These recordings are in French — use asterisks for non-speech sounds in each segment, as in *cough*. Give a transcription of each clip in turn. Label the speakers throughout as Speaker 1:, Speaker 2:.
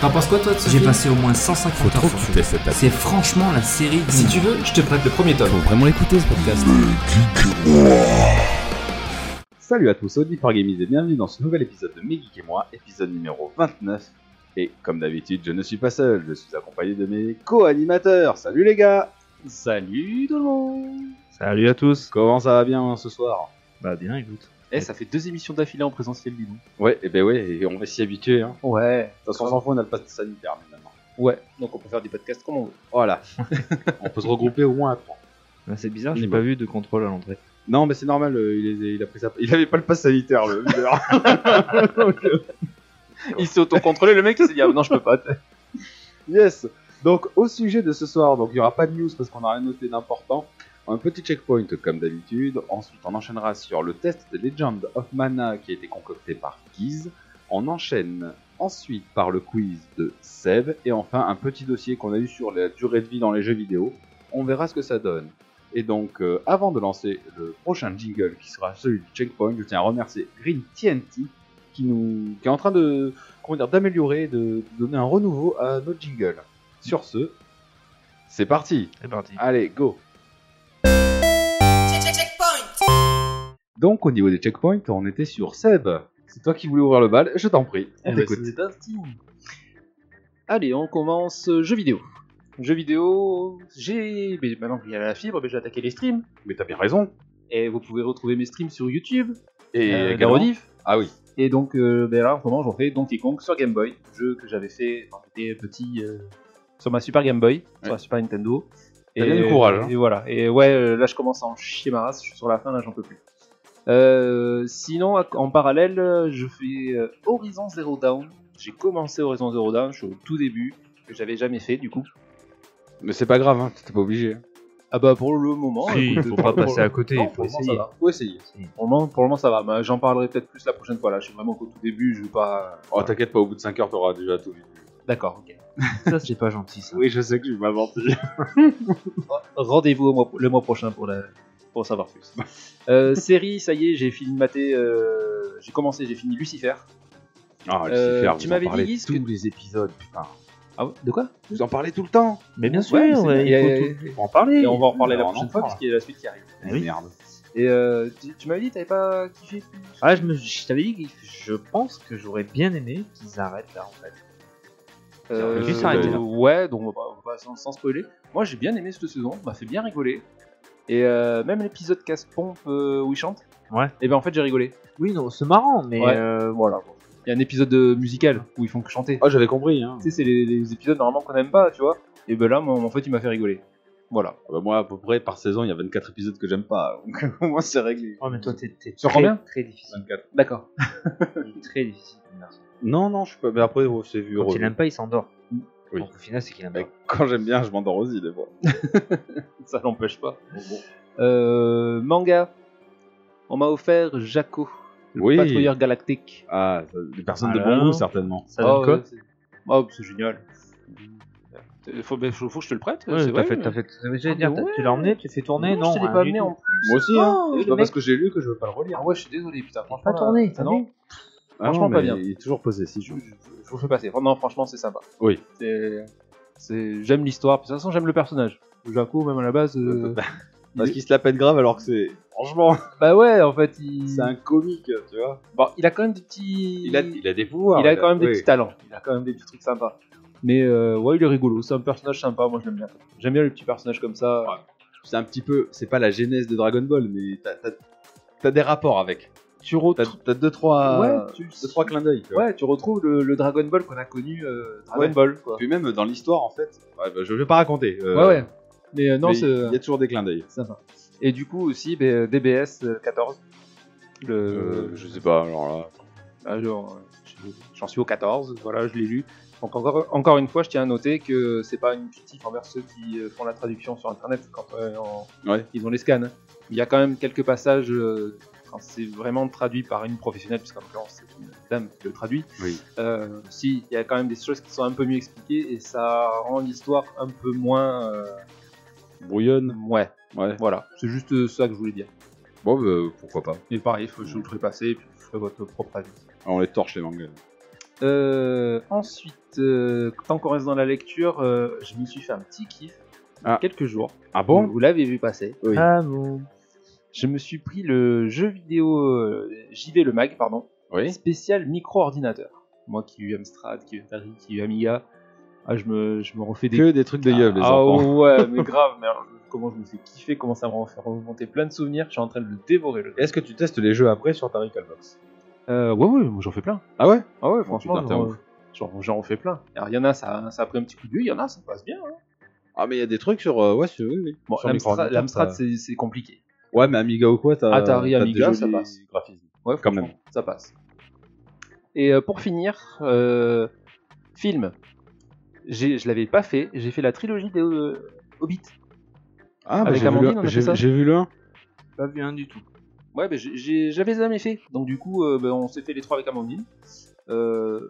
Speaker 1: T'en penses quoi toi de ce
Speaker 2: J'ai
Speaker 1: film
Speaker 2: passé au moins 150
Speaker 3: Faut
Speaker 2: heures.
Speaker 3: trop
Speaker 2: sur-
Speaker 3: écouter cette tape.
Speaker 2: C'est franchement la série.
Speaker 1: Si tu veux, je te prête le premier tome.
Speaker 3: Faut vraiment l'écouter ce podcast.
Speaker 4: Salut à tous, auditeurs gamers et bienvenue dans ce nouvel épisode de Mes Geeks et moi, épisode numéro 29. Et comme d'habitude, je ne suis pas seul, je suis accompagné de mes co-animateurs. Salut les gars Salut tout le monde
Speaker 5: Salut à tous.
Speaker 4: Comment ça va bien hein, ce soir
Speaker 5: Bah bien, écoute.
Speaker 4: Eh, ça fait deux émissions d'affilée en présentiel, dis donc. Ouais, et ben ouais, et on va s'y habituer. Hein. Ouais. De toute façon, on s'en fout, on a le pass sanitaire maintenant. Ouais.
Speaker 6: Donc on peut faire des podcasts comme on veut.
Speaker 4: Voilà. *laughs* on peut se regrouper au moins à trois.
Speaker 5: Bah, c'est bizarre,
Speaker 4: Oui,
Speaker 5: j'ai
Speaker 4: bah.
Speaker 5: pas vu de contrôle à l'entrée.
Speaker 4: Non, mais c'est normal, euh, il, est- il a pris sa... Il avait pas le pass sanitaire, le leader.
Speaker 6: *laughs* Il s'est autocontrôlé, le mec il s'est dit ah, non je peux pas.
Speaker 4: Yes Donc, au sujet de ce soir, donc il n'y aura pas de news parce qu'on n'a rien noté d'important. Un petit checkpoint comme d'habitude. Ensuite, on enchaînera sur le test de Legend of Mana qui a été concocté par Guise. On enchaîne ensuite par le quiz de Seb. Et enfin, un petit dossier qu'on a eu sur la durée de vie dans les jeux vidéo. On verra ce que ça donne. Et donc, euh, avant de lancer le prochain jingle qui sera celui du checkpoint, je tiens à remercier Green TNT qui, nous... qui est en train de comment dire, d'améliorer, de, de donner un renouveau à notre jingle. Sur ce, c'est parti.
Speaker 5: C'est parti.
Speaker 4: Allez, go. Donc au niveau des checkpoints, on était sur Seb. C'est toi qui voulais ouvrir le bal, je t'en prie. On t'écoute.
Speaker 6: Allez, on commence euh, jeux vidéo. Jeux vidéo, j'ai. mais Maintenant qu'il y a la fibre, mais j'ai attaqué les streams.
Speaker 4: Mais t'as bien raison.
Speaker 6: Et vous pouvez retrouver mes streams sur YouTube,
Speaker 4: Et
Speaker 6: euh, la
Speaker 4: également-
Speaker 6: rediff.
Speaker 4: Ah oui.
Speaker 6: Et donc euh, ben là en ce moment j'en fais Donkey Kong sur Game Boy, jeu que j'avais fait quand j'étais petit euh, sur ma Super Game Boy, sur la Super Nintendo.
Speaker 4: T'as bien du courage, hein.
Speaker 6: Et voilà. Et ouais, euh, là je commence à en chier ma race, je suis sur la fin, là j'en peux plus. Euh, sinon, à- en parallèle, euh, je fais euh, Horizon Zero Dawn. J'ai commencé Horizon Zero Dawn, je suis au tout début, que j'avais jamais fait du coup.
Speaker 4: Mais c'est pas grave, hein, t'étais pas obligé.
Speaker 6: Ah bah pour le moment,
Speaker 5: Si,
Speaker 6: écoute,
Speaker 5: faut
Speaker 6: pour
Speaker 5: pas
Speaker 6: le-
Speaker 5: passer à côté,
Speaker 6: non,
Speaker 5: il faut
Speaker 6: pour le moment,
Speaker 5: essayer.
Speaker 4: Ah.
Speaker 6: ça va. Faut essayer. Pour le moment, pour le moment, ça va. Bah, J'en parlerai peut-être plus la prochaine fois. Là, je suis vraiment qu'au tout début, je vais pas. euh,
Speaker 4: Oh t'inquiète pas, au bout de 5 heures t'auras déjà tout vu.
Speaker 6: D'accord, ok.
Speaker 5: Ça, c'est pas gentil, ça.
Speaker 4: Oui, je sais que je m'ai menti.
Speaker 6: Rendez-vous au mois- le mois prochain pour, la- pour en savoir *laughs* plus. Euh, série, ça y est, j'ai fini de mater. euh, j'ai commencé, j'ai fini Lucifer.
Speaker 4: Ah,
Speaker 6: Euh,
Speaker 4: Lucifer,
Speaker 6: tu
Speaker 4: vous en
Speaker 6: m'avais dit,
Speaker 4: parlez
Speaker 6: Guise,
Speaker 4: tous
Speaker 6: que-
Speaker 4: les épisodes, putain.
Speaker 6: Ah ouais De quoi
Speaker 4: Vous en parlez tout le temps.
Speaker 5: Mais bien sûr,
Speaker 6: Ouais, c'est-
Speaker 5: ouais,
Speaker 6: il y a-
Speaker 5: il faut tout- faut en parler.
Speaker 6: Et on va en reparler
Speaker 4: on
Speaker 6: la
Speaker 4: en
Speaker 6: prochaine fois,
Speaker 4: parle.
Speaker 6: puisqu'il y a la suite qui arrive.
Speaker 4: Eh,
Speaker 5: Oui.
Speaker 4: Merde.
Speaker 6: Et euh, tu, tu m'avais dit, t'avais pas kiffé
Speaker 5: Ah, je, me... je t'avais dit que je pense que j'aurais bien aimé qu'ils arrêtent là, en fait.
Speaker 6: Euh,
Speaker 5: Juste arrêter là.
Speaker 6: Ouais, donc on va pas, on va pas- sans, sans spoiler. Moi j'ai bien aimé cette saison, m'a fait bien rigoler. Et euh, même l'épisode casse-pompe euh, où il chante,
Speaker 5: Ouais.
Speaker 6: et ben en fait j'ai rigolé.
Speaker 5: Oui, non, c'est marrant, mais
Speaker 6: Ouais.
Speaker 5: euh, voilà. bon.
Speaker 6: Il y a un épisode euh, musical où ils font que chanter.
Speaker 4: Ah, j'avais compris, hein.
Speaker 6: Tu sais, c'est les, les épisodes normalement qu'on aime pas, tu vois. Et ben là, moi, en fait, il m'a fait rigoler. Voilà.
Speaker 4: Ah bah moi, à peu près, par saison, il y a 24 épisodes que j'aime pas. Donc, *laughs* au moins, c'est réglé.
Speaker 5: Oh, mais toi, t'es, t'es
Speaker 6: Sur
Speaker 5: très,
Speaker 6: combien
Speaker 5: très difficile.
Speaker 4: 24.
Speaker 6: D'accord.
Speaker 5: très difficile, comme garçon.
Speaker 4: Non, non, je suis pas. Mais après, oh, c'est vu.
Speaker 5: Quand il aime pas, il s'endort.
Speaker 4: Oui.
Speaker 5: Donc, au final, c'est qu'il aime pas.
Speaker 4: Quand j'aime bien, je m'endors aussi, des fois.
Speaker 6: *laughs* Ça l'empêche pas. Euh, manga. On m'a offert Jaco,
Speaker 4: Oui.
Speaker 6: patrouilleur galactique.
Speaker 4: Ah, ça- des personnes de
Speaker 5: Alors
Speaker 4: bon goût, certainement.
Speaker 5: Ça donne
Speaker 6: Oh,
Speaker 5: quoi
Speaker 6: ouais, c'est- Oh, c'est génial. Euh, Faut, mais faut- faut que je te le prête c'est
Speaker 5: t'as
Speaker 6: vrai,
Speaker 5: fait,
Speaker 6: mais-
Speaker 5: t'as fait, j'allais
Speaker 6: Ah,
Speaker 5: dire,
Speaker 6: mais
Speaker 5: t'as-
Speaker 6: ouais.
Speaker 5: tu l'as emmené, tu fais tourner, non,
Speaker 6: je te l'ai
Speaker 5: hein,
Speaker 6: pas
Speaker 5: du
Speaker 6: amené
Speaker 5: tout.
Speaker 6: en plus.
Speaker 4: Moi aussi, hein.
Speaker 6: Oh,
Speaker 4: C'est
Speaker 6: le
Speaker 4: pas
Speaker 6: mec-
Speaker 4: parce que j'ai lu que je veux pas le relire.
Speaker 6: Ah ouais, je suis désolé, putain.
Speaker 5: T'as
Speaker 6: Franchement,
Speaker 5: pas tourné,
Speaker 6: là, ah
Speaker 5: t'as
Speaker 6: non,
Speaker 5: vu
Speaker 4: Ah non,
Speaker 6: franchement, pas
Speaker 4: mais
Speaker 6: bien.
Speaker 4: Il est toujours possessif.
Speaker 6: je, je- je vous fais passer. Oh, Non, franchement, c'est sympa.
Speaker 4: Oui.
Speaker 6: C'est- c'est- J'aime l'histoire, puis de toute façon, j'aime le personnage. Jaco, même à la base. euh,
Speaker 4: *laughs* Parce qu'il se la pète grave alors que c'est. Franchement,
Speaker 6: Bah ouais, en fait, il.
Speaker 4: c'est un comique, tu vois.
Speaker 6: Bon, il a quand même des petits.
Speaker 4: des pouvoirs.
Speaker 6: il a quand même des
Speaker 4: oui.
Speaker 6: petits talents. Il a quand même des petits trucs sympas. Mais euh, ouais, il est rigolo. C'est un personnage sympa. Moi, je l'aime bien. J'aime bien les petits personnages comme ça.
Speaker 4: Ouais. C'est un petit peu. C'est pas la genèse de Dragon Ball, mais t'as- t'as t'as des rapports avec.
Speaker 6: Tu
Speaker 4: T'as
Speaker 6: retrouves.
Speaker 4: t'as deux, trois.
Speaker 6: Ouais, tu...
Speaker 4: Deux, trois clins d'œil. tu vois.
Speaker 6: ouais, tu retrouves le, le Dragon Ball qu'on a connu. euh, Dragon
Speaker 4: Ouais.
Speaker 6: Ball, quoi.
Speaker 4: Puis même dans l'histoire, en fait, ouais, bah, je vais pas raconter. euh,
Speaker 6: Ouais, ouais. Mais euh, non,
Speaker 4: mais
Speaker 6: c'est.
Speaker 4: il y a toujours des clins d'œil.
Speaker 6: Sympa. Et du coup aussi ben, DBS euh, 14. Le...
Speaker 4: Euh, je sais pas, alors là.
Speaker 6: Ah, genre, euh, J'en suis au 14, voilà, je l'ai lu. Donc encore, encore une fois, je tiens à noter que c'est pas une critique envers ceux qui euh, font la traduction sur Internet quand euh, en-
Speaker 4: Ouais.
Speaker 6: ils ont les scans. hein. Il y a quand même quelques passages euh, quand c'est vraiment traduit par une professionnelle, puisqu'en l'occurrence c'est une dame qui le traduit.
Speaker 4: Oui.
Speaker 6: Euh, si, il y a quand même des choses qui sont un peu mieux expliquées et ça rend l'histoire un peu moins... euh,
Speaker 4: Brouillonne.
Speaker 6: Ouais,
Speaker 4: Ouais.
Speaker 6: voilà, c'est juste euh, ça que je voulais dire.
Speaker 4: Bon, bah, pourquoi pas.
Speaker 6: Mais pareil, faut- je vous le ferai passer et puis vous ferez votre propre avis.
Speaker 4: On les Ah, torche les mangas.
Speaker 6: Euh, ensuite, euh, tant qu'on reste dans la lecture, euh, je me suis fait un petit kiff. il y a
Speaker 4: Ah.
Speaker 6: Quelques jours.
Speaker 4: Ah
Speaker 6: Vous- Vous l'avez vu passer.
Speaker 4: Oui.
Speaker 5: Ah bon.
Speaker 6: Je me suis pris le jeu vidéo euh, JV le mag, pardon,
Speaker 4: Oui.
Speaker 6: spécial micro-ordinateur. Moi qui ai eu Amstrad, qui ai eu Atari, qui ai eu Amiga, ah, je, me, je me refais des
Speaker 4: Que des trucs de gueule, les
Speaker 6: ah
Speaker 4: enfants.
Speaker 6: ouais, mais grave, mais alors, je- comment je me fais kiffer, comment ça me fait remonter plein de souvenirs, je suis en train de le dévorer le jeu.
Speaker 4: Est-ce que tu testes les jeux après sur ta Recalbox
Speaker 6: Euh, ouais, ouais, moi j'en fais plein.
Speaker 4: Ah ouais
Speaker 6: Ah ouais,
Speaker 4: franchement,
Speaker 6: franchement,
Speaker 4: putain, t'es
Speaker 6: j'en- j'en j'en fais plein. Alors, il y en a, ça, ça a pris un petit coup de gueule, il y en a, ça passe bien. hein.
Speaker 4: Ah, mais il y a des trucs sur. euh, ouais, sur- oui, oui.
Speaker 6: Bon,
Speaker 4: Sur
Speaker 6: l'Amstrad,
Speaker 4: micro-ordinateur,
Speaker 6: l'Amstrad,
Speaker 4: ça-
Speaker 6: c'est c'est compliqué.
Speaker 4: Ouais, mais Amiga ou quoi t'as,
Speaker 6: Atari,
Speaker 4: t'as des
Speaker 6: Ah, Amiga,
Speaker 4: jolis
Speaker 6: ça passe.
Speaker 4: graphismes.
Speaker 6: Ouais,
Speaker 4: Quand
Speaker 6: franchement, Ça passe. Et euh, pour finir, euh, film. J'ai- Je l'avais pas fait, j'ai fait la trilogie des euh, Hobbits.
Speaker 4: Ah, bah
Speaker 6: Avec
Speaker 4: j'ai vu,
Speaker 6: Amandine,
Speaker 4: le-
Speaker 6: on a fait
Speaker 4: j'ai-
Speaker 6: ça.
Speaker 4: j'ai vu le 1.
Speaker 2: Pas vu un du tout.
Speaker 6: Ouais, bah, j'ai- j'ai- j'avais jamais fait. Donc du coup, euh, bah, on s'est fait les trois avec Amandine. Euh,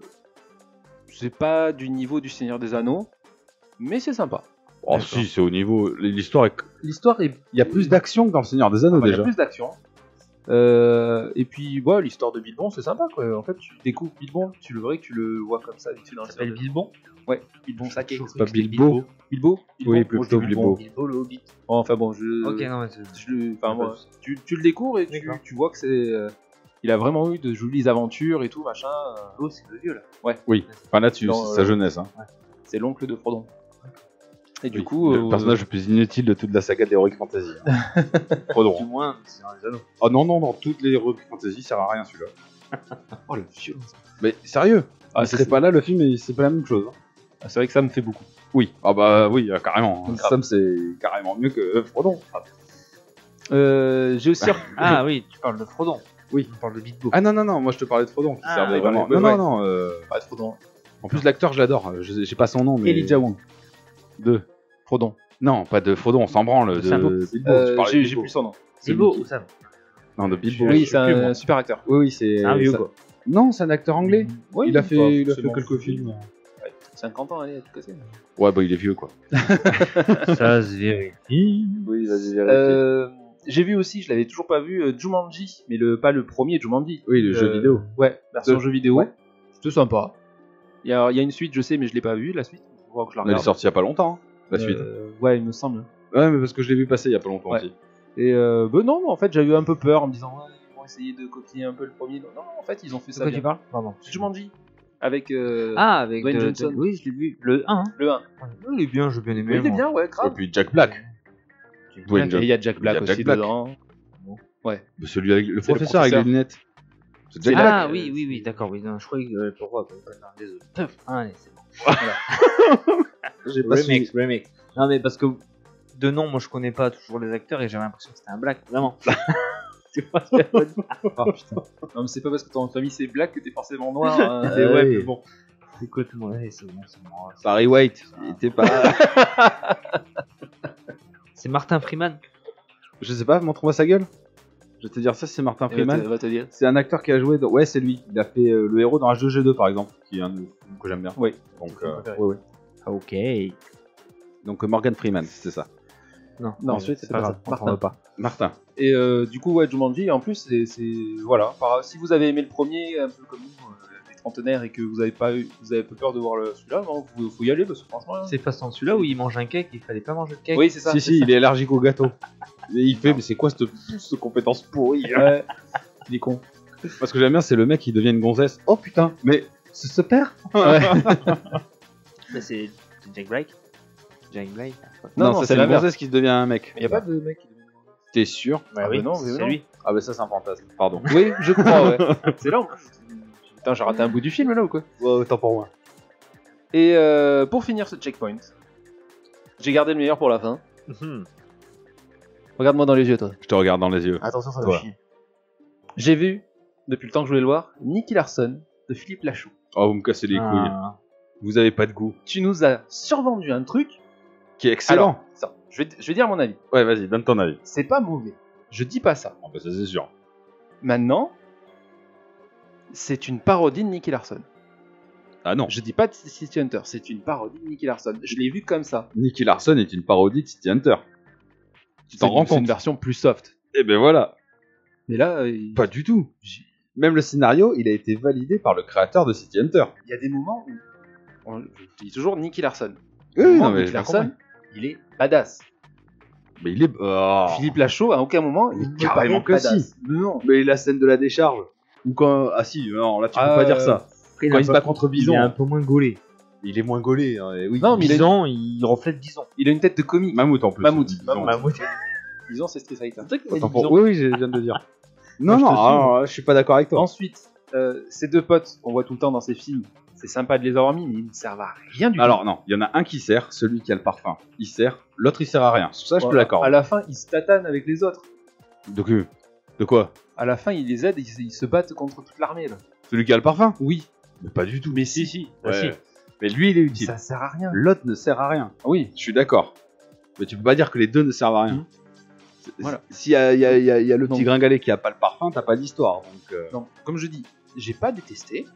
Speaker 6: c'est pas du niveau du Seigneur des Anneaux, mais c'est sympa.
Speaker 4: Oh,
Speaker 6: D'accord.
Speaker 4: si, c'est au niveau. L'histoire est.
Speaker 6: L'histoire est,
Speaker 4: Il y a plus d'action que dans le Seigneur des Anneaux
Speaker 6: enfin, Bah, il y a
Speaker 4: déjà.
Speaker 6: plus d'action. Euh, et puis, ouais, l'histoire de Bilbon, c'est sympa quoi. En fait, tu découvres Bilbon, tu le vrai, tu le vois comme ça vite fait dans le Seigneur des
Speaker 5: Bilbon
Speaker 6: Anneaux. Ouais, Bilbon Saké.
Speaker 4: Pas Bilbo.
Speaker 6: Bilbo,
Speaker 4: Oui,
Speaker 6: Bilbon
Speaker 4: plutôt
Speaker 6: Moi, j'ai
Speaker 4: Bilbo.
Speaker 6: Bilbo le Hobbit. Bon, enfin bon, je.
Speaker 5: Ok, non, mais c'est-
Speaker 6: je le- enfin,
Speaker 5: Pas
Speaker 6: moi,
Speaker 5: de
Speaker 6: tu, tu le découvres et tu,
Speaker 5: D'accord.
Speaker 6: tu vois que c'est. euh, il a vraiment eu de jolies aventures et tout, machin. euh,
Speaker 5: Oh, c'est le vieux là.
Speaker 4: Enfin là-dessus,
Speaker 6: Dans,
Speaker 4: c'est
Speaker 6: euh,
Speaker 4: sa jeunesse. Hein.
Speaker 6: C'est l'oncle de Frodon. Et du
Speaker 4: Oui,
Speaker 6: coup,
Speaker 4: le
Speaker 6: euh,
Speaker 4: personnage le plus inutile de toute la saga d'Heroic Fantasy. hein. *laughs* Trop
Speaker 5: Du
Speaker 4: drôle.
Speaker 5: moins, c'est dans les anneaux.
Speaker 4: Oh non, non, non, toutes les Heroic Fantasy sert à rien *laughs* celui-là.
Speaker 6: oh, le violence.
Speaker 4: Mais sérieux,
Speaker 6: Ah,
Speaker 4: il serait pas là le film et c'est pas la même chose. hein.
Speaker 6: Ah, c'est vrai que ça me fait beaucoup.
Speaker 4: Oui, ah bah oui, euh, carrément.
Speaker 6: Grave.
Speaker 4: Sam, c'est carrément mieux que euh, Frodon.
Speaker 6: Euh, J'ai aussi.
Speaker 5: Ah oui, tu parles de Frodon.
Speaker 4: Oui.
Speaker 5: On parle de Bilbo.
Speaker 4: Ah non, non, non, moi je te parlais de Frodon qui
Speaker 5: Ah,
Speaker 4: servait
Speaker 5: oui,
Speaker 4: vraiment.
Speaker 6: oui,
Speaker 4: Non,
Speaker 6: oui,
Speaker 4: non, non. euh,
Speaker 6: pas Frodon.
Speaker 4: En plus, l'acteur, je l'adore. Je- J'ai pas son nom, mais.
Speaker 6: Elijah Wood.
Speaker 4: De.
Speaker 6: Frodon.
Speaker 4: Non, pas de Frodon, on s'en branle. De
Speaker 5: Bilbo.
Speaker 4: Bilbo. Oh, tu
Speaker 6: Euh,
Speaker 4: parlais de
Speaker 6: J'ai j'ai
Speaker 4: Bilbo.
Speaker 6: plus son nom.
Speaker 5: Bilbo
Speaker 4: Mickey.
Speaker 5: ou Sam
Speaker 4: Non, de Bilbo.
Speaker 6: Oui,
Speaker 4: je
Speaker 6: c'est
Speaker 4: sais plus, moi. Ah,
Speaker 6: un super acteur.
Speaker 4: Oui, oui, c'est.
Speaker 5: C'est un vieux
Speaker 4: ça-
Speaker 5: Ah, quoi.
Speaker 4: Non, c'est un acteur anglais.
Speaker 6: Oui,
Speaker 4: il a
Speaker 6: bah,
Speaker 4: fait, il a fait
Speaker 6: forcément.
Speaker 4: quelques films.
Speaker 6: 50 ans, allez, à tout casser.
Speaker 4: Ouais, bah il est vieux quoi.
Speaker 5: Ça se vérifie.
Speaker 4: Oui, vas-y,
Speaker 6: Euh, J'ai vu aussi, je l'avais toujours pas vu, euh, Jumanji, mais le, pas le premier Jumanji.
Speaker 4: Oui, le jeu
Speaker 6: Euh,
Speaker 4: vidéo.
Speaker 6: Ouais, version
Speaker 4: Deux.
Speaker 6: jeu vidéo.
Speaker 4: Ouais.
Speaker 6: C'était sympa. Il y, a, il y a une suite, je sais, mais je l'ai pas vue, la suite. Il faut que je la
Speaker 4: Mais Elle est
Speaker 6: regarde.
Speaker 4: sortie il y a pas longtemps, hein, la suite.
Speaker 6: Euh, ouais, il me semble.
Speaker 4: Ouais, mais parce que je l'ai vu passer il y a pas longtemps
Speaker 6: Ouais.
Speaker 4: aussi.
Speaker 6: Et euh, ben non, en fait, j'avais eu un peu peur en me disant, ouais, ils vont essayer de copier un peu le premier. Non, en fait, ils ont fait
Speaker 5: De
Speaker 6: ça
Speaker 5: quoi
Speaker 6: bien.
Speaker 5: tu parles Pardon.
Speaker 6: Jumanji, avec euh,
Speaker 5: Ah, avec
Speaker 6: Dwayne
Speaker 5: de- de-
Speaker 6: Johnson.
Speaker 5: Oui, je l'ai vu. Le 1.
Speaker 6: le 1.
Speaker 5: Il est bien, j'ai bien aimé.
Speaker 6: Mais il est
Speaker 5: moi.
Speaker 6: bien, ouais,
Speaker 4: Et
Speaker 6: grave.
Speaker 4: puis Jack Black. Dwayne
Speaker 6: Et il
Speaker 4: Johnson.
Speaker 6: y a Jack Black
Speaker 4: Il y a Jack
Speaker 6: aussi
Speaker 4: Black.
Speaker 6: dedans.
Speaker 4: Celui avec le
Speaker 6: C'est le
Speaker 4: professeur avec les
Speaker 6: professeur.
Speaker 4: lunettes. C'est Jack
Speaker 6: C'est
Speaker 4: Black.
Speaker 5: Ah
Speaker 6: euh,
Speaker 5: oui, oui, oui, d'accord. Oui, non, je croyais que. euh, Pourquoi pas- pas- non, Désolé. Puff. Ah, allez, c'est bon.
Speaker 4: J'ai pas
Speaker 5: Remix, remix. Non, mais parce que de nom, moi je connais pas toujours les acteurs et j'avais l'impression que c'était un black, *laughs* vraiment. tu vois ce que je veux dire
Speaker 6: Non, mais c'est pas parce que ton famille c'est Black que t'es forcément *laughs* noir. hein.
Speaker 5: Eh
Speaker 6: Euh,
Speaker 5: ouais,
Speaker 6: oui.
Speaker 5: mais bon. C'est quoi tout le monde Allez, c'est bon, c'est bon.
Speaker 4: su. Barry White. Il était pas.
Speaker 5: C'est Martin Freeman.
Speaker 4: *laughs* je sais pas, montre-moi sa gueule. Je vais te dire ça, c'est Martin
Speaker 6: Et va te-
Speaker 4: Freeman.
Speaker 6: va te dire.
Speaker 4: C'est un acteur qui a joué. Dans... Ouais, c'est lui. Il a fait euh, le héros dans H2G2 par exemple, qui est un de- que j'aime bien.
Speaker 6: Oui.
Speaker 4: Donc, euh,
Speaker 6: préféré.
Speaker 4: ouais, ouais.
Speaker 5: Ah, Ok.
Speaker 4: Donc euh, Morgan Freeman, c'est ça.
Speaker 5: Non,
Speaker 6: Non,
Speaker 5: ensuite,
Speaker 6: c'est pas grave, on s'en veut
Speaker 5: pas.
Speaker 4: Martin.
Speaker 6: Et euh, du coup, ouais, Jumanji, en plus, c'est. c'est- Voilà. par- si vous avez aimé le premier, un peu comme nous, euh, les trentenaires, et que vous avez pas eu, vous avez peu peur de voir le- celui-là, non, vous, faut y aller, parce que franchement. hein.
Speaker 5: C'est pas sans celui-là où il mange un cake, il fallait pas manger de cake.
Speaker 6: Oui, c'est ça.
Speaker 4: si,
Speaker 6: c'est
Speaker 4: si,
Speaker 6: ça.
Speaker 4: il est allergique au gâteau. Et il fait, mais c'est quoi cette, cette compétence pourrie
Speaker 6: *laughs*
Speaker 4: hein
Speaker 6: Ouais. Il est con.
Speaker 4: Parce que j'aime bien, c'est le mec qui devient une gonzesse. Oh putain, mais c'est ce père *laughs*
Speaker 5: Mais c'est c'est Jack Black. Jack Black.
Speaker 6: Non,
Speaker 4: Non,
Speaker 6: non,
Speaker 4: ça, c'est
Speaker 6: c'est
Speaker 4: la
Speaker 6: la merde.
Speaker 4: gonzesse qui devient un mec.
Speaker 6: Il n'y a pas de mec.
Speaker 4: T'es sûr
Speaker 6: Ah
Speaker 5: oui,
Speaker 6: bah non, mais
Speaker 5: c'est
Speaker 6: non.
Speaker 5: lui.
Speaker 4: Ah, bah ça, c'est un fantasme. Pardon.
Speaker 6: Oui, *laughs* je crois, ouais. c'est long. Putain, j'ai raté un bout du film là ou quoi
Speaker 4: autant pour moi.
Speaker 6: Et euh, pour finir ce checkpoint, j'ai gardé le meilleur pour la fin.
Speaker 5: Mhm.
Speaker 6: Regarde-moi dans les yeux, toi.
Speaker 4: Je te regarde dans les yeux.
Speaker 5: Attention, ça
Speaker 4: va
Speaker 5: va
Speaker 6: J'ai vu, depuis le temps que je voulais le voir, Nicky Larson de Philippe Lachaud.
Speaker 4: Oh, vous me cassez
Speaker 6: Ah.
Speaker 4: les couilles.
Speaker 5: Ah.
Speaker 4: Vous avez pas de goût.
Speaker 6: Tu nous as survendu un truc.
Speaker 4: Qui est excellent.
Speaker 6: Alors, ça, je, vais, je vais dire mon avis.
Speaker 4: ouais, vas-y, donne ton avis.
Speaker 6: C'est pas mauvais. Je dis pas ça.
Speaker 4: Ah, bah ça, c'est sûr.
Speaker 6: Maintenant, c'est une parodie de Nicky Larson.
Speaker 4: Ah non.
Speaker 6: Je dis pas de City Hunter, c'est une parodie de Nicky Larson. Je l'ai vu comme ça.
Speaker 4: Nicky Larson est une parodie de City Hunter. Tu
Speaker 6: C'est
Speaker 4: t'en
Speaker 6: une-
Speaker 4: rends
Speaker 6: C'est une
Speaker 4: compte
Speaker 6: version plus soft.
Speaker 4: Eh ben voilà.
Speaker 6: Mais là, euh, il-
Speaker 4: Pas du tout. Même le scénario, il a été validé par le créateur de City Hunter.
Speaker 6: Il y a des moments où. On, je dis toujours Nicky Larson.
Speaker 4: Oui,
Speaker 6: Au
Speaker 4: oui,
Speaker 6: moment
Speaker 4: non, mais
Speaker 6: Nicky
Speaker 4: je
Speaker 6: Larson,
Speaker 4: comprends.
Speaker 6: il est badass.
Speaker 4: Mais il est. Oh.
Speaker 6: Philippe Lachaud, à aucun moment,
Speaker 4: Mais
Speaker 6: il est carrément
Speaker 4: carrément que
Speaker 6: badass.
Speaker 4: si. Mais la scène de la décharge. Ou quand. Ah si, non, là tu
Speaker 6: Ah,
Speaker 4: peux pas dire ça.
Speaker 5: Après, il
Speaker 4: Quand
Speaker 5: a
Speaker 4: il se
Speaker 5: un
Speaker 4: bat
Speaker 5: peu-
Speaker 4: contre
Speaker 5: il
Speaker 4: Bison,
Speaker 5: est
Speaker 4: il,
Speaker 5: un peu moins gaulé.
Speaker 4: Euh, est moins gaulé. hein, et oui.
Speaker 6: Non, mais il a,
Speaker 5: Bison, il reflète Bison.
Speaker 6: il a une tête de comique.
Speaker 4: Mammouth en plus.
Speaker 6: Mammouth,
Speaker 4: Bison.
Speaker 6: Mammouth.
Speaker 5: Bah, moi, je-
Speaker 6: Bison, c'est Street Fighter.
Speaker 4: Attends, pour- Oui, oui, je viens de le dire.
Speaker 6: Moi,
Speaker 4: non,
Speaker 6: je
Speaker 4: non,
Speaker 6: te suis.
Speaker 4: alors, euh, je suis pas d'accord avec toi.
Speaker 6: Ensuite, euh, ces deux potes qu'on voit tout le temps dans ces films, c'est sympa de les avoir mis, mais ils ne servent à rien du tout.
Speaker 4: Alors non, il y en a un qui sert, celui qui a le parfum, il sert, l'autre il sert à rien. Sur ça, je te
Speaker 6: Voilà.
Speaker 4: l'accorde.
Speaker 6: À la fin, ils se tatanent avec les autres.
Speaker 4: De que- De quoi
Speaker 6: À la fin, ils les aident et ils, ils se battent contre toute l'armée. là.
Speaker 4: Celui qui a le parfum
Speaker 6: Oui,
Speaker 4: Mais pas du tout.
Speaker 6: mais si, si.
Speaker 4: Ouais. Mais lui, il est utile.
Speaker 6: Ça sert à rien.
Speaker 4: L'autre ne sert à rien.
Speaker 6: Oui,
Speaker 4: Je suis d'accord. Mais tu peux pas dire que les deux ne servent à rien.
Speaker 6: Mhm.
Speaker 4: C'est-
Speaker 6: Voilà.
Speaker 4: S'il y, a- il y a- il y a- il y a le petit
Speaker 6: Non.
Speaker 4: gringalet qui a pas le parfum, t'as pas d'histoire. Donc, euh,
Speaker 6: non, comme je dis, j'ai pas détesté,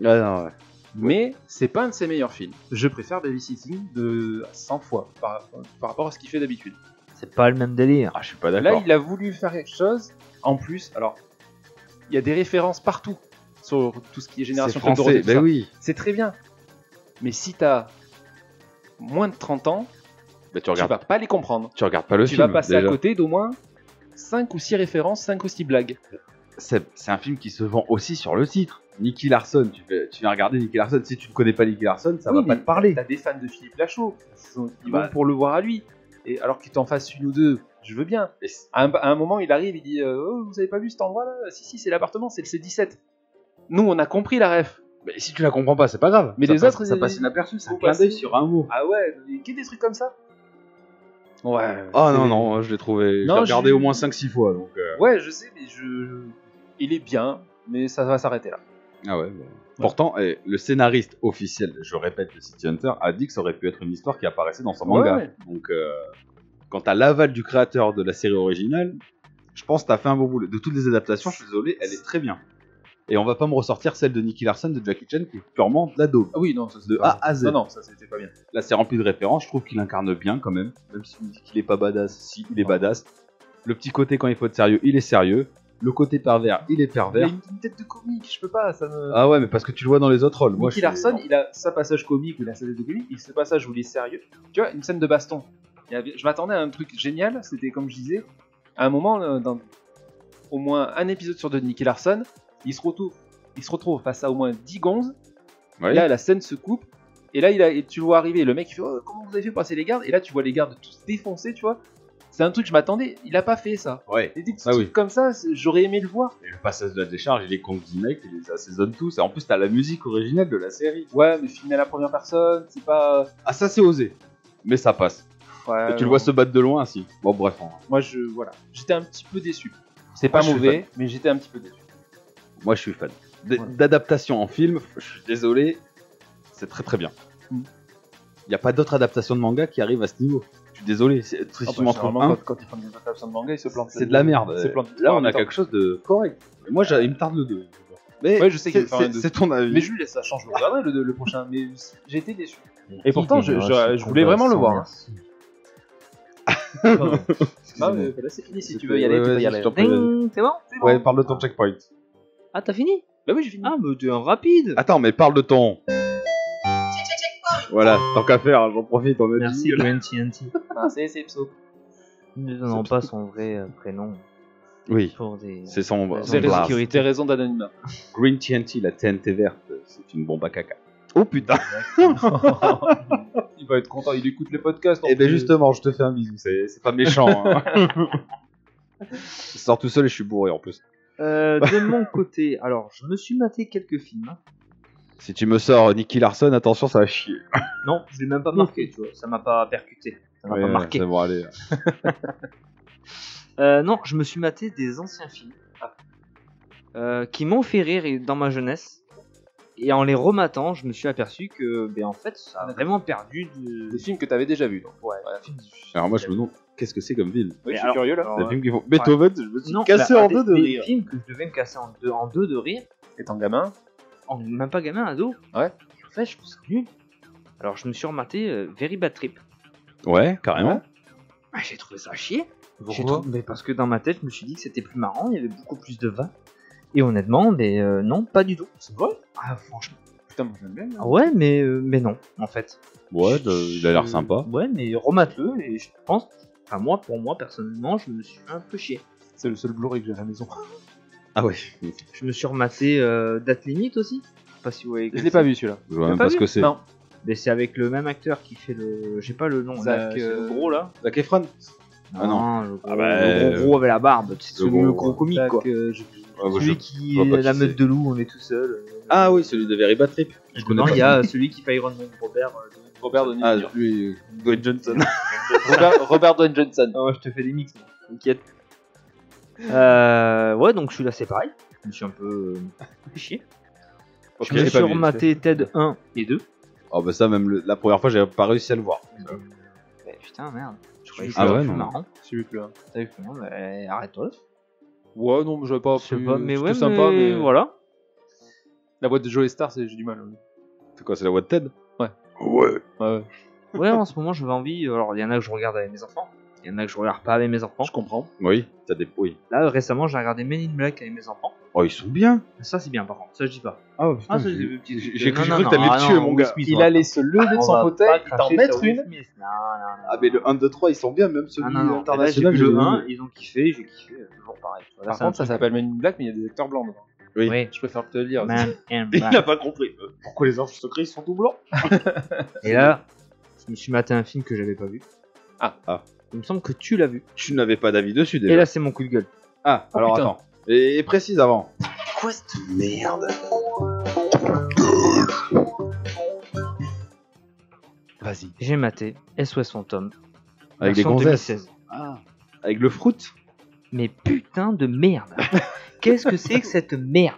Speaker 4: ouais, Ah, non, ouais.
Speaker 6: mais c'est pas un de ses meilleurs films. Je préfère Babysitting de 100 fois par, par rapport à ce qu'il fait d'habitude.
Speaker 5: C'est pas le même délire.
Speaker 4: Ah, je suis pas
Speaker 6: Là,
Speaker 4: d'accord.
Speaker 6: il a voulu faire quelque chose. En plus, alors, il y a des références partout sur tout ce qui est
Speaker 4: C'est
Speaker 6: génération Club Dorothée,
Speaker 4: français.
Speaker 6: tout
Speaker 4: Ben
Speaker 6: ça.
Speaker 4: oui.
Speaker 6: C'est très bien. Mais si t'as moins de 30 ans,
Speaker 4: Ben, tu
Speaker 6: tu
Speaker 4: regardes.
Speaker 6: vas pas les comprendre.
Speaker 4: Tu regardes pas le
Speaker 6: tu
Speaker 4: film.
Speaker 6: vas passer
Speaker 4: déjà.
Speaker 6: à côté d'au moins 5 ou 6 références, 5 ou 6 blagues.
Speaker 4: C'est c'est un film qui se vend aussi sur le titre. Nicky Larson, tu, fais- tu viens regarder Nicky Larson. Si tu ne connais pas Nicky Larson, ça
Speaker 6: Oui,
Speaker 4: va pas
Speaker 6: mais
Speaker 4: te parler.
Speaker 6: T'as des fans de Philippe Lachaud. Ils sont- ils
Speaker 4: Bah.
Speaker 6: vont pour le voir à lui. Et alors qu'il t'en fasse une ou deux, je veux bien.
Speaker 4: Et c'est-
Speaker 6: À un, à un moment, il arrive, il dit euh, Oh, vous avez pas vu cet endroit-là Ah, Si, si, c'est l'appartement, c'est le C17. Nous, on a compris la ref.
Speaker 4: Mais si tu la comprends pas, c'est pas grave.
Speaker 6: Mais
Speaker 4: Ça
Speaker 6: les
Speaker 4: passe-
Speaker 6: autres,
Speaker 4: ça
Speaker 6: ils-
Speaker 4: passe inaperçu. C'est un
Speaker 6: faut
Speaker 4: clin d'œil
Speaker 6: passer-
Speaker 4: sur un mot.
Speaker 6: Ah ouais, il y a des trucs comme ça Ouais.
Speaker 4: Ah
Speaker 6: c'est-
Speaker 4: non, non, je l'ai trouvé. je
Speaker 6: Non,
Speaker 4: l'ai regardé
Speaker 6: j'ai-
Speaker 4: au moins 5-6 fois. Donc, euh,
Speaker 6: Ouais, je sais, mais je. Il est bien, mais ça va s'arrêter là.
Speaker 4: Ah ouais, bon. Pourtant, eh, le scénariste officiel, je répète, de City Hunter, a dit que ça aurait pu être une histoire qui apparaissait dans son
Speaker 6: Ouais,
Speaker 4: manga.
Speaker 6: ouais.
Speaker 4: Donc, euh, quant à l'aval du créateur de la série originale, je pense que t'as fait un bon boulot. De toutes les adaptations, je suis désolé, elle est très bien. Et on va pas me ressortir celle de Nicky Larson de Jackie Chan qui est purement de la daube.
Speaker 6: Ah oui, non, ça c'est
Speaker 4: De
Speaker 6: pas-
Speaker 4: A à Z.
Speaker 6: Non, non, ça c'était pas bien.
Speaker 4: Là, c'est rempli de références. Je trouve qu'il incarne bien quand même. Même si on dit qu'il est pas badass, si il est badass. Le petit côté quand il faut être sérieux, il est sérieux. Le côté pervers, il est
Speaker 6: Il a
Speaker 4: pervers.
Speaker 6: une, une tête de comique, je peux pas, ça me.
Speaker 4: Ah ouais, mais parce que tu le vois dans les autres rôles. Moi,
Speaker 6: Nicky
Speaker 4: je suis-
Speaker 6: Larson, il a sa passage comique ou il a sa tête de comique, il a ce passage où il est sérieux. Tu vois, une scène de baston. Il y avait- Je m'attendais à un truc génial, c'était comme je disais, à un moment, euh, dans au moins un épisode sur deux de Nicky Larson, il se retrouve, il se retrouve face à au moins 10 gonzes.
Speaker 4: Ouais.
Speaker 6: Là, la scène se coupe. Et là, il a, et tu le vois arriver. Le mec, il fait Oh, Comment vous avez fait passer les gardes Et là, tu vois les gardes tous défoncés, tu vois. C'est un truc, je m'attendais. Il a pas fait ça.
Speaker 4: Ouais.
Speaker 6: Et des petits
Speaker 4: Ah
Speaker 6: trucs
Speaker 4: oui.
Speaker 6: comme ça, c'est- j'aurais aimé le voir.
Speaker 4: Et le passage de la décharge, il est con du mec, il les assaisonne tous. Et en plus, t'as la musique originale de la série.
Speaker 6: Ouais, mais filmé à la première personne, c'est pas.
Speaker 4: Ah, ça, c'est osé. Mais ça passe.
Speaker 6: Ouais,
Speaker 4: Et tu le
Speaker 6: non.
Speaker 4: vois se battre de loin, si. Bon, bref. hein. on-
Speaker 6: Moi, je. Voilà. J'étais un petit peu déçu. C'est pas
Speaker 4: Moi, je suis
Speaker 6: mauvais, mais j'étais un petit peu déçu.
Speaker 4: Moi, je suis fan. D-
Speaker 6: Ouais.
Speaker 4: D'adaptation en film, je suis désolé, c'est très très bien. Il
Speaker 6: Mm.
Speaker 4: n'y a pas d'autre adaptation de manga qui arrive à ce niveau. Je suis désolé, c'est si
Speaker 6: Ah
Speaker 4: tu
Speaker 6: bah,
Speaker 4: m'en trouves
Speaker 6: généralement,
Speaker 4: un,
Speaker 6: quand, quand ils font des adaptations de manga, ils se plantent.
Speaker 4: c'est de la merde.
Speaker 6: Ils se plantent.
Speaker 4: Là, on a
Speaker 6: Attends.
Speaker 4: quelque chose de correct. Mais Moi, j'ai- il me tarde le 2. Mais
Speaker 6: Ouais, je sais qu'il
Speaker 4: c'est-
Speaker 6: veut faire un
Speaker 4: c'est
Speaker 6: deux.
Speaker 4: c'est ton avis.
Speaker 6: Mais je lui laisse la chance, je le regarderai le, le prochain, mais j'ai été déçu.
Speaker 5: Et
Speaker 6: pourtant, je- je- je voulais vraiment le voir, hein. Pardon.
Speaker 4: Excusez-moi.
Speaker 6: Ah, mais voilà, c'est fini, si tu veux y aller,
Speaker 4: Ouais,
Speaker 6: tu peux
Speaker 4: ouais,
Speaker 6: y
Speaker 4: je
Speaker 6: aller.
Speaker 4: t'en prie, vas-y.
Speaker 5: C'est bon
Speaker 4: Ouais, parle de ton checkpoint.
Speaker 5: Ah, t'as fini
Speaker 6: Bah oui, j'ai fini. Ah,
Speaker 5: Ah, mais t'es un rapide
Speaker 4: Attends, mais parle de ton. Voilà, tant qu'à faire, hein, j'en profite, on a
Speaker 5: Merci,
Speaker 4: dit.
Speaker 5: Grunty Hunty.
Speaker 6: Ah, c'est c'est Ipso.
Speaker 5: Nous n'avons pas son vrai euh, prénom
Speaker 4: Oui,
Speaker 5: pour des...
Speaker 4: c'est son.
Speaker 5: C'est
Speaker 4: son
Speaker 5: raison
Speaker 4: blast.
Speaker 5: qui-
Speaker 6: T'es raison d'anonymat.
Speaker 4: Green TNT, la TNT verte, c'est une bombe à caca. Oh putain *laughs*
Speaker 6: il va être content, il écoute le podcast.
Speaker 4: Et ben justement, je te fais un bisou, c'est c'est pas méchant. *laughs* hein. je sors tout seul et je suis bourré en plus.
Speaker 5: Euh, de mon côté, alors, je me suis maté quelques films. hein.
Speaker 4: Si tu me sors euh, Nicky Larson, attention, ça va chier.
Speaker 5: Non, je l'ai même pas marqué, tu vois. Ça m'a pas percuté. Ça m'a
Speaker 4: Ouais,
Speaker 5: pas marqué.
Speaker 4: c'est bon, allez.
Speaker 5: Euh, non, je me suis maté des anciens films ah, euh, qui m'ont fait rire et- dans ma jeunesse. Et en les rematant, je me suis aperçu que, ben, en fait, ça
Speaker 4: Ah,
Speaker 5: a vraiment perdu de.
Speaker 6: Des films que t'avais déjà vus. donc. Ouais,
Speaker 4: Alors moi, je me demande, qu'est-ce que c'est comme ville
Speaker 6: Oui, je suis
Speaker 5: alors-
Speaker 6: curieux là.
Speaker 5: Alors,
Speaker 4: Les
Speaker 5: euh,
Speaker 4: films qui font Beethoven, je me suis
Speaker 5: non,
Speaker 4: cassé
Speaker 5: bah,
Speaker 4: en
Speaker 5: des-
Speaker 4: deux de
Speaker 5: des
Speaker 4: rire.
Speaker 5: films que je devais me casser en deux, en deux de rire,
Speaker 6: Étant gamin,
Speaker 5: en même pas gamin, ado.
Speaker 6: Ouais.
Speaker 5: Et en fait, je trouve ça nul. Alors, je me suis rematé euh, Very Bad Trip.
Speaker 4: Ouais, carrément.
Speaker 5: Ah, j'ai trouvé ça à chier. J'ai
Speaker 2: Pourquoi
Speaker 5: trouvé- mais parce que dans ma tête, je me suis dit que c'était plus marrant, il y avait beaucoup plus de vin. Et honnêtement, mais euh, non, pas du tout.
Speaker 6: C'est vrai
Speaker 5: Ah, franchement.
Speaker 6: Putain, moi j'aime bien.
Speaker 5: Ah Ouais, mais, euh, mais non, en fait.
Speaker 4: Ouais,
Speaker 5: Je-
Speaker 4: de- il a l'air
Speaker 5: je-
Speaker 4: sympa.
Speaker 5: Ouais, mais remate-le et je pense. Enfin, moi, pour moi, personnellement, je me suis fait un peu chier.
Speaker 6: C'est le seul Blu-ray que j'ai à la maison.
Speaker 4: Ah ouais.
Speaker 5: Je me suis rematé euh, Date Limite aussi. Je sais pas si vous
Speaker 4: *laughs*
Speaker 5: voyez.
Speaker 6: *laughs* Je l'ai pas vu celui-là.
Speaker 4: Je vois
Speaker 5: T'as
Speaker 4: même
Speaker 5: pas
Speaker 4: pas ce
Speaker 5: vu
Speaker 4: que c'est.
Speaker 6: Non,
Speaker 5: Mais c'est avec le même acteur qui fait le. J'ai pas le nom. là,
Speaker 6: Zach.
Speaker 5: c'est
Speaker 6: euh,
Speaker 5: le gros là.
Speaker 6: Zac Efron.
Speaker 4: Ah non.
Speaker 5: le gros,
Speaker 4: Ah bah,
Speaker 5: le gros gros avec la barbe. C'est
Speaker 4: le
Speaker 5: celui le
Speaker 4: gros,
Speaker 5: gros comique
Speaker 6: Zac,
Speaker 5: quoi.
Speaker 6: euh, je-
Speaker 4: Ah, moi, je-
Speaker 5: Celui qui
Speaker 4: vois pas
Speaker 5: est la
Speaker 4: qui
Speaker 5: meute
Speaker 4: c'est.
Speaker 5: de loup, on est tout seul. euh,
Speaker 4: Ah oui, celui de Very Bad Trip.
Speaker 5: Je
Speaker 4: connais
Speaker 5: non,
Speaker 4: pas.
Speaker 5: il y a celui qui fait Iron Man, Robert. euh, de-
Speaker 6: Robert Downey
Speaker 4: Ah,
Speaker 6: Jr.
Speaker 4: lui, euh, Dwayne Johnson.
Speaker 6: *laughs* Robert, Robert Downey Johnson.
Speaker 5: Ah ouais, je te fais des mix, moi. t'inquiète. Euh, ouais, donc je suis là, c'est pareil. Je me suis un peu euh, fait chier.
Speaker 4: Ok,
Speaker 5: je me
Speaker 4: j'ai
Speaker 5: suis
Speaker 4: pas vu.
Speaker 5: rematé Ted 1 et 2.
Speaker 4: Oh bah ça, même le- la première fois, j'avais pas réussi à le voir.
Speaker 5: Mais putain, merde. Je croyais que
Speaker 4: Ah
Speaker 5: c'était
Speaker 4: ouais,
Speaker 5: plus
Speaker 4: non.
Speaker 5: marrant.
Speaker 6: J'ai vu que là.
Speaker 5: T'as vu comment mais Arrête-toi.
Speaker 6: Ouais, non, mais j'avais pas.
Speaker 5: Je sais
Speaker 6: plus-
Speaker 5: pas, mais
Speaker 6: c'était
Speaker 5: ouais,
Speaker 6: sympa, mais,
Speaker 5: voilà.
Speaker 6: La boîte de Joey Star, c'est- j'ai du mal. hein.
Speaker 4: C'est quoi, c'est la voix de Ted
Speaker 6: Ouais.
Speaker 4: Ouais.
Speaker 6: Ouais,
Speaker 5: Ouais, en ce moment, j'avais envie. euh, Alors, il y en a que je regarde avec mes enfants. Il y en a que je regarde pas avec mes enfants.
Speaker 6: je comprends.
Speaker 4: Oui, t'as des. Oui.
Speaker 5: Là, euh, récemment, j'ai regardé Men in Black avec mes enfants.
Speaker 4: Oh, ils sont bien.
Speaker 5: Ça, c'est bien, par contre. Ça, je dis pas.
Speaker 4: Ah,
Speaker 5: Ah, ça, j'ai des petits-
Speaker 4: j'ai- j'ai
Speaker 5: Non,
Speaker 4: cru
Speaker 5: non,
Speaker 4: que
Speaker 5: non,
Speaker 4: t'allais
Speaker 5: ah,
Speaker 4: tuer,
Speaker 5: non,
Speaker 4: mon
Speaker 5: Will
Speaker 4: gars.
Speaker 5: Smith,
Speaker 6: Il
Speaker 5: voilà.
Speaker 6: allait se lever de
Speaker 5: On
Speaker 6: son
Speaker 5: va
Speaker 6: fauteuil
Speaker 5: pas
Speaker 6: et t'en
Speaker 5: cracher
Speaker 6: mettre
Speaker 5: sur Will
Speaker 6: une.
Speaker 5: Smith. Non, non, non.
Speaker 4: Ah, mais le 1, 2, 3, ils sont bien, même celui
Speaker 5: Ah, non, non, non. Là, j'ai
Speaker 4: international.
Speaker 5: vu
Speaker 4: j'ai-
Speaker 5: le 1, ils ont kiffé, j'ai kiffé, euh, toujours pareil. tu vois. Là,
Speaker 6: Par
Speaker 5: c'est un
Speaker 6: contre, ça
Speaker 5: truc-
Speaker 6: s'appelle Men in Black, mais il y a des acteurs blancs dedans.
Speaker 4: Oui.
Speaker 5: Oui.
Speaker 6: Je préfère te le
Speaker 4: *laughs*
Speaker 6: dire.
Speaker 5: Man in
Speaker 4: *laughs* Il n'a
Speaker 5: Black.
Speaker 4: pas compris. Euh, Pourquoi les anges secrets, ils sont tout blancs
Speaker 5: Et là, je me suis maté un film que j'avais pas vu.
Speaker 6: Ah.
Speaker 4: Ah.
Speaker 5: Il me semble que tu l'as vu.
Speaker 4: Tu n'avais pas d'avis dessus déjà.
Speaker 5: Et là, c'est mon coup de gueule.
Speaker 4: Ah,
Speaker 6: Oh,
Speaker 4: alors
Speaker 6: putain.
Speaker 4: attends. Et, et précise avant.
Speaker 6: Vas-y.
Speaker 5: J'ai maté SOS Fantôme.
Speaker 4: Avec des
Speaker 5: version
Speaker 4: gonzesses.
Speaker 5: 2016.
Speaker 4: Ah. Avec le fruit
Speaker 5: Mais putain de
Speaker 4: *laughs*
Speaker 5: merde. Qu'est-ce que c'est que cette merde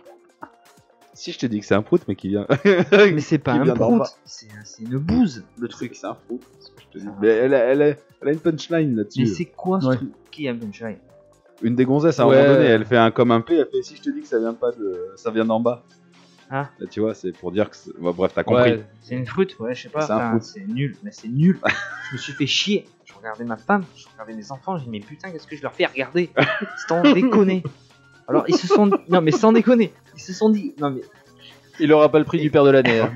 Speaker 4: Si je te dis que c'est un prout, mais qui vient.
Speaker 5: Mais c'est pas
Speaker 4: Qui
Speaker 5: un
Speaker 4: viendra
Speaker 5: prout,
Speaker 4: pas.
Speaker 5: c'est un- c'est une bouse.
Speaker 4: le truc, c'est un prout. c'est ce que je te dis. Mais elle, a- elle a- elle a une punchline
Speaker 5: Mais
Speaker 4: là-dessus.
Speaker 5: c'est quoi ce
Speaker 6: Ouais.
Speaker 5: truc Qui aime Punchline
Speaker 4: Une des gonzesses, à un
Speaker 6: Ouais.
Speaker 4: moment donné, elle fait un comme un P, elle fait si je te dis que ça vient pas de. ça vient d'en bas.
Speaker 5: Ah.
Speaker 4: Là, tu vois, c'est pour dire que. c'est- bah, bref, t'as compris.
Speaker 6: Ouais.
Speaker 5: C'est une frute, ouais, je sais pas.
Speaker 4: C'est un
Speaker 5: enfin,
Speaker 4: fruit.
Speaker 5: C'est nul, mais c'est nul. je me suis fait chier. Je regardais ma femme, je regardais mes enfants, j'ai dit, mais putain, qu'est-ce que je leur fais regarder Sans déconner. Alors, ils se sont. Non, mais sans déconner. Ils se sont dit. Non, mais,
Speaker 6: Il aura pas le prix du père de l'année. hein.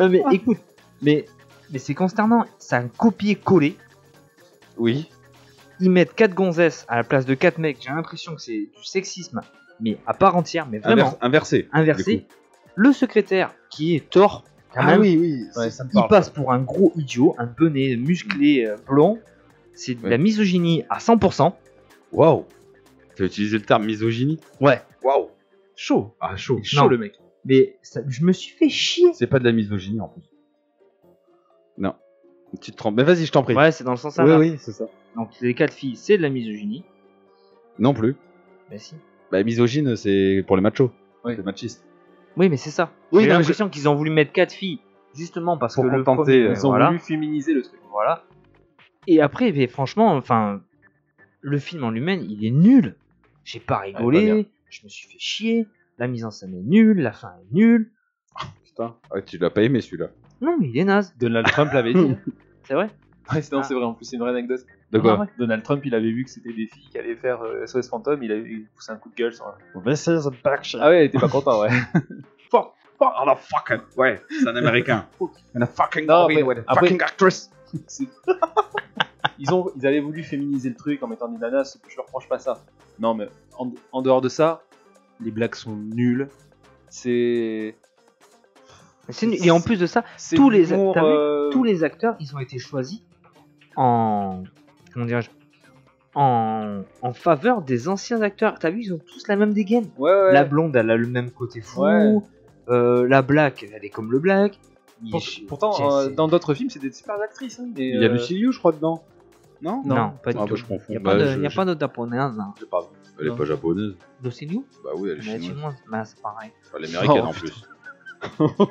Speaker 5: non, mais écoute, mais, mais c'est consternant. C'est un copier-coller.
Speaker 4: *laughs* Oui.
Speaker 5: Ils mettent 4 gonzesses à la place de 4 mecs. J'ai l'impression que c'est du sexisme, mais à part entière, mais vraiment
Speaker 4: Inverse- inversé. Du
Speaker 5: inversé. Le secrétaire, qui est tort, quand
Speaker 4: Ah
Speaker 5: même,
Speaker 4: oui, oui.
Speaker 6: Ouais,
Speaker 4: ça me
Speaker 5: il
Speaker 4: parle.
Speaker 5: passe pour un gros idiot, un bonnet musclé euh, blond. C'est de
Speaker 4: Ouais.
Speaker 5: la misogynie à 100%.
Speaker 4: Waouh. T'as utilisé le terme misogynie
Speaker 5: Ouais.
Speaker 4: Waouh.
Speaker 5: Chaud.
Speaker 4: Ah, chaud.
Speaker 5: Chaud le mec. Mais ça- je me suis fait chier.
Speaker 4: C'est pas de la misogynie en plus. Non. Tu te trompes. Mais vas-y, je t'en prie.
Speaker 5: Ouais, c'est dans le sens
Speaker 4: oui,
Speaker 5: inverse.
Speaker 4: oui, c'est ça.
Speaker 5: Donc les quatre filles, c'est de la misogynie.
Speaker 4: Non plus.
Speaker 5: Bah si.
Speaker 4: Bah, misogyne, c'est pour les machos.
Speaker 6: Oui.
Speaker 4: Les machistes.
Speaker 5: Oui, mais c'est ça.
Speaker 4: Oui,
Speaker 5: J'ai
Speaker 4: non, mais
Speaker 5: l'impression qu'ils ont voulu mettre quatre filles justement parce
Speaker 4: Pour
Speaker 5: que le
Speaker 4: contenter,
Speaker 5: premier,
Speaker 4: euh,
Speaker 5: ouais,
Speaker 6: Ils ont
Speaker 5: voilà.
Speaker 6: voulu féminiser le truc.
Speaker 5: Voilà. Et après, mais franchement, enfin, le film en lui-même, il est nul. J'ai pas rigolé,
Speaker 4: pas
Speaker 5: je me suis fait chier, la mise en scène est nulle, la fin est nulle.
Speaker 4: Putain. Ah, tu l'as pas aimé celui-là.
Speaker 5: Non, mais il est naze,
Speaker 6: Donald Trump l'avait dit. hein.
Speaker 5: c'est vrai.
Speaker 6: Ouais, c'est- non,
Speaker 5: Ah.
Speaker 6: c'est vrai. En plus, c'est une vraie anecdote.
Speaker 4: De quoi
Speaker 5: Ah ouais.
Speaker 6: Donald Trump, il avait vu que c'était des filles qui allaient faire euh, SOS Fantôme. Il avait poussé un coup de gueule sur.
Speaker 4: This is a back shit.
Speaker 6: Ah ouais, il était pas content, ouais.
Speaker 4: Oh la fucking. Ouais, c'est un *laughs* américain. And a fucking.
Speaker 6: Non,
Speaker 4: Korean
Speaker 6: après-
Speaker 4: with a
Speaker 6: après-
Speaker 4: fucking actress.
Speaker 6: C'est- *laughs* ils, ont, ils avaient voulu féminiser le truc en mettant des nanas, je leur reproche pas ça. Non, mais en, en dehors de ça, les blagues sont nulles. C'est.
Speaker 5: C'est nul. Et en plus de ça,
Speaker 6: c'est
Speaker 5: Tous les-
Speaker 6: l'humour,
Speaker 5: t'as vu
Speaker 6: euh,
Speaker 5: tous les acteurs, ils ont été choisis en comment dirais-je en, en faveur des anciens acteurs. T'as vu, ils ont tous la même dégaine.
Speaker 6: Ouais, ouais.
Speaker 5: La blonde, elle a le même côté fou.
Speaker 6: Ouais.
Speaker 5: Euh, la black, elle est comme le black. Il
Speaker 6: Pour-
Speaker 5: est-
Speaker 6: pourtant, euh,
Speaker 5: c'est-
Speaker 6: dans d'autres films, c'est des super actrices. hein, des,
Speaker 4: Il y a
Speaker 6: euh,
Speaker 4: Lucilio, je crois, dedans. Non
Speaker 5: non, pas du
Speaker 4: Ah, bah,
Speaker 5: tout.
Speaker 4: je confonds.
Speaker 5: Il n'y a
Speaker 4: Bah,
Speaker 5: pas de-
Speaker 4: je-
Speaker 5: y a
Speaker 4: je-
Speaker 5: pas d'autre japonaise. hein.
Speaker 4: Je sais pas. Elle est
Speaker 5: Non.
Speaker 4: pas japonaise.
Speaker 5: D'Océlie
Speaker 4: Bah oui, elle est
Speaker 5: Mais
Speaker 4: chinoise.
Speaker 5: chinoise, bah, c'est pareil.
Speaker 4: Elle est américaine
Speaker 6: Oh,
Speaker 4: en plus.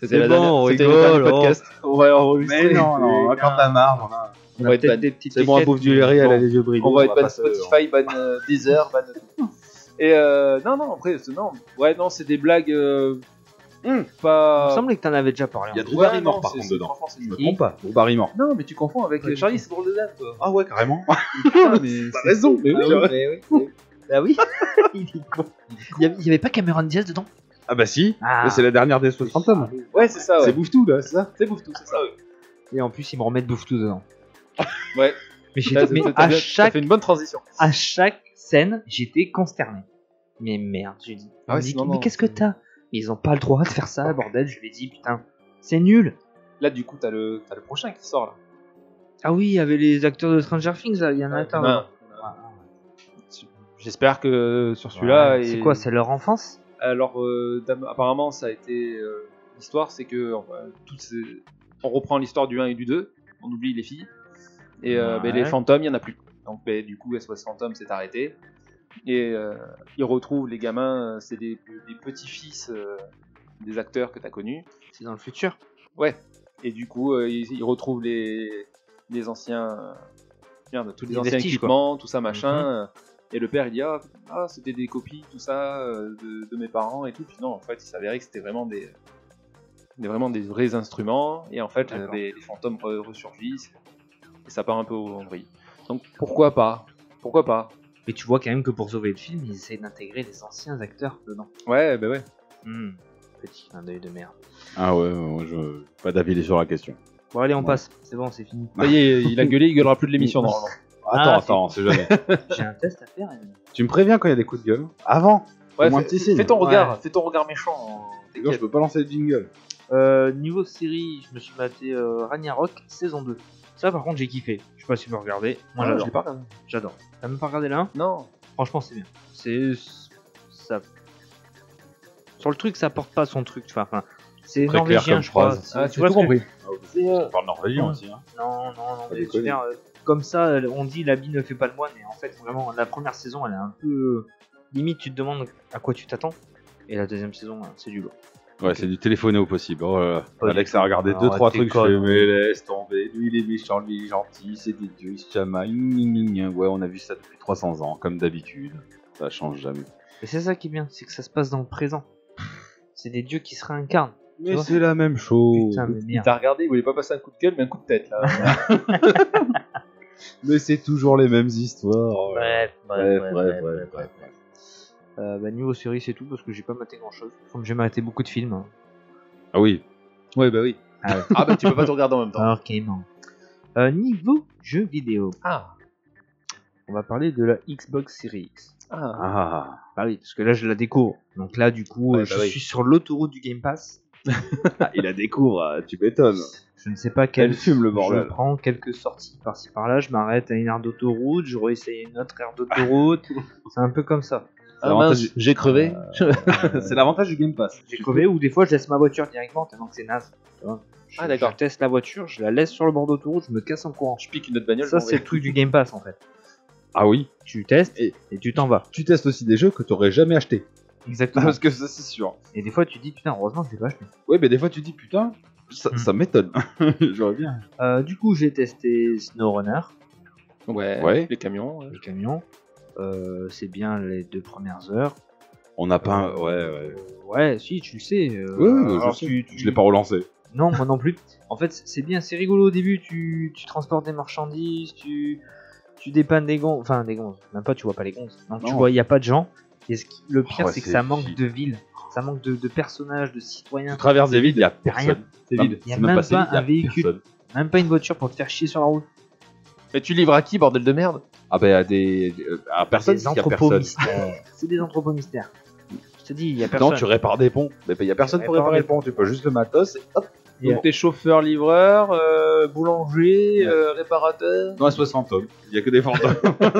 Speaker 6: C'était la
Speaker 5: bon,
Speaker 6: dernière-
Speaker 5: on
Speaker 6: c'était le dernier
Speaker 5: rigole, oh.
Speaker 6: podcast. On va enregistrer.
Speaker 4: quand t'as marre,
Speaker 6: On va être ban.
Speaker 5: des petites
Speaker 4: C'est bon, à bouffe du riz, elle a les yeux brillants.
Speaker 6: On va être ban
Speaker 4: pas se-
Speaker 6: Spotify, ban euh, Deezer, ban. Et euh, non, non, après, c'est- non. Ouais, non, c'est des blagues. euh,
Speaker 4: Hmm.
Speaker 5: Il
Speaker 6: Pas.
Speaker 5: me semblait que t'en avais déjà parlé.
Speaker 4: Il y a
Speaker 5: en
Speaker 4: Drew
Speaker 6: Ouais,
Speaker 4: Barrymore
Speaker 6: non,
Speaker 4: par
Speaker 6: c'est-
Speaker 4: contre
Speaker 6: c'est-
Speaker 4: dedans.
Speaker 6: franchement, c'est
Speaker 4: Je me
Speaker 6: nul.
Speaker 4: trompe pas. Drew Barrymore.
Speaker 6: Non, mais tu confonds avec
Speaker 5: Pas
Speaker 6: euh,
Speaker 5: du
Speaker 6: Charlie,
Speaker 5: tout.
Speaker 6: c'est drôle de date, toi.
Speaker 4: *laughs* Ah ouais, carrément.
Speaker 6: Putain, mais
Speaker 4: T'as raison. Mais oui,
Speaker 5: fait.
Speaker 4: j'aurais-
Speaker 5: Ah oui, oui, oui. Bah oui, il est con. Il y avait, il y avait pas Cameron Diaz dedans
Speaker 4: Ah bah si,
Speaker 5: Ah.
Speaker 4: Là, c'est la dernière des 60 hommes.
Speaker 6: Ouais, c'est ça,
Speaker 4: C'est
Speaker 6: ouais.
Speaker 4: bouffe tout là, c'est ça
Speaker 6: C'est bouffe tout, c'est ça.
Speaker 5: Et en plus, ils me remettent Bouffetou dedans.
Speaker 6: Ouais. Bah,
Speaker 5: Mais, j'étais-
Speaker 6: T'as-
Speaker 5: mais
Speaker 6: t'as- t'as
Speaker 5: à,
Speaker 6: bien- t'as
Speaker 5: chaque,
Speaker 6: fait une bonne transition.
Speaker 5: à chaque scène, j'étais consterné. Mais merde, j'ai dit.
Speaker 6: Ah ouais,
Speaker 5: mais
Speaker 6: sinon,
Speaker 5: mais
Speaker 6: non.
Speaker 5: qu'est-ce que t'as Ils ont pas le droit de faire ça, bordel. Je lui ai dit, putain, c'est nul.
Speaker 6: Là, du coup, t'as le, t'as le prochain qui sort là.
Speaker 5: Ah oui, il y avait les acteurs de Stranger Things, là, il y en a un.
Speaker 6: Humain. J'espère que sur celui-là.
Speaker 5: Ouais,
Speaker 6: et-
Speaker 5: C'est quoi, c'est leur enfance
Speaker 6: Alors, euh, dame- apparemment, ça a été. euh, l'histoire, c'est que. enfin, toutes ces- On reprend l'histoire du 1 et du 2, on oublie les filles. Et euh,
Speaker 5: Ouais.
Speaker 6: ben, les fantômes, il n'y en a plus. Donc, ben, du coup, SOS Fantôme s'est arrêté. Et euh, ils retrouvent les gamins, euh, c'est des, des petits-fils euh, des acteurs que t'as connus.
Speaker 5: C'est dans le futur.
Speaker 6: Ouais. Et du coup, euh, ils, ils retrouvent les, les anciens. euh, Merde, tous les,
Speaker 5: Les
Speaker 6: anciens
Speaker 5: vestiges, quoi.
Speaker 6: équipements, tout ça, machin. euh, Et le père, il dit Ah, ah, c'était des copies, tout ça, euh, de, de mes parents et tout. Puis non, en fait, il s'avérait que c'était vraiment des, des- vraiment des vrais instruments. Et en fait, euh,
Speaker 5: D'accord.
Speaker 6: les, les fantômes re- ressurgissent. Et ça part un peu au vrille. Donc pourquoi pas Pourquoi pas
Speaker 5: Mais tu vois quand même que pour sauver le film, ils essaient d'intégrer les anciens acteurs dedans.
Speaker 6: Ouais, bah ouais.
Speaker 5: Hmm, Petit clin d'œil de merde.
Speaker 4: Ah ouais, moi je. Pas d'avis sur la question.
Speaker 5: Bon, allez, on
Speaker 4: Ouais.
Speaker 5: passe. C'est bon, c'est fini.
Speaker 6: Ça y est, il a gueulé, il gueulera plus de l'émission normalement.
Speaker 4: Attends,
Speaker 5: Ah,
Speaker 4: attends, c'est jamais.
Speaker 5: *laughs* J'ai un test à faire. et-
Speaker 4: tu me préviens quand il y a des coups de gueule Avant
Speaker 6: Ouais,
Speaker 4: Fais-moi un
Speaker 6: fais-
Speaker 4: petit signe.
Speaker 6: Fais ton
Speaker 5: Ouais.
Speaker 6: regard, fais ton regard méchant.
Speaker 4: Sinon, je peux pas lancer le jingle.
Speaker 5: Euh, niveau série, je me suis batté euh, Ragnarok saison 2. Ça, par contre, j'ai kiffé. Je sais pas si vous regardez.
Speaker 6: Ah,
Speaker 5: Moi,
Speaker 6: je
Speaker 5: j'adore.
Speaker 6: l'ai pas regardé.
Speaker 5: J'adore. T'as même pas regardé là hein
Speaker 6: Non.
Speaker 5: Franchement, c'est bien. C'est. Ça. Sur le truc, ça porte pas son truc. Enfin, enfin, c'est
Speaker 4: Très clair
Speaker 5: norvégien,
Speaker 4: comme
Speaker 5: je crois.
Speaker 4: phrase.
Speaker 5: C'est-
Speaker 6: Ah,
Speaker 5: tu vois ce que- C'est, euh,
Speaker 4: parle norvégien
Speaker 5: ouais.
Speaker 4: aussi. Hein.
Speaker 5: Non, non, non.
Speaker 4: Pas
Speaker 5: mais je veux
Speaker 4: déconner.
Speaker 5: dire, euh, comme ça, on dit l'habit ne fait pas le moine. Et en fait, vraiment, la première saison, elle est un peu. euh, Limite, tu te demandes à quoi tu t'attends. Et la deuxième saison, euh, c'est du lourd.
Speaker 4: Ouais, c'est du téléphoné au possible. Oh là là.
Speaker 5: Pas du
Speaker 4: Alex
Speaker 5: tout.
Speaker 4: a regardé
Speaker 5: Alors,
Speaker 4: 2 trois
Speaker 5: t'es
Speaker 4: trucs, je
Speaker 5: con.
Speaker 4: fais, mais laisse tomber. Lui il est méchant, lui il est gentil, c'est des dieux, il se chamaille. gna, gna, gna. Ouais, on a vu ça depuis 300 ans, comme d'habitude. Ça change jamais.
Speaker 5: Et c'est ça qui est bien, c'est que ça se passe dans le présent. C'est des dieux qui se réincarnent.
Speaker 4: Mais
Speaker 5: vois
Speaker 4: c'est la même chose.
Speaker 5: Putain, mais
Speaker 6: Il
Speaker 5: merde.
Speaker 6: t'a regardé, il voulait pas passer un coup de gueule, mais un coup de tête là.
Speaker 4: Mais c'est toujours les mêmes histoires.
Speaker 5: Bref,
Speaker 4: Bref, bref, bref, bref.
Speaker 5: Euh, bah, niveau série, c'est tout parce que j'ai pas maté grand chose. Comme j'ai maté beaucoup de films. hein.
Speaker 4: Ah oui,
Speaker 6: ouais, bah oui.
Speaker 5: Ah ouais.
Speaker 6: *laughs* Ah bah tu peux pas tout regarder en même temps.
Speaker 5: Ok, non. Euh, niveau jeux vidéo,
Speaker 6: Ah,
Speaker 5: on va parler de la Xbox Series X.
Speaker 6: ah.
Speaker 4: Ah,
Speaker 5: Bah oui, parce que là je la découvre. Donc là, du coup, euh,
Speaker 4: Ouais, bah
Speaker 5: je
Speaker 4: oui.
Speaker 5: suis sur l'autoroute du Game Pass.
Speaker 4: il la découvre, euh, tu *laughs* m'étonnes.
Speaker 5: Je ne sais pas quel
Speaker 4: Elle fume le
Speaker 5: Je
Speaker 4: bordel.
Speaker 5: prends quelques sorties par-ci par-là, je m'arrête à une aire d'autoroute, je réessaye une autre aire
Speaker 4: *laughs*
Speaker 5: d'autoroute. c'est un peu comme ça.
Speaker 4: Ah mince,
Speaker 6: j'ai crevé.
Speaker 4: c'est l'avantage du Game Pass.
Speaker 5: J'ai crevé ou des fois je laisse ma voiture directement tellement que c'est naze. tu vois. Je-
Speaker 6: Ah, d'accord.
Speaker 5: Je teste la voiture, je la laisse sur le bord d'autoroute, je me casse en courant.
Speaker 6: Je pique une autre bagnole.
Speaker 5: Ça
Speaker 6: je m'en
Speaker 5: c'est
Speaker 6: vais.
Speaker 5: le truc du Game Pass en fait.
Speaker 4: Ah oui,
Speaker 5: Tu testes et,
Speaker 4: Et-
Speaker 5: tu t'en vas.
Speaker 4: tu testes aussi des jeux que t'aurais jamais acheté.
Speaker 5: Exactement.
Speaker 4: *laughs* Parce que ça, c'est sûr.
Speaker 5: et des fois tu dis putain heureusement je l'ai pas acheté.
Speaker 4: Ouais, mais des fois, tu dis putain, ça,
Speaker 5: Hmm.
Speaker 4: ça m'étonne. *laughs* J'aurais bien.
Speaker 5: Euh, du coup j'ai testé SnowRunner,
Speaker 6: Ouais.
Speaker 4: Ouais.
Speaker 6: Les camions. ouais.
Speaker 5: le camion. Euh, c'est bien les deux premières heures.
Speaker 4: On n'a pas. un- Ouais, ouais.
Speaker 5: Euh, ouais si tu le sais. euh,
Speaker 4: Ouais, ouais,
Speaker 5: alors
Speaker 4: je, sais.
Speaker 5: tu- tu-
Speaker 4: Je l'ai pas relancé.
Speaker 5: Non, moi non plus. En fait, c- c'est bien, c'est rigolo au début. Tu, tu transportes des marchandises, tu, tu dépannes des gonzes. Enfin, des gonzes. Même pas, tu vois pas les gonzes. Donc, tu
Speaker 4: Non.
Speaker 5: vois, il n'y a pas de gens. Et ce qui- le pire,
Speaker 4: Oh,
Speaker 5: c'est que
Speaker 4: c'est
Speaker 5: ça manque
Speaker 4: vide.
Speaker 5: de villes. Ça manque de, de personnages, de
Speaker 4: Tu
Speaker 5: citoyens.
Speaker 4: traverses des villes, il y a personne.
Speaker 5: Rien.
Speaker 4: C'est
Speaker 5: Enfin,
Speaker 4: vide.
Speaker 5: y a
Speaker 4: C'est
Speaker 5: même
Speaker 4: passé,
Speaker 5: pas
Speaker 4: y a
Speaker 5: un véhicule.
Speaker 4: personne.
Speaker 5: Même pas une voiture pour te faire chier sur la route.
Speaker 6: Mais tu livres à qui, bordel de merde
Speaker 4: Ah bah, à des. euh, À personne,
Speaker 5: Des
Speaker 4: parce qu'il y a
Speaker 5: entrepôts
Speaker 4: personne.
Speaker 5: mystères. *laughs* c'est des entrepôts mystères. Je te dis, il n'y a personne.
Speaker 4: Non, tu répares des ponts. Mais il y a personne pour
Speaker 5: répares
Speaker 4: réparer
Speaker 5: des
Speaker 4: le pont. Tu peux juste le matos. et Hop.
Speaker 5: Yeah.
Speaker 6: Donc t'es chauffeur, livreur, euh, boulanger, euh, réparateur.
Speaker 4: Dans la 60 hommes. Il y a que des fantômes.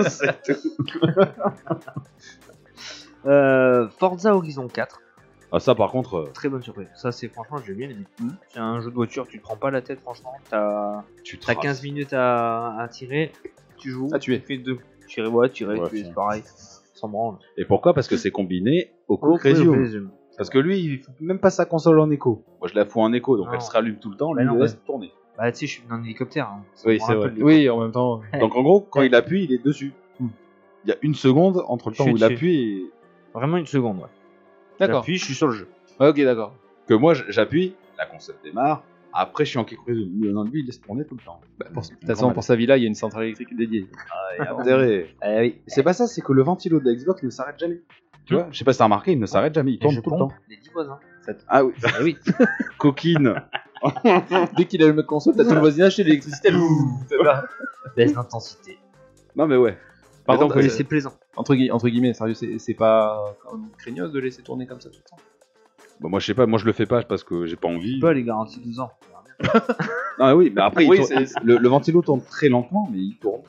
Speaker 4: C'est tout.
Speaker 5: Euh, Forza Horizon 4,
Speaker 4: *laughs* Ah, ça, par contre. euh,
Speaker 5: très bonne surprise. Ça, c'est franchement, j'ai bien aimé.
Speaker 6: Mhm.
Speaker 5: C'est un jeu de voiture, tu te prends pas la tête, franchement. T'as
Speaker 4: Hmm. Tu
Speaker 5: T'as
Speaker 4: traces.
Speaker 5: 15 minutes à, à tirer, tu joues,
Speaker 6: Ah, tu es.
Speaker 5: fais deux. Tirer, ouais, tirer,
Speaker 4: Ouais,
Speaker 5: tuer,
Speaker 4: c'est-
Speaker 5: c'est pareil. Sans branle.
Speaker 4: Et pourquoi Parce que c'est combiné au
Speaker 5: Au
Speaker 4: coup Crésio.
Speaker 5: Crésio.
Speaker 4: Parce que lui, il fout même pas sa console en écho. Moi, je la fous en écho, donc
Speaker 5: Non.
Speaker 4: elle se rallume tout le temps.
Speaker 5: Bah
Speaker 4: Lui,
Speaker 5: non,
Speaker 4: il
Speaker 5: ouais.
Speaker 4: laisse tourner.
Speaker 5: Bah, tu sais, je suis dans un hélicoptère. hein. Ça
Speaker 4: Oui,
Speaker 5: prend
Speaker 4: c'est
Speaker 5: un peu
Speaker 4: vrai.
Speaker 5: de
Speaker 6: Oui, en même temps.
Speaker 4: Donc, en gros, quand il appuie, il est dessus. Il y a une seconde entre le
Speaker 5: Hmm. Je
Speaker 4: temps
Speaker 5: suis
Speaker 4: où il
Speaker 5: dessus.
Speaker 4: appuie et
Speaker 5: Vraiment une seconde, ouais.
Speaker 6: D'accord.
Speaker 5: J'appuie, je suis sur le jeu.
Speaker 6: Ouais, ok, d'accord.
Speaker 4: que moi, j'appuie, la console démarre, Après, je suis en quelque chose de non, lui, il laisse tourner tout le temps.
Speaker 6: De toute façon, pour sa villa, il y a une centrale électrique dédiée. *laughs*
Speaker 4: intérêt. C'est pas ça, c'est que le ventilo de la Xbox ne s'arrête jamais. Tu vois, je sais pas si t'as remarqué, il ne s'arrête jamais, il
Speaker 5: Et
Speaker 4: tourne
Speaker 5: je
Speaker 4: tout le
Speaker 5: pompe
Speaker 4: temps.
Speaker 5: les 10 voisins.
Speaker 4: *laughs* Ah oui,
Speaker 5: Ah oui.
Speaker 4: coquine.
Speaker 6: Dès qu'il allume la console, t'as tout le voisinage, c'est l'électricité.
Speaker 5: Baisse d'intensité.
Speaker 4: *laughs* Non mais ouais.
Speaker 6: Par
Speaker 4: Mais donc,
Speaker 6: contre,
Speaker 5: Mais
Speaker 6: euh,
Speaker 5: c'est plaisant.
Speaker 6: entre, gui- entre guillemets, sérieux, c'est c'est pas comme craignos de laisser tourner comme ça tout le temps.
Speaker 4: Bah, moi je sais pas, moi je le fais pas parce que j'ai pas envie.
Speaker 5: Pas les garanties 12 ans.
Speaker 4: Ah Bah, oui, mais après il
Speaker 6: Oui,
Speaker 4: tourne-
Speaker 6: c'est-
Speaker 4: le, le ventilo tourne très lentement, mais il tourne.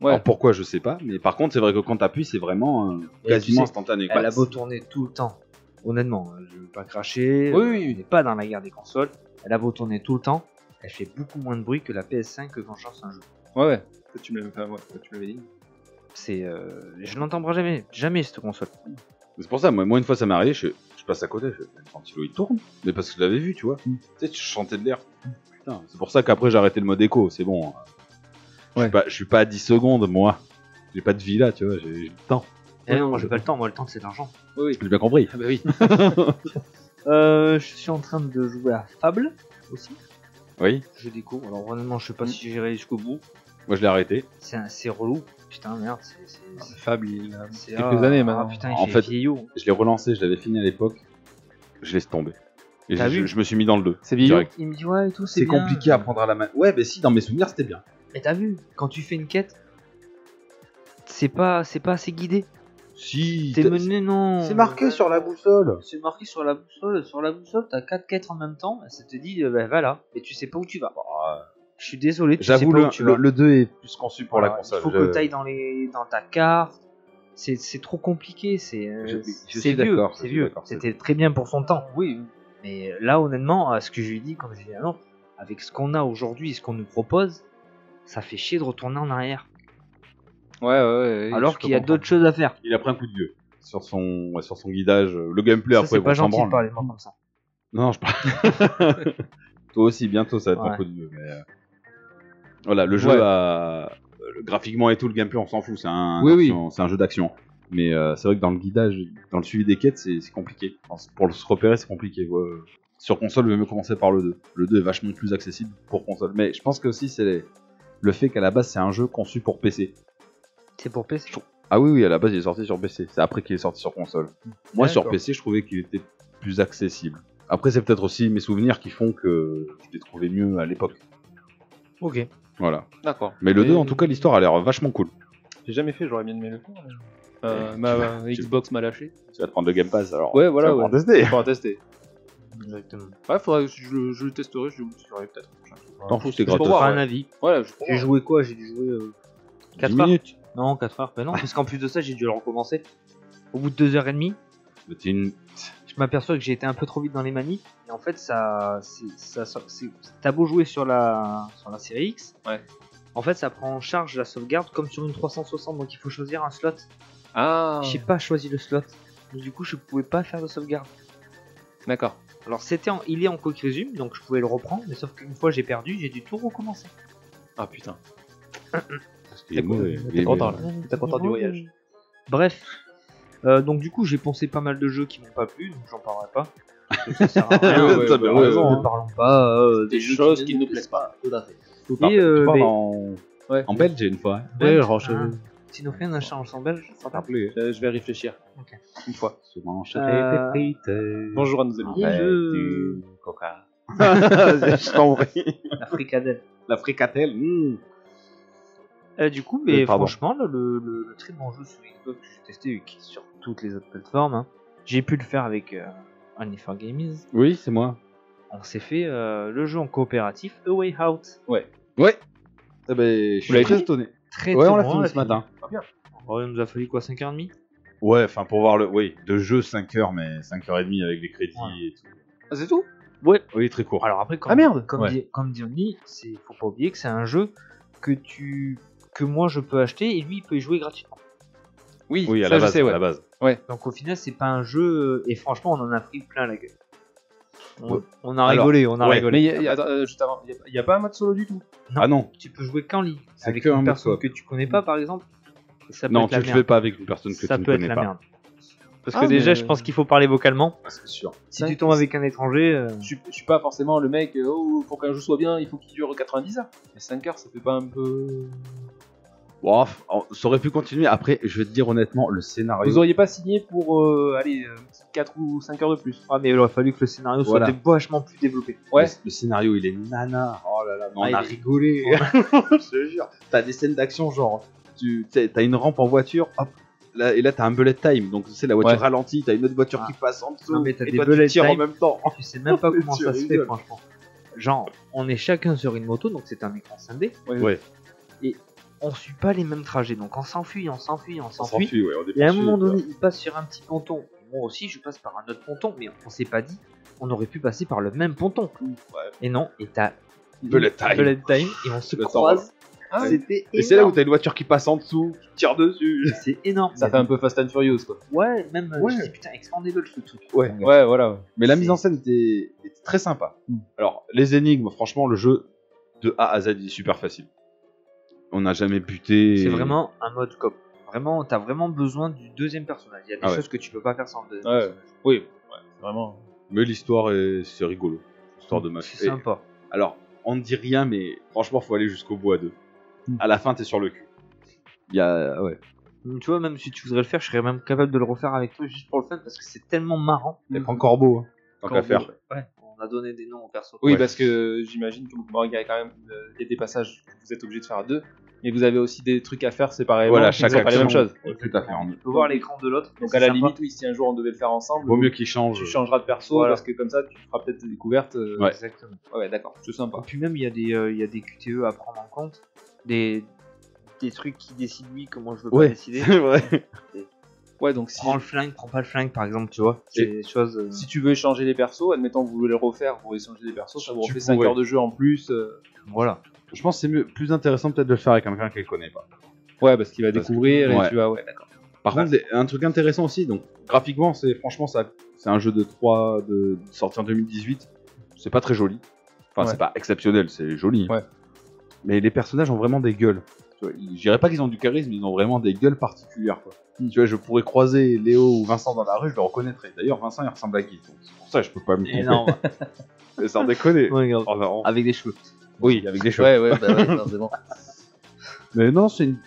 Speaker 6: Ouais.
Speaker 4: Alors pourquoi je sais pas, mais par contre c'est vrai que quand t'appuies c'est vraiment euh,
Speaker 5: Et
Speaker 4: quasiment
Speaker 5: tu sais,
Speaker 4: instantané.
Speaker 5: Elle a beau tourner Bah, tout le temps. Honnêtement, hein, je veux pas cracher.
Speaker 6: Oui,
Speaker 5: euh,
Speaker 6: oui, oui.
Speaker 5: On n'est pas dans la guerre des consoles. Elle a beau tourner tout le temps. Elle fait beaucoup moins de bruit que la PS5 que quand je lance un jeu.
Speaker 6: Ouais, ouais. Ça, Tu me l'avais enfin, ouais, ça, tu m'avais dit.
Speaker 5: C'est, euh, je n'entendrai jamais, jamais cette console.
Speaker 4: C'est pour ça, moi, moi, une fois ça m'est arrivé, je, je passe à côté, je fais, le ventilo il tourne, mais parce que je l'avais vu, tu vois. Tu sais, tu chantais de l'air. Putain, c'est pour ça qu'après j'ai arrêté le mode écho, c'est bon. hein. Je,
Speaker 6: Ouais.
Speaker 4: suis pas, je suis pas à 10 secondes, moi. J'ai pas de vie là, tu vois, j'ai j'ai le temps.
Speaker 5: Eh non, moi j'ai pas le temps. Moi le temps c'est l'argent.
Speaker 6: Oui,
Speaker 4: J'ai bien compris.
Speaker 6: Ah bah oui.
Speaker 5: Euh, je suis en train de jouer à Fable aussi.
Speaker 4: Oui,
Speaker 5: Je découvre. Alors honnêtement, je sais pas
Speaker 6: Mm.
Speaker 5: si j'irai jusqu'au bout.
Speaker 4: moi je l'ai arrêté.
Speaker 5: C'est, un- c'est relou. Putain merde. C'est, c'est,
Speaker 6: *laughs*
Speaker 5: c'est-
Speaker 6: Fable, il a
Speaker 5: c'est-
Speaker 6: quelques années
Speaker 5: Ah
Speaker 6: maintenant.
Speaker 5: putain, il
Speaker 4: En
Speaker 5: fait,
Speaker 4: fait-
Speaker 5: vieillot.
Speaker 4: Je l'ai relancé, je l'avais fini à l'époque. Je laisse tomber. Et
Speaker 5: T'as
Speaker 4: je,
Speaker 5: vu
Speaker 4: je me suis mis dans le 2.
Speaker 6: C'est vieillot
Speaker 4: Direct.
Speaker 5: Il me dit ouais et tout. C'est,
Speaker 4: C'est
Speaker 5: bien.
Speaker 4: compliqué à prendre à la main. Ouais, mais si, dans mes souvenirs c'était bien.
Speaker 5: Mais t'as vu Quand tu fais une quête, c'est pas, c'est pas assez guidé.
Speaker 4: Si,
Speaker 5: T'es
Speaker 4: t'as-
Speaker 5: mené non.
Speaker 4: c'est marqué sur la boussole.
Speaker 5: C'est marqué sur la boussole. Sur la boussole, t'as 4 quêtes en même temps. Ça te dit, euh, bah, va là. Et tu sais pas où tu vas. Je suis désolé. Tu sais
Speaker 4: Oh, euh, J'avoue,
Speaker 5: pas
Speaker 4: le,
Speaker 5: où tu
Speaker 4: le-
Speaker 5: vas.
Speaker 4: le 2 est plus conçu pour la
Speaker 5: Voilà,
Speaker 4: console.
Speaker 5: Il faut
Speaker 4: je-
Speaker 5: que t'ailles dans les, dans ta carte. C'est, c'est trop compliqué. C'est, euh,
Speaker 4: Je- je
Speaker 5: c'est
Speaker 4: suis
Speaker 5: vieux.
Speaker 4: d'accord, je
Speaker 5: C'est
Speaker 4: suis
Speaker 5: vieux.
Speaker 4: d'accord, c'est-
Speaker 5: C'était très bien pour son temps. Oui. Mais là, honnêtement, à ce que je lui dis, comme je dis à l'autre, avec ce qu'on a aujourd'hui et ce qu'on nous propose, ça fait chier de retourner en arrière.
Speaker 6: Ouais, ouais, ouais.
Speaker 5: Alors qu'il y a d'autres choses à faire.
Speaker 4: Il a pris un coup de vieux sur son, ouais, sur son guidage. euh, Le gameplay
Speaker 5: Ça,
Speaker 4: après,
Speaker 5: c'est
Speaker 4: bon,
Speaker 5: pas
Speaker 4: s'en
Speaker 5: gentil de
Speaker 4: branle.
Speaker 5: parler de moi comme ça.
Speaker 4: Non, je parle. *laughs* Toi aussi, bientôt, ça va être un
Speaker 5: Ouais.
Speaker 4: coup de vieux. mais, euh, Voilà, le jeu
Speaker 6: Ouais.
Speaker 4: a- euh, graphiquement et tout, le gameplay, on s'en fout. C'est un,
Speaker 6: Oui, oui.
Speaker 4: action- c'est un jeu d'action. Mais euh, c'est vrai que dans le guidage, dans le suivi des quêtes, c'est c'est compliqué. Enfin, c'est- Pour se repérer, c'est compliqué. ouais. Sur console, je vais mieux commencer par le 2. Le 2 est vachement plus accessible pour console. Mais je pense que aussi, c'est le fait qu'à la base, c'est un jeu conçu pour PC.
Speaker 5: C'est pour PC.
Speaker 4: Ah oui, oui, à la base, il est sorti sur PC. C'est après qu'il est sorti sur console. Moi, sur
Speaker 6: D'accord.
Speaker 4: PC, je trouvais qu'il était plus accessible. Après, c'est peut-être aussi mes souvenirs qui font que je l'ai trouvé mieux à l'époque.
Speaker 5: Ok.
Speaker 4: Voilà.
Speaker 6: D'accord.
Speaker 4: Mais le 2, en tout cas, l'histoire a l'air vachement cool.
Speaker 6: J'ai jamais fait, j'aurais bien aimé le coup. Euh, ma, ma Xbox m'a lâché.
Speaker 4: Tu vas te prendre le Game Pass, alors.
Speaker 6: Ouais, voilà,
Speaker 4: Tu vas
Speaker 6: ouais.
Speaker 4: pouvoir tester.
Speaker 6: Faudra tester.
Speaker 5: Exactement.
Speaker 6: Ouais, faudra que je, le- je le testerai, je le goûterai peut-être.
Speaker 4: T'en fous, c'est
Speaker 6: Juste
Speaker 4: gratos.
Speaker 6: pour voir,
Speaker 5: Pas
Speaker 6: ouais.
Speaker 5: un avis.
Speaker 6: Voilà, je
Speaker 5: J'ai joué quoi J'ai dû jouer euh,
Speaker 4: 10
Speaker 5: 4 heures
Speaker 4: minutes.
Speaker 5: Non, 4 heures. Ben non, parce qu'en plus de ça, j'ai dû le recommencer. Au bout de 2h30,
Speaker 4: Mais t'es une-
Speaker 5: je m'aperçois que j'ai été un peu trop vite dans les manies. Et en fait, ça, c'est- ça, ça- c'est- t'as beau jouer sur la, sur la série X.
Speaker 6: Ouais.
Speaker 5: En fait, ça prend en charge la sauvegarde comme sur une 360, donc il faut choisir un slot.
Speaker 6: Ah,
Speaker 5: J'ai pas choisi le slot. Donc, du coup, je pouvais pas faire de sauvegarde.
Speaker 6: d'accord.
Speaker 5: Alors, c'était en- il est en quick resume, donc je pouvais le reprendre, mais sauf qu'une fois j'ai perdu, j'ai dû tout recommencer.
Speaker 6: Ah putain.
Speaker 4: Il est mauvais. Il est
Speaker 6: T'es content
Speaker 4: mauvais.
Speaker 6: là. T'es content du voyage.
Speaker 5: Bref. Euh, donc du coup j'ai pensé pas mal de jeux qui m'ont pas plu, donc j'en parlerai pas. Parce que ça
Speaker 6: *laughs*
Speaker 5: sert à rien.
Speaker 4: Ouais,
Speaker 6: ouais,
Speaker 4: *laughs* t'as
Speaker 6: bah,
Speaker 4: bien
Speaker 6: ouais,
Speaker 4: raison,
Speaker 6: ouais.
Speaker 5: Ne
Speaker 4: hein.
Speaker 5: parlons pas euh,
Speaker 6: Des
Speaker 5: jeux
Speaker 6: choses qui
Speaker 5: ne
Speaker 6: ne nous plaisent pas. Tout à fait.
Speaker 5: Et euh,
Speaker 4: Tu parles
Speaker 5: ben,
Speaker 6: hein.
Speaker 4: en...
Speaker 6: Ouais.
Speaker 4: en Belge, une fois. hein.
Speaker 5: Ouais,
Speaker 6: je,
Speaker 5: ah, tu nous fais un achat en belge ça va.
Speaker 6: euh, je vais réfléchir.
Speaker 5: Ok.
Speaker 6: Une fois.
Speaker 4: Je mange
Speaker 5: Euh,
Speaker 4: des frites.
Speaker 6: Bonjour à nos amis.
Speaker 5: Et
Speaker 4: Ouais,
Speaker 5: je-
Speaker 4: du
Speaker 6: *laughs*
Speaker 4: coca. je t'en prie.
Speaker 5: La fricadelle.
Speaker 4: La fricatelle. mm.
Speaker 5: Euh, du coup, mais
Speaker 4: Euh, pardon.
Speaker 5: franchement, le, le- le- le très bon jeu sur Xbox que j'ai testé, et qui est sur toutes les autres plateformes, hein. j'ai pu le faire avec euh, Only for Gamers.
Speaker 4: Oui, c'est moi.
Speaker 5: On s'est fait euh, le jeu en coopératif A Way Out.
Speaker 4: Ouais. Eh ben, je suis
Speaker 6: l'avez
Speaker 4: très
Speaker 5: fini
Speaker 4: étonné.
Speaker 5: Très
Speaker 4: ouais,
Speaker 5: très
Speaker 4: on l'a
Speaker 5: bon,
Speaker 4: fini ce matin.
Speaker 5: Oh, il nous a fallu quoi, 5h30
Speaker 4: Ouais, enfin pour voir le. Oui, de jeu 5 heures, mais 5h30 avec les crédits
Speaker 5: Ouais.
Speaker 4: et tout.
Speaker 6: Ah, c'est tout
Speaker 4: Oui, très court.
Speaker 5: Alors après, comme,
Speaker 6: Ah, merde
Speaker 5: comme,
Speaker 4: Ouais.
Speaker 5: dit, comme dit Andy, c'est faut pas oublier que c'est un jeu que tu que moi je peux acheter et lui il peut y jouer gratuitement.
Speaker 6: Oui,
Speaker 4: oui, à
Speaker 6: ça
Speaker 4: la
Speaker 6: je
Speaker 4: base.
Speaker 6: sais,
Speaker 4: à la
Speaker 6: ouais.
Speaker 4: base.
Speaker 5: Donc au final, c'est pas un jeu euh, et franchement, on en a pris plein la gueule. On,
Speaker 4: Ouais.
Speaker 5: on a
Speaker 4: Alors,
Speaker 5: rigolé, on a
Speaker 4: ouais,
Speaker 5: rigolé.
Speaker 6: Mais y a- y a- attends, euh, juste avant, y a, y a pas un mode solo du tout
Speaker 5: Non.
Speaker 4: Ah non,
Speaker 5: Tu peux jouer qu'en ligne
Speaker 4: C'est
Speaker 5: avec
Speaker 4: que un
Speaker 5: une
Speaker 4: mode
Speaker 5: personne
Speaker 4: coop.
Speaker 5: que tu connais pas par exemple. Ça peut
Speaker 4: non,
Speaker 5: être
Speaker 4: tu
Speaker 5: la
Speaker 4: le
Speaker 5: merde.
Speaker 4: fais pas avec une personne que
Speaker 5: ça
Speaker 4: tu ne
Speaker 5: peut être
Speaker 4: connais
Speaker 5: la
Speaker 4: pas.
Speaker 5: merde. Parce
Speaker 6: Ah,
Speaker 5: que déjà,
Speaker 6: mais-
Speaker 5: je pense qu'il faut parler vocalement.
Speaker 4: parce que sûr.
Speaker 5: Si tu tombes avec un étranger, euh,
Speaker 6: Je suis- je suis pas forcément le mec, euh, oh, pour qu'un jeu soit bien, il faut qu'il dure 90 heures. Mais 5 heures, ça fait pas un peu.
Speaker 4: Bon, f- on- ça aurait pu continuer. Après, je vais te dire honnêtement, le scénario.
Speaker 6: Vous auriez pas signé pour, euh, allez, 4 ou 5 heures de plus.
Speaker 5: ah, mais il aurait fallu que le scénario
Speaker 4: Voilà.
Speaker 5: soit dé- vachement plus développé.
Speaker 4: Ouais.
Speaker 6: Ouais.
Speaker 4: Le, le scénario, il est nana. Oh là là, mais on
Speaker 5: Ah, il
Speaker 4: a
Speaker 5: est-
Speaker 4: rigolé. je te jure. T'as des scènes d'action, genre, tu sais, t'as une rampe en voiture, hop. Là, et là, t'as un bullet time. Donc, tu sais, la voiture
Speaker 6: Ouais.
Speaker 4: ralentit, t'as une autre voiture
Speaker 5: Ah.
Speaker 4: qui passe en dessous.
Speaker 5: Non, mais t'as
Speaker 4: et
Speaker 5: des
Speaker 4: toi, tu
Speaker 5: bullet
Speaker 4: tires en
Speaker 5: time.
Speaker 4: même temps.
Speaker 5: Tu sais même pas comment
Speaker 4: Mais *laughs* tu
Speaker 5: ça se fait,
Speaker 4: rigoles.
Speaker 5: franchement. Genre, on est chacun sur une moto, donc c'est un écran scindé.
Speaker 4: Ouais.
Speaker 5: Et on suit pas les mêmes trajets, donc on s'enfuit, on s'enfuit, on
Speaker 4: On
Speaker 5: s'enfuit.
Speaker 4: s'enfuit, ouais, on est
Speaker 5: Et à un
Speaker 4: poursuivi,
Speaker 5: moment
Speaker 4: quoi.
Speaker 5: donné, il passe sur un petit ponton. Moi aussi, je passe par un autre ponton, mais on s'est pas dit, on aurait pu passer par le même ponton. Et non, et t'as
Speaker 4: Bullet time.
Speaker 5: bullet time, et on se
Speaker 4: Le temps.
Speaker 5: croise.
Speaker 6: Ah,
Speaker 4: ouais.
Speaker 5: C'était
Speaker 4: Et c'est là où
Speaker 5: énorme.
Speaker 4: t'as une voiture qui passe en dessous, qui tire dessus.
Speaker 5: C'est énorme.
Speaker 6: Ça fait un peu Fast and Furious, quoi.
Speaker 5: Ouais, même. euh,
Speaker 4: Ouais.
Speaker 5: je dis, putain, expandable ce truc.
Speaker 4: Ouais.
Speaker 6: Ouais, voilà.
Speaker 4: Mais la mise
Speaker 5: C'est- Mm.
Speaker 4: en scène était, était très sympa. Alors, les énigmes, franchement, le jeu de A à Z il est super facile. On n'a jamais buté.
Speaker 5: C'est vraiment un mode cop. Vraiment, t'as vraiment besoin du deuxième personnage. Il y a des
Speaker 4: Ah ouais.
Speaker 5: choses que tu peux pas faire sans le deuxième
Speaker 6: Ouais.
Speaker 5: personnage.
Speaker 6: Oui, ouais, c'est vraiment.
Speaker 4: Mais l'histoire, est... c'est rigolo. L'histoire de meuf.
Speaker 5: C'est
Speaker 4: Et-
Speaker 5: sympa.
Speaker 4: Alors, on ne dit rien, mais franchement, faut aller jusqu'au bout à deux.
Speaker 6: Mm.
Speaker 4: À la fin, t'es sur le cul. Il y a. Ouais.
Speaker 5: Mm. Donc, Tu vois, même si tu voudrais le faire, je serais même capable de le refaire avec toi juste pour le fun parce que c'est tellement marrant.
Speaker 4: Il y a pas encore beau. Hein, tant qu'à
Speaker 5: Corbeau.
Speaker 4: faire.
Speaker 5: Ouais, on a donné des noms au perso.
Speaker 6: Oui,
Speaker 4: Ouais.
Speaker 6: parce que j'imagine que vous il y a quand même euh, il y a des passages que vous êtes obligé de faire à deux, mais vous avez aussi des trucs à faire séparément.
Speaker 4: Voilà,
Speaker 6: qui
Speaker 4: chaque
Speaker 6: ne sont pas les
Speaker 4: action.
Speaker 6: mêmes choses.
Speaker 4: Tout à fait. on-
Speaker 5: Tu peux voir l'écran de l'autre.
Speaker 6: Donc
Speaker 5: c'est
Speaker 6: à la
Speaker 5: sympa.
Speaker 6: limite, oui, si un jour on devait le faire ensemble,
Speaker 4: Vaut mieux qu'il change. euh,
Speaker 6: tu changeras de perso
Speaker 5: Voilà.
Speaker 6: parce que comme ça, tu feras peut-être des découvertes. euh,
Speaker 4: Ouais.
Speaker 5: Exactement.
Speaker 6: ouais, ouais, d'accord, c'est
Speaker 5: Et
Speaker 6: sympa.
Speaker 5: puis même, il y, a des, euh, il y a des QTE à prendre en compte. Des, des trucs qui décident lui, comment je veux
Speaker 4: Ouais.
Speaker 5: pas décider.
Speaker 4: *laughs* C'est vrai.
Speaker 6: Ouais, donc si,
Speaker 5: prends le flingue, prends pas le flingue par exemple, tu vois. C'est
Speaker 4: Et-
Speaker 5: des choses. euh,
Speaker 6: si tu veux échanger les persos, admettons que vous voulez le refaire, vous échanger les persos, ça vous
Speaker 4: Tu
Speaker 6: refait 5
Speaker 4: pourrais.
Speaker 6: heures de jeu en plus. euh,
Speaker 4: *laughs*
Speaker 5: Voilà.
Speaker 4: Je pense que c'est mieux, plus intéressant peut-être de le faire avec quelqu'un qu'elle connaît pas.
Speaker 6: Ouais, parce qu'il va
Speaker 4: Parce que-
Speaker 6: découvrir et
Speaker 4: ouais.
Speaker 6: tu vas, ouais, d'accord.
Speaker 4: Par contre, les- un truc intéressant aussi, donc graphiquement, c'est franchement ça, c'est un jeu de 3 de sorti en 2018. C'est pas très joli. Enfin,
Speaker 6: Ouais.
Speaker 4: c'est pas exceptionnel, c'est joli.
Speaker 6: Ouais.
Speaker 4: Mais les personnages ont vraiment des gueules. Tu vois, ils- Je dirais pas qu'ils ont du charisme, ils ont vraiment des gueules particulières. Quoi.
Speaker 6: Hmm.
Speaker 4: Tu vois, je pourrais croiser Léo ou Vincent dans la rue, je le reconnaîtrais. D'ailleurs, Vincent, il ressemble à Guy. donc C'est pour ça que je peux
Speaker 6: *laughs*
Speaker 4: pas me tromper.
Speaker 5: Énorme.
Speaker 4: Mais Sans déconner.
Speaker 5: Regarde.
Speaker 4: Oh,
Speaker 6: Ah,
Speaker 4: vraiment.
Speaker 5: Avec des cheveux.
Speaker 4: Oui, avec des cheveux.
Speaker 6: Ouais, ouais, bah
Speaker 5: *laughs*
Speaker 6: ouais, forcément.
Speaker 4: Mais non, c'est une...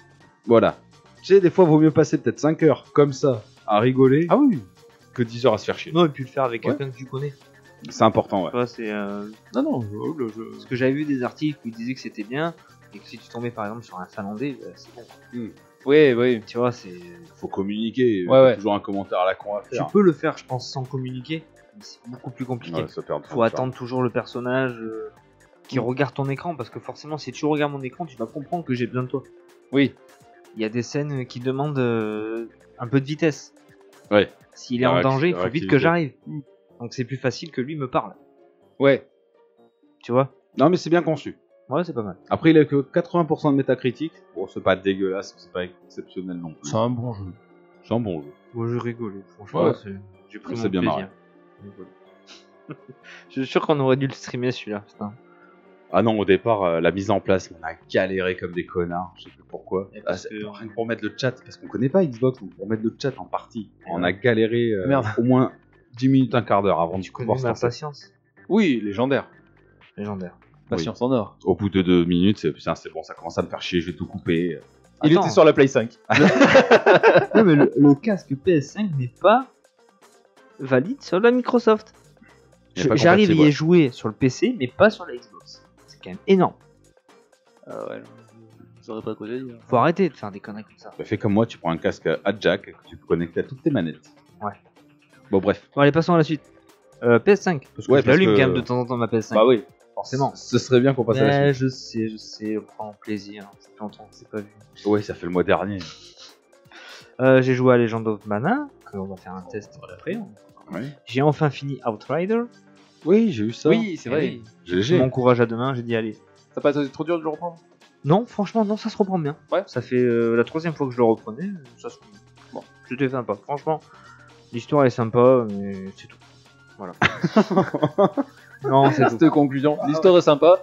Speaker 4: Voilà. Tu sais, des fois, vaut mieux passer peut-être 5 heures comme ça à rigoler
Speaker 6: Ah oui
Speaker 4: que 10 heures à se faire chier.
Speaker 5: Non, et puis le faire avec
Speaker 4: Ouais.
Speaker 5: quelqu'un que tu connais.
Speaker 4: C'est important, ouais.
Speaker 5: Tu vois, c'est. euh,
Speaker 6: Non, non, je- je- je-
Speaker 5: Parce que j'avais vu des articles où ils disaient que c'était bien. Et que si tu tombais par exemple sur un Finlandais, bah, c'est bon.
Speaker 6: Oui, oui.
Speaker 5: Tu vois, c'est.
Speaker 4: Faut communiquer.
Speaker 6: Ouais,
Speaker 4: y a
Speaker 6: ouais.
Speaker 4: Toujours un commentaire à la con à
Speaker 5: Tu
Speaker 4: faire.
Speaker 5: peux le faire, je pense, sans communiquer. mais C'est beaucoup plus compliqué.
Speaker 4: Ouais, ça perd
Speaker 5: Faut attendre toujours le personnage euh, qui regarde ton écran parce que forcément, si tu regardes mon écran, tu vas comprendre que j'ai besoin de toi.
Speaker 6: Oui.
Speaker 5: Il y a des scènes qui demandent euh, un peu de vitesse.
Speaker 4: Ouais.
Speaker 5: S'il est
Speaker 4: La
Speaker 5: en
Speaker 4: réac-
Speaker 5: danger, il
Speaker 4: la
Speaker 5: faut vite
Speaker 4: réactivité.
Speaker 5: que j'arrive. Donc c'est plus facile que lui me parle.
Speaker 6: Ouais.
Speaker 5: Tu vois
Speaker 4: Non, mais c'est bien conçu.
Speaker 5: Ouais, c'est pas mal.
Speaker 4: Après, il a que 80% de métacritique. Bon, c'est pas dégueulasse, c'est pas exceptionnel non plus.
Speaker 6: C'est un bon jeu.
Speaker 4: C'est un bon jeu.
Speaker 5: Moi, je rigole. Franchement,
Speaker 4: Ouais.
Speaker 5: c'est- j'ai pris
Speaker 4: On
Speaker 5: mon
Speaker 4: s'est bien
Speaker 5: plaisir.
Speaker 4: marré.
Speaker 5: Donc, voilà. *laughs* je suis sûr qu'on aurait dû le streamer celui-là. putain.
Speaker 4: Ah non, au départ, euh, la mise en place, on a galéré comme des connards. Je sais plus pourquoi.
Speaker 5: Et parce
Speaker 4: Ah, c'est-
Speaker 5: que-
Speaker 4: Rien que pour mettre le chat, parce qu'on connaît pas Xbox, donc pour mettre le chat en partie, on a galéré euh,
Speaker 6: Merde.
Speaker 4: au moins 10 minutes, un quart d'heure avant de
Speaker 5: Tu
Speaker 4: pouvoir
Speaker 5: connais
Speaker 4: se
Speaker 5: ma
Speaker 4: lancer.
Speaker 5: patience
Speaker 6: Oui, légendaire.
Speaker 5: légendaire.
Speaker 6: Patience en or.
Speaker 4: Au bout de 2 minutes, c'est putain, c'est bon, ça commence à me faire chier, je vais tout couper.
Speaker 6: Il
Speaker 5: Attends.
Speaker 6: était sur la Play 5.
Speaker 5: *laughs* Ouais, mais le, le casque PS5 n'est pas valide sur la Microsoft.
Speaker 4: Il est
Speaker 5: Je-
Speaker 4: pas
Speaker 5: J'arrive à
Speaker 4: compatible,
Speaker 5: y
Speaker 4: ouais.
Speaker 5: jouer sur le PC, mais pas sur la Xbox. C'est quand même énorme.
Speaker 6: Ah ouais, je saurais pas quoi dire.
Speaker 5: Faut arrêter de faire des conneries comme ça.
Speaker 4: Bah, fais comme moi, tu prends un casque à jack que tu peux connecter à toutes tes manettes.
Speaker 5: Ouais.
Speaker 4: Bon, bref.
Speaker 5: Bon, allez, passons à la suite. Euh, PS5.
Speaker 4: Parce
Speaker 5: je l'allume quand même de temps en temps ma PS5.
Speaker 6: Bah oui.
Speaker 5: forcément.
Speaker 4: Ce serait bien qu'on passe à la
Speaker 5: Ouais, je sais, je sais, je prends plaisir. hein, Ça fait longtemps que c'est pas vu.
Speaker 4: suite. Ouais, ça fait le mois dernier.
Speaker 5: Euh, J'ai joué à Legend of Mana, qu'on va faire un
Speaker 4: Oh,
Speaker 5: test après.
Speaker 4: Ouais.
Speaker 5: J'ai enfin fini Outrider.
Speaker 4: Oui, j'ai eu ça.
Speaker 6: Oui, c'est vrai.
Speaker 5: Eh oui. Je
Speaker 4: GG.
Speaker 5: m'encourage à demain, j'ai dit allez.
Speaker 6: Ça passe trop dur de le reprendre.
Speaker 5: Non, franchement, non, ça se reprend bien.
Speaker 6: Ouais.
Speaker 5: Ça fait euh, la troisième fois que je le reprenais. euh, Ça se... Bon, c'était sympa. Franchement, l'histoire est sympa, mais c'est tout.
Speaker 4: *laughs*
Speaker 5: Voilà. non, c'est tout.
Speaker 6: Cette conclusion. L'histoire est sympa.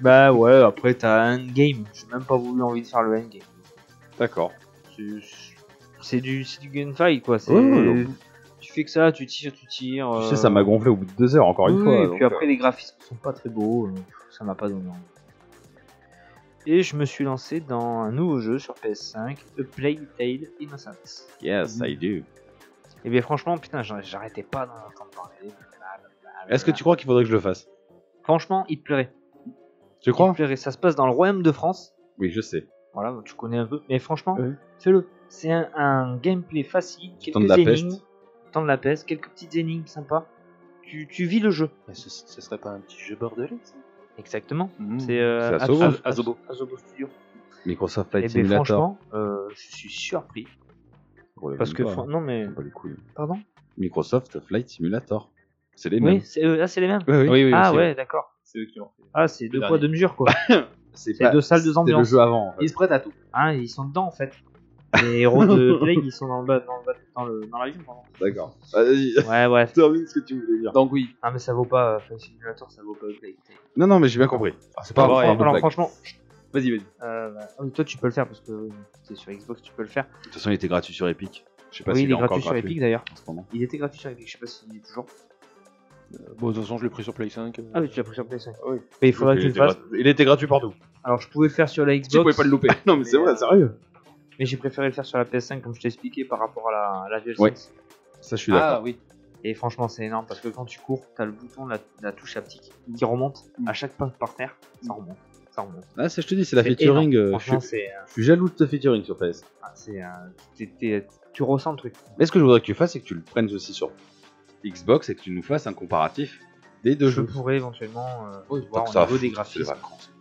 Speaker 5: Bah ouais, après t'as un game. J'ai même pas voulu envie de faire le endgame.
Speaker 4: D'accord.
Speaker 5: C'est- c'est du, c'est du gunfight quoi. C'est,
Speaker 4: Ouais, ouais, ouais.
Speaker 5: Tu fais que ça, tu tires, tu tires.
Speaker 4: Tu
Speaker 5: euh,
Speaker 4: sais, ça m'a gonflé au bout de deux heures, encore une
Speaker 5: oui,
Speaker 4: fois.
Speaker 5: Et
Speaker 4: donc, euh,
Speaker 5: puis après, les graphismes sont pas très beaux, euh, ça m'a pas donné envie. Et je me suis lancé dans un nouveau jeu sur PS5, A Plague Tale Innocence.
Speaker 4: euh, Yes, I do.
Speaker 5: Et bien franchement, putain, j'en- j'arrêtais pas d'en entendre parler. blablabla.
Speaker 4: Est-ce que tu crois qu'il faudrait que je le fasse
Speaker 5: Franchement, il te plairait.
Speaker 4: Tu
Speaker 5: Il te
Speaker 4: crois
Speaker 5: plairait. Ça se passe dans le royaume de France.
Speaker 4: Oui, je sais.
Speaker 5: Voilà, tu connais un peu. Mais franchement,
Speaker 4: Oui.
Speaker 5: fais-le. C'est un, un gameplay facile, quelques
Speaker 4: de la
Speaker 5: énigmes.
Speaker 4: peste.
Speaker 5: Temps de la peste, quelques petites énigmes sympas. Tu, tu vis le jeu.
Speaker 6: Mais ce, ce serait pas un petit jeu bordelais ça
Speaker 5: Exactement.
Speaker 6: Mmh.
Speaker 5: C'est euh,
Speaker 4: C'est Asobo.
Speaker 5: Azo-
Speaker 6: Asobo.
Speaker 5: Asobo Studio.
Speaker 4: Microsoft
Speaker 5: Et
Speaker 4: Flight
Speaker 5: bien
Speaker 4: Simulator.
Speaker 5: Eh ben, franchement, euh, je suis surpris.
Speaker 4: Oh là,
Speaker 5: Parce
Speaker 4: même
Speaker 5: que,
Speaker 4: pas.
Speaker 5: fran- non mais,
Speaker 4: Pas les couilles.
Speaker 5: pardon
Speaker 4: Microsoft Flight Simulator. C'est les mêmes.
Speaker 5: Oui, c'est- euh, ah, c'est les mêmes.
Speaker 4: Oui, oui.
Speaker 5: ah
Speaker 6: c'est-
Speaker 5: ouais, d'accord.
Speaker 6: C'est eux qui l'ont fait.
Speaker 5: Ah, c'est deux
Speaker 6: dernier.
Speaker 5: poids, deux mesures
Speaker 4: *laughs*
Speaker 5: quoi.
Speaker 4: Bah, C'est
Speaker 5: pas- deux salles, deux
Speaker 4: c'était le
Speaker 5: ambiances.
Speaker 4: jeu avant. en fait.
Speaker 6: Ils se prêtent à tout.
Speaker 5: Hein, ils sont dedans en fait. Les héros
Speaker 4: *laughs*
Speaker 5: de Plague, ils sont dans le bas, dans le bas, dans le, dans l'avion, pardon.
Speaker 4: D'accord. Vas-y, *laughs*
Speaker 5: Ouais, bref.
Speaker 4: termine ce que tu voulais dire.
Speaker 6: Donc oui,
Speaker 5: Ah, mais ça vaut pas, euh, Flight Simulator, ça vaut pas Plague.
Speaker 4: Non, non, mais j'ai bien compris. Ah, C'est
Speaker 5: Alors,
Speaker 4: vrai,
Speaker 5: fran-
Speaker 4: une
Speaker 5: alors,
Speaker 4: blague.
Speaker 5: Ah, franchement,
Speaker 6: vas-y, vas-y.
Speaker 5: euh, bah, ah oui, toi tu peux le faire parce que euh, c'est sur Xbox, tu peux le faire.
Speaker 4: De toute façon, il était gratuit sur Epic. Je sais pas
Speaker 5: oui,
Speaker 4: s'il
Speaker 5: il est
Speaker 4: encore
Speaker 5: gratuit sur Epic d'ailleurs.
Speaker 4: en ce moment.
Speaker 5: Il était gratuit sur Epic, je sais pas s'il est toujours.
Speaker 6: Euh, Bon, de toute façon, je l'ai pris sur Play 5. euh,
Speaker 5: Ah oui, tu l'as pris sur PS5.
Speaker 6: Oui.
Speaker 5: Mais il faudrait que
Speaker 4: il,
Speaker 5: tu le
Speaker 4: était
Speaker 5: fasses.
Speaker 4: gratuit- il était gratuit partout.
Speaker 5: Alors, je pouvais le faire sur la Xbox.
Speaker 4: Tu pouvais pas le louper. non, mais
Speaker 5: *laughs*
Speaker 4: c'est
Speaker 5: Mais,
Speaker 4: vrai,
Speaker 5: euh,
Speaker 4: sérieux.
Speaker 5: Mais j'ai préféré le faire sur la PS5 comme je t'ai expliqué par rapport à la, à la DualSense.
Speaker 4: Ouais. Ça, je suis d'accord.
Speaker 6: Ah oui.
Speaker 5: Et franchement c'est énorme parce que quand tu cours, t'as le bouton de la, de la touche haptique qui remonte à chaque pas par terre, ça remonte, ça remonte.
Speaker 4: Ah, ça, je te dis, Mm. c'est la
Speaker 5: C'est
Speaker 4: featuring.
Speaker 5: énorme.
Speaker 4: euh, je, suis,
Speaker 5: Franchement c'est, euh,
Speaker 4: je suis jaloux de ce featuring sur PS.
Speaker 5: ah, c'est, euh, t'es- t'es- tu ressens le truc.
Speaker 4: Mais ce que je voudrais que tu fasses, c'est que tu le prennes aussi sur Xbox et que tu nous fasses un comparatif des deux
Speaker 5: Je
Speaker 4: jeux.
Speaker 5: pourrais éventuellement euh,
Speaker 4: Tant
Speaker 5: voir
Speaker 4: que
Speaker 5: au
Speaker 4: ça
Speaker 5: niveau
Speaker 4: fout,
Speaker 5: des
Speaker 4: c'est les
Speaker 5: graphismes.
Speaker 4: vacances.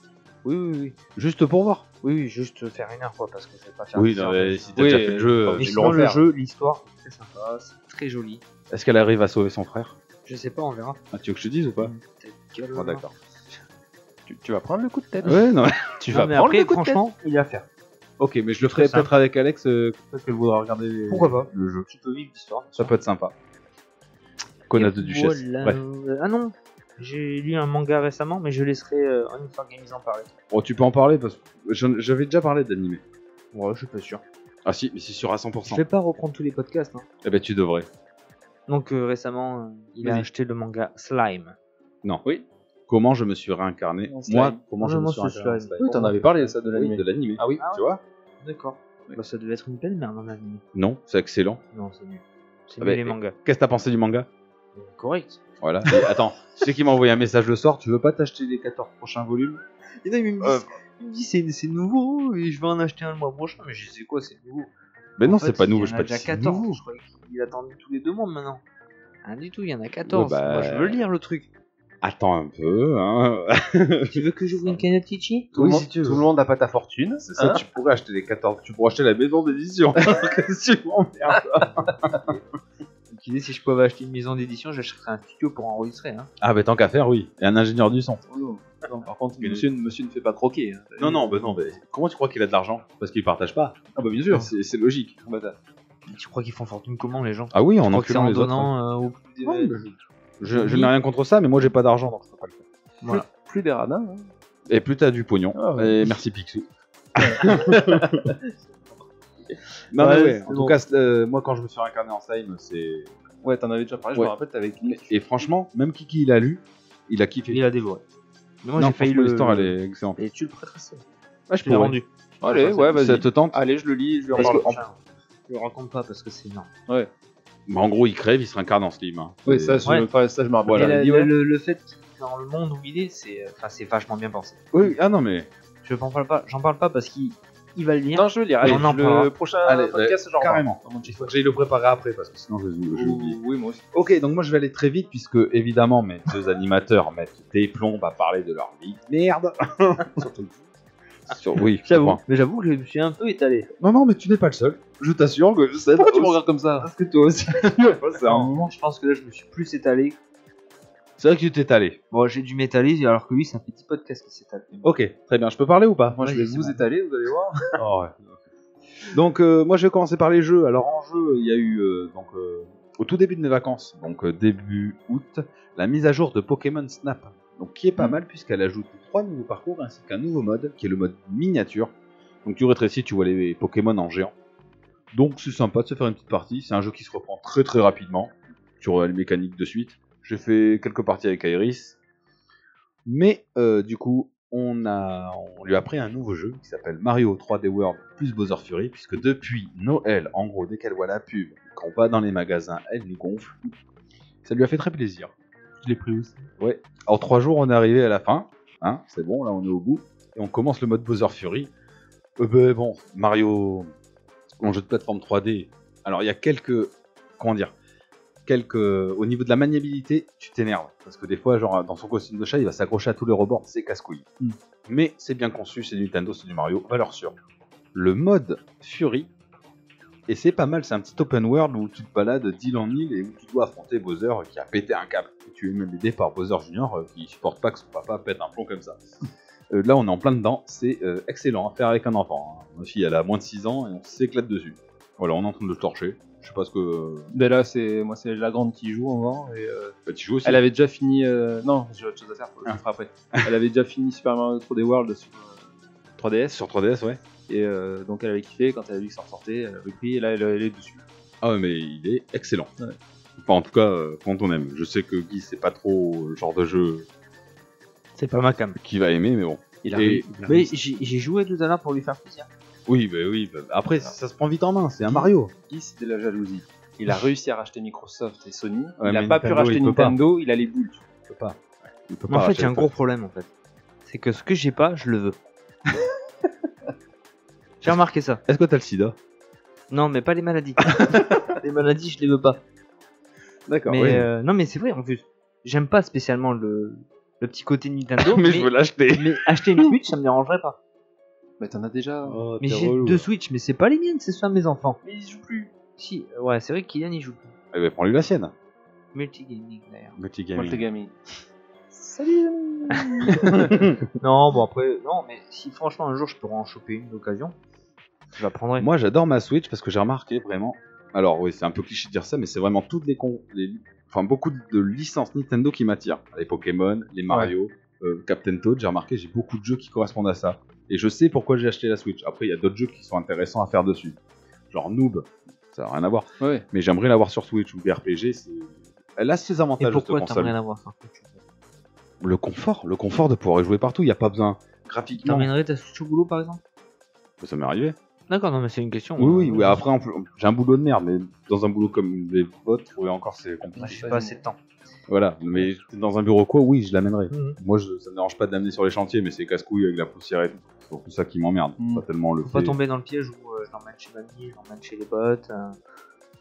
Speaker 5: Oui oui oui.
Speaker 4: Juste pour voir.
Speaker 5: Oui oui, juste faire une heure quoi parce que je vais pas faire.
Speaker 4: Oui,
Speaker 5: plusieurs
Speaker 4: non,
Speaker 5: jeux.
Speaker 4: mais si t'as
Speaker 6: Oui,
Speaker 4: déjà fait le jeu,
Speaker 6: euh,
Speaker 4: euh,
Speaker 5: Mais
Speaker 4: tu
Speaker 5: sinon, le
Speaker 4: refaire.
Speaker 5: jeu, l'histoire, c'est sympa, c'est très joli.
Speaker 4: Est-ce qu'elle arrive à sauver son frère
Speaker 5: Je sais pas, on verra.
Speaker 4: Ah, Tu veux que je te dise ou pas
Speaker 5: Ta gueule,
Speaker 4: Oh,
Speaker 5: là.
Speaker 4: D'accord.
Speaker 6: Tu, tu vas prendre le coup de tête.
Speaker 4: Ouais, non. *laughs*
Speaker 6: Tu
Speaker 5: Non, mais
Speaker 6: prendre
Speaker 5: après
Speaker 6: le coup de tête.
Speaker 5: franchement, il est à faire.
Speaker 4: Ok, mais je le ferai
Speaker 5: C'est simple.
Speaker 4: peut-être avec Alex, euh, peut-être qu'elle voudra regarder les-
Speaker 5: Pourquoi pas
Speaker 4: le jeu.
Speaker 5: Tu peux vivre l'histoire.
Speaker 4: Ça peut être sympa. Connasse de
Speaker 5: Et
Speaker 4: duchesse.
Speaker 5: voilà.
Speaker 4: Bref.
Speaker 5: Ah non, j'ai lu un manga récemment, mais je laisserai euh, une fois Games en parler.
Speaker 4: Bon, Oh, tu peux en parler parce que j'en- j'avais déjà parlé d'animé.
Speaker 5: Ouais, je suis pas sûr.
Speaker 4: Ah si, mais c'est sûr à
Speaker 5: Je
Speaker 4: 100%.
Speaker 5: vais pas reprendre tous les podcasts. hein.
Speaker 4: Eh ben tu devrais.
Speaker 5: Donc euh, récemment, euh, il a
Speaker 4: Vas-y.
Speaker 5: acheté le manga Slime.
Speaker 4: Non.
Speaker 6: Oui.
Speaker 4: Comment je me suis réincarné
Speaker 6: En slime.
Speaker 4: Moi, comment je
Speaker 5: Ouais,
Speaker 4: me
Speaker 5: moi,
Speaker 4: suis
Speaker 5: c'est
Speaker 4: réincarné en
Speaker 5: slime. Bah,
Speaker 4: slime.
Speaker 6: Oui, t'en avais parlé ça de
Speaker 4: Oui,
Speaker 6: l'anime.
Speaker 4: de l'animé.
Speaker 6: Ah oui,
Speaker 5: Ah
Speaker 4: Tu vois
Speaker 5: D'accord. Bah, ça devait être une belle merde en anime.
Speaker 4: Non, c'est excellent.
Speaker 5: Non, c'est nul. C'est
Speaker 4: Ah
Speaker 5: nul
Speaker 4: bah,
Speaker 5: les
Speaker 4: et-
Speaker 5: mangas.
Speaker 4: Qu'est-ce que t'as pensé du manga
Speaker 5: Correct.
Speaker 4: Voilà. Et attends, tu sais qui m'a envoyé un message le soir, tu veux pas t'acheter les 14 prochains volumes
Speaker 5: Et non, il me dit,
Speaker 4: Euh.
Speaker 5: il me dit, c'est c'est nouveau et je vais en acheter un le mois prochain. Mais je sais quoi, c'est nouveau.
Speaker 4: Mais
Speaker 5: En
Speaker 4: non,
Speaker 5: fait,
Speaker 4: c'est pas nouveau,
Speaker 5: Il
Speaker 4: je
Speaker 5: y en
Speaker 4: sais
Speaker 5: a
Speaker 4: pas
Speaker 5: déjà
Speaker 4: si c'est
Speaker 5: 14.
Speaker 4: nouveau.
Speaker 5: Je croyais qu'il attendait tous les deux mondes maintenant. Rien du tout, il y en a 14.
Speaker 4: bah,
Speaker 5: Moi, je veux lire le
Speaker 4: *laughs*
Speaker 5: truc.
Speaker 4: Attends un peu, hein.
Speaker 5: tu veux que j'ouvre une canette Litchi
Speaker 6: Tout,
Speaker 4: Oui,
Speaker 6: le monde,
Speaker 4: si tu veux.
Speaker 6: tout le monde n'a pas ta fortune.
Speaker 4: C'est *laughs* ça,
Speaker 6: hein.
Speaker 4: tu pourrais acheter les 14, tu pourrais acheter la maison *laughs* d'édition. Qu'est-ce que tu m'emmerdes
Speaker 5: Tu dis, si je pouvais acheter une maison d'édition, j'achèterais un studio pour enregistrer. Hein.
Speaker 4: Ah, bah tant qu'à faire, oui. Et un ingénieur du son.
Speaker 6: Oh Non, non, par contre,
Speaker 4: Mais-
Speaker 6: monsieur, monsieur ne fait pas croquer. hein.
Speaker 4: Non, non, bah non, bah, comment tu crois qu'il a de l'argent Parce qu'il partage pas.
Speaker 6: Ah bah bien sûr.
Speaker 4: C'est c'est logique.
Speaker 5: Tu crois qu'ils font fortune comment les gens
Speaker 4: Ah oui, en
Speaker 5: Je crois que c'est
Speaker 4: enculant
Speaker 5: en
Speaker 4: les autres. hein.
Speaker 5: donnant euh, au plus des-
Speaker 4: Ouais, Je, je n'ai rien contre ça, mais moi j'ai pas d'argent, donc je peux pas le faire.
Speaker 5: Voilà.
Speaker 6: Plus des radins. hein.
Speaker 4: Et plus t'as du pognon.
Speaker 6: Ah ouais.
Speaker 4: Et merci *laughs* Picsou. non, mais
Speaker 6: Ouais,
Speaker 4: ouais,
Speaker 6: c'est
Speaker 4: en
Speaker 6: bon.
Speaker 4: tout cas, c'est- euh, moi quand je me suis réincarné en Slime, c'est.
Speaker 6: Ouais, t'en avais déjà parlé, je
Speaker 4: Ouais.
Speaker 6: me rappelle, t'avais avec
Speaker 4: Et franchement, même Kiki il a lu, il a kiffé.
Speaker 5: Il a dévoré. Mais moi
Speaker 4: non,
Speaker 5: j'ai failli
Speaker 4: franchement,
Speaker 5: le.
Speaker 4: l'histoire elle est excellente.
Speaker 5: Et tu le prêteras
Speaker 4: Ah,
Speaker 5: Je l'ai rendu.
Speaker 6: Allez, ouais, vas-y.
Speaker 4: Ça te tente
Speaker 6: Allez, je le lis, je lui
Speaker 5: Parce
Speaker 6: reparle.
Speaker 5: que- Je hein. le raconte pas parce que c'est énorme.
Speaker 4: Bah, en gros, il crève, il se réincarne en Slime. hein.
Speaker 6: Oui,
Speaker 4: C'est-
Speaker 6: ça, je,
Speaker 5: Ouais.
Speaker 6: enfin, ça, je me rappelle.
Speaker 4: Voilà.
Speaker 5: Et la-
Speaker 6: Il dit,
Speaker 5: le,
Speaker 6: ouais.
Speaker 5: le- le fait qu'il est dans le monde où il est, c'est euh, enfin, c'est vachement bien pensé.
Speaker 4: Oui, ah non, mais.
Speaker 5: Je n'en parle pas, j'en parle pas parce qu'il il va le lire.
Speaker 6: Non, je veux lire. Allez,
Speaker 5: On en
Speaker 6: je-
Speaker 5: parlera.
Speaker 6: le prochain
Speaker 4: Allez,
Speaker 6: podcast, genre.
Speaker 4: carrément. Il faut que j'aille le préparer après parce que sinon je, je l'oublie.
Speaker 6: Oui, moi aussi.
Speaker 4: Ok, donc moi je vais aller très vite puisque évidemment mes deux *laughs* animateurs mettent des plombes à parler de leur vie. Merde *laughs* Surtout vous. Sur- Oui,
Speaker 5: J'avoue,
Speaker 4: enfin.
Speaker 5: mais j'avoue que je me suis un peu étalé.
Speaker 4: Non, non, mais tu n'es pas le seul. Je t'assure que je sais.
Speaker 6: Pourquoi tu me regardes comme ça
Speaker 4: Parce que toi
Speaker 6: *laughs*
Speaker 4: aussi. C'est un moment.
Speaker 5: Je pense que là je me suis plus étalé.
Speaker 4: C'est vrai que tu t'es allé.
Speaker 5: Bon, j'ai dû m'étaler alors que lui c'est un petit podcast qui s'étale.
Speaker 4: Ok, très bien. Je peux parler ou pas
Speaker 6: Moi, je vais vous étaler, vous allez voir.
Speaker 4: Oh, ouais. Donc euh, moi je vais commencer par les jeux. Alors en jeu il y a eu euh, donc euh, au tout début de mes vacances, donc euh, début août, la mise à jour de Pokémon Snap, donc qui est pas mal puisqu'elle ajoute trois nouveaux parcours ainsi qu'un nouveau mode qui est le mode miniature. Donc tu rétrécis, tu vois les Pokémon en géant. Donc c'est sympa de se faire une petite partie. C'est un jeu qui se reprend très très rapidement. Tu revois les mécaniques de suite. J'ai fait quelques parties avec Iris. Mais euh, du coup, on, a, on lui a pris un nouveau jeu qui s'appelle Mario 3D World plus Bowser Fury. Puisque depuis Noël, en gros, dès qu'elle voit la pub, quand on va dans les magasins, elle nous gonfle. Ça lui a fait très plaisir.
Speaker 2: Je l'ai pris aussi.
Speaker 4: Ouais. En trois jours, on est arrivé à la fin. Hein, c'est bon, là, on est au bout. Et on commence le mode Bowser Fury. Euh, ben, bon, Mario, mon jeu de plateforme 3D. Alors, il y a quelques. Comment dire quelques, Au niveau de la maniabilité, tu t'énerves. Parce que des fois, genre, dans son costume de chat, il va s'accrocher à tous les rebords. C'est casse-couille.
Speaker 6: Mm.
Speaker 4: Mais c'est bien conçu, c'est du Nintendo, c'est du Mario, valeur sûre. Le mode Fury. Et c'est pas mal, c'est un petit open world où tu te balades d'île en île et où tu dois affronter Bowser qui a pété un câble. Et tu es même aidé par Bowser Junior euh, qui supporte pas que son papa pète un plomb
Speaker 5: *laughs*
Speaker 4: comme ça. Euh, là, on est en plein dedans, c'est euh, excellent à faire avec un enfant. hein. Ma fille, elle a moins de 6 ans et on s'éclate dessus. Voilà, on est en train de le torcher. Je sais pas ce que. euh,
Speaker 6: Ben là, c'est moi, c'est la grande qui joue en vent. Et, euh,
Speaker 4: Bah, tu joues aussi
Speaker 6: elle avait déjà fini. euh, Non, j'ai autre chose à faire. faut que Je le ferai après. elle avait déjà fini Super Mario 3D World sur euh, 3DS.
Speaker 4: sur 3DS, ouais.
Speaker 6: Et euh, donc, elle avait kiffé. Quand elle a vu que ça ressortait, elle avait pris. Et là, elle, elle est dessus.
Speaker 4: Ah, ouais, mais il est excellent.
Speaker 6: Ouais.
Speaker 4: Enfin, en tout cas, euh, quand on aime. Je sais que Guy, c'est pas trop le genre de jeu
Speaker 5: C'est pas ma cam.
Speaker 4: qu'il va aimer, mais bon.
Speaker 2: Il
Speaker 4: Et-
Speaker 2: arrive. il
Speaker 5: Mais
Speaker 2: arrive.
Speaker 5: j'ai j'ai joué tout à l'heure pour lui faire plaisir.
Speaker 4: Oui, bah oui. bah, Après,
Speaker 5: Ah.
Speaker 4: ça se prend vite en main, c'est un Mario.
Speaker 6: Guy, c'était la jalousie. Il a réussi à racheter Microsoft et Sony.
Speaker 4: Ouais,
Speaker 6: il a
Speaker 4: mais
Speaker 6: pas
Speaker 4: Nintendo,
Speaker 6: pu racheter
Speaker 4: il peut pas.
Speaker 6: Nintendo. Il a les boules. tu vois.
Speaker 4: Il peut pas. Il peut
Speaker 5: Mais en
Speaker 4: pas
Speaker 5: fait, il y a un
Speaker 4: racheter-
Speaker 5: gros problème en fait. C'est que ce que j'ai pas, je le veux. j'ai remarqué ça.
Speaker 4: Est-ce que t'as le sida
Speaker 5: Non, mais pas les maladies. les maladies, je les veux pas.
Speaker 6: Bah
Speaker 4: D'accord,
Speaker 5: Mais
Speaker 4: oui.
Speaker 5: euh, non, mais c'est vrai en plus. J'aime pas spécialement le, le petit côté Nintendo. mais,
Speaker 4: *laughs* mais je veux l'acheter.
Speaker 5: mais acheter une Switch, ça me dérangerait pas.
Speaker 6: Mais t'en as déjà.
Speaker 4: Oh,
Speaker 5: Mais j'ai
Speaker 4: hein.
Speaker 5: deux Switch, mais c'est pas les miennes, c'est ceux à mes enfants.
Speaker 6: Mais il joue plus.
Speaker 5: Si, euh, ouais, c'est vrai que Kylian y joue. plus.
Speaker 4: Eh ben, prends-lui la sienne.
Speaker 5: Multigaming d'ailleurs.
Speaker 6: Moi, je
Speaker 4: Multigaming.
Speaker 6: t'ai gamé.
Speaker 5: Non, bon après, non, mais si franchement un jour je pourrais en choper une d'occasion, je la prendrai.
Speaker 4: Moi, j'adore ma Switch parce que j'ai remarqué vraiment. Alors, oui, c'est un peu cliché de dire ça, mais c'est vraiment toutes les, con... les- enfin beaucoup de licences Nintendo qui m'attirent. Les Pokémon, les Mario, euh, Captain Toad. J'ai remarqué, j'ai beaucoup de jeux qui correspondent à ça. Et je sais pourquoi j'ai acheté la Switch. Après, il y a d'autres jeux qui sont intéressants à faire dessus, genre Noob. Ça n'a rien à voir.
Speaker 6: Ouais.
Speaker 4: Mais j'aimerais l'avoir sur Switch ou des RPG. c'est- Elle a ses avantages
Speaker 5: Et pourquoi
Speaker 4: cette console.
Speaker 5: t'aimerais l'avoir ça
Speaker 4: Le confort, le confort de pouvoir y jouer partout. Il n'y a pas besoin graphiquement.
Speaker 5: T'emmènerais ta Switch au boulot par exemple
Speaker 4: Ça m'est arrivé.
Speaker 5: D'accord, non, mais c'est une question.
Speaker 4: Oui, oui,
Speaker 5: Euh,
Speaker 4: oui. Après, en plus, j'ai un boulot de merde, mais dans un boulot comme les vôtres, trouver encore, c'est
Speaker 5: moi,
Speaker 4: compliqué.
Speaker 5: J'ai pas assez de temps.
Speaker 4: Voilà, mais dans un bureau quoi, oui, je l'amènerai.
Speaker 5: Mhm.
Speaker 4: Moi, je, ça me dérange pas de l'amener sur les chantiers, mais c'est casse-couille avec la poussière et tout. C'est surtout ça qui m'emmerde.
Speaker 6: Mhm.
Speaker 4: Hmm. Pas tellement le
Speaker 5: Faut pas
Speaker 4: fait-
Speaker 5: tomber dans le piège où euh, je l'emmène chez mamie, je l'emmène chez les potes. euh,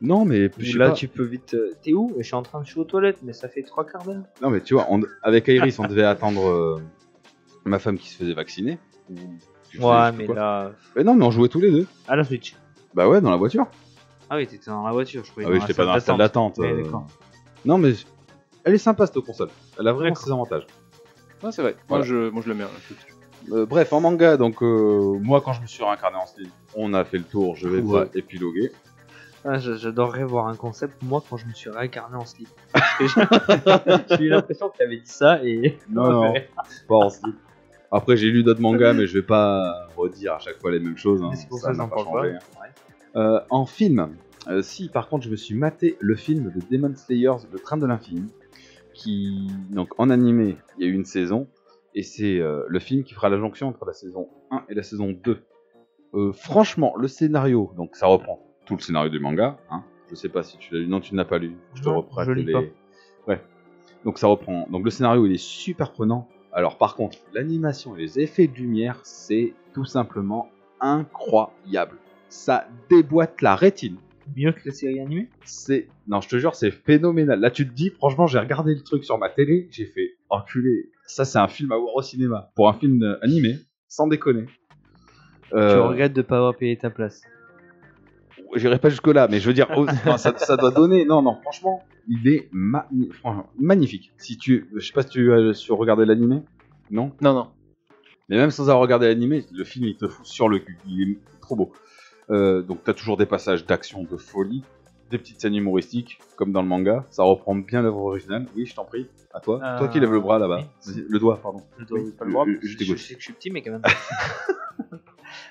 Speaker 4: Non, mais je
Speaker 5: Puis
Speaker 4: sais
Speaker 5: là,
Speaker 4: pas.
Speaker 5: tu peux vite. euh, T'es où Je suis en train de je suis aux toilettes, mais ça fait trois quarts d'heure.
Speaker 4: Non, mais tu vois, on- avec Iris, on devait attendre euh, ma femme qui se faisait vacciner. Ou- je sais- je sais quoi.
Speaker 5: là. euh,
Speaker 4: Mais non, mais on jouait tous les deux.
Speaker 5: À la Switch.
Speaker 4: Bah ouais, dans la voiture.
Speaker 5: Ah oui, t'étais dans la voiture, je croyais.
Speaker 4: Ah oui, j'étais pas dans la salle d'attente.
Speaker 5: Ouais,
Speaker 4: euh.
Speaker 5: d'accord.
Speaker 4: Non, mais elle est sympa cette console. Elle a vraiment
Speaker 5: D'accord.
Speaker 4: ses avantages.
Speaker 6: Non, c'est vrai.
Speaker 4: Voilà.
Speaker 6: Moi, je, moi, je le mets. hein, je-
Speaker 4: Euh, bref, en manga, donc euh, moi quand je me suis réincarné en Steve, on a fait le tour, je vais
Speaker 6: Ouais.
Speaker 4: pas épiloguer.
Speaker 5: Ah, j'a- J'adorerais voir un concept, moi, quand je me suis réincarné en
Speaker 4: *laughs*
Speaker 5: slip. Parce que J'ai j'ai *laughs* eu l'impression que t'avais dit ça et.
Speaker 4: Non,
Speaker 5: *laughs*
Speaker 4: non, pas en slip. Après, j'ai lu d'autres mangas, mais je vais pas redire à chaque fois les mêmes choses. hein.
Speaker 5: Mais c'est pour ça que
Speaker 4: n'a
Speaker 5: j'en
Speaker 4: pas
Speaker 5: parle pas.
Speaker 4: changé, hein. Euh, en film, euh, si par contre je me suis maté le film de Demon Slayers, Le Train de l'Infini, qui donc en animé, il y a eu une saison, et c'est euh, le film qui fera la jonction entre la saison 1 et la saison 2. Euh, franchement, le scénario, donc ça reprend tout le scénario du manga, hein. je sais pas si tu l'as lu, non tu ne l'as pas lu, je te
Speaker 5: Non,
Speaker 4: reprends
Speaker 5: je lis
Speaker 4: les...
Speaker 5: pas.
Speaker 4: Ouais. Donc ça reprend, donc le scénario il est super prenant, alors par contre, l'animation et les effets de lumière, c'est tout simplement incroyable ça déboîte la rétine.
Speaker 5: Mieux que la série animée
Speaker 4: C'est non, je te jure, c'est phénoménal. Là, tu te dis, franchement, j'ai regardé le truc sur ma télé, j'ai fait enculé. Ça, c'est un film à voir au cinéma pour un film euh, animé, sans déconner. Euh,
Speaker 5: Tu regrettes de pas avoir payé ta place.
Speaker 4: J'irai pas jusque là, mais je veux dire, oh, non, ça, ça doit donner. Non, non, franchement, il est ma- franchement, magnifique. Si tu, je sais pas si tu as su regarder l'animé, non
Speaker 6: Non, non.
Speaker 4: Mais même sans avoir regardé l'animé, le film il te fout sur le cul. Il est trop beau. Euh, donc t'as toujours des passages d'action de folie, des petites scènes humoristiques, comme dans le manga. Ça reprend bien l'œuvre originale. Oui, je t'en prie. À toi.
Speaker 5: Euh,
Speaker 4: Toi qui lèves le bras là-bas.
Speaker 5: oui.
Speaker 4: Le doigt, pardon.
Speaker 5: Je,
Speaker 4: dois- Oui, pas le droit, je- je je- je
Speaker 5: *laughs*
Speaker 4: t'écoute.
Speaker 5: sais que je suis petit, mais quand même.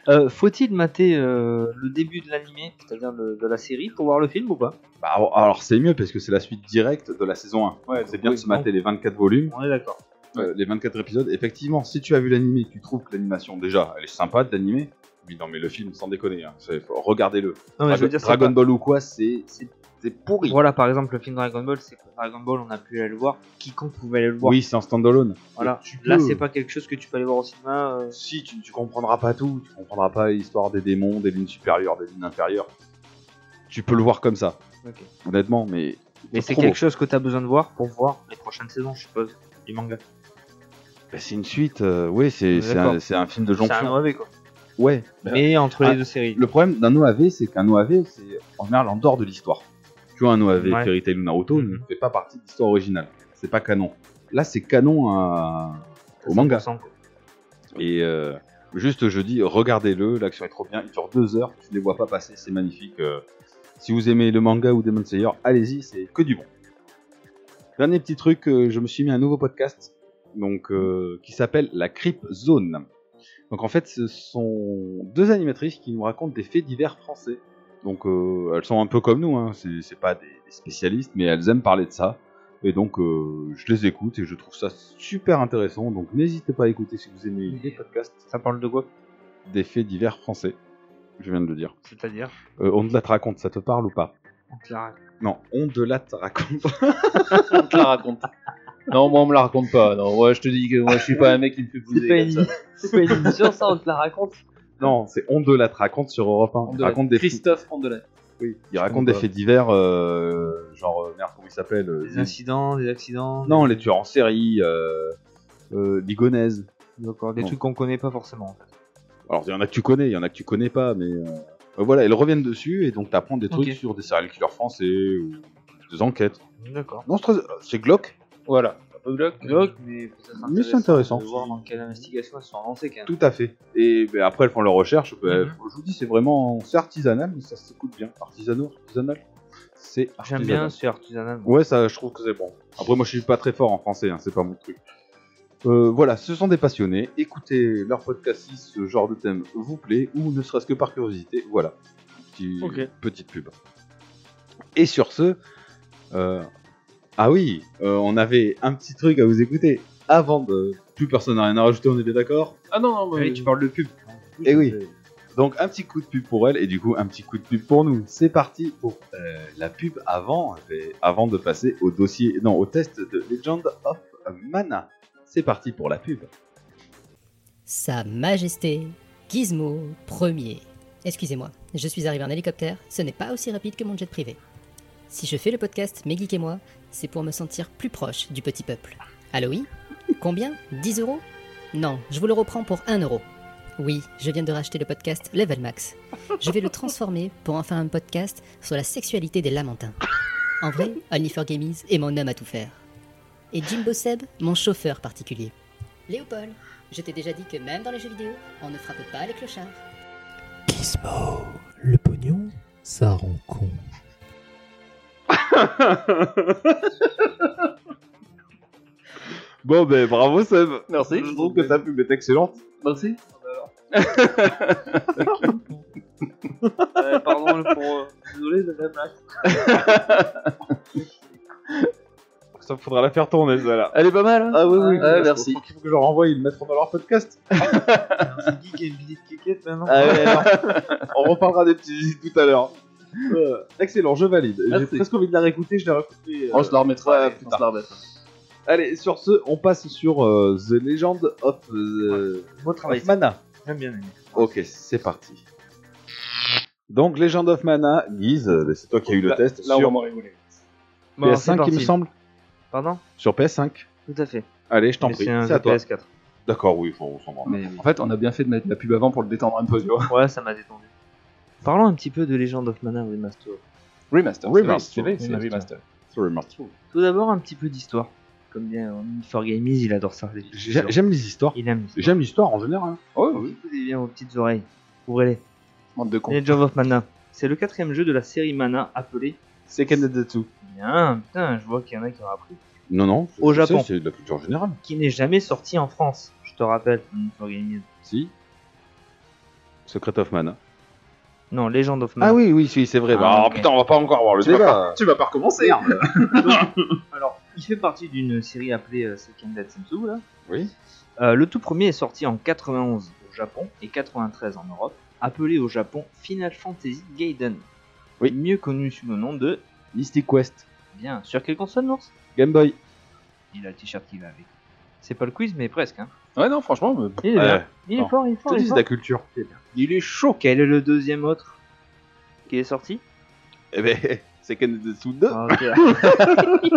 Speaker 5: Euh, Faut-il mater euh, le début de l'animé, c'est-à-dire de, de la série, pour voir le film ou pas
Speaker 4: Bah, alors c'est mieux parce que c'est la suite directe de la saison 1.
Speaker 6: Ouais,
Speaker 4: c'est bien de se mater les 24 volumes,
Speaker 5: On est d'accord.
Speaker 4: euh, les 24 épisodes. Effectivement, si tu as vu l'animé, tu trouves que l'animation déjà, elle est sympa de l'animé. Mais non, mais le film, sans déconner, hein, c'est- faut- regardez-le.
Speaker 5: Non, mais je veux dire, c'est
Speaker 4: Dragon
Speaker 5: pas-
Speaker 4: Ball ou quoi, c'est c'est- c'est pourri.
Speaker 5: Voilà, par exemple, le film Dragon Ball, c'est que Dragon Ball, on a pu aller le voir. Quiconque pouvait aller le voir.
Speaker 4: Oui, c'est en standalone.
Speaker 5: Voilà.
Speaker 4: Tu
Speaker 5: Là,
Speaker 4: peux-
Speaker 5: c'est pas quelque chose que tu peux aller voir au cinéma. euh,
Speaker 4: Si, tu, tu comprendras pas tout, tu comprendras pas l'histoire des démons, des lignes supérieures, des lignes inférieures. Tu peux le voir comme ça,
Speaker 5: ok.
Speaker 4: honnêtement, mais.
Speaker 5: Mais c'est
Speaker 4: trop
Speaker 5: quelque
Speaker 4: beau.
Speaker 5: chose que t'as besoin de voir pour voir les prochaines saisons, je suppose, du manga.
Speaker 4: Bah, c'est une suite, euh, oui, c'est
Speaker 5: Ouais,
Speaker 4: c'est
Speaker 5: d'accord.
Speaker 4: un, c'est un film de
Speaker 5: C'est un
Speaker 4: jonction.
Speaker 5: OAV, quoi.
Speaker 4: Ouais.
Speaker 5: Mais entre
Speaker 4: Ah,
Speaker 5: les deux séries.
Speaker 4: Le problème d'un OAV, c'est qu'un OAV, c'est en général en dehors de l'histoire. Tu vois, un OAV
Speaker 5: Ouais.
Speaker 4: Fairy Tail ou Naruto ne
Speaker 5: Mhm.
Speaker 4: fait pas partie de l'histoire originale. C'est pas canon. Là, c'est canon à- au manga.
Speaker 5: 100%, quoi.
Speaker 4: Et euh, juste, je dis, regardez-le, l'action est trop bien, il dure deux heures, tu les vois pas passer, c'est magnifique. euh, si vous aimez le manga ou Demon Slayer, allez-y, c'est que du bon. Dernier petit truc, euh, je me suis mis un nouveau podcast donc, euh, qui s'appelle La Crypt Zone. Donc en fait, ce sont deux animatrices qui nous racontent des faits divers français. Donc euh, elles sont un peu comme nous, hein, c'est c'est pas des, des spécialistes, mais elles aiment parler de ça. Et donc euh, je les écoute et je trouve ça super intéressant. Donc n'hésitez pas à écouter si vous aimez les podcasts
Speaker 5: Ça parle de quoi
Speaker 4: des faits divers français. Je viens de le dire.
Speaker 5: C'est-à-dire
Speaker 4: Euh, on de la te raconte, ça te parle ou pas
Speaker 5: on te la-
Speaker 4: Non, on de la te raconte. *laughs*
Speaker 6: On te la raconte. *laughs* Non, moi on me la raconte pas. Non, ouais, je te dis que moi je suis pas un mec qui me fait bouger.
Speaker 5: pas
Speaker 6: comme ça.
Speaker 5: une- C'est pas une émission, ça, on te la raconte.
Speaker 4: non, c'est on de la te raconte sur Europe 1. Il
Speaker 6: Rondelet.
Speaker 4: raconte des,
Speaker 6: Christophe Rondelet.
Speaker 4: oui, il raconte des faits divers, euh, genre, euh, merde, comment il s'appelle euh,
Speaker 5: Des incidents, des accidents.
Speaker 4: Non, les tueurs en série, euh, euh, Ligonaises.
Speaker 5: D'accord, des
Speaker 4: Non.
Speaker 5: trucs qu'on connaît pas forcément. en fait.
Speaker 4: Alors, il y en a que tu connais, il y en a que tu connais pas, mais euh, euh, voilà, ils reviennent dessus et donc t'apprends des trucs
Speaker 5: Ok.
Speaker 4: sur des serial killers français ou des enquêtes.
Speaker 5: D'accord.
Speaker 4: Non, c'est très- euh, c'est glauque,
Speaker 6: Voilà. Un peu glauque.
Speaker 5: Donc, mais ça, c'est
Speaker 4: mais c'est intéressant.
Speaker 5: de voir dans quelle investigation elles se sont lancées quand même.
Speaker 4: Tout à fait. Et ben, après, elles font leur recherche. ben,
Speaker 5: Mhm.
Speaker 4: Je vous dis, c'est vraiment c'est artisanal, mais ça s'écoute bien. Artisanal, artisanal. C'est
Speaker 5: J'aime
Speaker 4: artisanal.
Speaker 5: bien ce artisanal.
Speaker 4: Ouais, ça, je trouve que c'est bon. Après, moi, je suis pas très fort en français, hein, c'est pas mon truc. Euh, voilà, ce sont des passionnés. Écoutez leur podcast si ce genre de thème vous plaît, ou ne serait-ce que par curiosité. Voilà, Petit-
Speaker 5: Ok.
Speaker 4: petite pub. Et sur ce, euh, ah oui, euh, on avait un petit truc à vous écouter avant de. Plus personne n'a rien à rajouter, on est bien d'accord
Speaker 6: Ah non, non, mais.
Speaker 5: Oui, tu parles de pub.
Speaker 4: Eh oui. Donc un petit coup de pub pour elle et du coup un petit coup de pub pour nous. C'est parti pour euh, la pub avant, euh, avant de passer au dossier, non au test de Legend of Mana. C'est parti pour la pub.
Speaker 3: Sa Majesté Gizmo Premier. Excusez-moi, je suis arrivé en hélicoptère, ce n'est pas aussi rapide que mon jet privé. Si je fais le podcast Mes Geeks et moi, c'est pour me sentir plus proche du petit peuple. Allo oui Combien 10 euros Non, je vous le reprends pour 1 euro. Oui, je viens de racheter le podcast Level Max. Je vais le transformer pour en faire un podcast sur la sexualité des lamentins. En vrai, only for gamies est mon homme à tout faire. Et Jimbo Seb, mon chauffeur particulier. Léopold je t'ai déjà dit que même dans les jeux vidéo, on ne frappe pas les clochards.
Speaker 7: Gizmo, le pognon, ça rend con.
Speaker 4: Bon ben bravo Seb.
Speaker 6: Merci.
Speaker 4: Je trouve que ta pub est excellente.
Speaker 6: Merci. bah *laughs*
Speaker 5: Euh, pardon pour. euh, Désolé, la dame là.
Speaker 4: Ça faudra la faire tourner celle-là.
Speaker 6: Elle est pas mal. hein
Speaker 4: Ah oui oui.
Speaker 6: Ah,
Speaker 4: parce
Speaker 6: merci.
Speaker 4: qu'il faut que je leur envoie, ils le mettront dans leur podcast.
Speaker 5: C'est geek et une petite cliquette maintenant.
Speaker 4: Euh,
Speaker 6: Ah,
Speaker 4: *laughs* On reparlera des petits tout à l'heure. Euh, excellent, je valide. J'ai
Speaker 6: Merci.
Speaker 4: presque envie de la réécouter, je l'ai réécoutée. euh,
Speaker 6: On se la remettra
Speaker 4: allez,
Speaker 6: plus
Speaker 4: on se
Speaker 6: tard.
Speaker 4: Allez, sur ce, on passe sur euh, The Legend of, euh,
Speaker 5: Beau travail.
Speaker 4: of Mana.
Speaker 5: J'aime bien aimé.
Speaker 4: Ok, c'est parti. Donc, Legend of Mana, Guise, euh, c'est toi qui as eu le
Speaker 6: Là-
Speaker 4: test
Speaker 6: Là, on va
Speaker 4: sur
Speaker 6: m'en rigoler.
Speaker 5: Bon, c'est
Speaker 4: PS5,
Speaker 5: parti.
Speaker 4: il me semble.
Speaker 5: Pardon
Speaker 4: Sur PS5.
Speaker 5: Tout à fait.
Speaker 4: Allez, je t'en
Speaker 5: Mais
Speaker 4: prie,
Speaker 5: C'est un
Speaker 4: c'est
Speaker 5: jeu
Speaker 4: à toi.
Speaker 5: PS4.
Speaker 4: D'accord, oui, on s'en branle.
Speaker 6: Mais en fait, on a bien fait de mettre la pub avant pour le détendre un peu, tu vois.
Speaker 5: Ouais, ça m'a détendu. Parlons un petit peu de Legend of Mana Remastered.
Speaker 6: Remaster.
Speaker 4: Remaster,
Speaker 6: c'est vrai, c'est
Speaker 4: remaster.
Speaker 6: remaster.
Speaker 4: Sorry, Martin.
Speaker 5: Tout d'abord, un petit peu d'histoire. Comme bien euh, Need for Gamies, il adore ça. les
Speaker 4: J'ai-
Speaker 5: discussions.
Speaker 4: J'aime les histoires.
Speaker 5: Il aime.
Speaker 4: J'aime l'histoire en général.
Speaker 6: Oh, oui.
Speaker 5: Écoutez bien vos petites oreilles. Ouvrez-les.
Speaker 6: Bande de cons.
Speaker 5: Legend of Mana. C'est le quatrième jeu de la série Mana appelé.
Speaker 4: C'est Canada 2.
Speaker 5: Bien, putain, je vois qu'il y en a qui ont appris.
Speaker 4: Non, non.
Speaker 5: Au
Speaker 4: je sais,
Speaker 5: Japon.
Speaker 4: C'est de la culture générale.
Speaker 5: Qui n'est jamais sorti en France, je te rappelle. Need for Gamies.
Speaker 4: Si. Secret of Mana.
Speaker 5: Non, Legend of Mana.
Speaker 4: Ah oui, oui, oui, c'est vrai.
Speaker 5: Ah,
Speaker 4: Bah, alors,
Speaker 5: ok.
Speaker 4: putain, on va pas encore voir le
Speaker 6: Tu vas,
Speaker 4: débat.
Speaker 6: pas, tu vas pas recommencer. hein.
Speaker 5: Alors, il fait partie d'une série appelée euh, Seiken Densetsu, là.
Speaker 4: Oui.
Speaker 5: Euh, le tout premier est sorti en 91 au Japon et 93 en Europe, appelé au Japon Final Fantasy Gaiden.
Speaker 4: Oui.
Speaker 5: Mieux connu sous le nom de.
Speaker 4: Mystic Quest.
Speaker 5: Bien, sur quelle console, Nours
Speaker 4: Game Boy.
Speaker 5: Il a le t-shirt qu'il a avec. C'est pas le quiz, mais presque. Hein.
Speaker 6: Ouais, non, franchement, mais-
Speaker 5: Il est,
Speaker 4: Ouais.
Speaker 5: bien. il
Speaker 4: bon.
Speaker 5: est fort, il est
Speaker 4: Je
Speaker 5: fort.
Speaker 4: te
Speaker 5: Il est,
Speaker 4: dis, c'est de
Speaker 5: fort.
Speaker 4: la culture.
Speaker 5: Il est chaud. Quel est le deuxième autre qui est sorti
Speaker 4: Eh ben, *laughs* c'est Kenzetsu 2.
Speaker 5: Ah, ok.
Speaker 4: *laughs*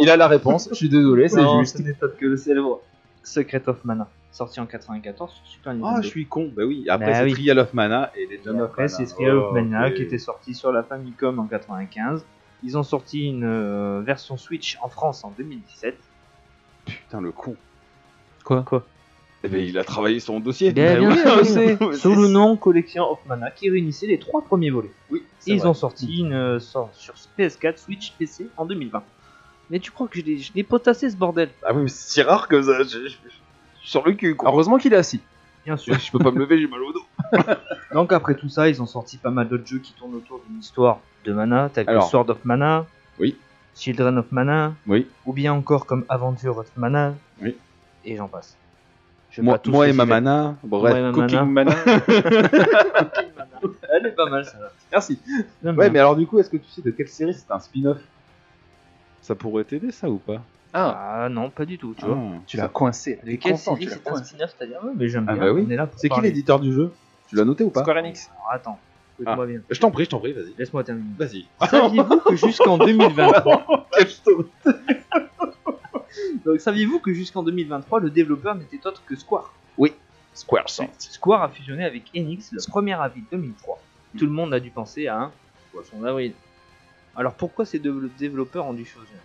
Speaker 6: il a la réponse. Je suis désolé, c'est
Speaker 5: Non,
Speaker 6: juste.
Speaker 5: ce n'est pas que le célèbre Secret of Mana, sorti en 94 sur Super Nintendo.
Speaker 4: Ah, je suis con. Bah oui, après,
Speaker 5: Bah
Speaker 4: c'est
Speaker 5: oui.
Speaker 4: Trial of Mana et
Speaker 5: Et
Speaker 4: Legend of
Speaker 5: après,
Speaker 4: Mana.
Speaker 5: c'est Trial of
Speaker 4: Oh,
Speaker 5: Mana
Speaker 4: ok.
Speaker 5: qui était sorti sur la Famicom en 95. Ils ont sorti une euh, version Switch en France en 2017.
Speaker 4: Putain, le con.
Speaker 5: Quoi Quoi
Speaker 4: Eh ben, il a travaillé son dossier.
Speaker 5: bien
Speaker 4: oui,
Speaker 5: sûr,
Speaker 4: hein,
Speaker 5: Bah *laughs* c'est-
Speaker 4: c'est-
Speaker 5: sous le nom Collection of Mana qui réunissait les trois premiers volets.
Speaker 4: Oui,
Speaker 5: Et ils ont sorti une euh, sort- sur PS4, Switch, PC en 2020. Mais tu crois que je l'ai- je l'ai potassé ce bordel
Speaker 4: Ah oui, mais c'est si rare que ça. Je, je- je suis sur le cul, quoi.
Speaker 6: Heureusement qu'il est assis.
Speaker 5: Bien sûr.
Speaker 4: je peux pas me lever, j'ai mal au dos.
Speaker 5: Donc après tout ça, ils ont sorti pas mal d'autres jeux qui tournent autour d'une histoire de mana, tels que
Speaker 4: Alors.
Speaker 5: Sword of Mana,
Speaker 4: Oui.
Speaker 5: Children of Mana,
Speaker 4: Oui.
Speaker 5: ou bien encore comme Aventure of Mana,
Speaker 4: Oui.
Speaker 5: et j'en passe. Je vais
Speaker 4: Moi,
Speaker 5: pas tous
Speaker 4: moi
Speaker 5: les
Speaker 4: et ma
Speaker 5: citer.
Speaker 4: mana. Bon,
Speaker 5: Moi
Speaker 4: bref.
Speaker 5: et ma
Speaker 6: Cooking
Speaker 5: mana.
Speaker 6: Mana.
Speaker 5: Elle est pas mal ça.
Speaker 4: Merci.
Speaker 5: J'aime
Speaker 4: Ouais,
Speaker 5: bien.
Speaker 4: mais alors, du coup, est-ce que tu sais de quelle série c'est un spin-off Ça pourrait t'aider, ça, ou pas
Speaker 6: Ah,
Speaker 5: Ah non, pas du tout, tu
Speaker 4: Ah.
Speaker 5: vois.
Speaker 6: tu l'as coincé. Elle est
Speaker 5: Mais quelle
Speaker 6: contente,
Speaker 5: série
Speaker 6: tu l'as
Speaker 5: c'est un
Speaker 6: coincé.
Speaker 5: spin-off, c'est-à-dire ouais, mais j'aime
Speaker 4: Ah
Speaker 5: bien.
Speaker 4: bah oui.
Speaker 5: On est là pour
Speaker 4: C'est qui
Speaker 5: parler.
Speaker 4: l'éditeur du jeu Tu l'as noté ou pas
Speaker 6: Square Enix.
Speaker 5: Alors, Attends, écoute-moi bien.
Speaker 4: Je t'en prie, je t'en prie, vas-y.
Speaker 5: Laisse-moi
Speaker 4: *laughs*
Speaker 5: terminer.
Speaker 4: Vas-y.
Speaker 5: Saviez-vous que jusqu'en
Speaker 4: *laughs*
Speaker 5: 2023, donc saviez-vous que jusqu'en 2023, le développeur n'était autre que Square
Speaker 4: Squaresoft.
Speaker 5: Square a fusionné avec Enix le 1er avril 2003.
Speaker 4: Mm.
Speaker 5: Tout le monde a dû penser à un poisson d'avril. Alors pourquoi ces deux développeurs ont dû choisir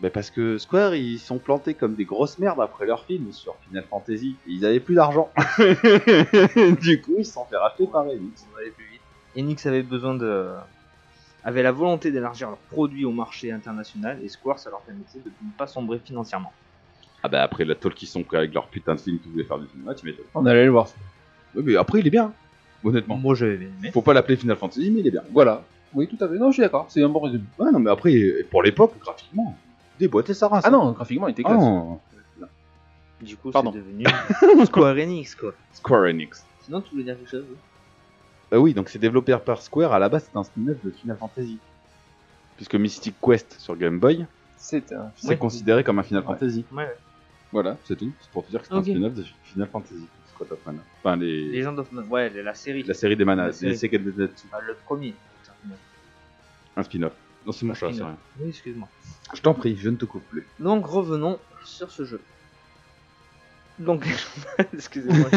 Speaker 4: Bah parce que Square, ils sont plantés comme des grosses merdes après leur film sur Final Fantasy. Et ils avaient plus *laughs* d'argent. du coup, ils se sont fait racheter par Enix.
Speaker 5: On va aller plus vite. Enix avait besoin de avait la volonté d'élargir leurs produits au marché international et Square ça leur permettait de ne pas sombrer financièrement.
Speaker 4: Ah bah après la tôle qu'ils sont pris avec leur putain de film qui voulait faire du film, tu m'étonnes.
Speaker 6: On allait le voir.
Speaker 4: Oui, Ah, mais après, il est bien. Honnêtement.
Speaker 5: Moi j'avais bien aimé.
Speaker 4: Faut pas l'appeler Final Fantasy, mais il est bien.
Speaker 6: Voilà. Oui, tout à fait. Non, je suis d'accord. C'est un bon résumé.
Speaker 4: Ouais, non, mais après, pour l'époque, graphiquement, déboîter sa race.
Speaker 6: Ah non, graphiquement, il était
Speaker 4: Ah
Speaker 6: classe.
Speaker 4: non.
Speaker 5: Du coup
Speaker 6: Pardon.
Speaker 5: c'est devenu Square Enix quoi.
Speaker 4: Square Enix.
Speaker 5: Sinon tu voulais dire quelque chose oui
Speaker 4: Bah oui, donc c'est développé par Square, à la base c'est un spin-off de Final Fantasy. Puisque Mystic Quest sur Game Boy,
Speaker 6: C'est un.
Speaker 4: c'est
Speaker 5: Ouais.
Speaker 4: considéré comme un Final Fantasy.
Speaker 5: Ouais, ouais.
Speaker 4: Voilà, c'est tout. C'est pour te dire que c'est
Speaker 5: Ok.
Speaker 4: un spin-off de Final Fantasy. Square of Mana. Enfin, les...
Speaker 5: Legend of Man- ouais la série
Speaker 4: la série des
Speaker 5: La
Speaker 4: manas,
Speaker 5: série.
Speaker 4: les Seiken Densetsu.
Speaker 5: Bah, le premier.
Speaker 4: Un spin-off. Non, c'est mon
Speaker 5: Un
Speaker 4: chat, c'est
Speaker 5: spin-off.
Speaker 4: rien.
Speaker 5: Oui, excuse-moi.
Speaker 4: Je t'en prie, je ne te coupe plus.
Speaker 5: Donc revenons sur ce jeu. Donc, *laughs* excusez-moi.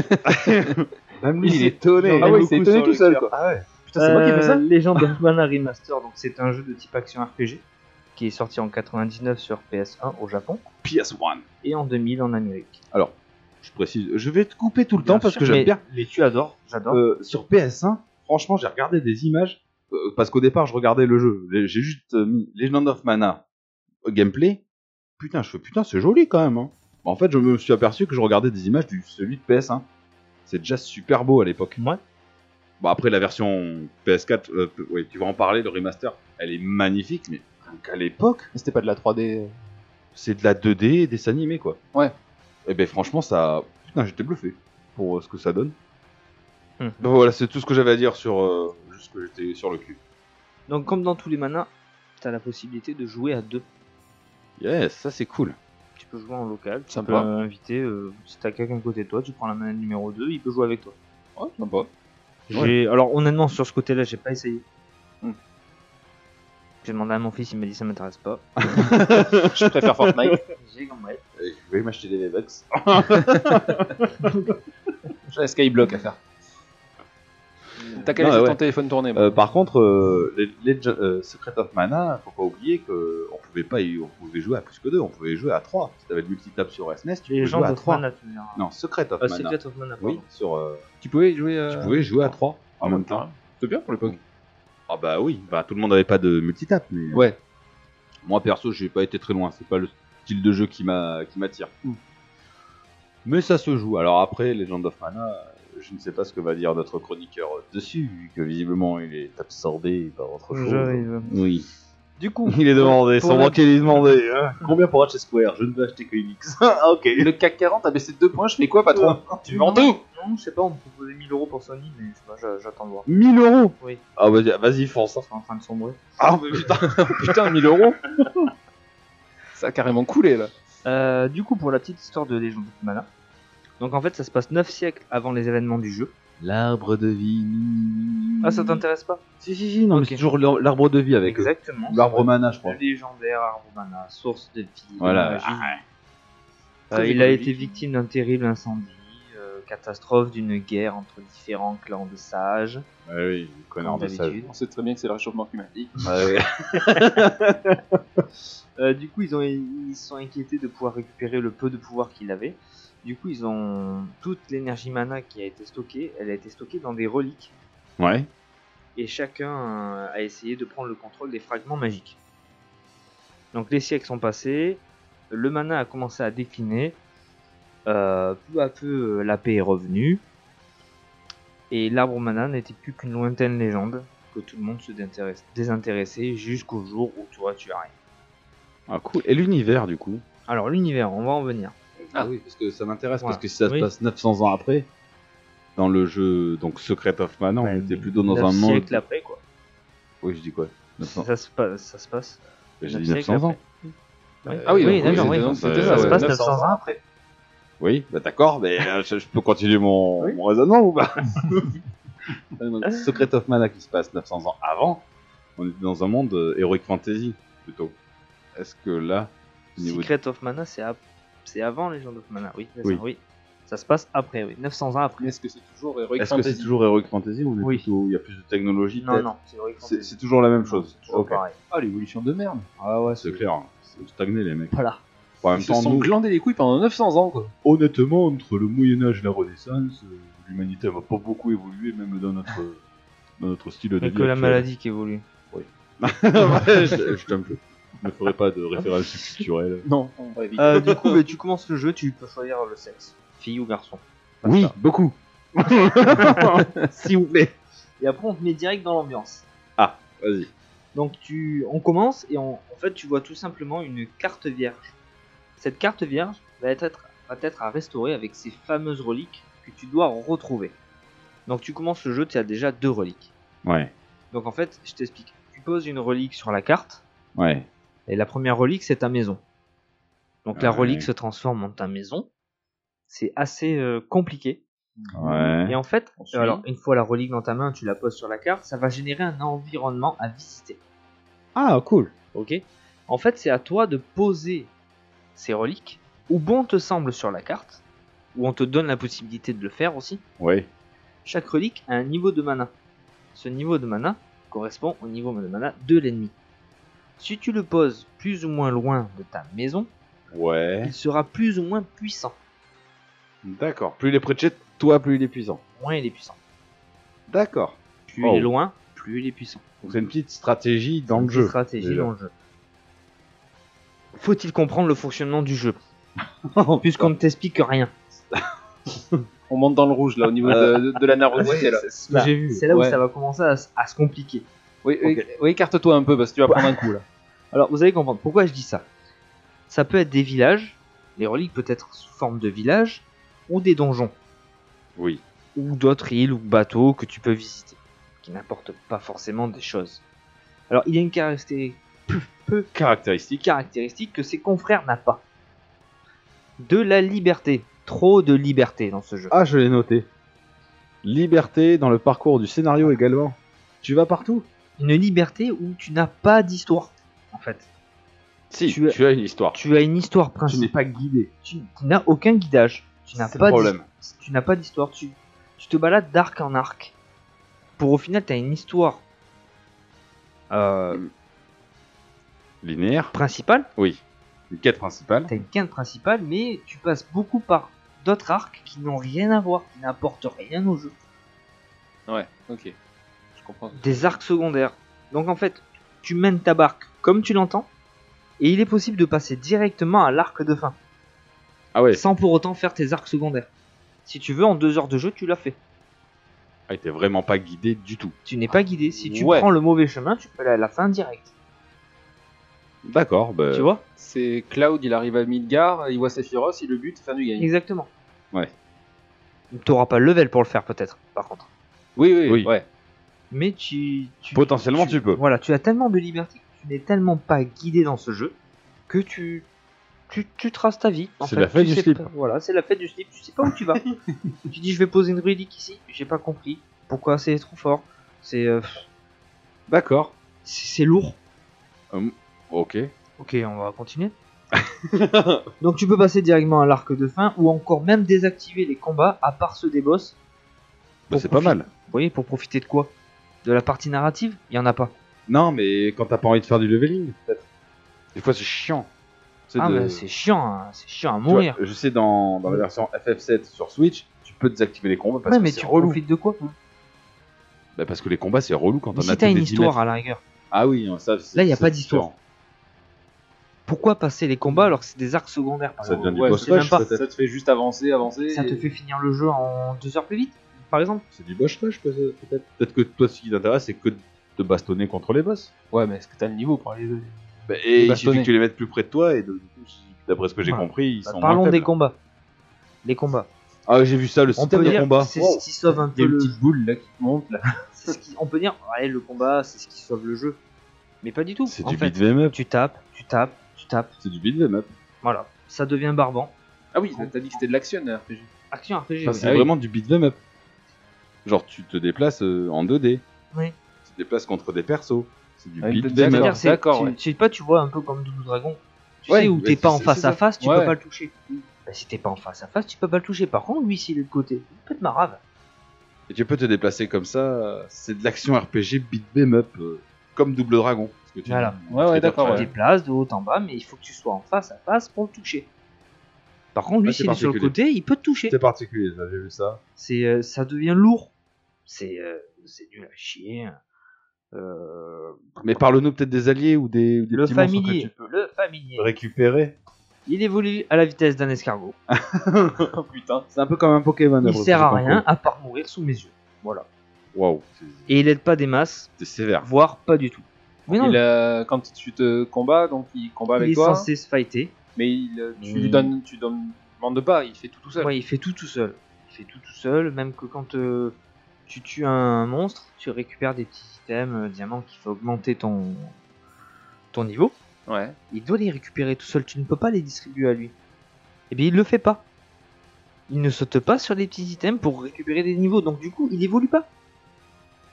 Speaker 4: Même
Speaker 5: lui, il est
Speaker 4: étonné.
Speaker 6: Ah oui, c'est étonné tout seul, quoi.
Speaker 4: Ah ouais.
Speaker 6: Putain, c'est moi qui fais ça
Speaker 5: Euh, Legend of Mana Remaster, donc c'est un jeu de type action RPG qui est sorti en 99 sur PS1 au Japon
Speaker 4: PS1.
Speaker 5: et en 2000 en Amérique.
Speaker 4: Je précise, je vais te couper tout le temps parce que j'aime
Speaker 5: Mais-
Speaker 4: bien.
Speaker 5: Mais tu adores, j'adore.
Speaker 4: Euh, sur PS1, franchement, j'ai regardé des images euh, parce qu'au départ, je regardais le jeu. J'ai juste euh, mis Legend of Mana au gameplay. Putain, je fais putain, c'est joli quand même. hein. En fait, je me suis aperçu que je regardais des images du celui de PS1. C'est déjà super beau à l'époque.
Speaker 5: Ouais.
Speaker 4: Bon, après, la version PS4, euh, p- ouais, tu vas en parler, le remaster, elle est magnifique, mais rien qu'à l'époque,
Speaker 6: C'était pas de la 3D.
Speaker 4: c'est de la 2D et des animés, quoi.
Speaker 6: Ouais.
Speaker 4: Et ben, franchement, ça. Putain, j'étais bluffé pour euh, ce que ça donne.
Speaker 5: Hmm.
Speaker 4: Donc voilà, c'est tout ce que j'avais à dire sur. euh, juste que j'étais sur le cul.
Speaker 5: Donc comme dans tous les manas, t'as la possibilité de jouer à deux.
Speaker 4: Yes, ça c'est cool.
Speaker 5: Tu peux jouer en local, tu
Speaker 6: Sympa.
Speaker 5: peux inviter, euh, si t'as quelqu'un à côté de toi, tu prends la manette numéro 2, il peut jouer avec toi.
Speaker 6: Ouais, sympa.
Speaker 5: J'ai- Alors honnêtement sur ce côté-là j'ai pas essayé.
Speaker 6: Hmm.
Speaker 5: J'ai demandé à mon fils, il m'a dit ça m'intéresse pas.
Speaker 6: Je préfère *laughs* Fortnite.
Speaker 5: J'ai compris.
Speaker 4: Et je vais m'acheter des V-Bucks.
Speaker 6: J'ai un Skyblock à faire. T'as qu'à
Speaker 4: Non,
Speaker 6: laisser
Speaker 4: ouais.
Speaker 6: ton téléphone tourner. moi.
Speaker 4: Euh, par contre, euh, les, les- euh, Secret of Mana, faut pas oublier que on pouvait pas, y- on pouvait jouer à plus que deux, on pouvait jouer à trois. Si t'avais le multitap sur SNES, tu
Speaker 5: Les
Speaker 4: pouvais
Speaker 5: gens
Speaker 4: jouer à
Speaker 5: de
Speaker 4: trois.
Speaker 5: Mana, tu veux dire.
Speaker 4: Non, Secret of
Speaker 5: Ah,
Speaker 4: Mana.
Speaker 5: Secret of Mana,
Speaker 4: Oui,
Speaker 5: pardon.
Speaker 4: sur. euh,
Speaker 6: tu pouvais jouer. euh,
Speaker 4: tu pouvais jouer à trois en
Speaker 5: euh,
Speaker 4: même temps.
Speaker 6: C'est bien pour l'époque.
Speaker 4: Ah bah oui, bah tout le monde n'avait pas de multitap, mais euh,
Speaker 6: Ouais.
Speaker 4: moi perso j'ai pas été très loin, c'est pas le style de jeu Mm. qui m'a qui m'attire. Mais ça se joue. Alors après Legend of Mana, euh, je ne sais pas ce que va dire notre chroniqueur dessus, vu que visiblement il est absorbé par autre chose.
Speaker 8: J'arrive.
Speaker 4: Oui.
Speaker 8: Du coup,
Speaker 4: *laughs* Il est demandé,
Speaker 8: Pour
Speaker 4: sans
Speaker 8: la-
Speaker 4: manquer d'y demander. hein. Combien pour acheter Square Je ne veux acheter que Unix. *laughs* ah, ok. Euh,
Speaker 6: Le CAC 40 a baissé de 2 points, je fais quoi, patron Tu vends tout
Speaker 8: non, je sais pas, on me proposait 1000 euros pour Sony, mais je sais pas, j'a- j'attends de voir.
Speaker 4: 1000 euros
Speaker 8: Oui.
Speaker 4: Ah, vas-y, vas-y, fonce.
Speaker 8: C'est en train de sombrer.
Speaker 4: Ah, mais putain.
Speaker 6: Putain, 1000 euros Ça a carrément coulé là.
Speaker 8: Euh, du coup, pour la petite histoire de Légende de Mana. Donc en fait, ça se passe 9 siècles avant les événements du jeu.
Speaker 4: L'arbre de vie.
Speaker 8: Ah, ça t'intéresse pas
Speaker 4: Si, si, si, non, mais
Speaker 8: Ok.
Speaker 4: c'est toujours l'ar- l'arbre de vie
Speaker 8: euh,
Speaker 4: avec eux.
Speaker 8: Exactement.
Speaker 4: L'arbre mana, je crois.
Speaker 8: Le légendaire arbre mana, source de vie.
Speaker 4: Voilà.
Speaker 8: de magie. Euh,
Speaker 6: Très
Speaker 4: Ah
Speaker 8: il a
Speaker 6: écologique.
Speaker 8: été victime d'un terrible incendie, euh, catastrophe d'une guerre entre différents clans de sages.
Speaker 4: Ah oui, connard de sage.
Speaker 6: On sait très bien que c'est le réchauffement
Speaker 4: *laughs*
Speaker 6: climatique.
Speaker 4: Ah oui.
Speaker 8: Euh, du coup, ils ont ils se sont inquiétés de pouvoir récupérer le peu de pouvoir qu'il avait. Du coup, ils ont toute l'énergie mana qui a été stockée, elle a été stockée dans des reliques
Speaker 4: Ouais.
Speaker 8: et chacun euh, a essayé de prendre le contrôle des fragments magiques. Donc les siècles sont passés, le mana a commencé à décliner, euh, peu à peu euh, la paix est revenue, et l'arbre mana n'était plus qu'une lointaine légende que tout le monde se désintéresse- désintéressait jusqu'au jour où toi tu arrives.
Speaker 4: Ah, cool. Et l'univers, du coup
Speaker 8: Alors l'univers, on va en venir.
Speaker 4: Ah oui, parce que ça m'intéresse,
Speaker 8: Voilà.
Speaker 4: parce que si ça se
Speaker 8: Oui.
Speaker 4: passe 900 ans après, dans le jeu donc Secret of Mana, on était plutôt dans un monde.
Speaker 8: siècle après quoi.
Speaker 4: Oui, je dis quoi 900.
Speaker 8: Ça se passe, ça se passe.
Speaker 4: J'ai
Speaker 8: neuf
Speaker 4: dit
Speaker 8: siècles
Speaker 4: 900 ans. Euh,
Speaker 8: après. Ouais.
Speaker 6: Ah oui, donc oui,
Speaker 8: d'accord,
Speaker 6: c'est-
Speaker 8: oui.
Speaker 6: donc
Speaker 8: Ça,
Speaker 4: c'était ça,
Speaker 8: se
Speaker 4: ouais.
Speaker 8: passe
Speaker 6: 900
Speaker 8: 900 ans après.
Speaker 4: Oui, bah d'accord, mais euh, je, je peux continuer mon, mon raisonnement ou pas *laughs* Donc, Secret of Mana qui se passe 900 ans avant, on était dans un monde euh, Heroic Fantasy plutôt. Est-ce que là, au niveau
Speaker 8: Secret of Mana, c'est ap- c'est avant Legend of Mana, oui. c'est
Speaker 4: Oui.
Speaker 8: Ça, oui. Ça se passe après, oui. 900 ans après.
Speaker 6: Mais est-ce que c'est toujours Heroic
Speaker 4: est-ce que c'est
Speaker 6: Fantasy
Speaker 4: toujours Heroic Fantasy ou on est
Speaker 8: Oui.
Speaker 4: plutôt- il y a plus de technologie
Speaker 8: Non,
Speaker 4: peut-être
Speaker 8: non, c'est vrai que
Speaker 4: C'est c'est toujours la même
Speaker 8: Non,
Speaker 4: chose.
Speaker 8: c'est toujours
Speaker 4: Ok.
Speaker 8: pareil.
Speaker 6: Ah, l'évolution de merde
Speaker 4: Ah ouais, c'est clair. C'est stagné les mecs.
Speaker 8: Voilà.
Speaker 4: En
Speaker 6: Ils
Speaker 4: même
Speaker 6: se
Speaker 4: temps,
Speaker 6: sont
Speaker 4: nous,
Speaker 6: glandés les couilles pendant 900 ans quoi.
Speaker 4: honnêtement, entre le Moyen Âge et la Renaissance, euh, l'humanité va pas beaucoup évoluer, même dans
Speaker 8: *laughs*
Speaker 4: notre, dans notre style de
Speaker 8: Mais
Speaker 4: vie.
Speaker 8: que la
Speaker 4: actuel.
Speaker 8: maladie qui évolue.
Speaker 4: *laughs* Ouais, je je t'aime plus. Je ne ferai pas de référence culturelle.
Speaker 6: Non, on va éviter.
Speaker 8: Euh, du coup, bah, tu commences le jeu, tu peux choisir le sexe, fille ou garçon.
Speaker 4: Oui,
Speaker 8: *laughs*
Speaker 4: beaucoup. S'il vous plaît.
Speaker 8: Et après, on te met direct dans l'ambiance.
Speaker 4: Vas-y.
Speaker 8: Donc, tu, on commence et on- en fait, tu vois tout simplement une carte vierge. Cette carte vierge va être, va être à restaurer avec ces fameuses reliques que tu dois retrouver. Donc, tu commences le jeu, tu as déjà deux reliques.
Speaker 4: Ouais,
Speaker 8: Donc en fait, je t'explique. Tu poses une relique sur la carte,
Speaker 4: ouais.
Speaker 8: et la première relique, c'est ta maison. Donc la
Speaker 4: Ouais.
Speaker 8: relique se transforme en ta maison. C'est assez euh, compliqué.
Speaker 4: Ouais.
Speaker 8: Et en fait,
Speaker 6: Ensuite.
Speaker 8: alors, une fois la relique dans ta main, tu la poses sur la carte, ça va générer un environnement à visiter.
Speaker 4: Ah, cool.
Speaker 8: Ok En fait, c'est à toi de poser ces reliques où bon te semble sur la carte, où on te donne la possibilité de le faire aussi.
Speaker 4: Ouais.
Speaker 8: Chaque relique a un niveau de mana. Ce niveau de mana correspond au niveau de mana de l'ennemi. Si tu le poses plus ou moins loin de ta maison,
Speaker 4: Ouais.
Speaker 8: il sera plus ou moins puissant.
Speaker 4: D'accord. Plus il est près de chez toi, plus il est puissant.
Speaker 8: Moins il est puissant.
Speaker 4: D'accord.
Speaker 8: Plus
Speaker 4: Oh.
Speaker 8: il est loin, plus il est puissant.
Speaker 4: Donc c'est une petite stratégie dans le
Speaker 8: C'est une
Speaker 4: jeu.
Speaker 8: Stratégie
Speaker 4: déjà.
Speaker 8: dans le jeu. Faut-il comprendre le fonctionnement du *laughs* jeu
Speaker 4: Oh,
Speaker 8: Puisqu'on ne t'explique rien.
Speaker 6: On monte dans le rouge là au niveau de, de- de la nervosité là.
Speaker 8: C'est là,
Speaker 6: vu.
Speaker 8: où
Speaker 6: Ouais.
Speaker 8: ça va commencer à, s- à se compliquer.
Speaker 6: Oui, oui, oui, écarte-toi un peu parce que tu vas prendre un coup là.
Speaker 8: Alors vous allez comprendre pourquoi je dis ça. Ça peut être des villages, les reliques peut être sous forme de villages, ou des donjons.
Speaker 4: Oui.
Speaker 8: ou d'autres îles ou bateaux que tu peux visiter, qui n'apportent pas forcément des choses. Alors il y a une caractéri-
Speaker 4: Peu caractéristique.
Speaker 8: caractéristique que ses confrères n'ont pas. De la liberté. Trop de liberté dans ce jeu.
Speaker 4: Ah, je l'ai noté. Liberté dans le parcours du scénario également. Tu vas partout
Speaker 8: Une liberté où tu n'as pas d'histoire, en fait.
Speaker 4: Si,
Speaker 8: Tu as-
Speaker 4: une histoire.
Speaker 8: Tu as une
Speaker 4: Tu
Speaker 8: histoire
Speaker 4: n'es
Speaker 8: principale.
Speaker 4: pas guidé.
Speaker 8: Tu, tu n'as aucun guidage. Tu n'as
Speaker 4: C'est le
Speaker 8: pas
Speaker 4: problème.
Speaker 8: d'his- Tu n'as pas d'histoire. Tu, tu te balades d'arc en arc. Pour au final, tu as une histoire euh,
Speaker 4: Linéaire
Speaker 8: principale
Speaker 4: Oui. Une quête principale
Speaker 8: T'as une quinte principale, mais tu passes beaucoup par d'autres arcs qui n'ont rien à voir, qui n'apportent rien au jeu.
Speaker 6: Ouais, ok. Je comprends.
Speaker 8: Des arcs secondaires. Donc en fait, tu mènes ta barque comme tu l'entends, et il est possible de passer directement à l'arc de fin,
Speaker 4: Ah ouais.
Speaker 8: sans pour autant faire tes arcs secondaires. Si tu veux, en deux heures de jeu, tu l'as fait.
Speaker 4: Ah, t'es vraiment pas guidé du tout.
Speaker 8: Tu n'es pas guidé. Si tu
Speaker 6: Ouais.
Speaker 8: prends le mauvais chemin, tu peux aller à la fin direct.
Speaker 4: D'accord, bah.
Speaker 8: Tu vois
Speaker 6: C'est Cloud, il arrive à Midgar, il voit Sephiroth, il le bute, fin du game.
Speaker 8: Exactement.
Speaker 4: Ouais.
Speaker 8: T'auras pas le level pour le faire peut-être, par contre.
Speaker 6: Oui, oui,
Speaker 4: Oui.
Speaker 6: ouais.
Speaker 8: Mais tu, tu-
Speaker 4: Potentiellement, tu peux.
Speaker 8: Voilà, tu as tellement de liberté, tu n'es tellement pas guidé dans ce jeu que tu tu, tu traces ta vie. en
Speaker 4: C'est la fête
Speaker 8: Tu
Speaker 4: du
Speaker 8: sais
Speaker 4: slip.
Speaker 8: pas- voilà, c'est la fête du slip. Tu sais pas où
Speaker 4: *laughs*
Speaker 8: tu vas. tu dis je vais poser une relique ici. J'ai pas compris. Pourquoi c'est trop fort C'est euh,
Speaker 4: D'accord.
Speaker 8: c'est c'est lourd.
Speaker 4: Ok. Bah,
Speaker 8: Ok, on va
Speaker 4: *laughs*
Speaker 8: continuer. Donc tu peux passer directement à l'arc de fin ou encore même désactiver les combats à part ceux des boss.
Speaker 4: Bah,
Speaker 8: Pour
Speaker 4: c'est pas
Speaker 8: profiter-
Speaker 4: mal.
Speaker 8: Vous voyez, pour profiter de quoi De la partie narrative Il y en a pas.
Speaker 4: Non, mais quand t'as pas envie de faire du leveling, peut-être. Des fois, c'est chiant. C'est
Speaker 8: Ah
Speaker 4: de-
Speaker 8: mais c'est chiant, hein, c'est chiant à
Speaker 4: Tu vois,
Speaker 8: mourir.
Speaker 4: je sais, dans, dans la version FF7 sur Switch, tu peux désactiver les combats parce
Speaker 8: Ouais,
Speaker 4: que
Speaker 8: mais
Speaker 4: c'est
Speaker 8: tu
Speaker 4: relou.
Speaker 8: profites de quoi
Speaker 4: Bah, parce que les combats, c'est relou quand
Speaker 8: Mais
Speaker 4: on
Speaker 8: Si
Speaker 4: a
Speaker 8: t'as
Speaker 4: tous
Speaker 8: une
Speaker 4: des 10 mètres.
Speaker 8: histoire à la rigueur,
Speaker 4: Ah oui, ça, c'est-
Speaker 8: Là, y a
Speaker 4: c'est
Speaker 8: pas d'histoire.
Speaker 4: différent.
Speaker 8: pourquoi passer les combats alors que c'est des arcs secondaires par
Speaker 4: Ça
Speaker 8: exemple
Speaker 4: devient du
Speaker 6: Ouais,
Speaker 4: boss
Speaker 6: c'est même
Speaker 4: rush,
Speaker 6: pas-
Speaker 4: peut-être.
Speaker 6: ça te fait juste avancer, avancer.
Speaker 8: Ça te
Speaker 6: et-
Speaker 8: fait finir le jeu en deux heures plus vite, par exemple
Speaker 4: C'est du boss rush, peut-être. Peut-être Peut-être que toi, ce qui t'intéresse, c'est que de bastonner contre les boss.
Speaker 6: Ouais, mais est-ce que t'as le niveau pour aller.
Speaker 4: Bah, et il
Speaker 6: bastonner.
Speaker 4: suffit que tu les mettes plus près de toi, et de- du coup, si- d'après ce que j'ai
Speaker 8: Voilà.
Speaker 4: compris, ils
Speaker 8: Bah,
Speaker 4: sont.
Speaker 8: Parlons
Speaker 4: moins
Speaker 8: des
Speaker 4: faibles.
Speaker 8: combats. Les combats.
Speaker 4: Ah, j'ai vu ça, le
Speaker 8: On peut
Speaker 4: système de
Speaker 8: dire
Speaker 4: combat.
Speaker 8: que c'est
Speaker 4: Wow.
Speaker 8: ce qui sauve un
Speaker 6: Il y
Speaker 8: peu
Speaker 6: a une
Speaker 8: le
Speaker 6: petite boule là qui te monte là.
Speaker 8: c'est ce qui- On peut dire, ouais, le combat, c'est ce qui sauve le jeu. Mais pas du tout.
Speaker 4: C'est
Speaker 8: en
Speaker 4: du
Speaker 8: fait.
Speaker 4: beat 'em up.
Speaker 8: Tu tapes, tu tapes, tu tapes.
Speaker 4: C'est du beat 'em up.
Speaker 8: Voilà. Ça devient barbant.
Speaker 6: Ah oui, t'as dit que c'était de l'action la RPG.
Speaker 8: Action RPG.
Speaker 4: Enfin,
Speaker 8: ouais.
Speaker 4: c'est
Speaker 6: Ah oui.
Speaker 4: vraiment du beat 'em up. Genre, tu te déplaces euh, en 2D.
Speaker 8: Oui.
Speaker 4: Tu te déplaces contre des persos. C'est du
Speaker 6: Avec
Speaker 4: beat
Speaker 6: d'autres
Speaker 4: 'em
Speaker 8: C'est-à-dire,
Speaker 4: up.
Speaker 6: acteurs.
Speaker 8: c'est-
Speaker 6: d'accord,
Speaker 8: tu-
Speaker 6: ouais.
Speaker 8: Tu sais pas, tu vois un peu comme Double Dragon. Tu
Speaker 4: Ouais,
Speaker 8: sais où
Speaker 4: ouais,
Speaker 8: t'es pas
Speaker 4: c'est-
Speaker 8: en
Speaker 4: c'est
Speaker 8: face
Speaker 4: ça.
Speaker 8: à face, tu
Speaker 6: Ouais.
Speaker 8: peux pas le toucher. Bah, si t'es pas en face à face, tu peux pas le toucher. Par contre, lui, s'il est de côté, il peut te marave.
Speaker 4: Et tu peux te déplacer comme ça. C'est de l'action RPG beat 'em up. euh, comme Double Dragon. ce que tu
Speaker 8: Voilà.
Speaker 4: dis.
Speaker 6: Ouais,
Speaker 4: Ce
Speaker 6: ouais,
Speaker 4: que t'as
Speaker 6: d'accord,
Speaker 8: Tu
Speaker 4: fait.
Speaker 8: te déplaces de haut en bas, mais il faut que tu sois en face à face pour le toucher. Par contre, lui,
Speaker 4: Ah, c'est
Speaker 8: s'il est sur le
Speaker 4: particulier.
Speaker 8: côté, il peut te toucher.
Speaker 4: C'est particulier, ça, j'ai vu ça.
Speaker 8: C'est, euh, ça devient lourd. C'est, euh, c'est nul à chier. Euh,
Speaker 4: Mais parle-nous peut-être des alliés ou des, ou des
Speaker 8: le
Speaker 4: petits monstres que
Speaker 8: familier,
Speaker 4: tu peux
Speaker 8: le familier.
Speaker 4: récupérer.
Speaker 8: Il évolue à la vitesse d'un escargot.
Speaker 6: *laughs* Oh putain.
Speaker 4: C'est un peu comme un Pokémon.
Speaker 8: Il
Speaker 4: après,
Speaker 8: sert
Speaker 4: j'ai
Speaker 8: à
Speaker 4: compris.
Speaker 8: rien à part mourir sous mes yeux. Voilà.
Speaker 4: Waouh, c'est-
Speaker 8: Et il aide pas des masses,
Speaker 4: c'est sévère.
Speaker 8: voire pas du tout. Mais non,
Speaker 6: Il, euh, quand tu te combats, donc il combat
Speaker 8: il
Speaker 6: avec
Speaker 8: est
Speaker 6: toi,
Speaker 8: censé se fighter.
Speaker 6: mais il, euh, tu
Speaker 8: Mais-
Speaker 6: lui donnes, tu donnes, demandes pas, il fait tout tout seul.
Speaker 8: Ouais, il fait tout tout seul. Il fait tout tout seul, même que quand euh, tu tues un monstre, tu récupères des petits items, euh, diamants qui fait augmenter ton, ton niveau.
Speaker 6: Ouais.
Speaker 8: Il doit les récupérer tout seul, tu ne peux pas les distribuer à lui. Et bien il le fait pas. Il ne saute pas sur les petits items pour récupérer des niveaux, donc du coup il évolue pas.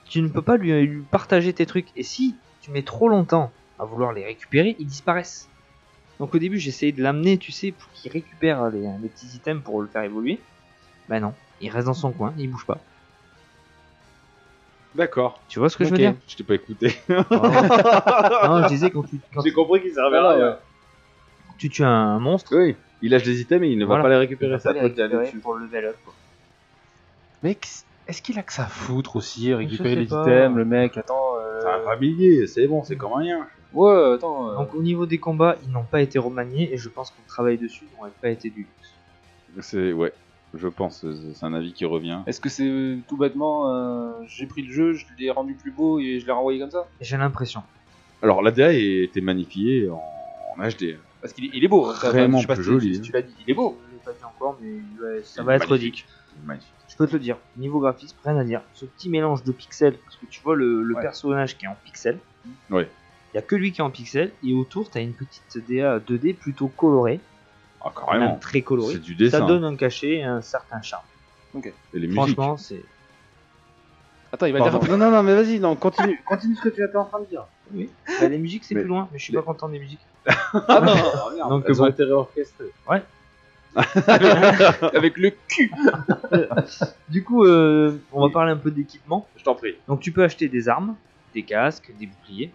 Speaker 8: Tu ne peux pas lui, lui partager tes trucs. Et si tu mets trop longtemps à vouloir les récupérer, ils disparaissent. Donc au début j'essayais de l'amener, tu sais, pour qu'il récupère les, les petits items pour le faire évoluer. Bah non, il reste dans son coin, il bouge pas.
Speaker 4: D'accord.
Speaker 8: Tu vois ce que
Speaker 4: Ok,
Speaker 8: je veux dire
Speaker 4: Je t'ai pas écouté.
Speaker 8: Non, je disais quand *laughs* tu, quand
Speaker 4: J'ai compris qu'il servait à rien.
Speaker 8: tu tues un
Speaker 4: *laughs*
Speaker 8: monstre,
Speaker 4: Oui, il lâche des items et il ne
Speaker 8: Voilà.
Speaker 4: va pas les récupérer.
Speaker 8: tu
Speaker 4: Ça,
Speaker 8: vas les
Speaker 4: toi, t'es allé
Speaker 8: récupérer
Speaker 4: dessus.
Speaker 8: pour le level up. quoi.
Speaker 6: Mec, est-ce qu'il a que ça à foutre aussi, récupérer
Speaker 8: sais
Speaker 6: les
Speaker 8: pas.
Speaker 6: items, le mec, attends. euh,
Speaker 4: C'est un familier, c'est bon, c'est comme rien.
Speaker 6: Ouais, attends. euh,
Speaker 8: Donc au niveau des combats, ils n'ont pas été remaniés et je pense qu'on travaille dessus n'aurait pas été du luxe.
Speaker 4: C'est ouais, je pense, euh, c'est un avis qui revient.
Speaker 6: Est-ce que c'est euh, tout bêtement, euh, j'ai pris le jeu, je l'ai rendu plus beau et je l'ai renvoyé comme ça
Speaker 8: J'ai l'impression.
Speaker 4: Alors la DA était magnifiée en, en HD.
Speaker 6: Parce qu'il est, il est beau. ça,
Speaker 4: Vraiment
Speaker 6: je sais pas
Speaker 4: plus
Speaker 6: si tu-
Speaker 4: joli,
Speaker 6: si tu l'as dit, il est beau.
Speaker 8: Je l'ai pas dit encore, mais ouais, ça
Speaker 4: Il
Speaker 8: va
Speaker 4: est
Speaker 8: être dit.
Speaker 4: magnifique. Il est magnifique.
Speaker 8: Je peux te le dire, niveau graphisme, rien à dire. Ce petit mélange de pixels, parce que tu vois le, le
Speaker 4: Ouais.
Speaker 8: personnage qui est en pixels.
Speaker 4: Ouais.
Speaker 8: Il y a que lui qui est en pixels et autour t'as une petite DA 2D plutôt colorée,
Speaker 4: Ah
Speaker 8: même
Speaker 4: carrément.
Speaker 8: très colorée.
Speaker 4: C'est du dessin. hein.
Speaker 8: Ça donne un cachet et un certain charme.
Speaker 4: Et les musiques.
Speaker 8: Franchement, c'est
Speaker 6: Attends, il va
Speaker 4: Pardon.
Speaker 6: dire.
Speaker 4: Non non non, mais vas-y, non, continue, continue ce que tu étais en train de dire.
Speaker 8: Bah, les musiques c'est
Speaker 4: Mais-
Speaker 8: plus loin, mais je suis
Speaker 4: mais-
Speaker 8: pas content des musiques.
Speaker 4: Ah non.
Speaker 8: Donc,
Speaker 4: Donc elles
Speaker 8: bon.
Speaker 4: ont été réorchestrées. *laughs*
Speaker 8: *laughs*
Speaker 6: Avec le cul.
Speaker 8: Du coup, euh, on va parler un peu d'équipement.
Speaker 4: Je t'en prie.
Speaker 8: Donc tu peux acheter des armes, des casques, des boucliers,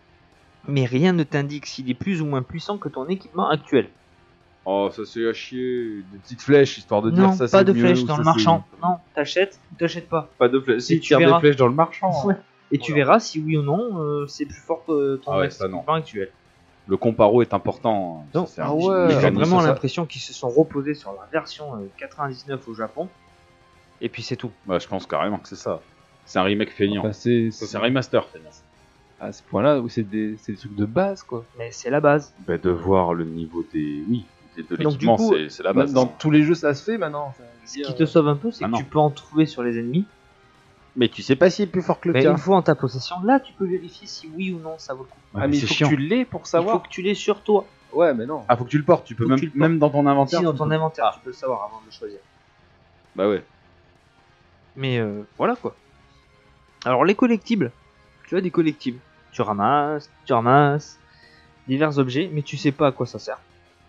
Speaker 8: mais rien ne t'indique s'il est plus ou moins puissant que ton équipement actuel.
Speaker 4: Oh, ça c'est à chier. Des petites flèches, histoire de
Speaker 8: non,
Speaker 4: dire ça c'est
Speaker 8: pas de
Speaker 4: mieux,
Speaker 8: flèches
Speaker 4: ou
Speaker 8: dans
Speaker 4: ça,
Speaker 8: le
Speaker 4: c'est-
Speaker 8: marchand. Non, t'achètes ou t'achètes pas.
Speaker 4: Pas de flèches.
Speaker 8: Et
Speaker 4: Euh, Si,
Speaker 8: tu
Speaker 4: tire
Speaker 8: verras.
Speaker 4: des flèches dans le marchand.
Speaker 8: Ouais. Et tu verras si oui ou non euh, c'est plus fort que ton
Speaker 4: Ah ouais, ça, non.
Speaker 8: équipement actuel.
Speaker 4: Le comparo est important.
Speaker 8: Donc,
Speaker 4: Ça, c'est un
Speaker 6: ah
Speaker 4: petit
Speaker 6: ouais.
Speaker 8: Mais
Speaker 4: mécanisme,
Speaker 8: J'ai vraiment
Speaker 4: ça.
Speaker 8: l'impression qu'ils se sont reposés sur la version euh, 99 au Japon. Et puis c'est tout.
Speaker 4: Bah, je pense carrément que c'est ça. C'est un remake feignant.
Speaker 6: Enfin, c'est
Speaker 4: c'est un remaster feignant.
Speaker 6: à ce point-là, oui, c'est des, c'est des trucs de base, quoi.
Speaker 8: Mais c'est la base.
Speaker 4: Bah, de voir le niveau des. Oui, de de
Speaker 8: Donc, du
Speaker 4: l'équipement,
Speaker 8: coup,
Speaker 4: c'est c'est la base.
Speaker 6: Dans tous les jeux, Ah, bah, ça se fait maintenant. Enfin, je veux
Speaker 8: Ce
Speaker 6: dire,
Speaker 8: qui te sauve un peu, c'est
Speaker 4: Ah
Speaker 8: que
Speaker 4: non.
Speaker 8: tu peux en trouver sur les ennemis.
Speaker 4: Mais tu sais pas s'il est plus fort que le
Speaker 8: Mais
Speaker 4: tien.
Speaker 8: une fois en ta possession, là, tu peux vérifier si oui ou non ça vaut le coup.
Speaker 6: Ah, mais il faut que tu l'aies pour
Speaker 8: Il faut
Speaker 6: savoir.
Speaker 8: que tu l'aies sur toi.
Speaker 6: Ouais, mais non.
Speaker 4: Ah, faut que tu le portes, tu peux
Speaker 8: Faut que
Speaker 4: même,
Speaker 8: tu le portes.
Speaker 4: même dans ton inventaire.
Speaker 8: Si dans ton inventaire, tu peux Ah. le savoir avant de le choisir.
Speaker 4: Bah ouais.
Speaker 8: Mais euh, voilà quoi. Alors les collectibles, tu as des collectibles. Tu ramasses, tu ramasses divers objets, mais tu sais pas à quoi ça sert.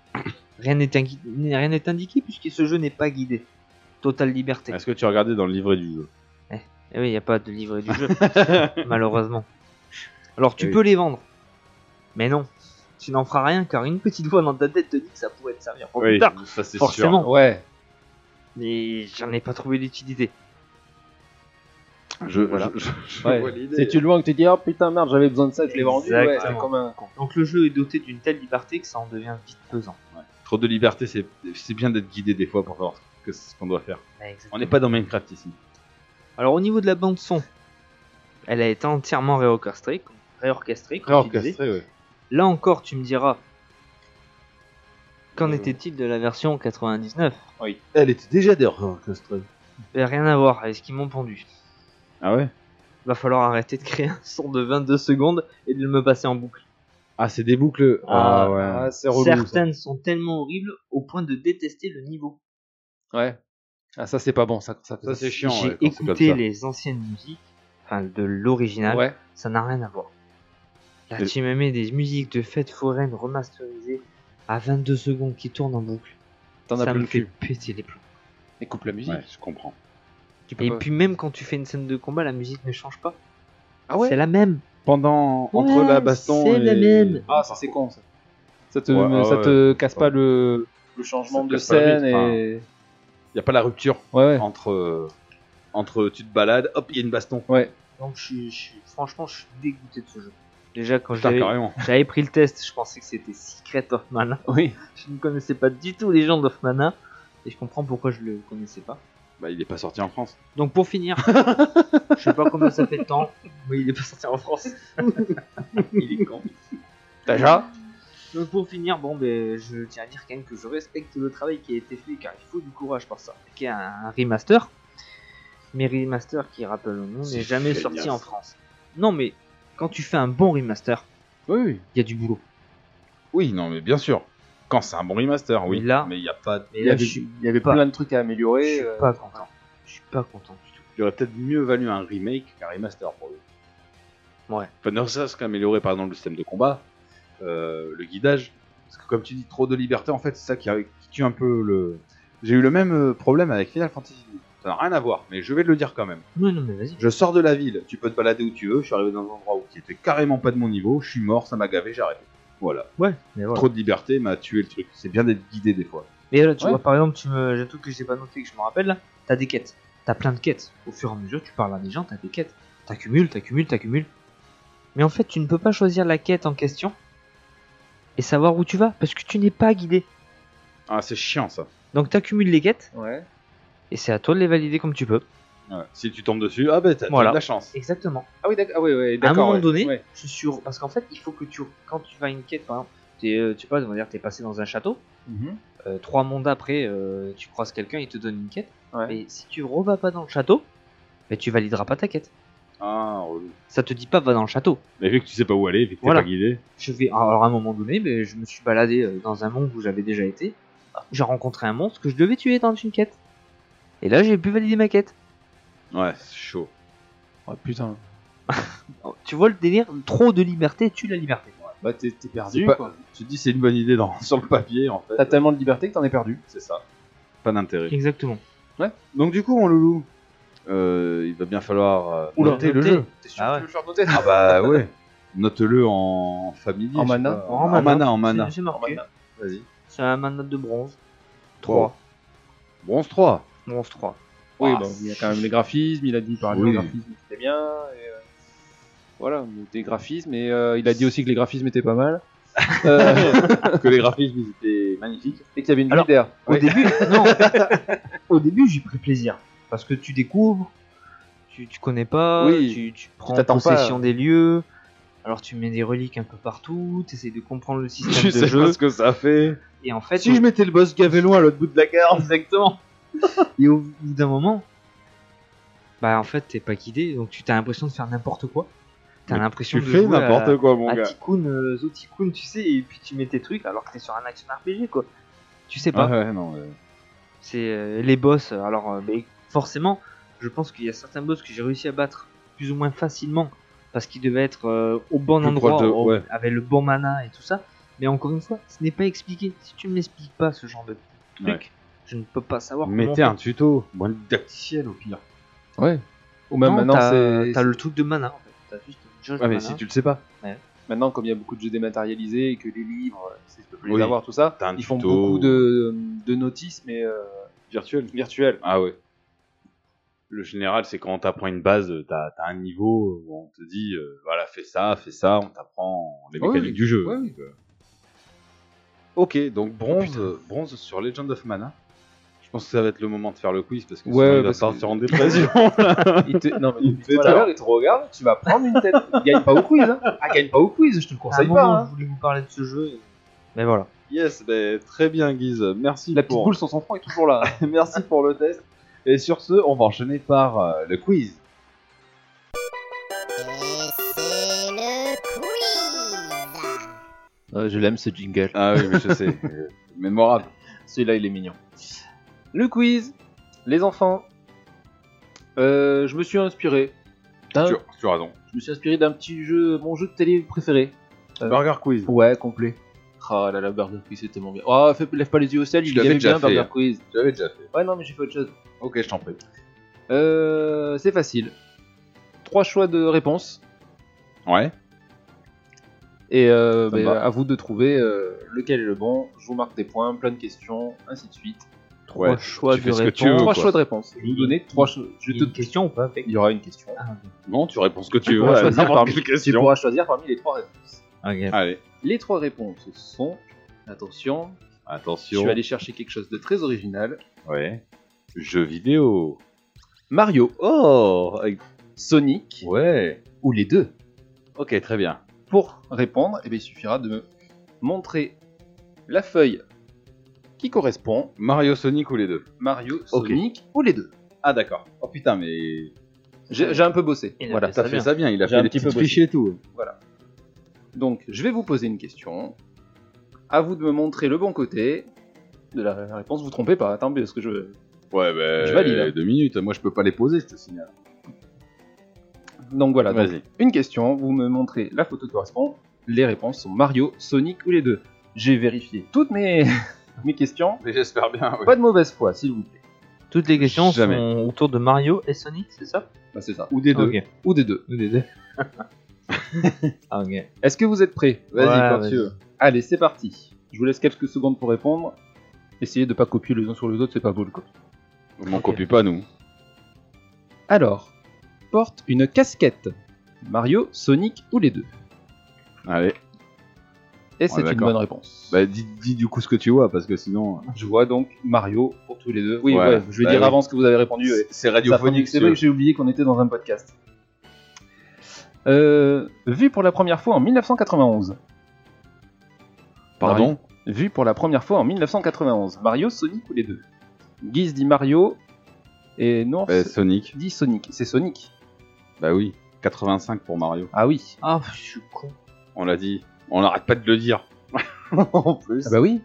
Speaker 8: *coughs* Rien n'est ingui- rien n'est indiqué puisque ce jeu n'est pas guidé. Totale liberté.
Speaker 4: Est-ce que tu regardais dans le livret du jeu
Speaker 8: Eh oui, il n'y a pas de
Speaker 4: *laughs*
Speaker 8: livret du jeu, malheureusement. Alors tu
Speaker 4: Eh oui.
Speaker 8: peux les vendre, mais non, tu n'en feras rien car une petite voix dans ta tête te dit que ça pourrait te servir pour plus tard.
Speaker 4: ça c'est sûr.
Speaker 8: Forcément,
Speaker 6: Ouais.
Speaker 8: mais j'en ai pas trouvé d'utilité.
Speaker 4: Je,
Speaker 8: Voilà.
Speaker 4: je- je- je
Speaker 6: Ouais.
Speaker 4: vois l'idée.
Speaker 6: C'est tu le vois que tu dis, oh putain, merde, j'avais besoin de ça, je l'ai vendu. Ouais,
Speaker 8: Exactement.
Speaker 6: c'est comme un con.
Speaker 8: Donc le jeu est doté d'une telle liberté que ça en devient vite pesant.
Speaker 4: Trop de liberté, c'est c'est bien d'être guidé des fois pour savoir ce que- ce qu'on doit faire. On n'est
Speaker 8: Exactement.
Speaker 4: pas dans Minecraft ici.
Speaker 8: Alors au niveau de la bande son, elle a été entièrement réorchestrée. comme- Réorchestrée, comme tu disais.
Speaker 4: ouais.
Speaker 8: Là encore, tu me diras, qu'en
Speaker 4: Euh.
Speaker 8: était-il de la version 99
Speaker 4: Elle était déjà hein, réorchestrée.
Speaker 8: Euh, Rien à voir avec ce qu'ils m'ont pendu.
Speaker 4: Ah ouais
Speaker 8: Va falloir arrêter de créer un son de 22 secondes et de me passer en boucle.
Speaker 4: Ah, c'est des boucles.
Speaker 8: Ah,
Speaker 4: ouais.
Speaker 6: Ah, c'est relou. ça.
Speaker 8: Certaines sont tellement horribles au point de détester le niveau.
Speaker 6: Ouais. Ah, ça, c'est pas bon. Ça, ça,
Speaker 4: Ça, c'est chiant.
Speaker 8: J'ai
Speaker 4: ouais, quand c'est comme
Speaker 8: écouté
Speaker 4: ça.
Speaker 8: les anciennes musiques, enfin de l'original,
Speaker 6: Ouais.
Speaker 8: ça n'a rien à voir. Là,
Speaker 4: Et-
Speaker 8: tu me mets des musiques de fêtes foraines remasterisées à 22 secondes qui tournent en boucle.
Speaker 6: T'en as
Speaker 8: ça
Speaker 6: plus
Speaker 8: me
Speaker 6: le
Speaker 8: fait
Speaker 6: cul.
Speaker 8: péter les plombs.
Speaker 6: Et coupe la musique.
Speaker 4: Ouais, je comprends.
Speaker 6: Tu peux
Speaker 8: Et
Speaker 6: pas-
Speaker 8: puis même quand tu fais une scène de combat, la musique ne change pas.
Speaker 6: Ah ouais
Speaker 8: C'est la même.
Speaker 4: Pendant. entre
Speaker 8: Ouais,
Speaker 4: la baston.
Speaker 8: c'est
Speaker 4: et...
Speaker 8: la même.
Speaker 6: Ah, ça c'est con ça. Ça te,
Speaker 4: Ouais, ah
Speaker 6: ça
Speaker 4: ouais.
Speaker 6: te casse pas le, le changement
Speaker 4: Ça te
Speaker 6: de
Speaker 4: casse pas le
Speaker 6: scène
Speaker 4: rythme,
Speaker 6: et.
Speaker 4: Y a pas la rupture
Speaker 6: Ouais, ouais.
Speaker 4: entre. euh, Entre tu te balades, hop, il y a une baston.
Speaker 6: Ouais.
Speaker 8: Donc je suis, je suis- franchement, je suis dégoûté de ce jeu. Déjà quand
Speaker 4: Putain,
Speaker 8: j'avais-
Speaker 4: carrément.
Speaker 8: j'avais pris le test, je pensais que c'était Secret of Mana.
Speaker 6: Oui.
Speaker 8: Je ne connaissais pas du tout les gens d'Of Mana et je comprends pourquoi je le connaissais pas.
Speaker 4: Bah, il est pas sorti en France.
Speaker 8: Donc pour *laughs* finir, je sais pas combien ça fait de temps, mais il est pas sorti en France.
Speaker 4: Il est *laughs* con.
Speaker 6: Déjà
Speaker 8: Donc pour finir, bon, ben, je tiens à dire quand même que je respecte le travail qui a été fait, car il faut du courage pour ça. Qui est un, un remaster, mais remaster qui rappelle au nom n'est
Speaker 4: C'est
Speaker 8: jamais
Speaker 4: feignasse.
Speaker 8: sorti en France. Non, mais quand tu fais un bon remaster,
Speaker 6: Oui, oui.
Speaker 8: il y a du boulot.
Speaker 4: Oui, non, mais bien sûr. Quand c'est un bon remaster, oui.
Speaker 8: Mais là-
Speaker 4: mais il y a pas.
Speaker 8: Mais
Speaker 6: Il y
Speaker 8: là,
Speaker 6: avait-
Speaker 8: je suis- il y avait pas.
Speaker 6: Plein de trucs à
Speaker 8: Je
Speaker 6: améliorer.
Speaker 8: suis
Speaker 6: euh,
Speaker 8: pas content. Je suis pas content du tout.
Speaker 4: Il aurait peut-être mieux valu un remake qu'un remaster pour eux.
Speaker 8: Ouais.
Speaker 4: Enfin, ne serait-ce qu'améliorer par exemple le système de combat, euh, le guidage. Parce que comme tu dis, trop de liberté, en fait, c'est ça qui, qui tue un peu le. J'ai eu le même euh, problème avec Final Fantasy. Ça n'a rien à voir, mais je vais te le dire quand même.
Speaker 8: Non, non, mais vas-y.
Speaker 4: Je sors de la ville, tu peux te balader où tu veux, je suis arrivé dans un endroit où qui était carrément pas de mon niveau, je suis mort, ça m'a gavé, j'ai arrêté. Voilà.
Speaker 8: Ouais, mais voilà.
Speaker 4: Trop de liberté m'a tué le truc. C'est bien d'être guidé des fois.
Speaker 8: Mais là, tu
Speaker 6: Ouais.
Speaker 8: vois, par exemple, tu me... j'ai un truc que j'ai pas noté que je me rappelle là. T'as des quêtes. T'as plein de quêtes. Au fur et à mesure, tu parles à des gens, t'as des quêtes. T'accumules, t'accumules, t'accumules. Mais en fait, tu ne peux pas choisir la quête en question et savoir où tu vas parce que tu n'es pas guidé.
Speaker 4: Ah, c'est chiant ça.
Speaker 8: Donc, t'accumules les quêtes
Speaker 6: Ouais.
Speaker 8: et c'est à toi de les valider comme tu peux.
Speaker 4: Ouais. Si tu tombes dessus, ah ben t'as t'as
Speaker 8: Voilà.
Speaker 4: de la chance.
Speaker 8: Exactement.
Speaker 6: Ah oui, d'accord. Ah, oui, oui,
Speaker 8: À un
Speaker 6: d'accord,
Speaker 8: moment
Speaker 6: ouais.
Speaker 8: donné,
Speaker 6: Ouais.
Speaker 8: je suis sûr. Parce qu'en fait, il faut que tu. Quand tu vas à une quête, par exemple, t'es, euh, tu sais pas, on va dire, t'es passé dans un château.
Speaker 6: Mhm.
Speaker 8: euh, trois mondes après, euh, tu croises quelqu'un, il te donne une quête.
Speaker 6: Ouais.
Speaker 8: Mais si tu revas pas dans le château, ben, tu valideras pas ta quête.
Speaker 4: Ah, relou.
Speaker 8: ça te dit pas va dans le château.
Speaker 4: Mais vu que tu sais pas où aller, vu que t'es
Speaker 8: Voilà.
Speaker 4: pas guidé.
Speaker 8: Je vais alors à un moment donné, ben, je me suis baladé euh, dans un monde où j'avais déjà été. J'ai rencontré un monstre que je devais tuer dans une quête. Et là, j'ai pu valider ma quête.
Speaker 4: Ouais, c'est chaud.
Speaker 6: Oh, putain.
Speaker 8: Oh, Tu vois le délire Trop de liberté tue la liberté.
Speaker 6: Bah, t'es t'es
Speaker 4: C'est
Speaker 6: perdu.
Speaker 4: pas-
Speaker 6: quoi.
Speaker 4: Tu te dis c'est une bonne idée dans... *laughs* sur le papier en fait.
Speaker 6: T'as tellement de liberté que t'en es perdu.
Speaker 4: C'est ça. Pas d'intérêt.
Speaker 8: Exactement.
Speaker 4: Donc du coup mon loulou, euh, il va bien falloir euh,
Speaker 6: Oula,
Speaker 4: noter le jeu.
Speaker 6: T'es sûr que
Speaker 8: Ah ouais.
Speaker 6: tu veux le faire noter
Speaker 4: Ah bah *laughs* ouais. Note-le en familier.
Speaker 6: En
Speaker 4: je sais
Speaker 6: mana.
Speaker 4: pas.
Speaker 8: En
Speaker 4: En
Speaker 8: mana.
Speaker 4: mana, en mana.
Speaker 8: C'est- C'est marqué.
Speaker 4: Vas-y.
Speaker 8: C'est un mandat de bronze.
Speaker 4: Trois. Bronze 3.
Speaker 8: Bronze 3.
Speaker 6: Oui,
Speaker 8: Ah,
Speaker 6: bah, il y a quand même les graphismes, il a dit par exemple
Speaker 4: Oui.
Speaker 6: les graphismes c'était bien. et, euh, voilà, des graphismes, et euh, il a dit aussi que les graphismes étaient pas
Speaker 4: *laughs*
Speaker 6: mal. Euh,
Speaker 4: que les graphismes ils étaient magnifiques.
Speaker 6: et qu'il y avait une
Speaker 8: Alors-
Speaker 6: Alors... d'air.
Speaker 8: Au début, non. Au début, j'ai pris plaisir parce que tu découvres,
Speaker 5: tu, tu connais pas,
Speaker 4: Oui,
Speaker 5: tu, tu prends
Speaker 4: t'attends pas.
Speaker 5: possession des lieux, alors tu mets des reliques un peu partout, tu essaies de comprendre le
Speaker 4: *laughs*
Speaker 5: système
Speaker 4: Tu
Speaker 5: de
Speaker 4: sais
Speaker 5: jeu,
Speaker 4: pas ce que ça fait.
Speaker 5: et en fait,
Speaker 4: Si je mettais le boss Gavelon à l'autre bout de la gare, exactement.
Speaker 5: Et au bout d'un moment, bah en fait t'es pas guidé, donc tu t'as l'impression de faire n'importe quoi. T'as
Speaker 4: Mais
Speaker 5: l'impression
Speaker 4: Tu
Speaker 5: de
Speaker 4: fais
Speaker 5: jouer
Speaker 4: n'importe quoi, mon
Speaker 5: à, à
Speaker 4: gars.
Speaker 5: Tycoon, euh, The Tycoon, tu sais, et puis tu mets tes trucs alors que t'es sur un action RPG quoi. Tu sais pas.
Speaker 4: Ah ouais, non, ouais.
Speaker 5: C'est euh, les boss. Alors, euh, mais forcément, je pense qu'il y a certains boss que j'ai réussi à battre plus ou moins facilement parce qu'ils devaient être euh, au bon
Speaker 4: Plus
Speaker 5: endroit,
Speaker 4: proche de-
Speaker 5: au-
Speaker 4: ouais.
Speaker 5: avec le bon mana et tout ça. Mais encore une fois, ce n'est pas expliqué. Si tu ne m'expliques pas ce genre de truc,
Speaker 4: Ouais.
Speaker 5: je ne peux pas savoir. comment
Speaker 4: Mettez un tuto, bon, le dacticiel au pire.
Speaker 6: Ouais. Ou même
Speaker 5: Non,
Speaker 6: maintenant,
Speaker 5: t'as,
Speaker 6: c'est.
Speaker 5: t'as le truc de mana. En fait. T'as juste une jauge
Speaker 4: Ouais,
Speaker 5: de
Speaker 4: Ah, mais
Speaker 5: mana.
Speaker 4: si tu le sais pas,
Speaker 6: Maintenant, comme il y a beaucoup de jeux dématérialisés et que les livres, c'est- tu peux plus
Speaker 4: Oui.
Speaker 6: les avoir, tout ça,
Speaker 4: T'as un
Speaker 6: ils font
Speaker 4: tuto.
Speaker 6: beaucoup de, de notices, mais euh,
Speaker 4: virtuel.
Speaker 6: virtuelles.
Speaker 4: Ah ouais. Le général, c'est quand on t'apprend une base, euh, t'as t'as un niveau où on te dit, euh, voilà, fais ça, fais ça, on t'apprend les
Speaker 6: Ah Ouais,
Speaker 4: mécaniques
Speaker 6: oui.
Speaker 4: du jeu.
Speaker 6: Ouais,
Speaker 4: *laughs*
Speaker 6: Oh, oui.
Speaker 4: Ok, donc bronze, euh, bronze sur Legend of Mana. Je pense que ça va être le moment de faire le quiz parce que
Speaker 6: Ouais,
Speaker 4: sinon il va
Speaker 6: parce que-
Speaker 4: sortir en
Speaker 6: *laughs*
Speaker 4: dépression.
Speaker 6: Il te- Non, mais
Speaker 4: Il
Speaker 6: depuis
Speaker 4: fait
Speaker 6: tout à
Speaker 4: peur.
Speaker 6: l'heure, il te regarde, tu vas prendre une tête. gagne pas au quiz. Hein. Ah, gagne pas au quiz, je te le
Speaker 5: À un
Speaker 6: conseille pas.
Speaker 5: moment,
Speaker 6: hein.
Speaker 5: je voulais vous parler de ce jeu. et- Mais voilà.
Speaker 4: yes, ben, très bien Guise, merci
Speaker 6: La petite
Speaker 4: pour...
Speaker 6: boule sur son front est toujours là.
Speaker 4: *laughs* merci pour le test. Et sur ce, on va enchaîner par euh, le quiz.
Speaker 6: je l'aime ce jingle.
Speaker 4: Ah oui, mais je sais, *laughs* euh, mémorable.
Speaker 6: Celui-là, il est mignon. Le quiz, les enfants. Euh, je me suis inspiré. d'un-
Speaker 4: Tu, tu as raison.
Speaker 6: Hein Je me suis inspiré d'un petit jeu, mon jeu de télé préféré. Euh,
Speaker 4: Burger quiz.
Speaker 6: Ouais, complet. Ah là là, Burger Quiz, c'était mon bien. Oh, fais- lève pas les yeux au ciel,
Speaker 4: Je
Speaker 6: il y
Speaker 4: l'avais
Speaker 6: avait
Speaker 4: déjà
Speaker 6: bien
Speaker 4: fait,
Speaker 6: Burger
Speaker 4: hein.
Speaker 6: Quiz.
Speaker 4: Je l'avais déjà fait.
Speaker 6: Ouais, non, mais j'ai fait autre chose.
Speaker 4: Ok, je t'en prie.
Speaker 6: Euh, c'est facile. Trois choix de réponse.
Speaker 4: Ouais.
Speaker 6: Et euh,
Speaker 4: Ça
Speaker 6: bah,
Speaker 4: me va.
Speaker 6: à vous de trouver euh, lequel est le bon. Je vous marque des points, plein de questions, ainsi de suite.
Speaker 4: Trois
Speaker 5: Trois choix
Speaker 4: tu
Speaker 5: de
Speaker 4: fais ce que
Speaker 5: réponse.
Speaker 4: tu veux,
Speaker 6: trois
Speaker 4: quoi.
Speaker 6: choix de réponse. Je vais vous donner trois choix. Je
Speaker 5: Il
Speaker 6: vais
Speaker 5: y a
Speaker 6: te-
Speaker 5: une question ou pas Pec
Speaker 6: Il y aura une question.
Speaker 5: Ah,
Speaker 4: Non, tu réponds ce que tu
Speaker 6: Tu
Speaker 4: veux
Speaker 6: pourras
Speaker 4: à
Speaker 6: choisir
Speaker 4: n'importe
Speaker 6: parmi-
Speaker 4: quelle
Speaker 6: Tu
Speaker 4: question.
Speaker 6: pourras choisir parmi les trois réponses.
Speaker 5: ok.
Speaker 4: Allez,
Speaker 6: Les trois réponses sont. Attention, je
Speaker 4: attention.
Speaker 6: suis allé chercher quelque chose de très original.
Speaker 4: Ouais. Jeux vidéo.
Speaker 6: Mario,
Speaker 4: Oh avec-
Speaker 6: Sonic
Speaker 4: Ouais.
Speaker 6: ou les deux
Speaker 4: Ok, très bien.
Speaker 6: Pour répondre, eh bien, il suffira de me montrer la feuille qui correspond.
Speaker 4: Mario Sonic ou les deux
Speaker 6: Mario,
Speaker 4: Ok.
Speaker 6: Sonic ou les deux
Speaker 4: Ah d'accord. Oh putain, mais
Speaker 6: J'ai j'ai un peu bossé.
Speaker 5: Il a
Speaker 6: voilà.
Speaker 5: fait
Speaker 4: t'as
Speaker 5: ça
Speaker 4: fait
Speaker 5: bien.
Speaker 4: ça bien. Il a
Speaker 6: J'ai
Speaker 4: fait
Speaker 6: un
Speaker 4: des
Speaker 6: petit peu
Speaker 4: petits
Speaker 6: bossé.
Speaker 4: fichiers et tout.
Speaker 6: Donc, je vais vous poser une question. À vous de me montrer le bon côté de la la réponse. Vous trompez pas, attendez, parce que je.
Speaker 4: Ouais, ben.
Speaker 6: Je valide, hein.
Speaker 4: Deux minutes. Moi, je peux pas les poser, je te signale.
Speaker 6: Donc voilà, donc,
Speaker 4: Vas-y.
Speaker 6: une question. Vous me montrez la photo qui correspond. Les réponses sont Mario, Sonic ou les deux. J'ai vérifié toutes mes, *laughs* mes questions.
Speaker 4: Mais j'espère bien. oui.
Speaker 6: Pas de mauvaise foi, s'il vous plaît.
Speaker 5: Toutes les questions
Speaker 4: Jamais.
Speaker 5: sont autour de Mario et Sonic, c'est ça
Speaker 6: Bah, c'est ça.
Speaker 4: Ou des deux.
Speaker 5: Ok.
Speaker 6: Ou des deux.
Speaker 5: Ou des deux. Ah, ok.
Speaker 6: Est-ce que vous êtes prêts
Speaker 4: Vas-y,
Speaker 5: Ouais,
Speaker 4: quand
Speaker 5: vas-y.
Speaker 4: tu veux.
Speaker 6: Allez, c'est parti. Je vous laisse quelques secondes pour répondre. Essayez de pas copier les uns sur les autres, c'est pas beau le coup.
Speaker 4: On copie pas nous.
Speaker 6: Alors, porte une casquette. Mario, Sonic ou les deux
Speaker 4: Allez.
Speaker 6: Et c'est une
Speaker 4: d'accord.
Speaker 6: bonne réponse.
Speaker 4: Bah dis, dis du coup ce que tu vois parce que sinon. euh,
Speaker 6: Je vois donc Mario pour tous les deux. Oui,
Speaker 4: Ouais.
Speaker 6: ouais, je vais
Speaker 4: Bah
Speaker 6: dire
Speaker 4: oui.
Speaker 6: avant ce que vous avez répondu. ouais.
Speaker 4: C'est
Speaker 6: Ça, C'est vrai que j'ai oublié qu'on était dans un podcast. Euh, vu pour la première fois en 1991.
Speaker 4: Pardon.
Speaker 6: Vu pour la première fois en 1991. Mario, Sonic ou les deux Guise dit Mario et Nours
Speaker 4: Bah, Sonic.
Speaker 6: dit Sonic. C'est Sonic.
Speaker 4: Bah oui. 85 pour Mario.
Speaker 6: Ah oui.
Speaker 5: Ah, je suis con.
Speaker 4: On l'a dit. On n'arrête pas de le dire. *laughs* en plus.
Speaker 6: Ah bah oui.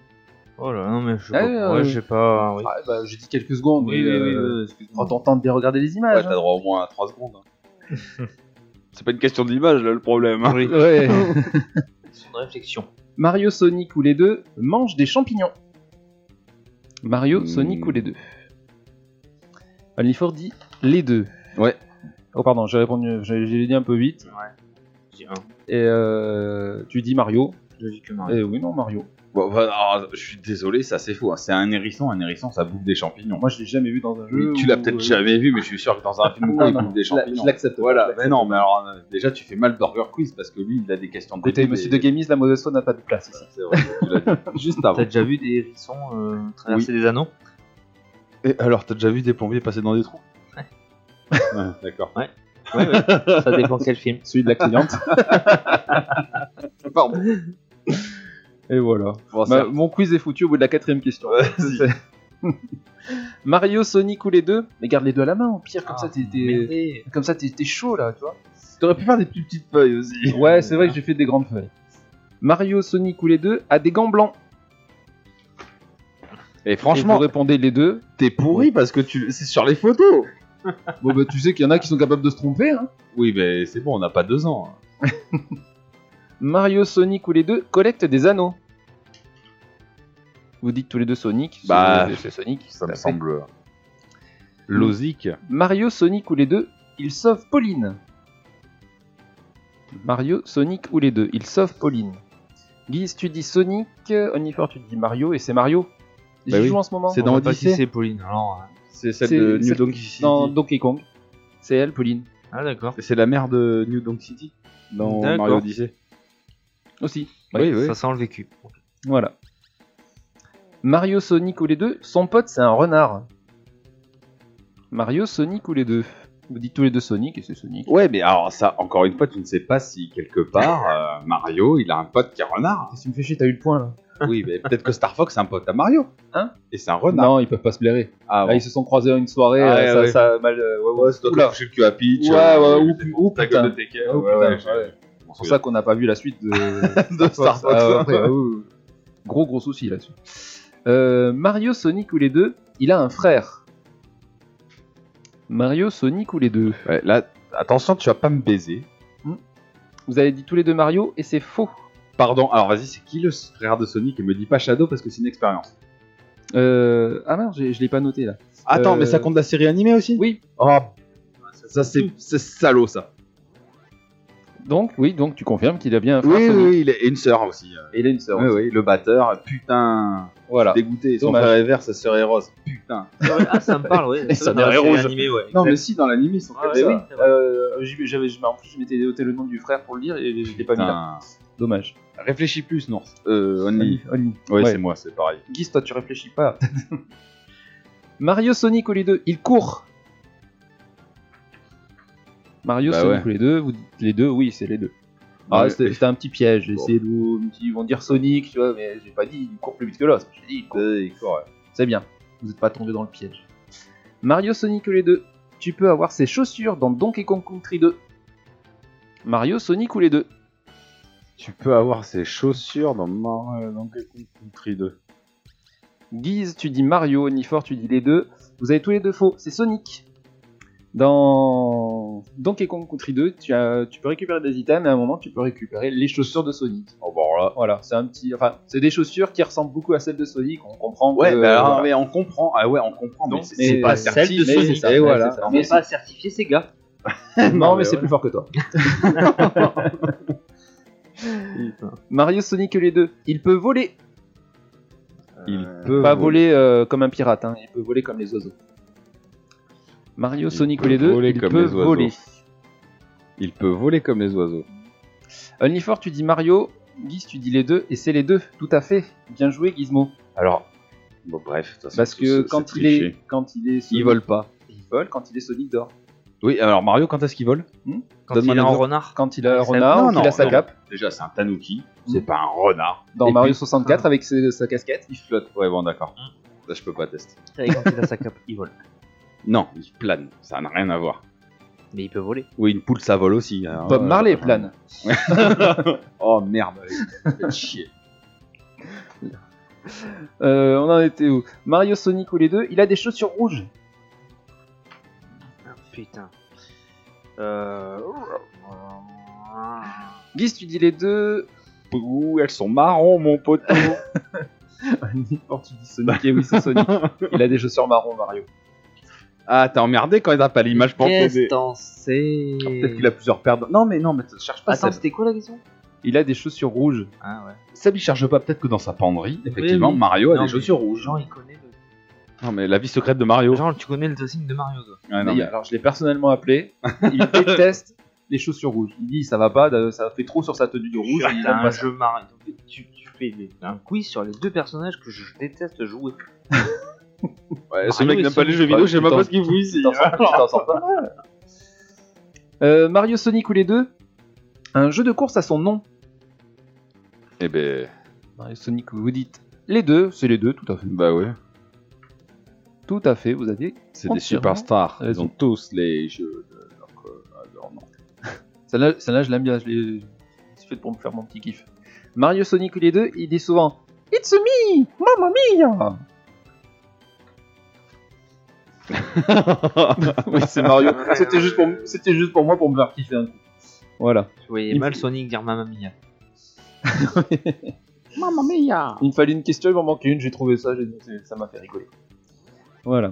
Speaker 5: Oh là, non, mais je sais
Speaker 6: Ah,
Speaker 5: pas.
Speaker 6: euh,
Speaker 5: ouais, je sais pas. hein, Oui.
Speaker 6: Ah, bah, j'ai dit quelques secondes.
Speaker 5: Oui,
Speaker 6: mais,
Speaker 5: oui, oui,
Speaker 6: euh,
Speaker 5: oui,
Speaker 6: Prends
Speaker 5: excuse-moi.
Speaker 6: ton temps de bien regarder les
Speaker 4: Ouais,
Speaker 6: images. hein.
Speaker 4: t'as droit au moins à 3 secondes. hein. *laughs* c'est pas une question d'image là le problème. hein.
Speaker 5: Oui,
Speaker 6: hein. Ouais. *laughs*
Speaker 5: c'est une réflexion.
Speaker 6: Mario, Sonic ou les deux mangent des champignons. Mario,
Speaker 4: Hmm.
Speaker 6: Sonic ou les deux Only Four dit les deux.
Speaker 4: Ouais.
Speaker 6: Oh pardon, j'ai répondu, j'ai j'ai dit un peu vite.
Speaker 5: J'ai un.
Speaker 6: Et euh, tu dis Mario.
Speaker 5: Je dis que Mario.
Speaker 6: Et oui, non, Mario.
Speaker 4: Bon, bah, alors, je suis désolé, ça c'est faux. hein. C'est un hérisson, un hérisson ça bouffe des champignons.
Speaker 6: Moi, je l'ai jamais vu dans un
Speaker 4: Oui,
Speaker 6: jeu.
Speaker 4: tu l'as
Speaker 6: où- euh,
Speaker 4: peut-être jamais vu, mais je suis sûr que dans un
Speaker 6: *laughs*
Speaker 4: film où il
Speaker 6: non,
Speaker 4: bouffe des
Speaker 6: Je la-
Speaker 4: champignons.
Speaker 6: je l'accepte.
Speaker 4: Voilà, mais non, mais alors euh, déjà tu fais mal Burger Quiz parce que lui il a des questions
Speaker 6: Écoutez,
Speaker 4: débiles
Speaker 6: monsieur
Speaker 4: et-
Speaker 6: de Gamis, la mauvaise foi n'a pas de place ici.
Speaker 4: *laughs* C'est vrai, tu l'as dit Juste avant.
Speaker 5: T'as déjà vu des hérissons euh, traverser des anneaux
Speaker 4: Et alors, t'as déjà vu des plombiers passer dans des trous Ouais,
Speaker 6: *laughs*
Speaker 4: D'accord.
Speaker 5: Ouais, ouais. ça dépend quel film.
Speaker 6: Celui de la cliente. Pardon. *laughs* Et voilà.
Speaker 5: Bon,
Speaker 6: Bah, mon quiz est foutu au bout de la quatrième question. *laughs*
Speaker 5: c'est-
Speaker 6: Mario, Sonic ou les deux Mais garde les deux à la main, au pire, comme
Speaker 5: Ah,
Speaker 6: ça t'es-
Speaker 5: merde.
Speaker 6: t'es comme ça, t'es- t'es chaud là, tu vois.
Speaker 4: T'aurais pu faire des plus petites feuilles aussi.
Speaker 6: Ouais, c'est vrai que j'ai fait des grandes feuilles. Mario, Sonic ou les deux à des gants blancs.
Speaker 4: Et
Speaker 6: Et
Speaker 4: franchement,
Speaker 6: vous répondez les deux.
Speaker 4: t'es pourri parce que tu... c'est sur les photos.
Speaker 6: Bon bah tu sais qu'il y en a qui sont capables de se tromper. Hein.
Speaker 4: Oui, mais c'est bon, on n'a pas deux ans. hein,
Speaker 6: Mario, Sonic ou les deux collectent des anneaux. Vous dites tous les deux Sonic. c'est-
Speaker 4: Bah,
Speaker 6: c'est Sonic.
Speaker 4: Ça
Speaker 6: tout
Speaker 4: me
Speaker 6: à fait.
Speaker 4: semble Mmh. logique.
Speaker 6: Mario, Sonic ou les deux, ils sauvent Pauline. Mario, Sonic ou les deux, ils sauvent Pauline. Guise, tu dis Sonic, euh, Onifor, tu dis Mario, et c'est Mario. J'y
Speaker 4: Bah oui,
Speaker 6: joue en ce moment.
Speaker 4: C'est
Speaker 5: On
Speaker 4: dans
Speaker 5: voit pas
Speaker 4: Odyssey.
Speaker 5: si c'est Pauline. Alors, hein.
Speaker 4: C'est celle de New
Speaker 6: celle-
Speaker 4: Donk City.
Speaker 6: dans Donkey Kong. C'est elle, Pauline.
Speaker 5: Ah d'accord.
Speaker 4: C'est la mère de New Donk City dans
Speaker 5: D'accord.
Speaker 4: Mario Odyssey.
Speaker 6: Aussi.
Speaker 4: Oui, oui.
Speaker 5: Ça sent le vécu.
Speaker 6: Voilà. Mario, Sonic ou les deux, son pote, c'est un renard. Mario, Sonic ou les deux. Vous dites tous les deux Sonic, et c'est Sonic.
Speaker 4: Ouais, mais alors ça, encore une fois, tu ne sais pas si quelque part euh, Mario, il a un pote qui est renard.
Speaker 6: Si tu Oh, me fais chier, t'as eu le point là.
Speaker 4: *laughs* Oui, mais peut-être que Star Fox, c'est un pote à Mario.
Speaker 6: Hein
Speaker 4: Et c'est un renard.
Speaker 6: Non, ils peuvent pas se blairer.
Speaker 4: Ah,
Speaker 6: Ah,
Speaker 4: bon.
Speaker 6: ils se sont croisés à une soirée,
Speaker 4: Ah,
Speaker 6: euh,
Speaker 4: ouais,
Speaker 6: ça,
Speaker 4: ouais.
Speaker 6: ça a mal. euh, ouais, ouais.
Speaker 4: Ouais, c'est toi qui
Speaker 6: Oula.
Speaker 4: as touché le cul à Peach.
Speaker 6: Ouais,
Speaker 4: euh,
Speaker 6: ouais, ou-
Speaker 4: c'est
Speaker 6: ou
Speaker 4: ta
Speaker 6: putain.
Speaker 4: gueule de TK,
Speaker 6: Ah, ou
Speaker 4: ouais,
Speaker 6: putain,
Speaker 4: ouais, je-
Speaker 6: ouais.
Speaker 4: je m'en
Speaker 6: C'est pour ça
Speaker 4: souviens.
Speaker 6: qu'on n'a pas vu la suite
Speaker 4: *laughs*
Speaker 6: de,
Speaker 4: De Star Fox.
Speaker 6: Ah, ouais, après, ouais, ouais, ouais. Gros gros souci là-dessus. Euh, Mario, Sonic ou les deux, il a un frère. Mario, Sonic ou les deux.
Speaker 4: Ouais, là, attention, tu vas pas me baiser.
Speaker 6: Vous avez dit tous les deux Mario et c'est faux.
Speaker 4: Pardon, alors vas-y, c'est qui le frère de Sonic Et me dis pas Shadow parce que c'est une expérience.
Speaker 6: Euh, Ah merde, j'ai- je l'ai pas noté là.
Speaker 4: Attends,
Speaker 6: Euh,
Speaker 4: mais ça compte la série animée aussi
Speaker 6: Oui,
Speaker 4: Oh, ça c'est c'est salaud ça.
Speaker 6: donc oui, donc tu confirmes qu'il a bien un frère.
Speaker 4: Oui,
Speaker 6: Sonic.
Speaker 4: oui, il est- et une sœur aussi. euh.
Speaker 6: Et il a une sœur.
Speaker 4: Oui, oui, le batteur, putain.
Speaker 6: Voilà.
Speaker 4: Dégoûté, son
Speaker 6: Dommage.
Speaker 4: frère est vert, sa sœur est rose. Putain.
Speaker 5: Ah, ça me parle, ouais.
Speaker 6: Ça, dans la série
Speaker 5: Animé, ouais.
Speaker 4: Non, mais si, dans l'anime, ils sont
Speaker 5: Ah,
Speaker 4: frères et
Speaker 5: ouais,
Speaker 4: sœurs.
Speaker 5: c'est vrai.
Speaker 6: Euh, j'y- j'avais, j'avais- en plus, je m'étais noté le nom du frère pour le dire et je l'ai pas mis là.
Speaker 4: Putain.
Speaker 6: Ah, Dommage.
Speaker 4: Réfléchis plus, non Euh, Only.
Speaker 6: Only.
Speaker 4: Ouais,
Speaker 6: Ouais.
Speaker 4: c'est moi, c'est pareil.
Speaker 6: Guise, toi, tu réfléchis pas. Mario, Sonic ou les deux Ils courent. Mario,
Speaker 4: Bah
Speaker 6: Sonic
Speaker 4: ouais.
Speaker 6: ou les deux Vous dites les deux Oui, c'est les deux.
Speaker 4: Ah,
Speaker 6: Ah,
Speaker 4: ouais.
Speaker 6: c'était c'était un petit piège. J'ai
Speaker 4: Bon.
Speaker 6: essayé de vous. Ils vont dire Sonic, tu vois, mais j'ai pas dit il court plus vite que l'autre. J'ai dit il court.
Speaker 4: Euh, il court, ouais.
Speaker 6: C'est bien. Vous n'êtes pas tombé dans le piège. Mario, Sonic ou les deux Tu peux avoir ces chaussures dans Donkey Kong Country 2. Mario, Sonic ou les deux
Speaker 4: Tu peux avoir ces chaussures dans Mario Donkey Kong Country 2.
Speaker 6: Guise, tu dis Mario, Nifor, tu dis les deux. Vous avez tous les deux faux, c'est Sonic. Dans Donkey Kong Country 2, tu, as- tu peux récupérer des items et à un moment tu peux récupérer les chaussures de Sonic.
Speaker 4: Oh, bon, là.
Speaker 6: Voilà, c'est un petit, enfin, c'est des chaussures qui ressemblent beaucoup à celles de Sonic. On comprend.
Speaker 4: Ouais,
Speaker 6: que-
Speaker 4: mais, alors,
Speaker 6: voilà.
Speaker 4: mais on comprend. Ah ouais, on comprend.
Speaker 6: Non,
Speaker 4: Euh, mais c'est
Speaker 6: mais-
Speaker 4: c'est pas
Speaker 6: celle
Speaker 4: certi,
Speaker 6: de
Speaker 4: mais
Speaker 6: Sonic.
Speaker 4: c'est ça,
Speaker 6: Et
Speaker 4: ouais,
Speaker 6: voilà.
Speaker 4: c'est ça.
Speaker 6: On
Speaker 5: On n'est pas certifié, ces gars.
Speaker 6: *laughs* non, mais,
Speaker 4: mais
Speaker 6: c'est
Speaker 4: voilà.
Speaker 6: plus fort que toi. Mario, Sonic et les deux, il peut voler.
Speaker 4: Il peut
Speaker 6: Pas voler euh, comme un pirate, hein, il peut voler comme les oiseaux. Mario,
Speaker 4: Il
Speaker 6: Sonic ou
Speaker 4: peut
Speaker 6: les deux,
Speaker 4: voler
Speaker 6: il
Speaker 4: comme
Speaker 6: peut
Speaker 4: les oiseaux.
Speaker 6: voler.
Speaker 4: Il peut voler comme les oiseaux.
Speaker 6: Onlyfor, tu dis Mario, Guise, tu dis les deux, et c'est les deux, tout à fait. Bien joué, Gizmo.
Speaker 4: Alors, bon, bref. de toute façon,
Speaker 6: Parce
Speaker 4: ce-
Speaker 6: que
Speaker 4: ce-
Speaker 6: quand
Speaker 4: c'est
Speaker 6: il, est,
Speaker 4: triché.
Speaker 6: quand il est Sonic,
Speaker 4: Il vole pas.
Speaker 6: il vole, quand il est Sonic, dort.
Speaker 4: Oui, alors Mario, quand est-ce qu'il vole
Speaker 5: Quand
Speaker 4: Donne-moi
Speaker 5: il est
Speaker 4: un
Speaker 5: en
Speaker 4: exemple.
Speaker 5: renard.
Speaker 6: Quand il a un
Speaker 5: Ça-
Speaker 6: renard,
Speaker 4: non,
Speaker 6: ou qu'il
Speaker 4: non,
Speaker 6: a sa
Speaker 4: non.
Speaker 6: cape.
Speaker 4: Déjà, c'est un tanuki, c'est pas un renard.
Speaker 6: Dans
Speaker 4: Et
Speaker 6: Mario
Speaker 4: puis, Ah.
Speaker 6: 64, avec ses- sa casquette.
Speaker 4: il flotte. Ouais, bon, d'accord. Là, Mm. je peux pas tester.
Speaker 5: Et Quand il a sa cape, il vole.
Speaker 4: Non, il plane. Ça n'a rien à voir.
Speaker 5: Mais il peut voler.
Speaker 4: Oui, une poule, ça vole aussi. hein.
Speaker 6: Bob
Speaker 4: Euh,
Speaker 6: Marley
Speaker 4: euh,
Speaker 6: plane.
Speaker 4: Oh merde, *laughs* faites chier.
Speaker 6: Euh, on en était où Mario, Sonic ou les deux, il a des chaussures rouges.
Speaker 5: Ah, Putain. Euh...
Speaker 6: Guise, tu dis les deux.
Speaker 4: Ouh, elles sont marrons, mon poteau.
Speaker 6: Onlyfor, tu dis Sonic, et Ah oui, c'est
Speaker 4: *laughs*
Speaker 6: Sonic. il a des chaussures marron, Mario.
Speaker 4: Ah, t'es emmerdé quand il n'a pas l'image pour
Speaker 5: Qu'est-ce
Speaker 4: t'aider.
Speaker 5: t'en sais
Speaker 6: Ah,
Speaker 4: Peut-être qu'il a plusieurs paires de... Non, mais non, mais t- cherche pas
Speaker 5: Attends,
Speaker 4: Seb.
Speaker 5: c'était quoi la question
Speaker 6: Il a des chaussures rouges.
Speaker 5: Ah ouais.
Speaker 4: Seb, il cherche pas. Peut-être que dans sa penderie, effectivement,
Speaker 5: oui.
Speaker 4: Mario a
Speaker 5: Non,
Speaker 4: des
Speaker 5: mais
Speaker 4: chaussures rouges.
Speaker 5: Genre, il connaît le...
Speaker 4: Non, mais la vie secrète de Mario.
Speaker 5: Genre, tu connais le design de Mario, toi.
Speaker 4: Ouais, Ah, non,
Speaker 6: Mais
Speaker 4: mais-
Speaker 6: Alors, je l'ai personnellement appelé.
Speaker 4: *laughs*
Speaker 6: Il déteste les chaussures rouges. Il dit ça va pas, euh, ça fait trop sur sa tenue de rouge. il aime
Speaker 5: T'as un
Speaker 6: pas ça.
Speaker 5: jeu Mario. Tu, tu fais des- un quiz sur les deux personnages que je déteste jouer.
Speaker 4: Ouais, ce
Speaker 5: Mario
Speaker 4: mec
Speaker 5: et
Speaker 4: n'aime pas les
Speaker 5: Sonic.
Speaker 4: jeux vidéo, je sais
Speaker 6: Bah, putain. hein.
Speaker 4: même pas ce qu'il fout ici.
Speaker 6: Tu t'en sors- tu t'en sors pas mal. Euh, Mario Sonic ou les deux Un jeu de course à son nom.
Speaker 4: Eh ben,
Speaker 6: Mario Sonic, vous dites les deux, c'est les deux, tout à fait.
Speaker 4: bah ouais.
Speaker 6: Tout à fait, vous avez.
Speaker 4: C'est des
Speaker 6: Entièrement.
Speaker 4: superstars.
Speaker 6: Vas-y.
Speaker 4: Ils ont tous les jeux de leur, euh, leur *laughs* nom.
Speaker 6: Celle-là, celle-là, je l'aime bien, je l'ai c'est fait pour me faire mon petit kiff. Mario Sonic ou les deux, il dit souvent It's me, mamma mia Oui, c'est
Speaker 5: *laughs*
Speaker 6: Mario. C'était juste, pour, c'était juste pour moi pour me faire kiffer un coup. Voilà.
Speaker 5: Tu voyais
Speaker 6: Il
Speaker 5: mal
Speaker 6: faut-
Speaker 5: Sonic dire Mamma Mia.
Speaker 6: Il me fallait une question, il m'en manquait une, j'ai trouvé ça, j'ai dit, c'est- ça m'a fait rigoler. Voilà.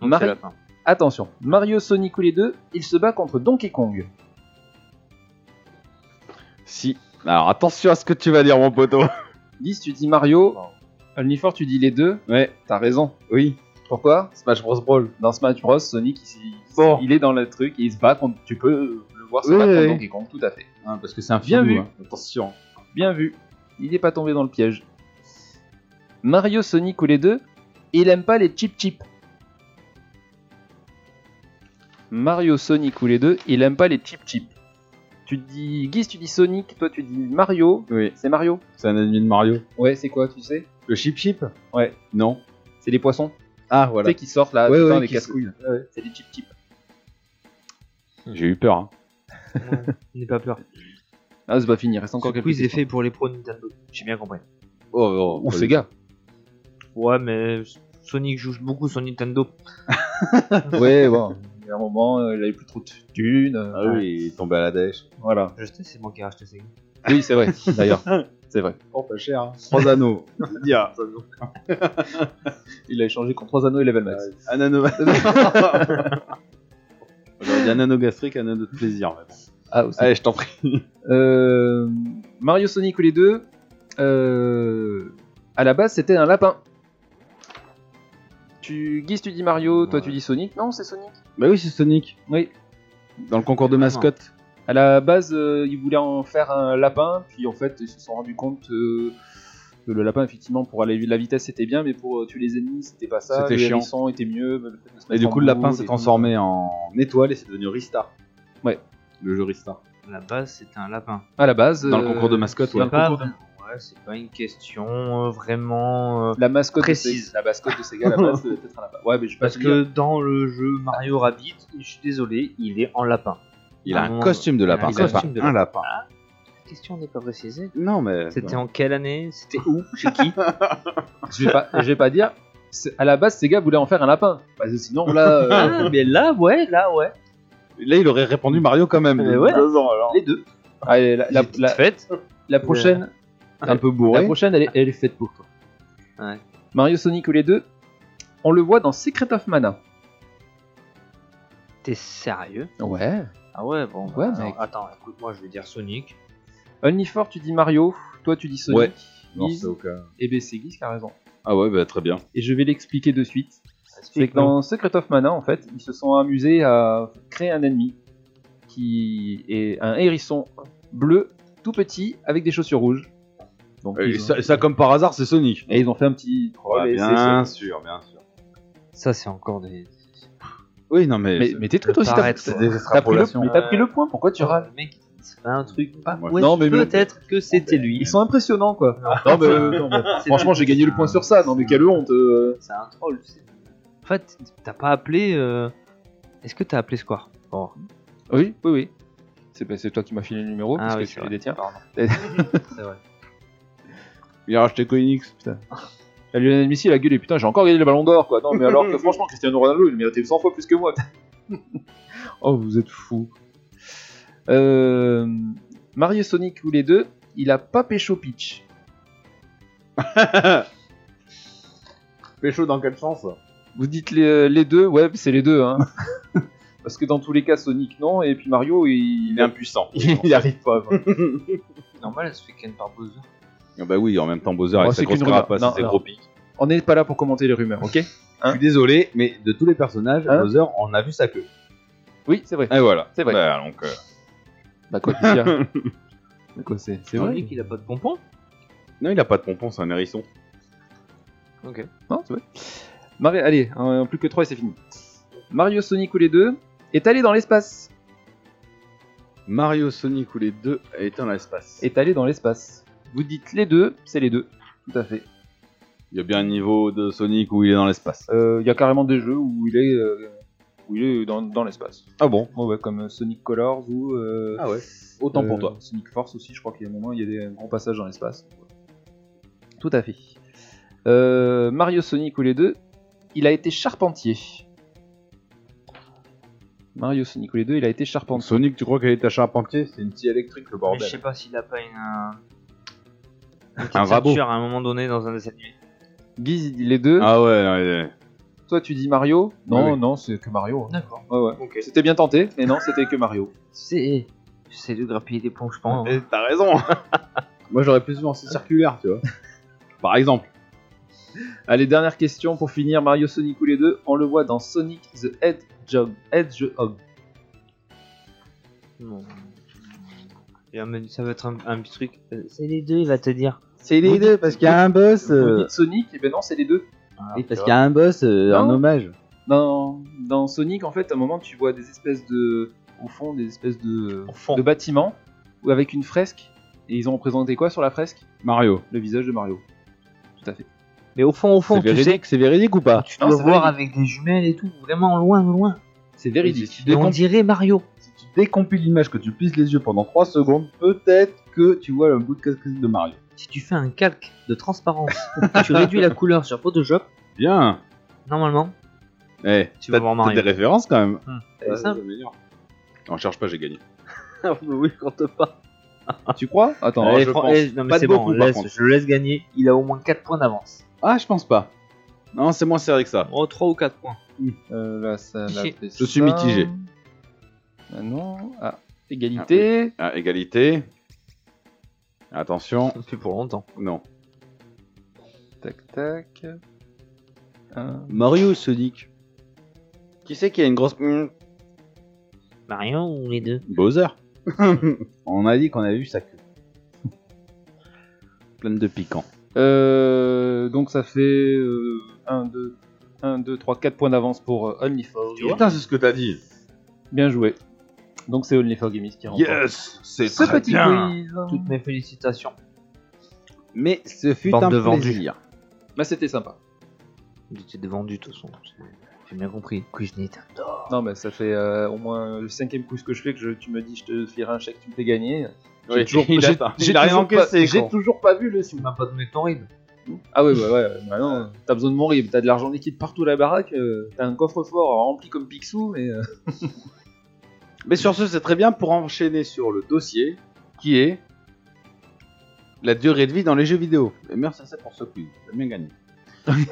Speaker 5: Donc
Speaker 6: Marie-
Speaker 5: c'est la fin.
Speaker 6: Attention, Mario Sonic ou les deux, il se bat contre Donkey Kong.
Speaker 4: Si. Alors attention à ce que tu vas dire, mon poteau.
Speaker 6: 10, tu dis Mario. Alnifor, tu dis les deux.
Speaker 4: Ouais.
Speaker 6: T'as raison.
Speaker 4: Oui.
Speaker 6: Pourquoi Smash Bros Brawl. Dans Smash Bros, Sonic, il,
Speaker 4: Bon.
Speaker 6: il est dans le truc et il se bat contre. Tu peux euh, le voir se
Speaker 4: Oui,
Speaker 6: battre
Speaker 4: oui,
Speaker 6: contre
Speaker 4: oui.
Speaker 6: Donkey Kong, tout à fait.
Speaker 4: Hein, parce que c'est un
Speaker 6: Bien
Speaker 4: filou,
Speaker 6: vu.
Speaker 4: hein. Attention.
Speaker 6: Bien vu. Il n'est pas tombé dans le piège. Mario, Sonic ou les deux, il aime pas les chip chip. Mario, Sonic ou les deux, il aime pas les chip chip. Tu dis Guise, tu dis Sonic, toi tu dis Mario.
Speaker 4: Oui.
Speaker 6: C'est Mario.
Speaker 4: C'est un ennemi de Mario.
Speaker 6: Ouais, c'est quoi, tu sais
Speaker 4: Le chip chip
Speaker 6: Ouais.
Speaker 4: Non.
Speaker 6: C'est les poissons.
Speaker 4: Ah
Speaker 6: Tu sais qui sortent là,
Speaker 4: Ouais,
Speaker 6: putain,
Speaker 4: ouais,
Speaker 6: les
Speaker 4: qui se-
Speaker 6: casse-couilles. là.
Speaker 4: ouais.
Speaker 6: C'est les chip chip.
Speaker 4: J'ai eu peur. Hein.
Speaker 5: Ouais, N'aie pas peur.
Speaker 6: Ah, c'est pas fini, il reste encore
Speaker 5: Ce
Speaker 6: quelques
Speaker 5: quiz est
Speaker 6: questions.
Speaker 5: fait pour les pros Nintendo. J'ai bien compris.
Speaker 4: Oh,
Speaker 6: Ou Sega.
Speaker 5: Ouais, mais Sonic joue beaucoup sur Nintendo.
Speaker 6: ouais, bon. Il y a un moment, euh, il avait plus trop de thunes. euh,
Speaker 4: Ah oui, il est tombé à la dèche.
Speaker 6: Voilà.
Speaker 5: Je sais, c'est moi qui ai racheté Sega.
Speaker 6: Oui, c'est vrai, d'ailleurs. C'est vrai.
Speaker 4: Oh, pas cher. Trois anneaux. *laughs* Dia.
Speaker 6: Il a échangé contre 3 anneaux et level max.
Speaker 4: Un *laughs* anneau. J'aurais dit un anneau gastrique, un anneau de plaisir. mais bon.
Speaker 6: Ah, aussi.
Speaker 4: Allez, je t'en prie.
Speaker 6: Euh, Mario Sonic ou les deux, euh, à la base, c'était un lapin. Tu... Guise, tu dis Mario, toi
Speaker 4: Ouais.
Speaker 6: tu dis Sonic. Non, c'est Sonic.
Speaker 4: Bah oui, c'est Sonic.
Speaker 6: Oui.
Speaker 4: Dans le concours de
Speaker 5: Vraiment.
Speaker 4: mascotte.
Speaker 6: À la base, euh, ils voulaient en faire un lapin, puis en fait, ils se sont rendus compte euh, que le lapin, effectivement, pour aller la vitesse, c'était bien, mais pour euh, tuer les ennemis, c'était pas ça.
Speaker 4: C'était
Speaker 6: le
Speaker 4: chiant.
Speaker 6: hérisson était mieux. mais le fait de se
Speaker 4: Et
Speaker 6: mettre
Speaker 4: du
Speaker 6: en
Speaker 4: coup, le lapin
Speaker 6: boule
Speaker 4: s'est
Speaker 6: et
Speaker 4: transformé en étoile et c'est devenu Ristar.
Speaker 6: Ouais.
Speaker 4: Le jeu Ristar.
Speaker 5: À la base, c'était un lapin.
Speaker 6: tout. À la base,
Speaker 4: Dans le
Speaker 6: euh,
Speaker 4: concours de mascotte,
Speaker 6: dans
Speaker 4: ouais.
Speaker 6: le
Speaker 5: Pas
Speaker 6: concours de-
Speaker 5: vraiment, ouais, c'est pas une question euh, vraiment. euh,
Speaker 6: la mascotte
Speaker 5: Précise.
Speaker 6: De Sega, la mascotte de Sega, à la
Speaker 4: *laughs*
Speaker 6: base, c'était peut-être un lapin. Ouais, mais je sais pas
Speaker 5: parce
Speaker 6: te dire.
Speaker 5: que dans le jeu Mario Rabbit, je suis désolé, il est en lapin.
Speaker 4: Il a
Speaker 5: Ah
Speaker 4: un
Speaker 5: non,
Speaker 4: costume de lapin,
Speaker 5: un
Speaker 4: c'est pas
Speaker 5: costume de
Speaker 4: un lapin.
Speaker 5: La question n'est pas précisée.
Speaker 4: Non, mais.
Speaker 5: C'était en quelle année C'était où Chez qui
Speaker 6: je vais pas, je vais pas dire. c'est- À la base, Sega voulait en faire un lapin. Parce que sinon, là, euh, *laughs*
Speaker 5: Ah, mais là, *laughs* ouais, là, ouais.
Speaker 4: Là, il aurait répondu Mario quand même.
Speaker 5: Mais ouais.
Speaker 4: Deux ans, alors.
Speaker 5: Les deux.
Speaker 6: allez, la, la-
Speaker 5: J'ai
Speaker 6: la-
Speaker 5: faite.
Speaker 6: la prochaine,
Speaker 4: Un peu
Speaker 6: la
Speaker 4: bourré.
Speaker 6: prochaine, elle est, elle est faite pour toi.
Speaker 5: Ouais.
Speaker 6: Mario Sonic ou les deux, on le voit dans Secret of Mana.
Speaker 5: T'es sérieux
Speaker 6: Ouais.
Speaker 5: Ah ouais, bon.
Speaker 6: Ouais,
Speaker 5: attends,
Speaker 6: mec.
Speaker 5: Attends, écoute, moi je vais dire Sonic.
Speaker 6: Only Four, tu dis Mario, toi tu dis Sonic.
Speaker 4: Ouais. Non,
Speaker 6: Guise,
Speaker 4: c'est au cas.
Speaker 6: et ben c'est Guise qui a raison.
Speaker 4: Ah ouais, bah très bien.
Speaker 6: Et je vais l'expliquer de suite. C'est que dans Secret of Mana, en fait, ils se sont amusés à créer un ennemi qui est un hérisson bleu, tout petit, avec des chaussures rouges. Donc,
Speaker 4: Et
Speaker 6: ils ont-
Speaker 4: ça, ça, comme par hasard, c'est Sonic.
Speaker 6: Et ils ont fait un petit troll.
Speaker 4: Ouais,
Speaker 6: et c'est-
Speaker 4: bien sûr, bien sûr.
Speaker 5: Ça, c'est encore des.
Speaker 4: Oui, non, mais.
Speaker 6: Mais, mais tais-toi toi aussi, t'as
Speaker 5: Paraître,
Speaker 6: t'as
Speaker 5: quoi.
Speaker 4: des
Speaker 6: pris, le-
Speaker 4: extrapolations.
Speaker 6: mais t'as pris le point, pourquoi tu
Speaker 5: Oh,
Speaker 6: râles
Speaker 5: le mec, il se fait un truc. Ah,
Speaker 4: Ouais.
Speaker 5: ouais,
Speaker 6: Non, mais le-
Speaker 5: peut-être que c'était lui.
Speaker 6: Ils sont impressionnants quoi.
Speaker 5: Non, mais,
Speaker 6: euh,
Speaker 5: *laughs*
Speaker 6: franchement, j'ai gagné le point sur ça, non mais quelle honte. euh.
Speaker 5: C'est un troll. c'est- En fait, t'as pas appelé. euh, Est-ce que t'as appelé Square Bon,
Speaker 6: Oui, oui, oui. C'est bah, c'est toi qui m'as filé le numéro,
Speaker 5: Ah
Speaker 6: parce
Speaker 5: oui,
Speaker 6: que
Speaker 5: c'est
Speaker 6: tu
Speaker 5: vrai.
Speaker 6: les détiens.
Speaker 5: c'est vrai.
Speaker 4: Il a racheté Koenix.
Speaker 6: La Lionel Messi, la gueule, et putain, j'ai encore gagné le ballon d'or, quoi. Non, mais alors que franchement, Cristiano Ronaldo, il méritait 100 fois plus que moi. *laughs* oh, vous êtes fous. Euh, Mario Sonic ou les deux, il a pas pécho Peach.
Speaker 4: Pécho dans quel sens
Speaker 6: Vous dites les, euh, les deux, ouais, c'est les deux, *laughs* hein. Parce que dans tous les cas, Sonic non, et puis Mario, il,
Speaker 4: Il est impuissant.
Speaker 6: *laughs* il arrive pas. quoi.
Speaker 5: Normal, elle se fait ken par Bowser.
Speaker 4: Ah bah oui, en même temps, Bowser
Speaker 6: Oh,
Speaker 4: avec
Speaker 6: c'est
Speaker 4: sa grosse
Speaker 6: qu'une rumeur.
Speaker 4: carapace
Speaker 6: Non,
Speaker 4: et ses
Speaker 6: non.
Speaker 4: gros pics.
Speaker 6: On n'est pas là pour commenter les rumeurs, ok
Speaker 4: Je suis désolé, mais de tous les personnages,
Speaker 6: Hein
Speaker 4: Bowser, on a vu sa queue.
Speaker 6: Oui, c'est vrai.
Speaker 4: Et voilà.
Speaker 6: C'est vrai.
Speaker 4: Bah, donc, euh,
Speaker 6: Bah quoi, qu'est-ce qu'il y a Bah, quoi, c'est c'est vrai
Speaker 5: qu'il a pas de pompon
Speaker 4: Non, il a pas de pompon, c'est un hérisson.
Speaker 5: Ok.
Speaker 6: Non, c'est vrai. Mario, allez, un- plus que 3 et c'est fini. Mario, Sonic ou les deux est allé dans l'espace.
Speaker 4: Mario, Sonic ou les deux est dans l'espace.
Speaker 6: est allé dans l'espace. Vous dites les deux, c'est les deux. Tout à fait.
Speaker 4: Il y a bien un niveau de Sonic où il est dans l'espace.
Speaker 6: Euh, Il y a carrément des jeux où il est, euh, où il est dans, dans l'espace.
Speaker 4: Ah bon
Speaker 6: Ouais, ouais, comme euh, Sonic Colors ou. euh,
Speaker 4: Ah ouais. Autant pour
Speaker 6: euh,
Speaker 4: toi.
Speaker 6: Sonic Force aussi, je crois qu'il y a un moment, il y a des gros passages dans l'espace. Tout à fait. Euh, Mario Sonic ou les deux, il a été charpentier. Mario Sonic ou les deux, il a été charpentier.
Speaker 4: Sonic, tu crois qu'elle est à charpentier C'est une scie électrique, le
Speaker 5: Mais je sais
Speaker 4: bordel.
Speaker 5: pas s'il a pas une, euh, une petite
Speaker 4: Un rabot.
Speaker 5: ceinture à un moment donné dans un dessin animé.
Speaker 6: Guise, il dit les deux.
Speaker 4: Ah ouais, ouais, ouais.
Speaker 6: Toi, tu dis Mario Non,
Speaker 4: Oui, oui.
Speaker 6: non, c'est que Mario. hein.
Speaker 5: D'accord.
Speaker 6: Ouais, ouais.
Speaker 5: Ok.
Speaker 6: C'était bien tenté, mais non, c'était que *laughs* Mario.
Speaker 5: C'est. J'essaie de grappiller des ponts, je pense.
Speaker 4: Eh, T'as
Speaker 8: *laughs*
Speaker 4: raison. Moi, j'aurais plus souvent c'est circulaire, tu vois. Par exemple.
Speaker 6: Allez, dernière question pour finir. Mario Sonic ou les deux, on le voit dans Sonic the Hedgehog. Hedgehog.
Speaker 5: Non. Et un menu- ça va être un, un petit truc. Euh, C'est les deux, il va te dire.
Speaker 8: C'est les
Speaker 6: Vous
Speaker 8: deux,
Speaker 6: dites-
Speaker 8: parce qu'il y a un boss.
Speaker 6: Vous
Speaker 8: euh,
Speaker 6: dites Sonic, et ben non, c'est les deux.
Speaker 5: Ah,
Speaker 8: oui, parce
Speaker 5: tu
Speaker 8: qu'il y a un boss euh, en
Speaker 6: Non.
Speaker 8: hommage.
Speaker 6: Dans, dans Sonic, en fait, à un moment, tu vois des espèces de. Au fond, des espèces de.
Speaker 5: vois. Au fond.
Speaker 6: De bâtiments, ou avec une fresque. Et ils ont représenté quoi sur la fresque
Speaker 4: Mario.
Speaker 6: Le visage de Mario. Tout à fait.
Speaker 5: Mais au fond, au
Speaker 8: C'est
Speaker 5: fond, tu sais.
Speaker 8: véridique, c'est véridique ou pas
Speaker 5: Tu
Speaker 6: Non,
Speaker 5: dois
Speaker 6: c'est
Speaker 5: voir
Speaker 6: vrai.
Speaker 5: avec des jumelles et tout, vraiment loin, loin.
Speaker 6: C'est véridique.
Speaker 5: Et on dirait Mario.
Speaker 4: Si tu décompilles l'image, que tu plisses les yeux pendant 3 secondes, peut-être que tu vois le bout de casquette de Mario.
Speaker 5: Si tu fais un calque de *laughs* transparence, tu réduis la couleur sur Photoshop,
Speaker 4: Bien.
Speaker 5: normalement,
Speaker 4: Eh,
Speaker 5: Tu vas
Speaker 4: t'as-
Speaker 5: voir
Speaker 4: t'as
Speaker 5: Mario.
Speaker 4: des références quand même.
Speaker 5: c'est simple.
Speaker 4: Non, cherche pas, j'ai gagné.
Speaker 5: *laughs* oui, compte pas.
Speaker 6: Tu crois Attends.
Speaker 4: Ouais.
Speaker 5: Allez,
Speaker 4: je
Speaker 5: Fran-
Speaker 4: pense.
Speaker 5: eh, non, mais
Speaker 4: Pas de
Speaker 5: c'est bon,
Speaker 4: beaucoup,
Speaker 5: on
Speaker 4: par
Speaker 5: laisse-
Speaker 4: contre.
Speaker 5: je le laisse gagner. Il a au moins 4 points d'avance.
Speaker 4: Ah, je pense pas. Non, c'est moins serré que ça.
Speaker 5: Oh, 3 ou 4 points.
Speaker 6: euh, là, ça l'a
Speaker 5: Je-
Speaker 6: fait
Speaker 4: je
Speaker 6: ça.
Speaker 4: suis mitigé.
Speaker 6: Ah non. Ah. Égalité.
Speaker 4: Ah, égalité. Attention.
Speaker 5: Ça fait pour longtemps.
Speaker 4: Non.
Speaker 6: Tac, tac. Un.
Speaker 8: Mario ou Sonic
Speaker 4: Qui c'est qui a une grosse. Hmm,
Speaker 5: Mario ou les deux
Speaker 4: *laughs* Bowser. On a dit qu'on avait vu sa queue. *laughs* Pleine de piquants.
Speaker 6: Euh, donc ça fait euh, 1, 2, 1, 2, 3, 4 points d'avance pour euh, OnlyFog.
Speaker 4: Putain, c'est ce que t'as dit.
Speaker 6: Bien joué. Donc c'est OnlyFog Games qui remporte.
Speaker 4: Yes C'est
Speaker 6: Ce
Speaker 4: très
Speaker 6: petit
Speaker 4: bien.
Speaker 6: quiz.
Speaker 5: Toutes mes félicitations.
Speaker 4: Mais ce fut
Speaker 5: Bande
Speaker 4: un
Speaker 5: de vendus.
Speaker 4: plaisir.
Speaker 6: Bah c'était sympa.
Speaker 5: J'étais vendu de toute façon. J'ai bien compris. Quiz Nintendo.
Speaker 6: Non mais ça fait euh, au moins le cinquième quiz que je fais que je- tu me dis je te filerai un chèque, tu me fais gagner. J'ai
Speaker 4: Oui,
Speaker 6: toujours-
Speaker 4: *laughs* il
Speaker 6: j'ai-
Speaker 4: attend.
Speaker 6: j'ai
Speaker 4: Il a rien
Speaker 6: toujours pas-
Speaker 4: encaissé,
Speaker 6: j'ai
Speaker 4: quoi.
Speaker 6: toujours pas vu le signe.
Speaker 5: m'a pas donné ton rib.
Speaker 6: Ah ouais bah ouais, bah non, t'as besoin de mon rib, t'as de l'argent liquide partout à la baraque, euh, t'as un coffre-fort rempli comme Picsou, mais... euh,
Speaker 4: Mais sur ce, c'est très bien pour enchaîner sur le dossier qui est la durée de vie dans les jeux vidéo. Et merci à ça pour ce quiz. T'as bien gagné.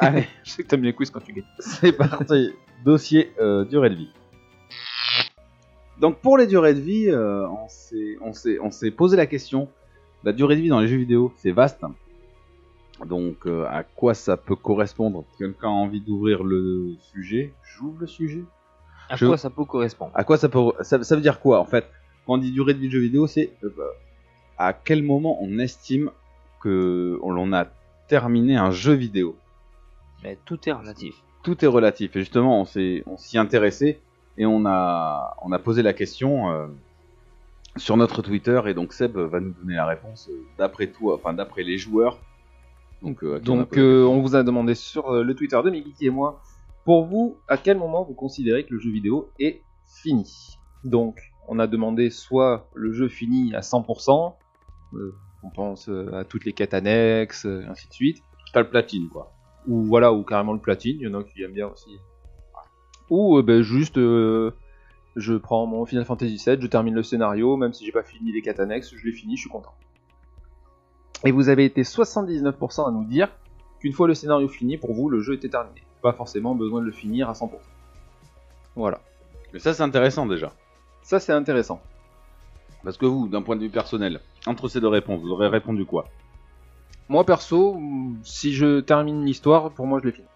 Speaker 4: Allez,
Speaker 6: *laughs* je sais que t'aimes les quiz quand tu gagnes.
Speaker 4: *laughs* c'est parti. Dossier euh, durée de vie. Donc pour les durées de vie, euh, on s'est- on s'est- on s'est posé la question. La durée de vie dans les jeux vidéo, c'est vaste. Donc euh, à quoi ça peut correspondre Quelqu'un a envie d'ouvrir le sujet J'ouvre le sujet
Speaker 5: À
Speaker 4: Je-
Speaker 5: quoi ça peut correspondre
Speaker 4: à quoi ça peut ça, ça veut dire quoi en fait Quand on dit durée de vie de jeu vidéo, c'est euh, bah, à quel moment on estime que l'on a terminé un jeu vidéo.
Speaker 5: Mais tout est Ah, relatif.
Speaker 4: Tout est relatif et justement on s'est on s'y intéressait et on a on a posé la question euh, sur notre Twitter et donc Seb va nous donner la réponse euh, d'après toi, enfin d'après les joueurs. Donc, euh, à qui on a
Speaker 6: Donc
Speaker 4: posé-
Speaker 6: euh, on vous a demandé sur euh, le Twitter de Megiki et moi, pour vous, à quel moment vous considérez que le jeu vidéo est fini Donc on a demandé soit le jeu fini à 100%, euh, on pense euh, à toutes les quêtes annexes, euh, ainsi de suite,
Speaker 4: t'as le platine quoi.
Speaker 6: ou voilà, ou carrément le platine, il y en a qui aiment bien aussi. Ou euh, ben, juste, euh, je prends mon Final Fantasy VII, je termine le scénario, même si j'ai pas fini les quêtes annexes, je l'ai fini, je suis content. Et vous avez été 79% à nous dire qu'une fois le scénario fini, pour vous, le jeu était terminé. Pas forcément besoin de le finir à 100%. Voilà.
Speaker 4: Mais ça c'est intéressant déjà
Speaker 6: Ça, c'est intéressant.
Speaker 4: parce que vous d'un point de vue personnel, entre ces deux réponses, vous aurez répondu quoi
Speaker 6: Moi, perso, si je termine l'histoire, pour moi, je l'ai fini.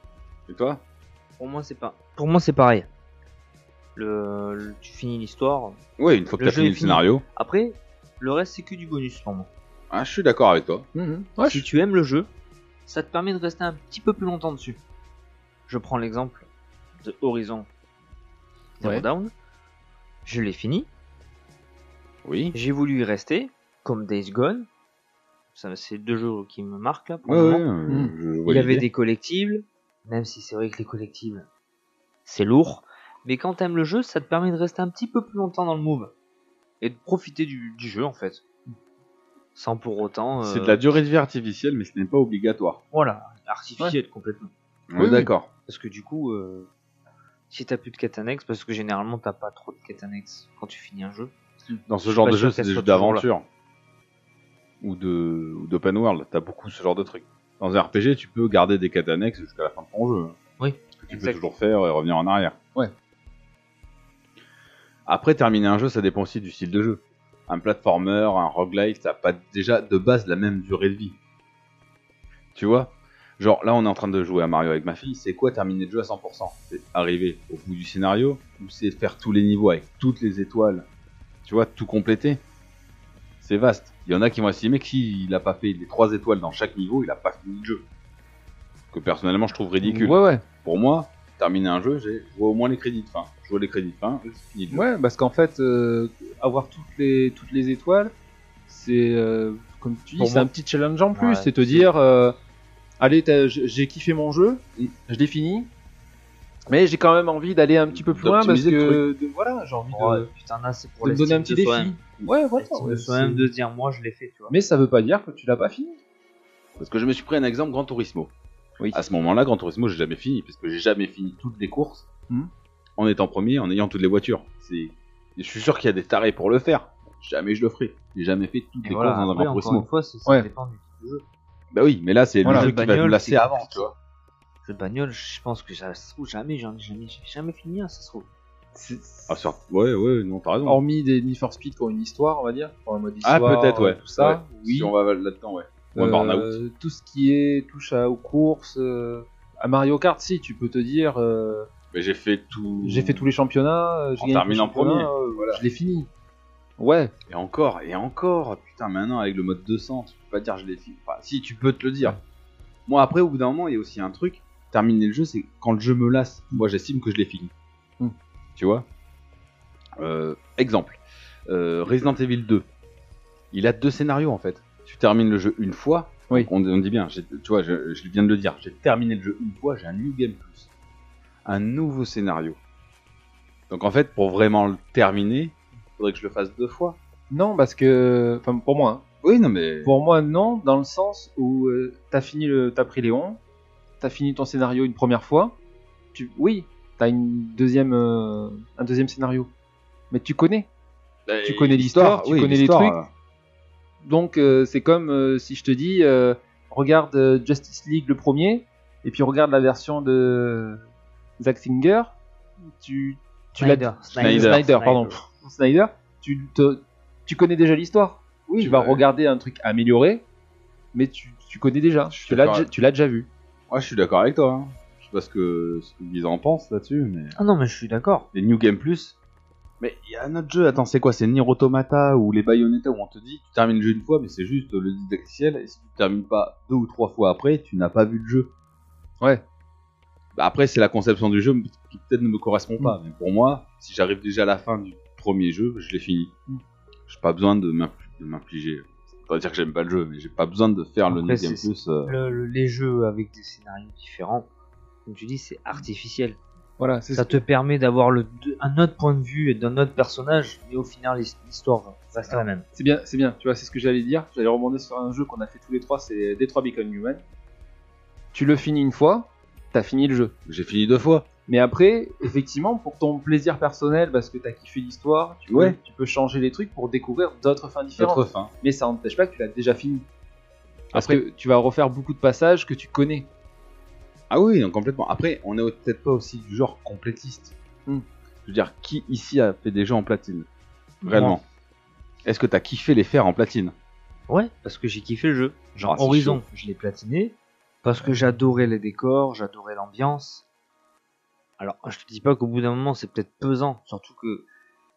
Speaker 4: Et toi
Speaker 5: Pour moi, c'est pas. Pour moi, c'est pareil. Le... le- Tu finis l'histoire.
Speaker 4: Oui, une fois que
Speaker 5: Le
Speaker 4: t'as
Speaker 5: jeu
Speaker 4: fini
Speaker 5: est
Speaker 4: le
Speaker 5: fini.
Speaker 4: scénario.
Speaker 5: Après, le reste, c'est que du bonus pour moi.
Speaker 4: Ah, je suis d'accord avec toi.
Speaker 6: Ouais,
Speaker 5: si tu aimes le jeu, ça te permet de rester un petit peu plus longtemps dessus. Je prends l'exemple de Horizon Zero
Speaker 6: Ouais.
Speaker 5: Dawn. Je l'ai fini.
Speaker 4: Oui.
Speaker 5: J'ai voulu y rester, comme Days Gone. Ça, c'est deux jeux qui me marquent là. Pour
Speaker 4: Ouais,
Speaker 5: le
Speaker 4: ouais,
Speaker 5: moment.
Speaker 4: euh, je vois
Speaker 5: Hmm. Il y avait
Speaker 4: l'idée.
Speaker 5: des collectibles, même si c'est vrai que les collectibles, c'est lourd. Mais quand t'aimes le jeu, ça te permet de rester un petit peu plus longtemps dans le move et de profiter du, du jeu en fait, sans pour autant.
Speaker 4: C'est
Speaker 5: euh,
Speaker 4: de la durée de vie artificielle, mais ce n'est pas obligatoire.
Speaker 5: Voilà, artificiel complètement.
Speaker 4: On est d'accord.
Speaker 5: Parce que du coup, euh, si t'as plus de quêtes annexes, parce que généralement t'as pas trop de quêtes annexes quand tu finis un jeu.
Speaker 4: Dans ce
Speaker 5: suis
Speaker 4: genre
Speaker 5: pas
Speaker 4: de
Speaker 5: sûr
Speaker 4: jeu, c'est
Speaker 5: Bah, qu'elle
Speaker 4: des
Speaker 5: soit
Speaker 4: jeux
Speaker 5: toujours là.
Speaker 4: d'aventure. Ou de ou d'open world, t'as beaucoup ce genre de trucs. Dans un RPG, tu peux garder des quêtes annexes jusqu'à la fin de ton jeu.
Speaker 5: Oui,
Speaker 4: Que tu
Speaker 5: exact.
Speaker 4: peux toujours faire et revenir en arrière.
Speaker 6: Ouais.
Speaker 4: Après, terminer un jeu, ça dépend aussi du style de jeu. Un platformer, un roguelike, ça n'a pas déjà de base la même durée de vie. Tu vois Genre là, on est en train de jouer à Mario avec ma fille. C'est quoi terminer le jeu à 100% C'est arriver au bout du scénario ou c'est faire tous les niveaux avec toutes les étoiles Tu vois, tout compléter C'est vaste. Il y en a qui vont estimer que s'il n'a pas fait les trois étoiles dans chaque niveau, il n'a pas fini le jeu. Que personnellement, je trouve ridicule.
Speaker 6: Ouais, ouais.
Speaker 4: Pour moi, terminer un jeu, j'ai je vois au moins les crédits de fin. Je vois les crédits de fin, je finis le jeu.
Speaker 6: Ouais, parce qu'en fait, euh, avoir toutes les, toutes les étoiles, c'est euh, comme tu dis,
Speaker 5: Pour
Speaker 6: c'est
Speaker 5: moi-
Speaker 6: un petit challenge en plus.
Speaker 5: Ouais,
Speaker 6: c'est te
Speaker 5: c'est-
Speaker 6: dire, euh, allez, t'as- j'ai j'ai kiffé mon jeu, je l'ai fini, mais j'ai quand même envie d'aller un petit peu plus loin parce
Speaker 4: D'optimiser le
Speaker 6: que de- voilà, j'ai envie
Speaker 5: Ouais,
Speaker 6: de,
Speaker 5: putain, là c'est pour
Speaker 6: de me donner
Speaker 5: l'estime
Speaker 6: un petit
Speaker 5: de
Speaker 6: défi.
Speaker 5: soi-même.
Speaker 6: Ouais, voilà.
Speaker 5: L'estime
Speaker 6: ouais,
Speaker 5: de soi-même
Speaker 6: c'est-
Speaker 5: de se dire, moi je l'ai fait, tu vois.
Speaker 6: Mais ça veut pas dire que tu l'as pas fini.
Speaker 4: Parce que je me suis pris un exemple Gran Turismo.
Speaker 6: Oui.
Speaker 4: À ce moment-là, Gran Turismo, j'ai jamais fini, parce que j'ai jamais fini toutes les courses
Speaker 6: Mhm.
Speaker 4: en étant premier, en ayant toutes les voitures. C'est, je suis sûr qu'il y a des tarés pour le faire. Jamais je le ferai. J'ai jamais fait toutes
Speaker 5: Et
Speaker 4: les
Speaker 5: voilà,
Speaker 4: courses dans un
Speaker 5: après,
Speaker 4: Gran
Speaker 5: encore
Speaker 4: Turismo.
Speaker 5: une fois, c'est- ça
Speaker 6: Ouais.
Speaker 5: dépend du type de jeu.
Speaker 4: Bah oui, mais là, c'est
Speaker 6: Voilà,
Speaker 4: le jeu
Speaker 5: le
Speaker 4: qui va me
Speaker 5: bagnole,
Speaker 4: lasser
Speaker 5: c'est
Speaker 4: avant,
Speaker 5: compliqué.
Speaker 4: tu vois.
Speaker 5: Jeu de bagnole, je pense que ça se trouve jamais, j'en ai jamais, j'ai jamais fini
Speaker 8: hein,
Speaker 5: un, ça se trouve.
Speaker 6: C'est-
Speaker 4: Ah, sur- ouais, ouais, non, t'as raison.
Speaker 6: Hormis des Need for Speed qui ont une histoire, on va dire, pour un mode
Speaker 4: ah,
Speaker 6: histoire,
Speaker 4: peut-être, ouais.
Speaker 6: tout ça.
Speaker 4: Ouais.
Speaker 6: Oui.
Speaker 4: Si on va là-dedans, ouais. Ou un
Speaker 6: Euh,
Speaker 4: Burnout.
Speaker 6: Tout ce qui est touche à, aux courses, euh, à Mario Kart, si tu peux te dire, euh,
Speaker 4: Mais j'ai fait tout.
Speaker 6: j'ai fait tous les championnats, euh, j'ai gagné
Speaker 4: En
Speaker 6: tous les
Speaker 4: terminant
Speaker 6: championnats,
Speaker 4: premier,
Speaker 6: euh,
Speaker 4: voilà.
Speaker 6: je l'ai fini. Ouais,
Speaker 4: Et encore, et encore. Putain, maintenant avec le mode 200, tu peux pas dire je l'ai fini. Enfin, si, tu peux te le dire. Moi, après, au bout d'un moment, il y a aussi un truc. Terminer le jeu, c'est quand le jeu me lasse. Moi, j'estime que je l'ai fini.
Speaker 6: Mm.
Speaker 4: Tu vois Euh, Exemple. Euh, Resident Evil 2. Il a deux scénarios, en fait. Tu termines le jeu une fois.
Speaker 6: Oui.
Speaker 4: On, on dit bien, j'ai- tu vois, je, je viens de le dire. J'ai terminé le jeu une fois, j'ai un New Game Plus. Un nouveau scénario. Donc, en fait, pour vraiment le terminer, faudrait que je le fasse deux fois.
Speaker 6: non, parce que, enfin pour moi, hein.
Speaker 4: Oui, non, mais.
Speaker 6: pour moi non, dans le sens où euh, t'as fini le, t'as pris Léon, t'as fini ton scénario une première fois, tu, oui, t'as une deuxième, euh, un deuxième scénario, mais tu connais. tu connais l'histoire, tu connais les
Speaker 4: Bah, l'histoire,
Speaker 6: Donc euh, c'est comme euh, si je te dis euh, regarde euh, Justice League le premier et puis regarde la version de Zack Singer, tu tu l'as-
Speaker 4: Snyder.
Speaker 6: Snyder, pardon Snyder, tu te- tu connais déjà l'histoire.
Speaker 4: Oui, bah,
Speaker 6: tu vas
Speaker 4: ouais.
Speaker 6: regarder un truc amélioré, mais tu, tu connais déjà.
Speaker 4: Je suis
Speaker 6: Tu l'as
Speaker 4: d'accord.
Speaker 6: déjà- tu l'as déjà vu.
Speaker 4: Ouais, je suis d'accord avec toi. hein. Je sais pas ce que, ce que ils en pensent là-dessus, mais.
Speaker 5: Ah non, mais je suis d'accord.
Speaker 4: Les New Game Plus. Mais il y a un autre jeu, attends, c'est quoi C'est Nier Automata ou les Bayonetta où on te dit tu termines le jeu une fois, mais c'est juste le didacticiel, et si tu termines pas deux ou trois fois après, tu n'as pas vu le jeu.
Speaker 6: Ouais.
Speaker 4: Bah après, c'est la conception du jeu qui peut-être ne me correspond pas, mais pour moi, si j'arrive déjà à la fin du premier jeu, je l'ai fini.
Speaker 6: Mm.
Speaker 4: J'ai pas besoin de m'impl- de m'impliger. Ça veut pas dire que j'aime pas le jeu, mais j'ai pas besoin de faire le
Speaker 5: Après,
Speaker 4: New Game
Speaker 5: c'est-
Speaker 4: Plus. euh,
Speaker 5: Le- le- les jeux avec des scénarios différents, comme tu dis, c'est artificiel.
Speaker 6: Voilà, c'est
Speaker 5: Ça te permet d'avoir le de- un autre point de vue et d'un autre personnage, mais au final, l'his- l'histoire va rester la même.
Speaker 6: C'est bien, c'est bien, tu vois, c'est ce que j'allais dire. J'allais rebondir sur un jeu qu'on a fait tous les trois, c'est Detroit Become Human. Tu le finis une fois, t'as fini le jeu.
Speaker 4: J'ai fini deux fois.
Speaker 6: Mais après, effectivement, pour ton plaisir personnel, parce que t'as kiffé l'histoire, tu, peux-
Speaker 4: Ouais.
Speaker 6: tu peux changer les trucs pour découvrir d'autres fins différentes.
Speaker 4: D'autres fins.
Speaker 6: Mais ça n'empêche pas que tu l'as déjà fini. Parce
Speaker 4: Après-
Speaker 6: que tu vas refaire beaucoup de passages que tu connais.
Speaker 4: Ah oui, non, complètement. Après, on est peut-être pas aussi du genre complétiste.
Speaker 6: Hmm.
Speaker 4: Je veux dire, qui ici a fait des jeux en platine Vraiment Est-ce que t'as kiffé les faire en platine
Speaker 5: Ouais, parce que j'ai kiffé le jeu. Genre
Speaker 4: Ah, c'est
Speaker 5: Horizon, je l'ai platiné, parce que j'adorais les décors, j'adorais l'ambiance. Alors, je te dis pas qu'au bout d'un moment, c'est peut-être pesant, surtout que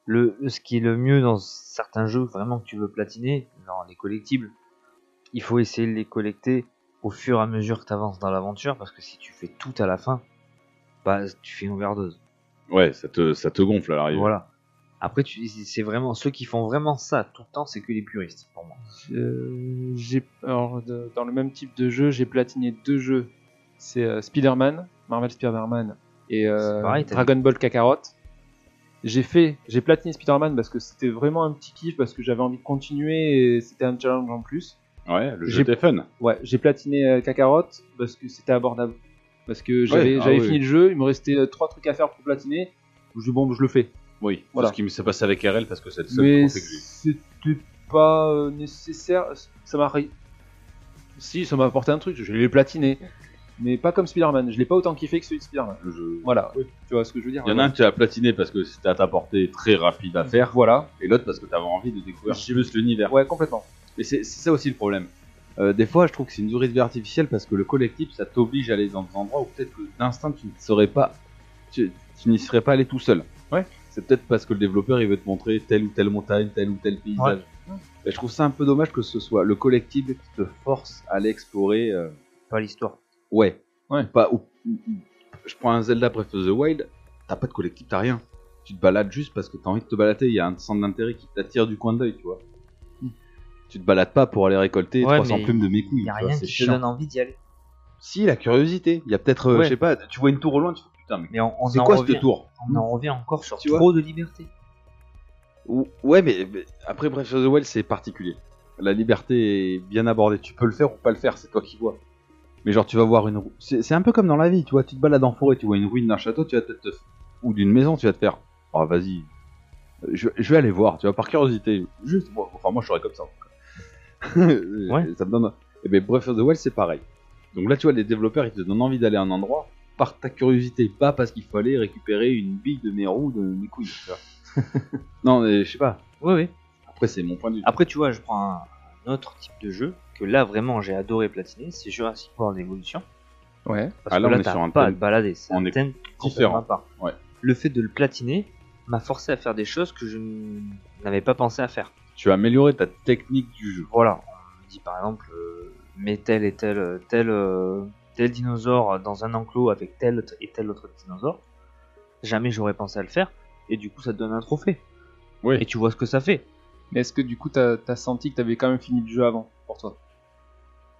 Speaker 5: le, ce qui est le mieux dans certains jeux, vraiment que tu veux platiner, genre les collectibles, il faut essayer de les collecter au fur et à mesure que tu avances dans l'aventure, parce que si tu fais tout à la fin, bah, tu fais une gardeuse
Speaker 4: Ouais, ça te, ça te gonfle à l'arrivée.
Speaker 5: Voilà.
Speaker 8: Après, tu, c'est vraiment ceux qui font vraiment ça tout le temps, c'est que les puristes pour moi.
Speaker 6: Euh, j'ai alors, de- dans le même type de jeu, j'ai platiné deux jeux. C'est euh, Spider-Man, Marvel Spider-Man et euh,
Speaker 8: C'est pareil, t'as
Speaker 6: Dragon Ball Kakarot. J'ai fait, j'ai platiné Spider-Man parce que c'était vraiment un petit kiff parce que j'avais envie de continuer et c'était un challenge en plus.
Speaker 4: Ouais, le jeu
Speaker 6: J'ai-
Speaker 4: était fun.
Speaker 6: Ouais, j'ai platiné euh, Kakarot parce que c'était abordable. Parce que j'avais
Speaker 4: ah
Speaker 6: j'avais
Speaker 4: oui.
Speaker 6: fini le jeu, il me restait euh, trois trucs à faire pour platiner. Je dis, bon, je le fais.
Speaker 4: Oui,
Speaker 6: Voilà.
Speaker 4: c'est ce qui me s'est passé avec RL parce que c'est le seul
Speaker 6: Mais
Speaker 4: trophée que j'ai eu.
Speaker 6: c'était pas euh, nécessaire. Ça m'a. ri- Si, ça m'a apporté un truc, je l'ai platiné. Mais pas comme Spider-Man, je l'ai pas autant kiffé que celui de Spider-Man.
Speaker 4: Le jeu-
Speaker 6: Voilà, tu vois ce que je veux dire
Speaker 4: Il y en a un que tu as platiné parce que c'était à ta portée très rapide à faire,
Speaker 6: Voilà,
Speaker 4: et l'autre parce que tu avais envie de découvrir plus l'univers.
Speaker 6: ouais, complètement.
Speaker 4: Mais c'est c'est ça aussi le problème. Euh, des fois, je trouve que c'est une durée de vie artificielle parce que le collectif, ça t'oblige à aller dans des endroits où peut-être que d'instinct, tu ne saurais pas. Tu, tu n'y serais pas allé tout seul.
Speaker 6: Ouais.
Speaker 4: C'est peut-être parce que le développeur, il veut te montrer telle ou telle montagne, tel ou tel paysage. Et je trouve ça un peu dommage que ce soit le collectif qui te force à aller explorer. euh,
Speaker 8: Pas l'histoire.
Speaker 4: Ouais.
Speaker 6: Ouais.
Speaker 4: Pas, ou- ou- ou- je prends un Zelda Breath of the Wild, t'as pas de collectif, t'as rien. Tu te balades juste parce que t'as envie de te balader, il y a un centre d'intérêt qui t'attire du coin d'œil, tu vois.
Speaker 6: Hmm.
Speaker 4: Tu te balades pas pour aller récolter
Speaker 8: Ouais,
Speaker 4: 300
Speaker 8: mais
Speaker 4: plumes de mes couilles.
Speaker 8: Il y a
Speaker 4: tu vois,
Speaker 8: rien
Speaker 4: c'est
Speaker 8: qui te
Speaker 4: chiant.
Speaker 8: donne envie d'y aller.
Speaker 4: Si, la curiosité. Il y a peut-être, euh,
Speaker 8: Ouais.
Speaker 4: je sais pas, tu vois une tour au loin, tu fais putain, mais
Speaker 8: Mais on, on
Speaker 4: c'est
Speaker 8: en
Speaker 4: quoi
Speaker 8: revient,
Speaker 4: cette tour
Speaker 8: On en revient encore sur
Speaker 4: Tu vois
Speaker 8: trop de liberté.
Speaker 4: Ou- Ouais, mais, mais après Breath of the Wild, c'est particulier. La liberté est bien abordée. Tu peux le faire ou pas le faire, c'est toi qui vois. Mais genre, tu vas voir une. rou- C'est c'est un peu comme dans la vie, tu vois. Tu te balades en forêt, tu vois une ruine d'un château, tu vas peut-être te... ou d'une maison, tu vas te faire. Oh, vas-y. euh, Je, je vais aller voir, tu vois, par curiosité. Juste, moi- enfin, moi, je serais comme ça. en tout cas.
Speaker 8: Ouais.
Speaker 4: *laughs* Ça me donne. Et bien, Breath of the Wild, c'est pareil. Donc là, tu vois, les développeurs, ils te donnent envie d'aller à un endroit par ta curiosité, pas parce qu'il fallait récupérer une bille de mes roues, de mes couilles. tu vois. non, mais je sais pas.
Speaker 8: Oui, oui.
Speaker 4: Après, c'est mon point de vue.
Speaker 8: Après, tu vois, je prends un, un autre type de jeu que là vraiment j'ai adoré platiner, c'est Jurassic World Evolution.
Speaker 6: Ouais.
Speaker 8: Parce
Speaker 4: Ah, là,
Speaker 8: que
Speaker 4: on
Speaker 8: là,
Speaker 4: est
Speaker 8: t'as
Speaker 4: sur un
Speaker 8: pas
Speaker 4: thème-
Speaker 8: à te balader, c'est
Speaker 4: on
Speaker 8: un
Speaker 4: est
Speaker 8: thème
Speaker 4: différent.
Speaker 8: complètement à part.
Speaker 4: Ouais.
Speaker 8: Le fait de le platiner m'a forcé à faire des choses que je n- n'avais pas pensé à faire.
Speaker 4: Tu as amélioré ta technique du jeu.
Speaker 8: Voilà, on me dit par exemple, euh, mets tel et tel, tel, euh, tel dinosaure dans un enclos avec tel autre- et tel autre dinosaure. Jamais j'aurais pensé à le faire, et du coup ça te donne un trophée.
Speaker 4: Oui.
Speaker 8: Et tu vois ce que ça fait.
Speaker 6: Mais est-ce que du coup, t'as as senti que t'avais quand même fini le jeu avant pour toi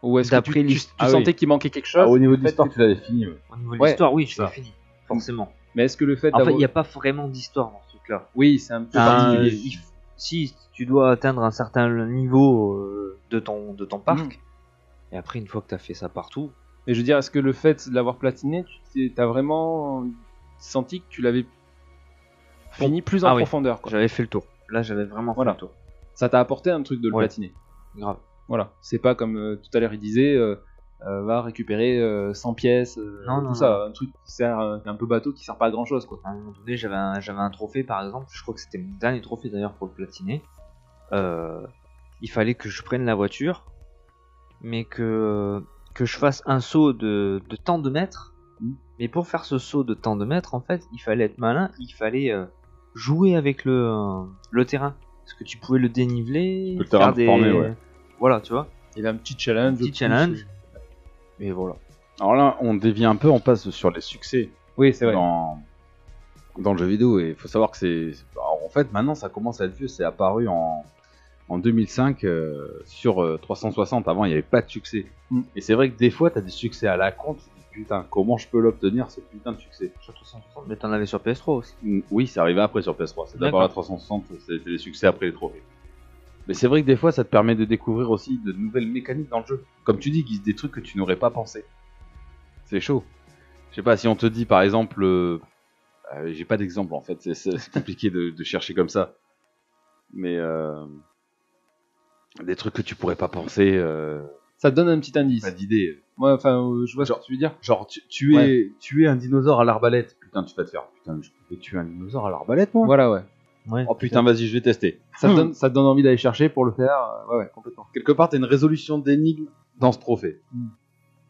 Speaker 6: Ou est-ce que tu,
Speaker 8: D'après
Speaker 6: tu- tu
Speaker 8: l'histoire-
Speaker 4: Ah oui.
Speaker 6: sentais qu'il manquait quelque
Speaker 8: Ah
Speaker 6: chose
Speaker 4: au niveau
Speaker 6: le
Speaker 4: de
Speaker 6: fait
Speaker 4: l'histoire,
Speaker 6: que-
Speaker 4: tu l'avais fini. ouais.
Speaker 8: Au niveau de
Speaker 6: Ouais,
Speaker 8: l'histoire, oui, je
Speaker 6: ça. bah,
Speaker 8: l'ai fini, forcément.
Speaker 6: Mais est-ce que le fait
Speaker 8: En fait, il
Speaker 6: d'avoir.
Speaker 8: n'y a pas vraiment d'histoire dans ce truc-là.
Speaker 6: Oui, c'est un peu
Speaker 8: T'as un-
Speaker 6: particulier.
Speaker 8: il f- si tu dois atteindre un certain niveau euh, de ton de ton parc,
Speaker 6: Mm.
Speaker 8: et après une fois que t'as fait ça partout,
Speaker 6: Mais je veux dire, est-ce que le fait de l'avoir platiné, tu t'es- t'as vraiment senti que tu l'avais fini plus en
Speaker 8: Ah oui.
Speaker 6: profondeur quoi.
Speaker 8: j'avais fait le tour. Là, j'avais vraiment
Speaker 6: Voilà.
Speaker 8: fait le tour.
Speaker 6: Ça t'a apporté un truc de le
Speaker 8: Ouais.
Speaker 6: platiner.
Speaker 8: Grave.
Speaker 6: Voilà. C'est pas comme euh, tout à l'heure il disait, euh, euh, va récupérer euh, 100 pièces, euh,
Speaker 8: Non,
Speaker 6: tout
Speaker 8: non,
Speaker 6: ça. Un truc qui sert, euh, un peu bateau qui sert pas à grand chose quoi.
Speaker 8: À un moment donné, j'avais un, j'avais un trophée par exemple. Je crois que c'était mon dernier trophée d'ailleurs pour le platiner. Euh, il fallait que je prenne la voiture, mais que que je fasse un saut de, de tant de mètres.
Speaker 4: Mmh.
Speaker 8: Mais pour faire ce saut de tant de mètres, en fait, il fallait être malin. Il fallait euh, jouer avec le euh, le terrain, parce que tu pouvais le déniveler,
Speaker 4: Le terrain
Speaker 8: faire des
Speaker 4: formé, ouais.
Speaker 8: voilà, tu vois.
Speaker 6: Il y avait un petit challenge.
Speaker 8: Petit
Speaker 6: de plus,
Speaker 8: challenge.
Speaker 6: euh,
Speaker 8: Mais voilà.
Speaker 4: Alors là, on dévie un peu, on passe sur les succès
Speaker 6: Oui, c'est vrai.
Speaker 4: dans... dans le jeu vidéo. Et il faut savoir que c'est. alors, en fait, maintenant, ça commence à être vieux. C'est apparu en, en 2005 euh, sur euh, 360. Avant, il n'y avait pas de succès.
Speaker 6: Mm.
Speaker 4: Et c'est vrai que des fois, tu as des succès à la con. Tu te dis putain, comment je peux l'obtenir ce putain de succès
Speaker 8: Sur 360, mais t'en avais sur PS3 aussi.
Speaker 4: Mm, Oui, c'est arrivé après sur PS3. C'est d'abord la 360, c'était les succès après les trophées. Mais c'est vrai que des fois, ça te permet de découvrir aussi de nouvelles mécaniques dans le jeu. Comme tu dis, Guise, des trucs que tu n'aurais pas pensé. C'est chaud. Je sais pas, si on te dit par exemple. euh, euh, J'ai pas d'exemple en fait, c'est- c'est c'est compliqué de, de chercher comme ça. Mais. euh, Des trucs que tu pourrais pas penser, euh,
Speaker 6: Ça te donne un petit indice.
Speaker 4: pas d'idée.
Speaker 6: Ouais, enfin, euh, je vois ce que tu veux dire.
Speaker 4: Genre, tu, tu es, tu es un dinosaure à l'arbalète. Putain, tu vas te faire. Putain, je peux tuer un dinosaure à l'arbalète, moi
Speaker 6: Voilà, ouais.
Speaker 8: Ouais.
Speaker 4: Oh putain, vas-y, je vais tester.
Speaker 6: Ça te donne, ça te donne envie d'aller chercher pour le faire. euh, Ouais, ouais, complètement.
Speaker 4: quelque part, t'as une résolution d'énigme dans ce trophée.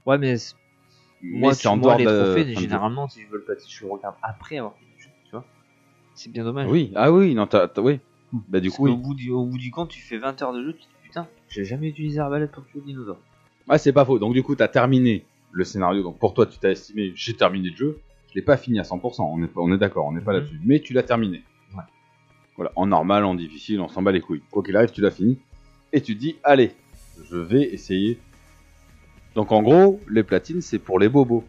Speaker 8: Ouais, mais c'est-
Speaker 4: Mais
Speaker 8: moi,
Speaker 4: c'est en dehors
Speaker 8: moi, les
Speaker 4: de la-
Speaker 8: trophées,
Speaker 4: enfin, de-
Speaker 8: généralement, si je veux le platiner, je le regarde après
Speaker 5: hein,
Speaker 8: avoir fait le jeu, tu vois. C'est bien dommage.
Speaker 4: Oui, ah oui, non, t'as, t'as- oui. Bah du
Speaker 8: Parce
Speaker 4: coup,
Speaker 8: qu'au
Speaker 4: oui.
Speaker 8: bout du, au bout du compte, tu fais 20 heures de jeu, tu te dis putain, j'ai jamais utilisé l'arbalète pour tuer le dinosaure.
Speaker 4: ah c'est pas faux. Donc du coup, t'as terminé le scénario. Donc pour toi, tu t'as estimé, j'ai terminé le jeu. Je l'ai pas fini à 100%. On est, on est d'accord, on n'est pas
Speaker 8: Mhm.
Speaker 4: là-dessus. Mais tu l'as terminé.
Speaker 8: Ouais.
Speaker 4: Voilà, en normal, en difficile, on s'en bat les couilles. Quoi qu'il arrive, tu l'as fini. Et tu dis, allez, je vais essayer. Donc en gros, les platines, c'est pour les bobos.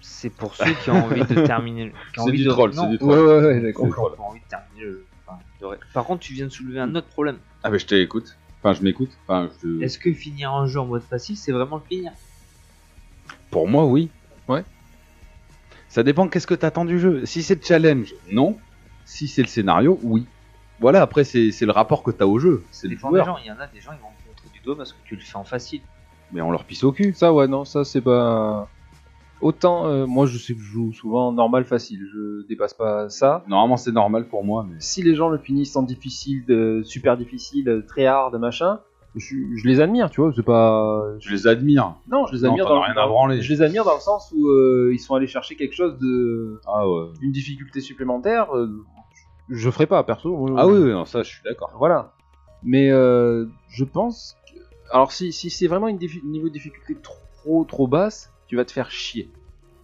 Speaker 5: C'est pour ceux qui ont envie *laughs* de terminer le qui ont
Speaker 4: C'est
Speaker 5: envie
Speaker 4: du
Speaker 5: de-
Speaker 4: troll,
Speaker 5: non,
Speaker 4: c'est du
Speaker 6: Ouais,
Speaker 4: troll.
Speaker 6: ouais, ouais, d'accord.
Speaker 5: qui ont- qui ont envie de terminer le jeu. Enfin, de ré- Par contre, tu viens de soulever un autre problème.
Speaker 4: Ah bah je t'écoute. Enfin, je m'écoute. Enfin, je-
Speaker 5: Est-ce que finir un jeu en mode facile, c'est vraiment le finir
Speaker 4: Pour moi, oui.
Speaker 6: Ouais.
Speaker 4: Ça dépend qu'est-ce que t'attends du jeu. Si c'est le challenge, non. Si c'est le scénario, oui. Voilà, après, c'est c'est le rapport que t'as au jeu. C'est
Speaker 5: Des
Speaker 4: le
Speaker 5: fois, des
Speaker 4: joueur.
Speaker 5: gens, il y en a des gens, ils vont te montrer du doigt parce que tu le fais en facile.
Speaker 4: Mais on leur pisse au cul.
Speaker 6: Ça, ouais, non, ça, c'est pas. Autant, euh, moi, je sais que je joue souvent en normal facile, je dépasse pas ça.
Speaker 4: Normalement, c'est normal pour moi, mais...
Speaker 6: Si les gens le finissent en difficile, de- super difficile, euh, très hard, machin, je, je les admire, tu vois, c'est pas.
Speaker 4: Je les admire.
Speaker 6: Non, je les
Speaker 4: Non,
Speaker 6: admire
Speaker 4: t'en as
Speaker 6: dans
Speaker 4: rien à branler.
Speaker 6: Je les admire dans le sens où euh, ils sont allés chercher quelque chose de.
Speaker 4: Ah ouais.
Speaker 6: une difficulté supplémentaire. euh, je je ferai pas, perso. moi,
Speaker 4: Ah oui, oui, non, ça, je suis d'accord.
Speaker 6: Voilà. Mais euh, je pense. que- Alors, si, si c'est vraiment une diffi- niveau de difficulté trop trop basse, tu vas te faire chier.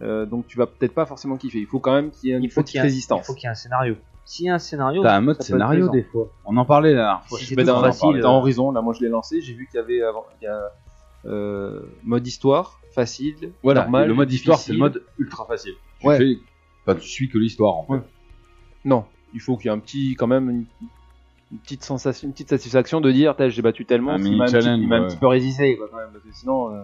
Speaker 6: Euh, donc, tu vas peut-être pas forcément kiffer. Il faut quand même qu'il y ait une
Speaker 5: Il faut
Speaker 6: petite
Speaker 5: qu'il y ait un- il
Speaker 6: résistance.
Speaker 5: faut qu'il y ait un scénario. S'il y a un scénario,
Speaker 4: T'as un mode
Speaker 5: ça peut être
Speaker 4: scénario
Speaker 5: plaisant.
Speaker 4: des fois. On en parlait la dernière fois.
Speaker 5: Si
Speaker 4: Je
Speaker 5: c'est
Speaker 4: sais pas
Speaker 5: tout
Speaker 4: si on en
Speaker 5: facile,
Speaker 4: parlait.
Speaker 5: euh,
Speaker 6: Dans Horizon, là, moi je l'ai lancé. J'ai vu qu'il y avait avant, il y a, euh, mode histoire facile,
Speaker 4: Voilà,
Speaker 6: normal.
Speaker 4: le mode histoire, c'est
Speaker 6: difficile.
Speaker 4: le mode ultra facile. Tu
Speaker 6: Ouais.
Speaker 4: fais- enfin, tu suis que l'histoire, en fait.
Speaker 6: Ouais. Non, il faut qu'il y ait un petit, quand même, une, une petite sensation, une petite satisfaction de dire, Tain, j'ai battu tellement,
Speaker 4: Un
Speaker 6: il
Speaker 4: mini
Speaker 6: m'a un, petit-
Speaker 4: challenge,
Speaker 6: il m'a un
Speaker 4: ouais.
Speaker 6: petit peu résisté, quoi, quand même, parce que sinon, euh,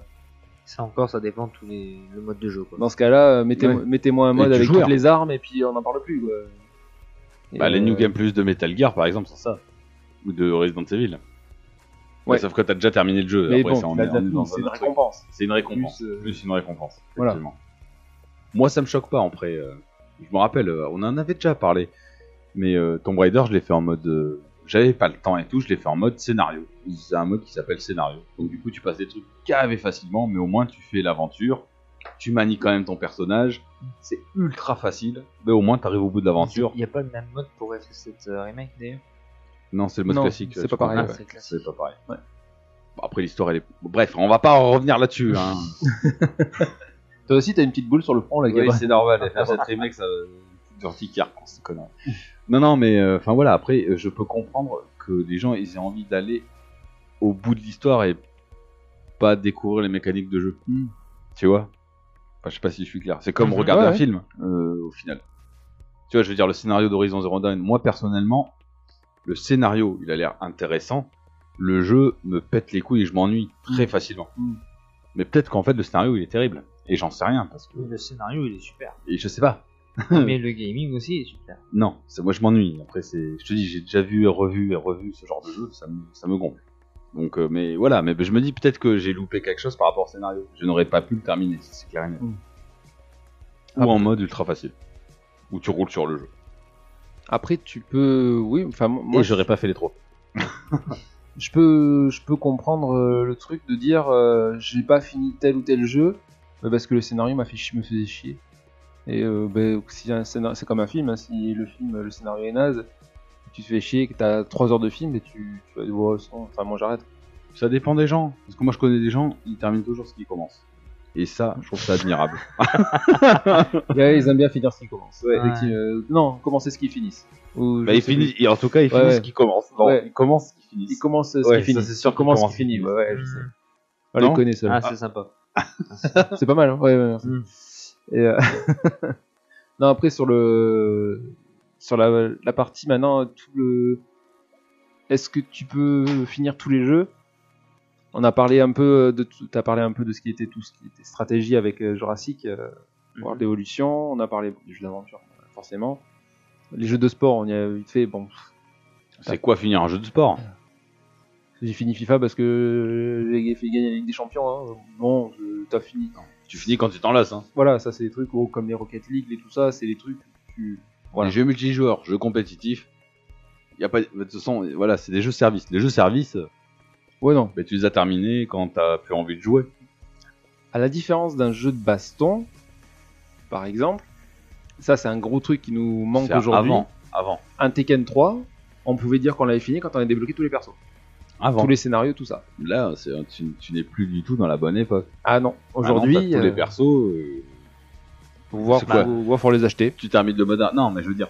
Speaker 5: Ça encore, ça dépend de tous les le mode de jeu. Quoi.
Speaker 6: dans ce cas-là, euh, mettez-moi
Speaker 4: Ouais.
Speaker 6: mettez-moi un
Speaker 4: Et
Speaker 6: mode
Speaker 4: tu
Speaker 6: avec
Speaker 4: joues,
Speaker 6: toutes
Speaker 4: hein.
Speaker 6: les armes et puis on n'en parle plus. Quoi. Et,
Speaker 4: Bah, les
Speaker 6: euh,
Speaker 4: New Game Plus de Metal Gear, par exemple, c'est ça. Ou de Resident Evil.
Speaker 6: Ouais.
Speaker 4: Ouais. sauf que t'as déjà terminé le jeu.
Speaker 6: Mais
Speaker 4: Après,
Speaker 6: bon,
Speaker 4: ça, on
Speaker 6: tu l'as
Speaker 4: est- on
Speaker 6: déjà
Speaker 4: est
Speaker 6: fini,
Speaker 4: dans
Speaker 6: c'est
Speaker 4: un
Speaker 6: une
Speaker 4: autre truc.
Speaker 6: récompense.
Speaker 4: C'est une récompense.
Speaker 6: Plus,
Speaker 4: Plus,
Speaker 6: euh,
Speaker 4: une récompense.
Speaker 6: Voilà.
Speaker 4: effectivement. Moi, ça me choque pas. Après, euh, je me rappelle, euh, on en avait déjà parlé. Mais euh, Tomb Raider, je l'ai fait en mode. euh, J'avais pas le temps et tout, je l'ai fait en mode scénario. C'est un mode qui s'appelle scénario. Donc, du coup, tu passes des trucs cavés facilement, mais au moins, tu fais l'aventure. Tu manies quand même ton personnage. C'est ultra facile, mais au moins, t'arrives au bout de l'aventure.
Speaker 5: Il n'y a pas le même mode pour FF7 euh, Remake d'ailleurs.
Speaker 4: Non, c'est le mode
Speaker 6: Non,
Speaker 4: classique.
Speaker 6: c'est
Speaker 4: tu
Speaker 6: pas
Speaker 4: crois.
Speaker 6: pareil,
Speaker 5: Ah,
Speaker 6: ouais.
Speaker 5: c'est classique.
Speaker 4: C'est pas pareil.
Speaker 6: Ouais.
Speaker 4: Bon, Après, l'histoire, elle est. Bref, on va pas en revenir là-dessus.
Speaker 6: *laughs*
Speaker 4: Hein.
Speaker 6: Toi aussi, t'as une petite boule sur le front, Oh, la
Speaker 4: Oui, c'est normal, faire cette remake, ça d'urticaire quand c'est connard. Non, non, mais euh, enfin voilà, après, euh, je peux comprendre que les gens ils aient envie d'aller au bout de l'histoire et pas découvrir les mécaniques de jeu.
Speaker 6: Hmm.
Speaker 4: Tu vois Enfin, Je sais pas si je suis clair. C'est comme
Speaker 5: Mhm.
Speaker 4: regarder
Speaker 6: Ouais,
Speaker 4: un
Speaker 6: ouais.
Speaker 4: film, euh, au final. Tu vois, je veux dire, le scénario d'Horizon Zero Dawn, moi personnellement, le scénario, il a l'air intéressant. Le jeu me pète les couilles et je m'ennuie très facilement.
Speaker 6: Hmm.
Speaker 4: Mais peut-être qu'en fait, le scénario, il est terrible. Et j'en sais rien, parce que...
Speaker 5: Oui, Le scénario, il est super.
Speaker 4: Et je sais pas.
Speaker 5: Mais le gaming aussi il est super.
Speaker 4: Non, c'est- moi je m'ennuie. Après, c'est, je te dis, j'ai déjà vu et revu et revu ce genre de jeu, ça me, ça me gonfle. Donc, euh, mais voilà, mais je me dis peut-être que j'ai loupé quelque chose par rapport au scénario. Je n'aurais pas pu le terminer, ça, c'est clair et net.
Speaker 6: Mm.
Speaker 4: Ou en mode ultra facile, où tu roules sur le jeu.
Speaker 6: Après, tu peux. Oui, enfin, moi,
Speaker 4: et j'aurais pas fait les trois.
Speaker 6: je peux, je peux comprendre euh, le truc de dire euh, j'ai pas fini tel ou tel jeu euh, parce que le scénario m'a fait chi- me faisait chier. Et euh, ben, si un scénar- c'est comme un film, hein, si le film, le scénario est naze, tu te fais chier, que t'as 3 heures de film et tu, tu vas dire Ouais, c'est bon, enfin moi j'arrête.
Speaker 4: Ça dépend des gens, parce que moi je connais des gens, ils terminent toujours ce qu'ils commencent. Et ça, je trouve ça admirable.
Speaker 6: Ouais, ils aiment bien finir ce qu'ils commencent. Ouais,
Speaker 5: Ouais.
Speaker 6: effectivement, euh, non, commencer ce qu'ils finissent. Ou,
Speaker 4: *laughs* Bah,
Speaker 6: je
Speaker 4: ils
Speaker 6: sais plus.
Speaker 4: finissent, et en tout cas, ils
Speaker 6: Ouais,
Speaker 4: finissent
Speaker 6: ouais.
Speaker 4: ce qu'ils commencent. Non,
Speaker 6: Ouais.
Speaker 4: ils commencent ce qu'ils
Speaker 6: Ils
Speaker 4: finissent.
Speaker 6: commencent ce
Speaker 4: Ouais,
Speaker 6: qu'ils
Speaker 4: ça,
Speaker 6: finissent.
Speaker 4: c'est sûr
Speaker 6: Ils commencent ce
Speaker 4: qu'ils
Speaker 6: qu'ils finissent. Ouais, ouais, je sais.
Speaker 5: Mm.
Speaker 6: On les
Speaker 4: Non
Speaker 6: connaît, ceux-là.
Speaker 5: Ah, c'est sympa.
Speaker 6: C'est pas mal, hein ouais, ouais, merci.
Speaker 5: Mm.
Speaker 6: Et euh, *laughs* non, après, sur le sur la, la partie maintenant, tout le est-ce que tu peux finir tous les jeux On a parlé un peu euh, de tout- t'as parlé un peu de ce qui était tout ce qui était stratégie avec euh, Jurassic euh, World Evolution, on a parlé des jeux d'aventure forcément. Les jeux de sport, on y a vite fait. Bon,
Speaker 4: C'est quoi finir un jeu de sport
Speaker 6: j'ai fini FIFA parce que j'ai fait gagner la Ligue des Champions. hein. Bon, je- t'as fini.
Speaker 4: Tu finis quand tu t'en lasses. Hein.
Speaker 6: Voilà, ça c'est des trucs gros, comme les Rocket League et tout ça, c'est des trucs. que Tu... Voilà.
Speaker 4: Les jeux multijoueurs, jeux compétitifs, y a pas, de toute façon, voilà, c'est des jeux services. Les jeux services,
Speaker 6: Ouais, non.
Speaker 4: ben, tu les as terminés quand t'as plus envie de jouer.
Speaker 6: À la différence d'un jeu de baston, par exemple, ça c'est un gros truc qui nous manque
Speaker 4: C'est
Speaker 6: aujourd'hui.
Speaker 4: Avant, avant,
Speaker 6: Un Tekken 3, on pouvait dire qu'on l'avait fini quand on a débloqué tous les persos,
Speaker 4: avant.
Speaker 6: tous les scénarios, tout ça.
Speaker 4: Là, c'est, tu, tu n'es plus du tout dans la bonne époque.
Speaker 6: Ah non, aujourd'hui,
Speaker 4: Maintenant, t'as tous
Speaker 6: euh,
Speaker 4: les persos, euh,
Speaker 6: faut voir
Speaker 4: c'est
Speaker 6: faut-
Speaker 4: quoi
Speaker 6: faut voir pour les acheter.
Speaker 4: tu termines le mode. Non, mais je veux dire,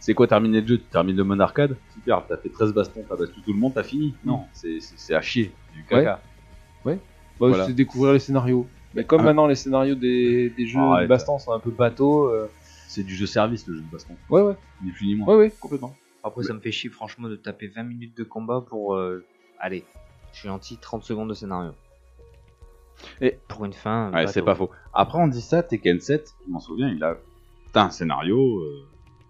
Speaker 4: C'est quoi terminer le jeu Tu termines le mode arcade Super, t'as fait 13 bastons, t'as battu tout le monde, t'as fini
Speaker 6: Mm.
Speaker 4: Non, c'est- c'est c'est à chier, c'est du caca.
Speaker 6: Bah,
Speaker 4: Voilà.
Speaker 6: C'est découvrir les scénarios. Mais comme
Speaker 4: Ah.
Speaker 6: maintenant les scénarios des, des jeux
Speaker 4: Arrête.
Speaker 6: de baston sont un peu bateaux. euh,
Speaker 4: C'est du jeu service le jeu de baston,
Speaker 6: Ouais, ouais,
Speaker 4: ni plus ni moins.
Speaker 6: ouais, ouais, complètement.
Speaker 5: Après, ça me fait chier, franchement, de taper 20 minutes de combat pour. euh, Allez, je suis anti 30 secondes de scénario.
Speaker 4: Et-
Speaker 5: pour une fin.
Speaker 4: Ouais, c'est pas faux. Après, on dit ça, Tekken 7, je m'en souviens, il a. T'as un scénario, euh,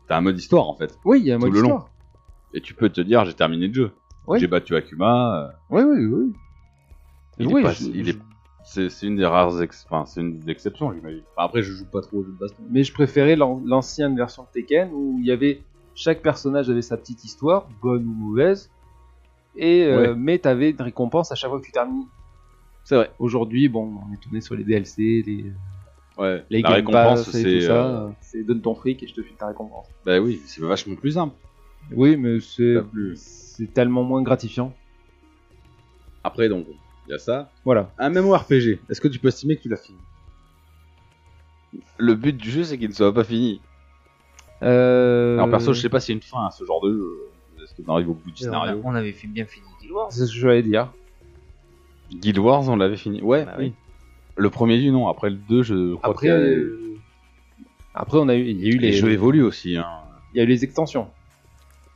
Speaker 4: t'as un mode histoire en fait.
Speaker 6: Oui, il y a un
Speaker 4: Tout
Speaker 6: mode
Speaker 4: le long.
Speaker 6: histoire.
Speaker 4: Et tu peux te dire, j'ai terminé le jeu.
Speaker 6: Ouais.
Speaker 4: J'ai battu Akuma. euh,
Speaker 6: Ouais, ouais, ouais.
Speaker 4: il
Speaker 6: Oui,
Speaker 4: est pas-
Speaker 6: je-
Speaker 4: il
Speaker 6: je-
Speaker 4: est- C'est c'est une des rares ex... enfin, c'est une des exceptions, j'imagine. Enfin, après, je joue pas trop au jeu de baston.
Speaker 6: Mais je préférais l'an- l'ancienne version de Tekken où il y avait chaque personnage avait sa petite histoire, bonne ou mauvaise, et euh, mais t'avais une récompense à chaque fois que tu termines.
Speaker 4: C'est vrai.
Speaker 6: Aujourd'hui, bon, on est tourné sur les DLC, les,
Speaker 4: Ouais,
Speaker 6: les
Speaker 4: la
Speaker 6: Game
Speaker 4: récompense,
Speaker 6: Pass et
Speaker 4: c'est.
Speaker 6: tout ça.
Speaker 4: euh,
Speaker 6: euh, C'est donne ton fric et je te file ta récompense.
Speaker 4: Bah oui, c'est vachement plus simple.
Speaker 6: Oui, mais c'est
Speaker 4: T'as plus-
Speaker 6: c'est tellement moins gratifiant.
Speaker 4: Après, donc, il y a ça.
Speaker 6: Voilà.
Speaker 4: Un MMORPG, est-ce que tu peux estimer que tu l'as fini Le but du jeu, c'est qu'il ne soit pas fini.
Speaker 6: Euh...
Speaker 4: Alors, perso, je sais pas s'il y a une fin à ce genre de jeu. Est-ce qu'on arrive au bout
Speaker 5: On,
Speaker 4: du
Speaker 5: a-
Speaker 4: scénario
Speaker 5: on avait fait bien fini Guild Wars.
Speaker 6: C'est ce que j'allais dire.
Speaker 4: Guild Wars, on l'avait fini. Ouais,
Speaker 5: Bah
Speaker 4: oui. Le premier du nom, après le 2, je crois
Speaker 6: Après,
Speaker 4: que euh,
Speaker 6: euh, après, on a eu, il y a eu
Speaker 4: les
Speaker 6: les,
Speaker 4: jeux évoluent aussi. Hein.
Speaker 6: il y a eu les extensions.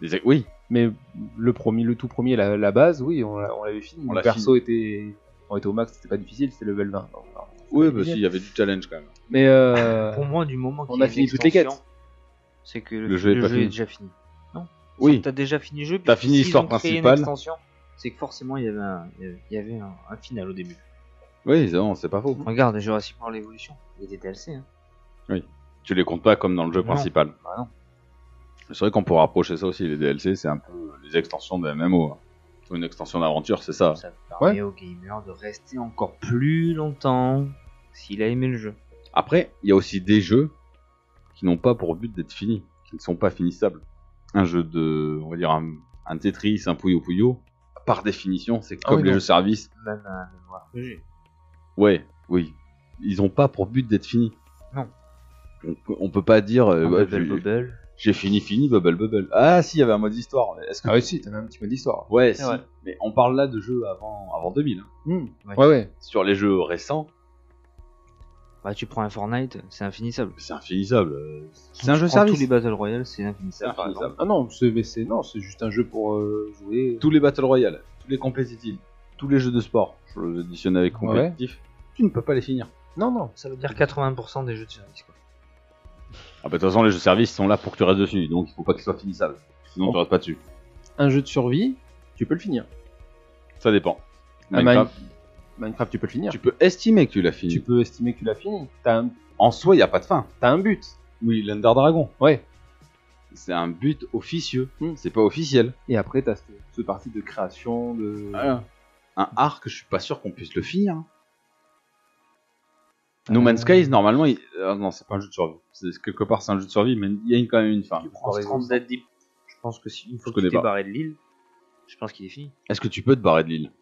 Speaker 4: Les- Oui,
Speaker 6: Mais le premier, le tout premier, la, la base, oui, on, l'a- on l'avait fini.
Speaker 4: On
Speaker 6: le
Speaker 4: l'a
Speaker 6: perso était, on était au max, c'était pas difficile, c'était level 20. donc, alors, c'était
Speaker 4: oui
Speaker 6: pas
Speaker 4: bah, si,
Speaker 6: difficile.
Speaker 4: il y avait du challenge quand même.
Speaker 6: Mais euh,
Speaker 5: Pour moi, du moment
Speaker 6: On
Speaker 5: qu'il y
Speaker 6: a fini
Speaker 5: une
Speaker 6: toutes les quêtes.
Speaker 5: extension, C'est que le,
Speaker 4: Le jeu est pas fini.
Speaker 5: déjà fini. Non
Speaker 4: Oui.
Speaker 5: C'est que T'as déjà fini le jeu.
Speaker 4: T'as
Speaker 5: puisque
Speaker 4: fini
Speaker 5: s'ils
Speaker 4: l'histoire
Speaker 5: ont créé une
Speaker 4: principale.
Speaker 5: extension, C'est que forcément, il y avait un, il y avait un, un final au début.
Speaker 4: Oui, c'est bon, c'est pas faux.
Speaker 5: Regarde, Jurassic World Evolution. Il y a des DLC. Hein.
Speaker 4: Tu les comptes pas comme dans le jeu
Speaker 5: Non.
Speaker 4: principal.
Speaker 5: Bah non.
Speaker 4: C'est vrai qu'on peut rapprocher ça aussi, les DLC, c'est un peu les extensions de MMO. hein. Une extension d'aventure, c'est ça.
Speaker 5: Ça permet au gamer de rester encore plus longtemps s'il a aimé le jeu.
Speaker 4: Après, il y a aussi des jeux qui n'ont pas pour but d'être finis, qui ne sont pas finissables. Un jeu de, on va dire, un, un Tetris, un Puyo Puyo, par définition, c'est
Speaker 6: Ah
Speaker 4: comme
Speaker 6: oui,
Speaker 4: les
Speaker 6: non.
Speaker 4: jeux service.
Speaker 5: Même un mémoire que j'ai.
Speaker 4: Ouais, oui. Ils n'ont pas pour but d'être finis.
Speaker 5: Non.
Speaker 4: On, peut- on peut pas dire, euh,
Speaker 5: Un
Speaker 4: ouais,
Speaker 5: Bubble
Speaker 4: j'ai-
Speaker 5: Bubble.
Speaker 4: j'ai fini, fini, bubble, bubble. Ah, si, il y avait un mode histoire. Est-ce que
Speaker 6: ah oui, si, t'avais un petit peu d'histoire.
Speaker 4: Ouais, si.
Speaker 6: vrai.
Speaker 4: Mais on parle là de jeux avant, avant 2000. hein.
Speaker 6: Hmm.
Speaker 5: Ouais.
Speaker 6: Ouais, ouais.
Speaker 4: Sur les jeux récents,
Speaker 5: Bah, tu prends un Fortnite, c'est infinissable.
Speaker 4: c'est infinissable. euh,
Speaker 5: Tu
Speaker 4: C'est un jeu
Speaker 5: prends
Speaker 4: service.
Speaker 5: Tous les Battle Royale, c'est
Speaker 4: C'est
Speaker 5: infinissable. par exemple.
Speaker 4: infinissable.
Speaker 6: Ah non, c'est mais c'est non, c'est juste un jeu pour euh, jouer.
Speaker 4: Tous les Battle Royale, tous les compétitifs, tous les jeux de sport, je les additionne avec
Speaker 6: Ouais.
Speaker 4: compétitif, tu ne peux pas les finir.
Speaker 6: Non, non.
Speaker 5: Ça veut dire 80% des jeux de service. Quoi.
Speaker 4: Ah bah, de toute façon, les jeux service sont là pour que tu restes dessus, donc il faut pas qu'ils soient finissables. Sinon,
Speaker 6: Oh.
Speaker 4: tu restes pas dessus.
Speaker 6: Un jeu de survie, tu peux le finir.
Speaker 4: Ça dépend.
Speaker 6: Un
Speaker 4: Minecraft,
Speaker 6: Minecraft, tu peux le finir.
Speaker 4: tu
Speaker 6: Tu,
Speaker 4: peux estimer que tu l'as fini.
Speaker 6: peux estimer que tu l'as fini. T'as un,
Speaker 4: En soi, il n'y a pas de fin.
Speaker 6: t'as un but.
Speaker 4: Oui, l'Under Dragon.
Speaker 6: Ouais.
Speaker 4: C'est un but officieux,
Speaker 6: Hmm.
Speaker 4: c'est pas officiel.
Speaker 6: Et après, t'as ce, ce parti de création de.
Speaker 4: Ah, Un arc, je suis pas sûr qu'on puisse le finir. hein.
Speaker 6: Euh.
Speaker 4: No Man's Sky, normalement, il- ah non, c'est pas un jeu de survie. C'est- Quelque part, c'est un jeu de survie, mais il y a une- quand même une fin.
Speaker 5: Tu prends Strand Dead Deep. Je pense que si une fois
Speaker 4: Je
Speaker 5: que tu
Speaker 4: connais
Speaker 5: t'es
Speaker 4: pas.
Speaker 5: barré de l'île, je pense qu'il est fini.
Speaker 4: Est-ce que tu peux te barrer de l'île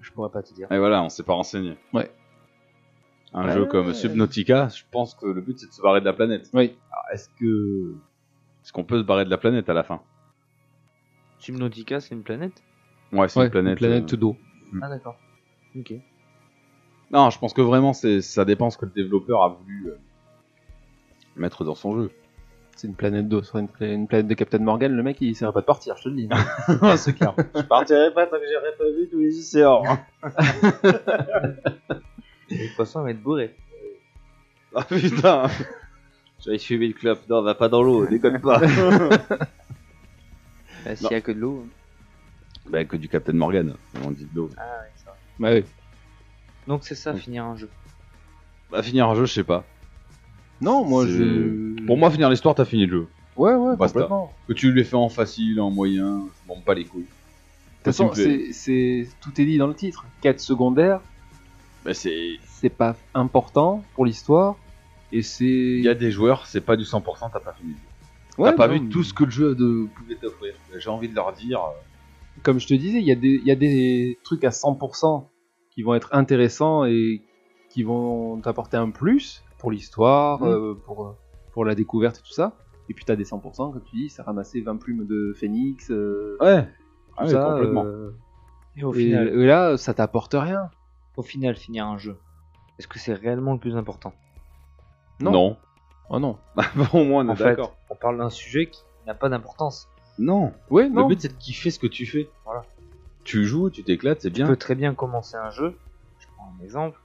Speaker 5: Je pourrais pas te dire.
Speaker 4: Et voilà, on s'est pas renseigné.
Speaker 6: Ouais.
Speaker 4: Un
Speaker 6: Ouais.
Speaker 4: jeu comme Subnautica, je pense que le but c'est de se barrer de la planète.
Speaker 6: Oui.
Speaker 4: Alors, est-ce que. Est-ce qu'on peut se barrer de la planète à la fin
Speaker 5: Subnautica, c'est une planète
Speaker 4: Ouais, c'est
Speaker 6: Ouais,
Speaker 4: une planète. euh,
Speaker 6: d'eau.
Speaker 5: Ah, d'accord. Ok.
Speaker 4: Non, je pense que vraiment, c'est... ça dépend ce que le développeur a voulu euh, mettre dans son jeu.
Speaker 6: C'est une planète d'eau, sur une, pla- une planète de Captain Morgan, le mec il sert pas de partir, je te le dis.
Speaker 4: c'est clair. *laughs* je partirai pas tant que j'aurai pas vu tous les océans. *laughs*
Speaker 5: De toute façon, elle va être bourrée.
Speaker 4: Ah putain J'avais suivi le club. Non, va pas dans l'eau, déconne pas.
Speaker 5: Bah, S'il y a que de l'eau.
Speaker 4: *laughs* hein. bah, que du Captain Morgan, on dit de l'eau.
Speaker 5: Ah, ouais, ça va.
Speaker 6: bah oui.
Speaker 5: Donc, c'est ça,
Speaker 4: Mm.
Speaker 5: finir un jeu.
Speaker 4: Bah, finir un jeu, je sais pas.
Speaker 6: Non, moi
Speaker 4: C'est-
Speaker 6: je.
Speaker 4: Pour moi, finir l'histoire, t'as fini le jeu.
Speaker 6: Ouais, ouais,
Speaker 4: Basta.
Speaker 6: complètement.
Speaker 4: Que tu l'aies fait en facile, en moyen, je m'en pas les couilles.
Speaker 6: De toute façon,
Speaker 4: Tu me fais-
Speaker 6: c'est, c'est- tout est dit dans le titre. Quête secondaire,
Speaker 4: Bah, c'est.
Speaker 6: c'est pas important pour l'histoire. Et c'est.
Speaker 4: Il y a des joueurs, c'est pas du 100%, t'as pas fini.
Speaker 6: Ouais,
Speaker 4: t'as pas
Speaker 6: non,
Speaker 4: vu
Speaker 6: mais
Speaker 4: tout ce que le jeu de... pouvait t'offrir. J'ai envie de leur dire. euh,
Speaker 6: Comme je te disais, il y, a des- il y a des trucs à 100% qui vont être intéressants et qui vont t'apporter un plus pour l'histoire,
Speaker 4: Mm.
Speaker 6: euh, pour, pour la découverte et tout ça. Et puis t'as des 100%, comme tu dis, ça ramassait 20 plumes de phénix. euh,
Speaker 4: Ouais,
Speaker 6: tout
Speaker 4: Ah ouais,
Speaker 6: ça,
Speaker 4: complètement.
Speaker 6: euh,
Speaker 5: Et au
Speaker 6: et,
Speaker 5: final,
Speaker 6: et là, ça t'apporte rien.
Speaker 5: au final, finir un jeu, est-ce que c'est réellement le plus important
Speaker 6: non.
Speaker 4: *laughs*
Speaker 6: Oh non.
Speaker 4: Au moins, on
Speaker 5: En
Speaker 4: est
Speaker 5: fait,
Speaker 4: Ah, d'accord.
Speaker 5: on parle d'un sujet qui n'a pas d'importance.
Speaker 4: Non.
Speaker 6: Ouais,
Speaker 4: Le
Speaker 6: non.
Speaker 4: but, c'est de kiffer ce que tu fais.
Speaker 5: Voilà.
Speaker 4: Tu joues, tu t'éclates, c'est
Speaker 5: Tu
Speaker 4: bien.
Speaker 5: peux très bien commencer un jeu, je prends un exemple,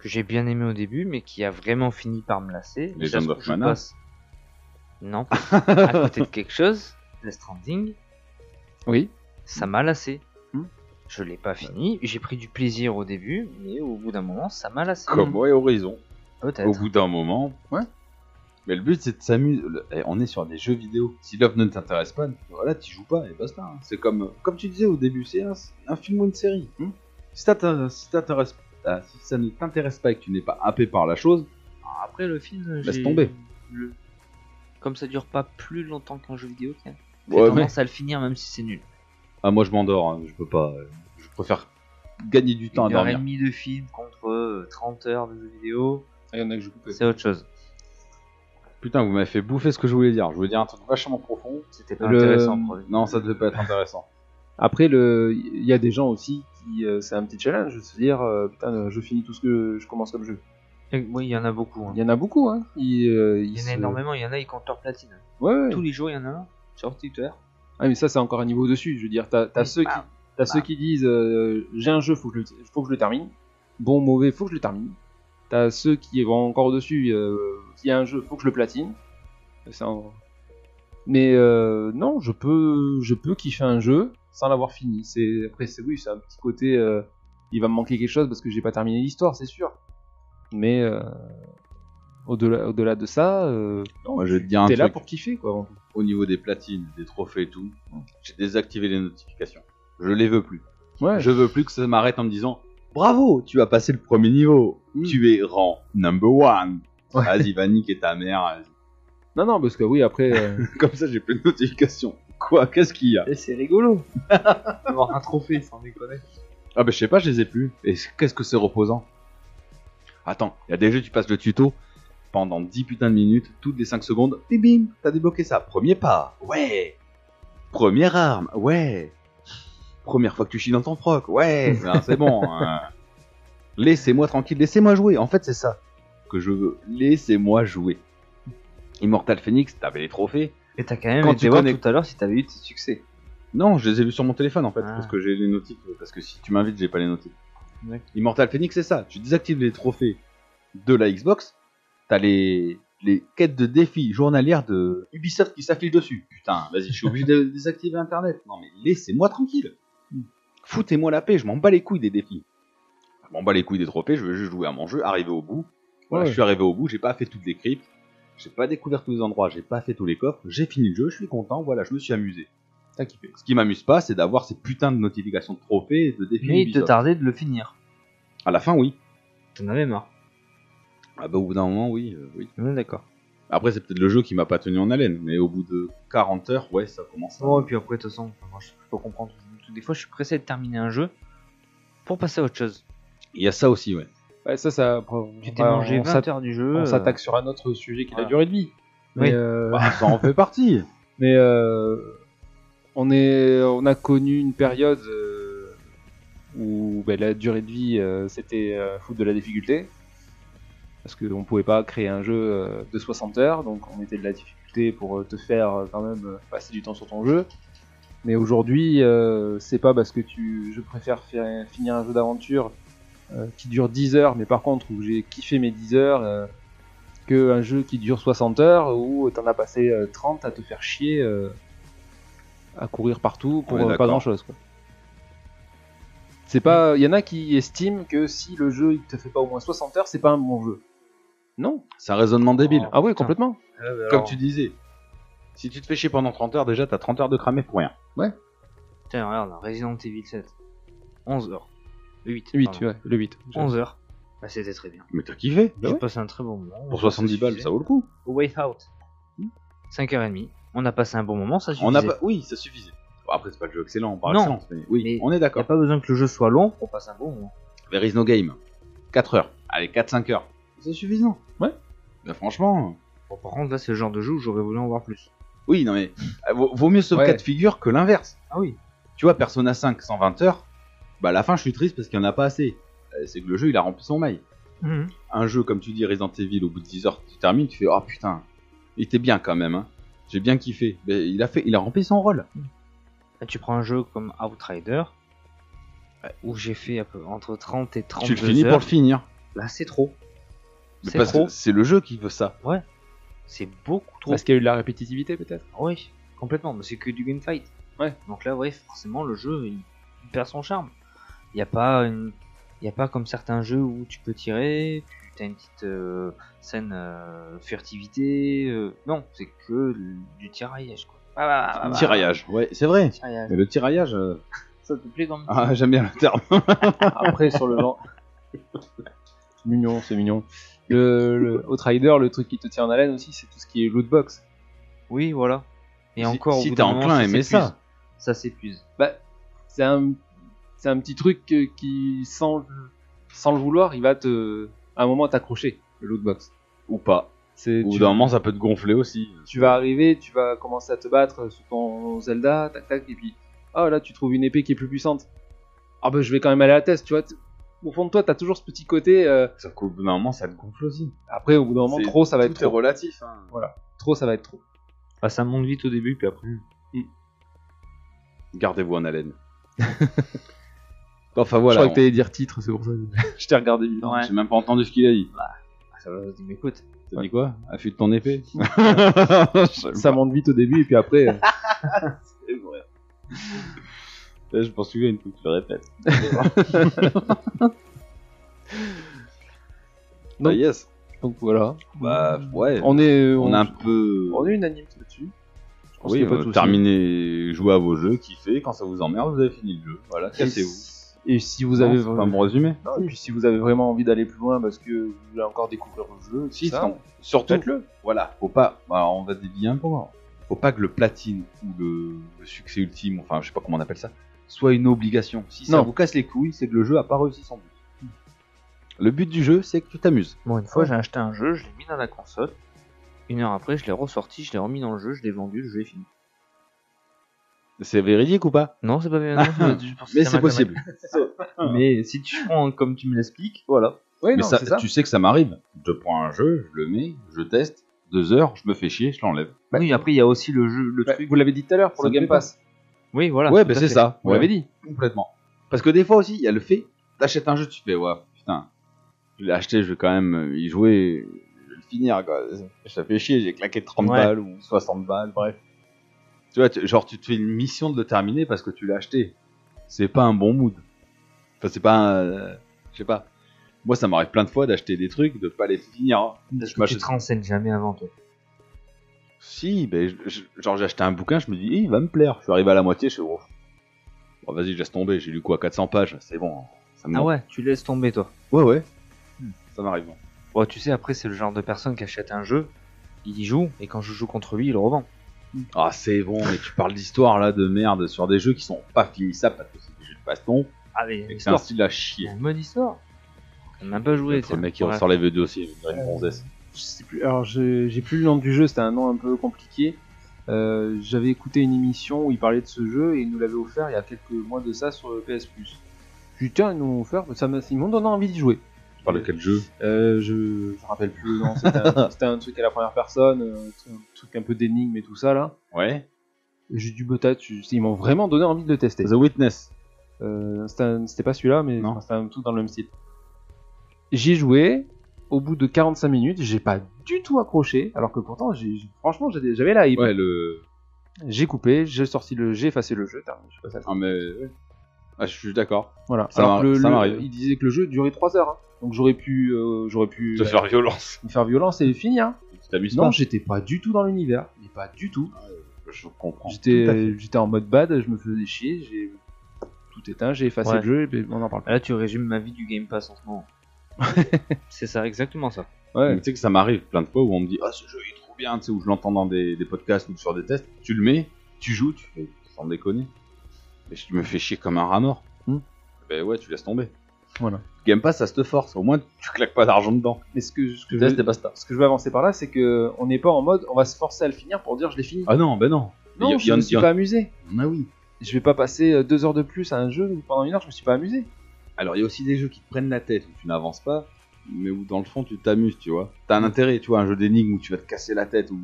Speaker 5: que j'ai bien aimé au début, mais qui a vraiment fini par me lasser.
Speaker 4: Les
Speaker 5: Ça se
Speaker 4: Legend
Speaker 5: trouve,
Speaker 4: of
Speaker 5: je
Speaker 4: Mana.
Speaker 5: passe-
Speaker 4: *laughs*
Speaker 5: Non. à côté de quelque chose, Death Stranding,
Speaker 6: Oui.
Speaker 5: ça m'a lassé.
Speaker 6: Hmm.
Speaker 5: Je l'ai pas fini, j'ai pris du plaisir au début, mais au bout d'un moment, ça m'a lassé.
Speaker 4: Comme ouais, Horizon. Au
Speaker 5: Peut-être.
Speaker 4: bout d'un moment.
Speaker 6: Ouais.
Speaker 4: Mais le but, c'est de s'amuser. Le- eh, On est sur des jeux vidéo. Si l'offre ne t'intéresse pas, voilà, tu joues pas et basta. hein. C'est comme, comme tu disais au début, c'est un, un film ou une série.
Speaker 5: Hmm.
Speaker 4: hein. si, t'intér- si t'intéresse- ah, si ça ne t'intéresse pas et que tu n'es pas happé par la chose,
Speaker 5: Après le film,
Speaker 4: Laisse
Speaker 5: j'ai-
Speaker 4: tomber.
Speaker 5: le- Comme ça dure pas plus longtemps qu'un jeu vidéo, tiens, j'ai
Speaker 4: ouais, mais-
Speaker 5: tendance à le finir même si c'est nul.
Speaker 4: ah, moi je m'endors, hein, je peux pas. euh, Je préfère gagner du temps à
Speaker 5: Une heure et
Speaker 4: dormir.
Speaker 5: demie de film contre euh, 30 heures de jeu vidéo,
Speaker 6: Ah, Il y en a que je coupais.
Speaker 5: c'est autre chose.
Speaker 4: Putain, vous m'avez fait bouffer ce que je voulais dire. Je voulais dire un truc vachement profond.
Speaker 5: C'était pas
Speaker 6: Le-
Speaker 5: intéressant pour lui.
Speaker 4: Non, ça devait pas être intéressant.
Speaker 6: Après, le- il y a des gens aussi qui. euh, c'est un petit challenge de se dire euh, Putain, euh, je finis tout ce que je commence comme jeu.
Speaker 5: Oui, il y en a beaucoup. hein.
Speaker 6: Il y en a beaucoup, hein. Ils, euh, ils
Speaker 5: Il y en a
Speaker 6: se-
Speaker 5: énormément, il y en a, ils comptent leur platine.
Speaker 6: Ouais, ouais.
Speaker 5: Tous les jours, il y en a un sur Twitter.
Speaker 6: Ah, mais ça, c'est encore un niveau dessus. Je veux dire, t'as t'as
Speaker 5: Oui,
Speaker 6: ceux, qui,
Speaker 5: bah,
Speaker 6: t'as ceux qui disent euh, J'ai un jeu, faut que, je, le- faut que je le termine. Bon, mauvais, faut que je le termine. T'as ceux qui vont encore au-dessus euh, Qui a un jeu, faut que je le platine. C'est un- Mais euh, non, je peux, je peux kiffer un jeu sans l'avoir fini. C'est- Après, c'est oui, c'est un petit côté. euh, il va me manquer quelque chose parce que j'ai pas terminé l'histoire, c'est sûr. Mais euh, au-delà au-delà de ça, euh, non,
Speaker 4: Moi, je vais te dire un
Speaker 6: t'es là
Speaker 4: truc.
Speaker 6: pour kiffer, quoi. avant tout.
Speaker 4: Au niveau des platines, des trophées et tout, j'ai désactivé les notifications. Je les veux plus.
Speaker 6: Ouais,
Speaker 4: Je veux plus que ça m'arrête en me disant Bravo, tu as passé le premier niveau. Tu es rang number one.
Speaker 6: Mm. Ouais.
Speaker 4: Vas-y, va niquer
Speaker 6: *laughs*
Speaker 4: ta mère.
Speaker 6: Non, non, parce que oui, après. euh,
Speaker 4: Comme ça, j'ai plus de notifications. Quoi Qu'est-ce qu'il y a
Speaker 5: C'est rigolo *laughs* Avoir un trophée, sans déconner.
Speaker 4: Ah, bah, je sais pas, je les ai plus. Et c- qu'est-ce que c'est reposant Attends, il y a des jeux, tu passes le tuto pendant 10 putains de minutes, toutes les 5 secondes, bim bim, t'as débloqué ça. Premier pas, ouais. Première arme, ouais. Première fois que tu chies dans ton froc, ouais. Ben, c'est bon. hein. Laissez-moi tranquille, laissez-moi jouer. En fait, c'est ça que je veux. Laissez-moi jouer. Immortal Phoenix, t'avais les trophées.
Speaker 5: Et t'as quand même
Speaker 4: Quand
Speaker 5: été
Speaker 4: tu
Speaker 5: voir
Speaker 4: connais-
Speaker 5: tout à l'heure si t'avais eu tes succès.
Speaker 4: Non, je les ai vus sur mon téléphone en fait,
Speaker 5: Ah.
Speaker 4: parce que j'ai les notifs. euh, Parce que si tu m'invites, j'ai pas les notifs.
Speaker 5: Ouais.
Speaker 4: Immortal Phoenix, c'est ça. Tu désactives les trophées de la Xbox, t'as les, les quêtes de défis journalières de Ubisoft qui s'affilent dessus. Putain, vas-y, je suis obligé de désactiver Internet. Non mais laissez-moi tranquille. Foutez-moi la paix, je m'en bats les couilles des défis. Je m'en bats les couilles des trophées, je veux juste jouer à mon jeu, arriver au bout. Voilà,
Speaker 6: Ouais.
Speaker 4: je suis arrivé au bout, j'ai pas fait toutes les cryptes, j'ai pas découvert tous les endroits, j'ai pas fait tous les coffres, j'ai fini le jeu, je suis content, voilà, je me suis amusé.
Speaker 6: T'as kiffé.
Speaker 4: Ce qui m'amuse pas, c'est d'avoir ces putains de notifications de trophées et de défis.
Speaker 5: Mais il te
Speaker 4: Ubisoft.
Speaker 5: tardait de le finir.
Speaker 4: À la fin, oui.
Speaker 5: T'en avais marre.
Speaker 4: Ah bah, au bout d'un moment, oui, euh, oui.
Speaker 5: On est d'accord.
Speaker 4: Après, c'est peut-être le jeu qui m'a pas tenu en haleine, mais au bout de 40 heures, ouais, ça commence. à-
Speaker 5: Oh, et puis après, de toute façon, enfin, moi, je je peux comprendre. Des fois, je suis pressé de terminer un jeu pour passer à autre chose.
Speaker 4: Il y a ça aussi, ouais.
Speaker 6: Ouais, Bah, ça, ça. on-
Speaker 5: Tu t'es
Speaker 6: on-
Speaker 5: mangé
Speaker 6: on
Speaker 5: 20
Speaker 6: s'atta-
Speaker 5: heures du jeu.
Speaker 6: On
Speaker 5: euh,
Speaker 6: s'attaque sur un autre sujet qui
Speaker 5: voilà.
Speaker 6: a duré de vie. Mais,
Speaker 5: Oui.
Speaker 6: euh,
Speaker 4: Bah, ça en fait partie.
Speaker 6: mais, euh, on, est, on a connu une période euh, où ben, la durée de vie, euh, c'était euh, foutre de la difficulté. Parce qu'on ne pouvait pas créer un jeu euh, de 60 heures, donc on mettait de la difficulté pour euh, te faire euh, quand même euh, passer du temps sur ton jeu. Mais aujourd'hui, euh, c'est pas parce que tu, je préfère faire- finir un jeu d'aventure euh, qui dure 10 heures, mais par contre où j'ai kiffé mes 10 heures, euh, que un jeu qui dure 60 heures où t'en as passé euh, 30 à te faire chier, euh, à courir partout pour
Speaker 4: Ouais,
Speaker 6: euh, pas
Speaker 4: d'accord.
Speaker 6: grand chose. Quoi. C'est pas, il y en a qui estiment que si le jeu il te fait pas au moins 60 heures, c'est pas un bon jeu. Non.
Speaker 4: C'est un raisonnement débile.
Speaker 6: Ah ouais,
Speaker 5: putain.
Speaker 6: complètement.
Speaker 5: Ah, bah
Speaker 4: Comme
Speaker 5: alors,
Speaker 4: tu disais, si tu te fais chier pendant 30 heures, déjà, t'as 30 heures de cramé pour rien.
Speaker 5: Putain, regarde, Resident Evil 7. 11 heures. 8.
Speaker 6: 8,
Speaker 5: pardon.
Speaker 6: ouais, le 8.
Speaker 5: 11 heures. Bah, c'était très bien.
Speaker 4: Mais t'as kiffé
Speaker 5: J'ai passé un très bon moment.
Speaker 4: Bah Pour 70 balles, ça vaut le coup.
Speaker 5: Way Out. 5h30. On a passé un bon moment, ça suffisait.
Speaker 4: On a pas... Oui, ça suffisait. Bon, après, c'est pas le jeu excellent par
Speaker 5: Non.
Speaker 4: excellence, mais oui,
Speaker 5: Mais
Speaker 4: on
Speaker 5: Y
Speaker 4: est
Speaker 5: a
Speaker 4: d'accord.
Speaker 5: pas besoin que le jeu soit long pour passer un bon moment.
Speaker 4: There is no game. 4 heures. Allez, 4-5 heures. C'est suffisant.
Speaker 6: Ouais.
Speaker 4: Bah, franchement,
Speaker 5: Bon, par contre, là, c'est le genre de jeu où j'aurais voulu en voir plus.
Speaker 4: Oui, non mais euh, vaut vaut mieux ce
Speaker 6: Ouais.
Speaker 4: cas de figure que l'inverse.
Speaker 5: Ah oui.
Speaker 4: Tu vois, Persona 5, 120 heures, bah à la fin je suis triste parce qu'il n'y en a pas assez. Euh, C'est que le jeu il a rempli son mail. Un jeu, comme tu dis, Resident Evil, au bout de 10 heures, tu termines, tu fais Oh putain, il était bien quand même, hein. j'ai bien kiffé. Mais il, a fait, il a rempli son rôle.
Speaker 5: Là, tu prends un jeu comme Outrider, euh, où j'ai fait à peu- entre 30 et 32
Speaker 4: Tu le finis
Speaker 5: heures.
Speaker 4: pour le finir.
Speaker 5: Là, c'est trop.
Speaker 4: Mais
Speaker 5: C'est
Speaker 4: parce que
Speaker 5: trop.
Speaker 4: C'est le jeu qui veut ça.
Speaker 5: C'est beaucoup trop.
Speaker 6: Parce qu'il y a eu de la répétitivité peut-être
Speaker 5: Oui, complètement, mais c'est que du gunfight.
Speaker 6: Ouais.
Speaker 5: Donc là, ouais, forcément, le jeu, il, il perd son charme. Il n'y a pas une... Il y a pas comme certains jeux où tu peux tirer, tu as une petite euh, scène euh, furtivité. euh, non, c'est que l- du tiraillage, quoi. Bah, bah, bah, bah, bah.
Speaker 4: tiraillage, ouais, c'est vrai.
Speaker 5: Tiraillage.
Speaker 4: Mais le tiraillage, euh, *laughs*
Speaker 5: Ça te plaît quand même
Speaker 4: ah, j'aime bien le terme.
Speaker 6: Après, sur le genre. *laughs* mignon, c'est mignon. Le, le- au Trider, le truc qui te tient en haleine aussi, c'est tout ce qui est loot box.
Speaker 5: Oui, voilà. Et
Speaker 4: Si-
Speaker 5: encore, au
Speaker 4: si
Speaker 5: bout
Speaker 4: t'es
Speaker 5: d'un moment,
Speaker 4: enclin à aimer
Speaker 5: s'épuise.
Speaker 4: ça.
Speaker 5: Ça s'épuise.
Speaker 6: Bah, c'est un, c'est un petit truc euh, qui, sans, sans le vouloir, il va te, à un moment t'accrocher, le loot box.
Speaker 4: Ou pas.
Speaker 6: C'est,
Speaker 4: Ou
Speaker 6: tu-
Speaker 4: d'un moment, ça peut te gonfler aussi.
Speaker 6: tu vas arriver, tu vas commencer à te battre sous ton Zelda, tac tac, et puis ah là tu trouves une épée qui est plus puissante. Ah bah je vais quand même aller à la test, tu vois. t- Au fond de toi, t'as toujours ce petit côté. euh,
Speaker 4: Ça qu'au bout d'un moment, ça te gonfle aussi.
Speaker 6: Après, au bout d'un moment,
Speaker 4: C'est-
Speaker 6: trop ça va être
Speaker 4: Tout est
Speaker 6: trop.
Speaker 4: relatif. hein.
Speaker 6: Trop ça va être trop.
Speaker 5: Bah, ça monte vite au début, puis après.
Speaker 4: Gardez-vous en haleine. *laughs* enfin voilà.
Speaker 6: je crois que t'allais dire titre, c'est pour
Speaker 4: *laughs*
Speaker 6: ça. je t'ai regardé vite.
Speaker 4: on- J'ai même pas entendu ce qu'il a dit.
Speaker 5: Ah, ça va, mais écoute.
Speaker 4: T'as dit quoi Affûte ton *laughs* épée.
Speaker 6: Ça monte vite au début, et puis
Speaker 4: *laughs*
Speaker 6: après. euh,
Speaker 4: Là, je pense que une fois que tu le *laughs* répètes.
Speaker 6: Non.
Speaker 4: Ah, yes.
Speaker 6: donc voilà.
Speaker 4: Bah ouais. On,
Speaker 6: On est, euh, on,
Speaker 4: a un peu.
Speaker 6: on est unanime là-dessus. Je pense
Speaker 4: Oui,
Speaker 6: qu'il y a pas
Speaker 4: euh,
Speaker 6: de souci.
Speaker 4: terminez, jouez à vos jeux, kiffez. Quand ça vous emmerde, vous avez fini le jeu. Voilà,
Speaker 6: Et
Speaker 4: cassez-vous.
Speaker 6: si- Et si vous avez.
Speaker 4: Non, c'est pas un bon résumé.
Speaker 6: Non, et puis si vous avez vraiment envie d'aller plus loin parce que vous voulez encore découvrir le jeu,
Speaker 4: Si,
Speaker 6: tout ça,
Speaker 4: non. Surtout,
Speaker 6: faites-le.
Speaker 4: voilà, faut pas. bah, on va dévier un peu. hein. Faut pas que le platine ou le, le succès ultime, enfin, je sais pas comment on appelle ça, soit une obligation. Si ça
Speaker 6: Non.
Speaker 4: vous casse les couilles, c'est que le jeu a pas réussi son but. Le but du jeu, c'est que tu t'amuses.
Speaker 5: Bon, une fois, j'ai acheté un jeu, je l'ai mis dans la console. Une heure après, je l'ai ressorti, je l'ai remis dans le jeu, je l'ai vendu, le jeu est fini.
Speaker 4: C'est véridique ou pas
Speaker 5: Non, c'est pas bien. non, *laughs* je- je pense que
Speaker 4: Mais
Speaker 5: ça
Speaker 4: c'est
Speaker 5: m'a-
Speaker 4: possible.
Speaker 5: Mais si tu prends comme tu me l'expliques, voilà.
Speaker 6: Ouais,
Speaker 4: Mais
Speaker 6: non,
Speaker 4: ça,
Speaker 6: c'est ça.
Speaker 4: tu sais que ça m'arrive. Je prends un jeu, je le mets, je teste, deux heures, je me fais chier, je l'enlève.
Speaker 5: oui, après, il y a aussi le jeu, le
Speaker 6: Ouais,
Speaker 5: truc.
Speaker 6: Vous l'avez dit tout à l'heure pour
Speaker 4: Ça
Speaker 6: le
Speaker 4: me
Speaker 6: Game
Speaker 4: plaît pas.
Speaker 6: Pass.
Speaker 5: Oui, voilà.
Speaker 4: ouais,
Speaker 5: tout
Speaker 4: bah
Speaker 5: à
Speaker 4: c'est
Speaker 5: fait.
Speaker 4: ça.
Speaker 6: Vous l'avez dit.
Speaker 4: complètement. Parce que des fois aussi, il y a le fait, t'achètes un jeu, tu fais, ouais, putain, je l'ai acheté, je vais quand même y jouer, je vais le finir, quoi. Ça fait chier, j'ai claqué 30
Speaker 5: Ouais.
Speaker 4: balles ou 60 balles, bref. Tu vois, tu- genre, tu te fais une mission de le terminer parce que tu l'as acheté. C'est pas un bon mood. Enfin, c'est pas un. euh, je sais pas. Moi, ça m'arrive plein de fois d'acheter des trucs, de pas les finir.
Speaker 5: Parce
Speaker 4: Bah, Je
Speaker 5: que tu
Speaker 4: m'achète.
Speaker 5: te renseignes jamais avant toi.
Speaker 4: Si, ben, je- je- genre, j'ai acheté un bouquin, je me dis, Eh, il va me plaire. Je suis arrivé à la moitié, je suis, oh, bon, vas-y, je laisse tomber, j'ai lu quoi, 400 pages, c'est bon. hein. Ça me
Speaker 5: Ah ouais, tu laisses tomber toi.
Speaker 4: Ouais, ouais. Ça m'arrive.
Speaker 5: Bon, tu sais, après, c'est le genre de personne qui achète un jeu, il y joue, et quand je joue contre lui, il le revend.
Speaker 4: Ah, c'est bon, mais tu parles d'histoire là de merde sur des jeux qui sont pas finissables parce que c'est des jeux de baston
Speaker 5: Ah, mais il y a
Speaker 4: et
Speaker 5: une
Speaker 4: que c'est un
Speaker 5: histoire.
Speaker 4: style à
Speaker 5: Il y
Speaker 4: chier.
Speaker 5: a une bonne histoire. On n'a même pas joué.
Speaker 4: Le mec qui
Speaker 5: tiens.
Speaker 4: ressort les vidéos aussi, il dirait une gonzesse.
Speaker 6: Je sais plus. Alors je- j'ai plus le nom du jeu. C'était un nom un peu compliqué. Euh, J'avais écouté une émission où il parlait de ce jeu et il nous l'avait offert il y a quelques mois de ça sur le PS Plus. Putain, ils nous l'ont offert. Ça m'a- ils m'ont donné envie d'y jouer.
Speaker 4: Tu parles de quel jeu
Speaker 6: Euh, je me rappelle plus. Non, c'était un, c'était un truc à la première personne, euh, un truc un peu d'énigme et tout ça là.
Speaker 4: Ouais.
Speaker 6: J'ai du bota. Ils m'ont vraiment donné envie de le tester.
Speaker 4: The Witness.
Speaker 6: Euh, c'était un- c'était pas celui-là, mais
Speaker 4: Non.
Speaker 6: enfin, c'était un truc dans le même style. J'y ai joué. Au bout de 45 minutes, j'ai pas du tout accroché, alors que pourtant, j'ai- j'ai- franchement, j'avais j'avais la hype.
Speaker 4: Ouais, le.
Speaker 6: J'ai coupé, j'ai sorti le, j'ai effacé le jeu. terminé, je passe à la-
Speaker 4: Ah, mais. ouais. Ah, je suis d'accord.
Speaker 6: Voilà.
Speaker 4: Ça
Speaker 6: alors
Speaker 4: m'a-
Speaker 6: que le,
Speaker 4: ça
Speaker 6: le-
Speaker 4: m'arrive.
Speaker 6: il disait que le jeu durait 3 heures, hein. donc j'aurais pu, euh, j'aurais pu
Speaker 4: Te
Speaker 6: euh,
Speaker 4: faire violence.
Speaker 6: me faire violence et finir.
Speaker 4: Tu t'amuses
Speaker 6: Non,
Speaker 4: pas
Speaker 6: j'étais pas du tout dans l'univers, mais pas du tout.
Speaker 4: Je comprends. Tout à fait.
Speaker 6: J'étais, j'étais en mode bad, je me faisais chier, j'ai tout éteint, j'ai effacé
Speaker 5: Ouais.
Speaker 6: le jeu, et puis on en parle.
Speaker 5: Là, tu résumes ma vie du Game Pass en ce
Speaker 4: *laughs*
Speaker 5: moment. c'est ça, exactement ça.
Speaker 4: Mais Tu sais que ça m'arrive plein de fois où on me dit Ah, ce jeu il est trop bien, tu sais, où je l'entends dans des, des podcasts ou sur des tests. Tu le mets, tu joues, tu fais sans déconner. Et je me fais chier comme un rat mort.
Speaker 6: Hmm.
Speaker 4: Ben ouais, tu laisses tomber.
Speaker 6: Voilà.
Speaker 4: Game Pass, ça te force. Au moins, tu claques pas d'argent dedans.
Speaker 6: Mais ce que, ce que je
Speaker 4: Test et
Speaker 6: veux,
Speaker 4: basta.
Speaker 6: ce que je veux avancer par là, c'est que on n'est pas en mode on va se forcer à le finir pour dire je l'ai fini.
Speaker 4: Ah non, ben non.
Speaker 6: non,
Speaker 4: Y a-
Speaker 6: je
Speaker 4: y en-
Speaker 6: me suis
Speaker 4: y en-
Speaker 6: pas amusé.
Speaker 4: Ah oui.
Speaker 6: Je vais pas passer euh, deux heures de plus à un jeu où pendant une heure je me suis pas amusé.
Speaker 4: Alors, il y a aussi des jeux qui te prennent la tête où tu n'avances pas, mais où dans le fond, tu t'amuses, tu vois.
Speaker 5: Mm.
Speaker 4: T'as un intérêt, tu vois, un jeu d'énigmes où tu vas te casser la tête ou,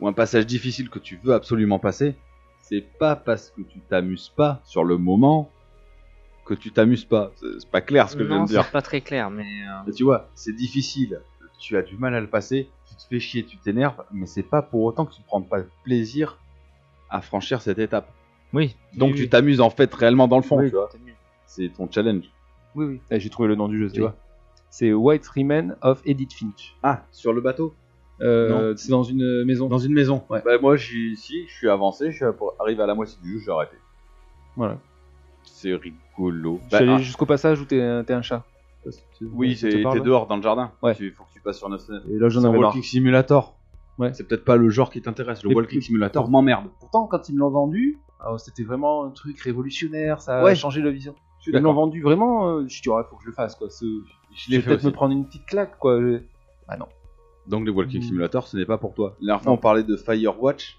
Speaker 4: ou un passage difficile que tu veux absolument passer. C'est pas parce que tu t'amuses pas sur le moment que tu t'amuses pas. C'est c'est pas clair ce que je viens
Speaker 5: non,
Speaker 4: de dire.
Speaker 5: c'est pas très clair, mais euh,
Speaker 4: Mais tu vois, c'est difficile, tu as du mal à le passer, tu te fais chier, tu t'énerves, mais c'est pas pour autant que tu ne prends pas plaisir à franchir cette étape.
Speaker 5: oui.
Speaker 4: Donc
Speaker 5: oui,
Speaker 4: tu
Speaker 5: oui.
Speaker 4: t'amuses en fait réellement dans le fond,
Speaker 6: Oui,
Speaker 4: tu vois. C'est ton challenge.
Speaker 6: Oui, oui. Eh, J'ai trouvé le nom du jeu, tu vois. C'est White Remain of Edith Finch.
Speaker 4: Ah, sur le bateau
Speaker 6: Euh, c'est dans une maison.
Speaker 4: Dans une maison, ouais. Bah, moi, j'y- si, je suis avancé, je suis pour- arrivé à la moitié du jeu, j'ai arrêté.
Speaker 6: Voilà.
Speaker 4: C'est rigolo.
Speaker 6: Je
Speaker 4: Bah,
Speaker 6: suis allé
Speaker 4: ah,
Speaker 6: jusqu'au passage où t'es t'es un chat.
Speaker 4: oui,
Speaker 6: Ça
Speaker 4: c'est-
Speaker 6: te
Speaker 4: t'es
Speaker 6: parle
Speaker 4: dehors dans le jardin.
Speaker 6: Ouais.
Speaker 4: Il faut que tu passes sur notre fenêtre.
Speaker 6: Et là,
Speaker 4: C'est
Speaker 6: j'en
Speaker 4: un
Speaker 6: avais marre.
Speaker 4: Walking Simulator.
Speaker 6: Ouais.
Speaker 4: C'est peut-être pas le genre qui t'intéresse. Le
Speaker 6: Mais-
Speaker 4: Walking Simulator m'emmerde.
Speaker 6: Pourtant, quand ils me l'ont vendu, alors, c'était vraiment un truc révolutionnaire, ça a
Speaker 4: Ouais.
Speaker 6: changé la vision.
Speaker 4: Je suis
Speaker 6: Ils me l'ont
Speaker 4: d'accord.
Speaker 6: vendu vraiment, euh, je dis, ouais, faut que je le fasse, quoi. ce-
Speaker 4: Je
Speaker 6: Je
Speaker 4: l'ai
Speaker 6: vais
Speaker 4: fait
Speaker 6: peut-être
Speaker 4: aussi.
Speaker 6: me prendre une petite claque, quoi. Je-
Speaker 4: Donc le Walking
Speaker 5: Hmm.
Speaker 6: Mm.
Speaker 4: Simulator, ce n'est pas pour toi. La dernière fois, on parlait de Firewatch,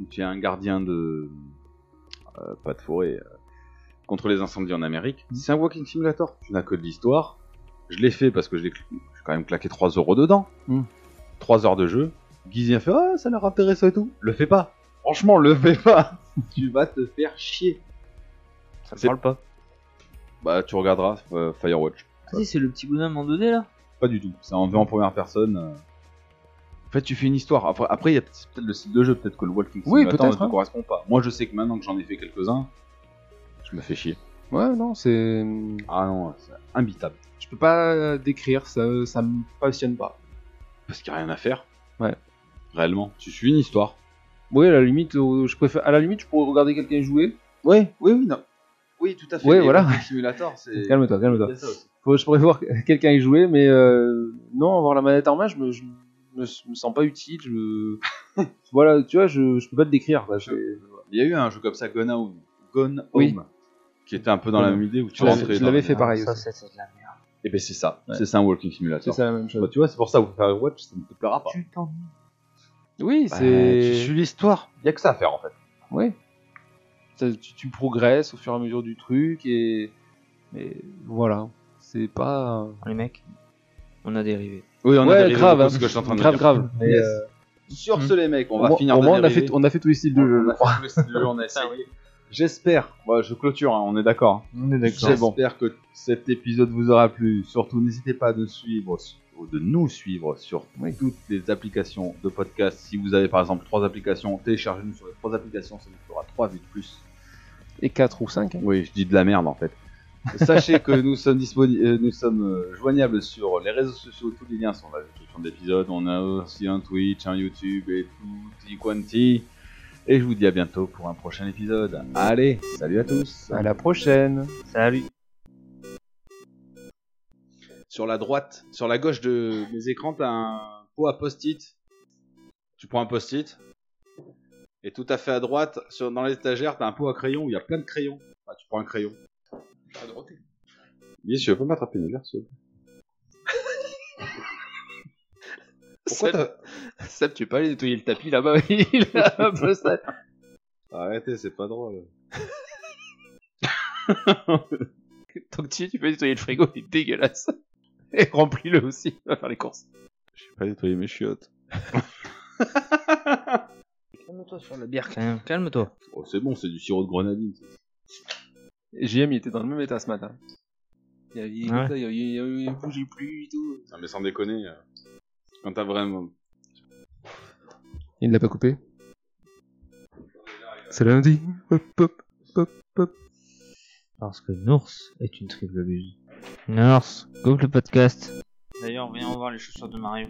Speaker 4: où tu es un gardien de... euh, pas de forêt, euh, contre les incendies en Amérique.
Speaker 5: Hmm.
Speaker 4: C'est un Walking Simulator, tu n'as que de l'histoire. Je l'ai fait parce que j'ai j'ai quand même claqué 3 euros dedans.
Speaker 5: Hmm.
Speaker 6: Mm.
Speaker 4: 3 heures de jeu. Guizzy a fait « Ah, ça a l'air intéressant et tout !» Le fais pas Franchement, le fais pas *laughs* Tu vas te faire chier
Speaker 5: Ça me
Speaker 4: c'est-
Speaker 5: parle pas.
Speaker 4: Bah, tu regarderas euh, Firewatch.
Speaker 5: Ah, si, c'est le petit bonhomme en 2D là.
Speaker 4: Pas du tout. C'est en vue en première personne. euh. En fait, tu fais une histoire. Après, après il y a peut- c'est peut-être le style de jeu, peut-être que le Walking
Speaker 6: Oui,
Speaker 4: Simulator ne
Speaker 6: peut-être,
Speaker 4: te
Speaker 6: hein.
Speaker 4: correspond pas. Moi, je sais que maintenant que j'en ai fait quelques-uns, je me fais chier.
Speaker 6: Ouais, non, c'est.
Speaker 4: Ah non, c'est imbitable.
Speaker 6: Je peux pas décrire, ça, ça me passionne pas.
Speaker 4: Parce qu'il n'y a rien à faire.
Speaker 6: Ouais.
Speaker 4: Réellement. Tu suis une histoire.
Speaker 6: Oui, à la limite, euh, je préfère. À la limite, je pourrais regarder quelqu'un jouer.
Speaker 4: Oui, oui, oui, non. Oui, tout à
Speaker 6: fait, Ouais, mais voilà.
Speaker 4: Walking Simulator,
Speaker 6: *laughs*
Speaker 4: c'est.
Speaker 6: Calme-toi, calme-toi. Faut- je pourrais voir *laughs* quelqu'un y jouer, mais euh, non, avoir la manette en main, je me, je me- je me sens pas utile.
Speaker 4: *laughs*
Speaker 6: Je... voilà, tu vois, je, je peux pas te décrire. quoi, je-
Speaker 4: Il y a eu un jeu comme ça, Gone Home. Gone
Speaker 6: Oui.
Speaker 4: Home, Qui était un peu dans la même idée où tu
Speaker 6: Je l'avais-
Speaker 4: rentrais.
Speaker 6: je
Speaker 4: dans-
Speaker 6: l'avais fait pareil
Speaker 5: Ça,
Speaker 6: aussi.
Speaker 5: c'était de la merde.
Speaker 4: Eh ben, c'est ça.
Speaker 6: Ouais.
Speaker 4: C'est ça un Walking Simulator.
Speaker 6: C'est ça la même chose.
Speaker 4: Bah, tu vois, c'est pour ça que Firewatch, ça ne te plaira pas.
Speaker 5: Tu t'ennuies.
Speaker 6: Oui,
Speaker 4: Bah,
Speaker 6: c'est.
Speaker 4: tu suis l'histoire. Il n'y a que ça à faire en fait.
Speaker 6: Ouais. Ça, tu, tu progresses au fur et à mesure du truc et. Mais voilà. C'est pas.
Speaker 5: Les mecs, on a dérivé.
Speaker 4: Oui, on
Speaker 6: Ouais,
Speaker 4: a dérivé
Speaker 6: grave,
Speaker 4: beaucoup
Speaker 6: hein.
Speaker 4: de ce que je suis en train de
Speaker 6: grave,
Speaker 4: dire.
Speaker 6: grave. Mais,
Speaker 4: Yes.
Speaker 6: euh,
Speaker 4: Sur ce,
Speaker 5: Mm.
Speaker 4: les mecs, on
Speaker 6: au
Speaker 4: va
Speaker 6: moins-
Speaker 4: finir
Speaker 6: au
Speaker 4: de
Speaker 6: moins, on a,
Speaker 4: dériver.
Speaker 6: fait, on a fait tous les styles de jeu.
Speaker 4: On a fait tous les styles de jeu, on a *laughs* essayé. J'espère, Bon, je clôture, hein, on est d'accord.
Speaker 5: On est
Speaker 4: J'espère que cet épisode vous aura plu. Surtout, n'hésitez pas de suivre, ou de nous suivre sur toutes les applications de podcast. Si vous avez par exemple trois applications, téléchargez-nous sur les trois applications, ça vous fera trois vues de plus.
Speaker 6: Et 4 ou 5.
Speaker 4: Oui, je dis de la merde en fait. Sachez que nous sommes disponibles, nous sommes euh, joignables sur les réseaux sociaux. Tous les liens sont dans la description de l'épisode. On a aussi un Twitch, un YouTube et tout, y quanti. Et je vous dis à bientôt pour un prochain épisode. Allez, salut à tous.
Speaker 6: À la prochaine.
Speaker 5: Salut.
Speaker 4: Sur la droite, sur la gauche de mes écrans, t'as un pot à post-it. Tu prends un post-it. Et tout à fait à droite, sur, dans l'étagère, t'as un pot à crayon où il y a plein de crayons. Ah, tu prends un crayon. Yes, tu veux pas m'attraper une verse Pourquoi t'as-
Speaker 6: Seb, tu peux aller nettoyer le tapis là-bas. Il a un peu ça.
Speaker 4: Arrêtez, c'est pas drôle.
Speaker 6: Tant que tu y es, tu peux nettoyer le frigo, il est dégueulasse. Et remplis-le aussi, on va faire les courses.
Speaker 4: J'ai pas nettoyé mes chiottes.
Speaker 5: *laughs* Calme-toi sur la bière quand même. Calme-toi.
Speaker 4: Oh, c'est bon, c'est du sirop de grenadine. ça.
Speaker 6: Et JM, il était dans le même état ce matin. Il, il,
Speaker 5: Ah ouais.
Speaker 6: il- il- il- il bougeait plus et tout.
Speaker 4: Non, mais sans déconner, euh, quand t'as vraiment.
Speaker 6: Il ne l'a pas coupé C'est lundi. Hop, hop.
Speaker 5: Parce que Nours est une triple buse. Nours, coupe le podcast. D'ailleurs, viens voir les chaussures de Mario.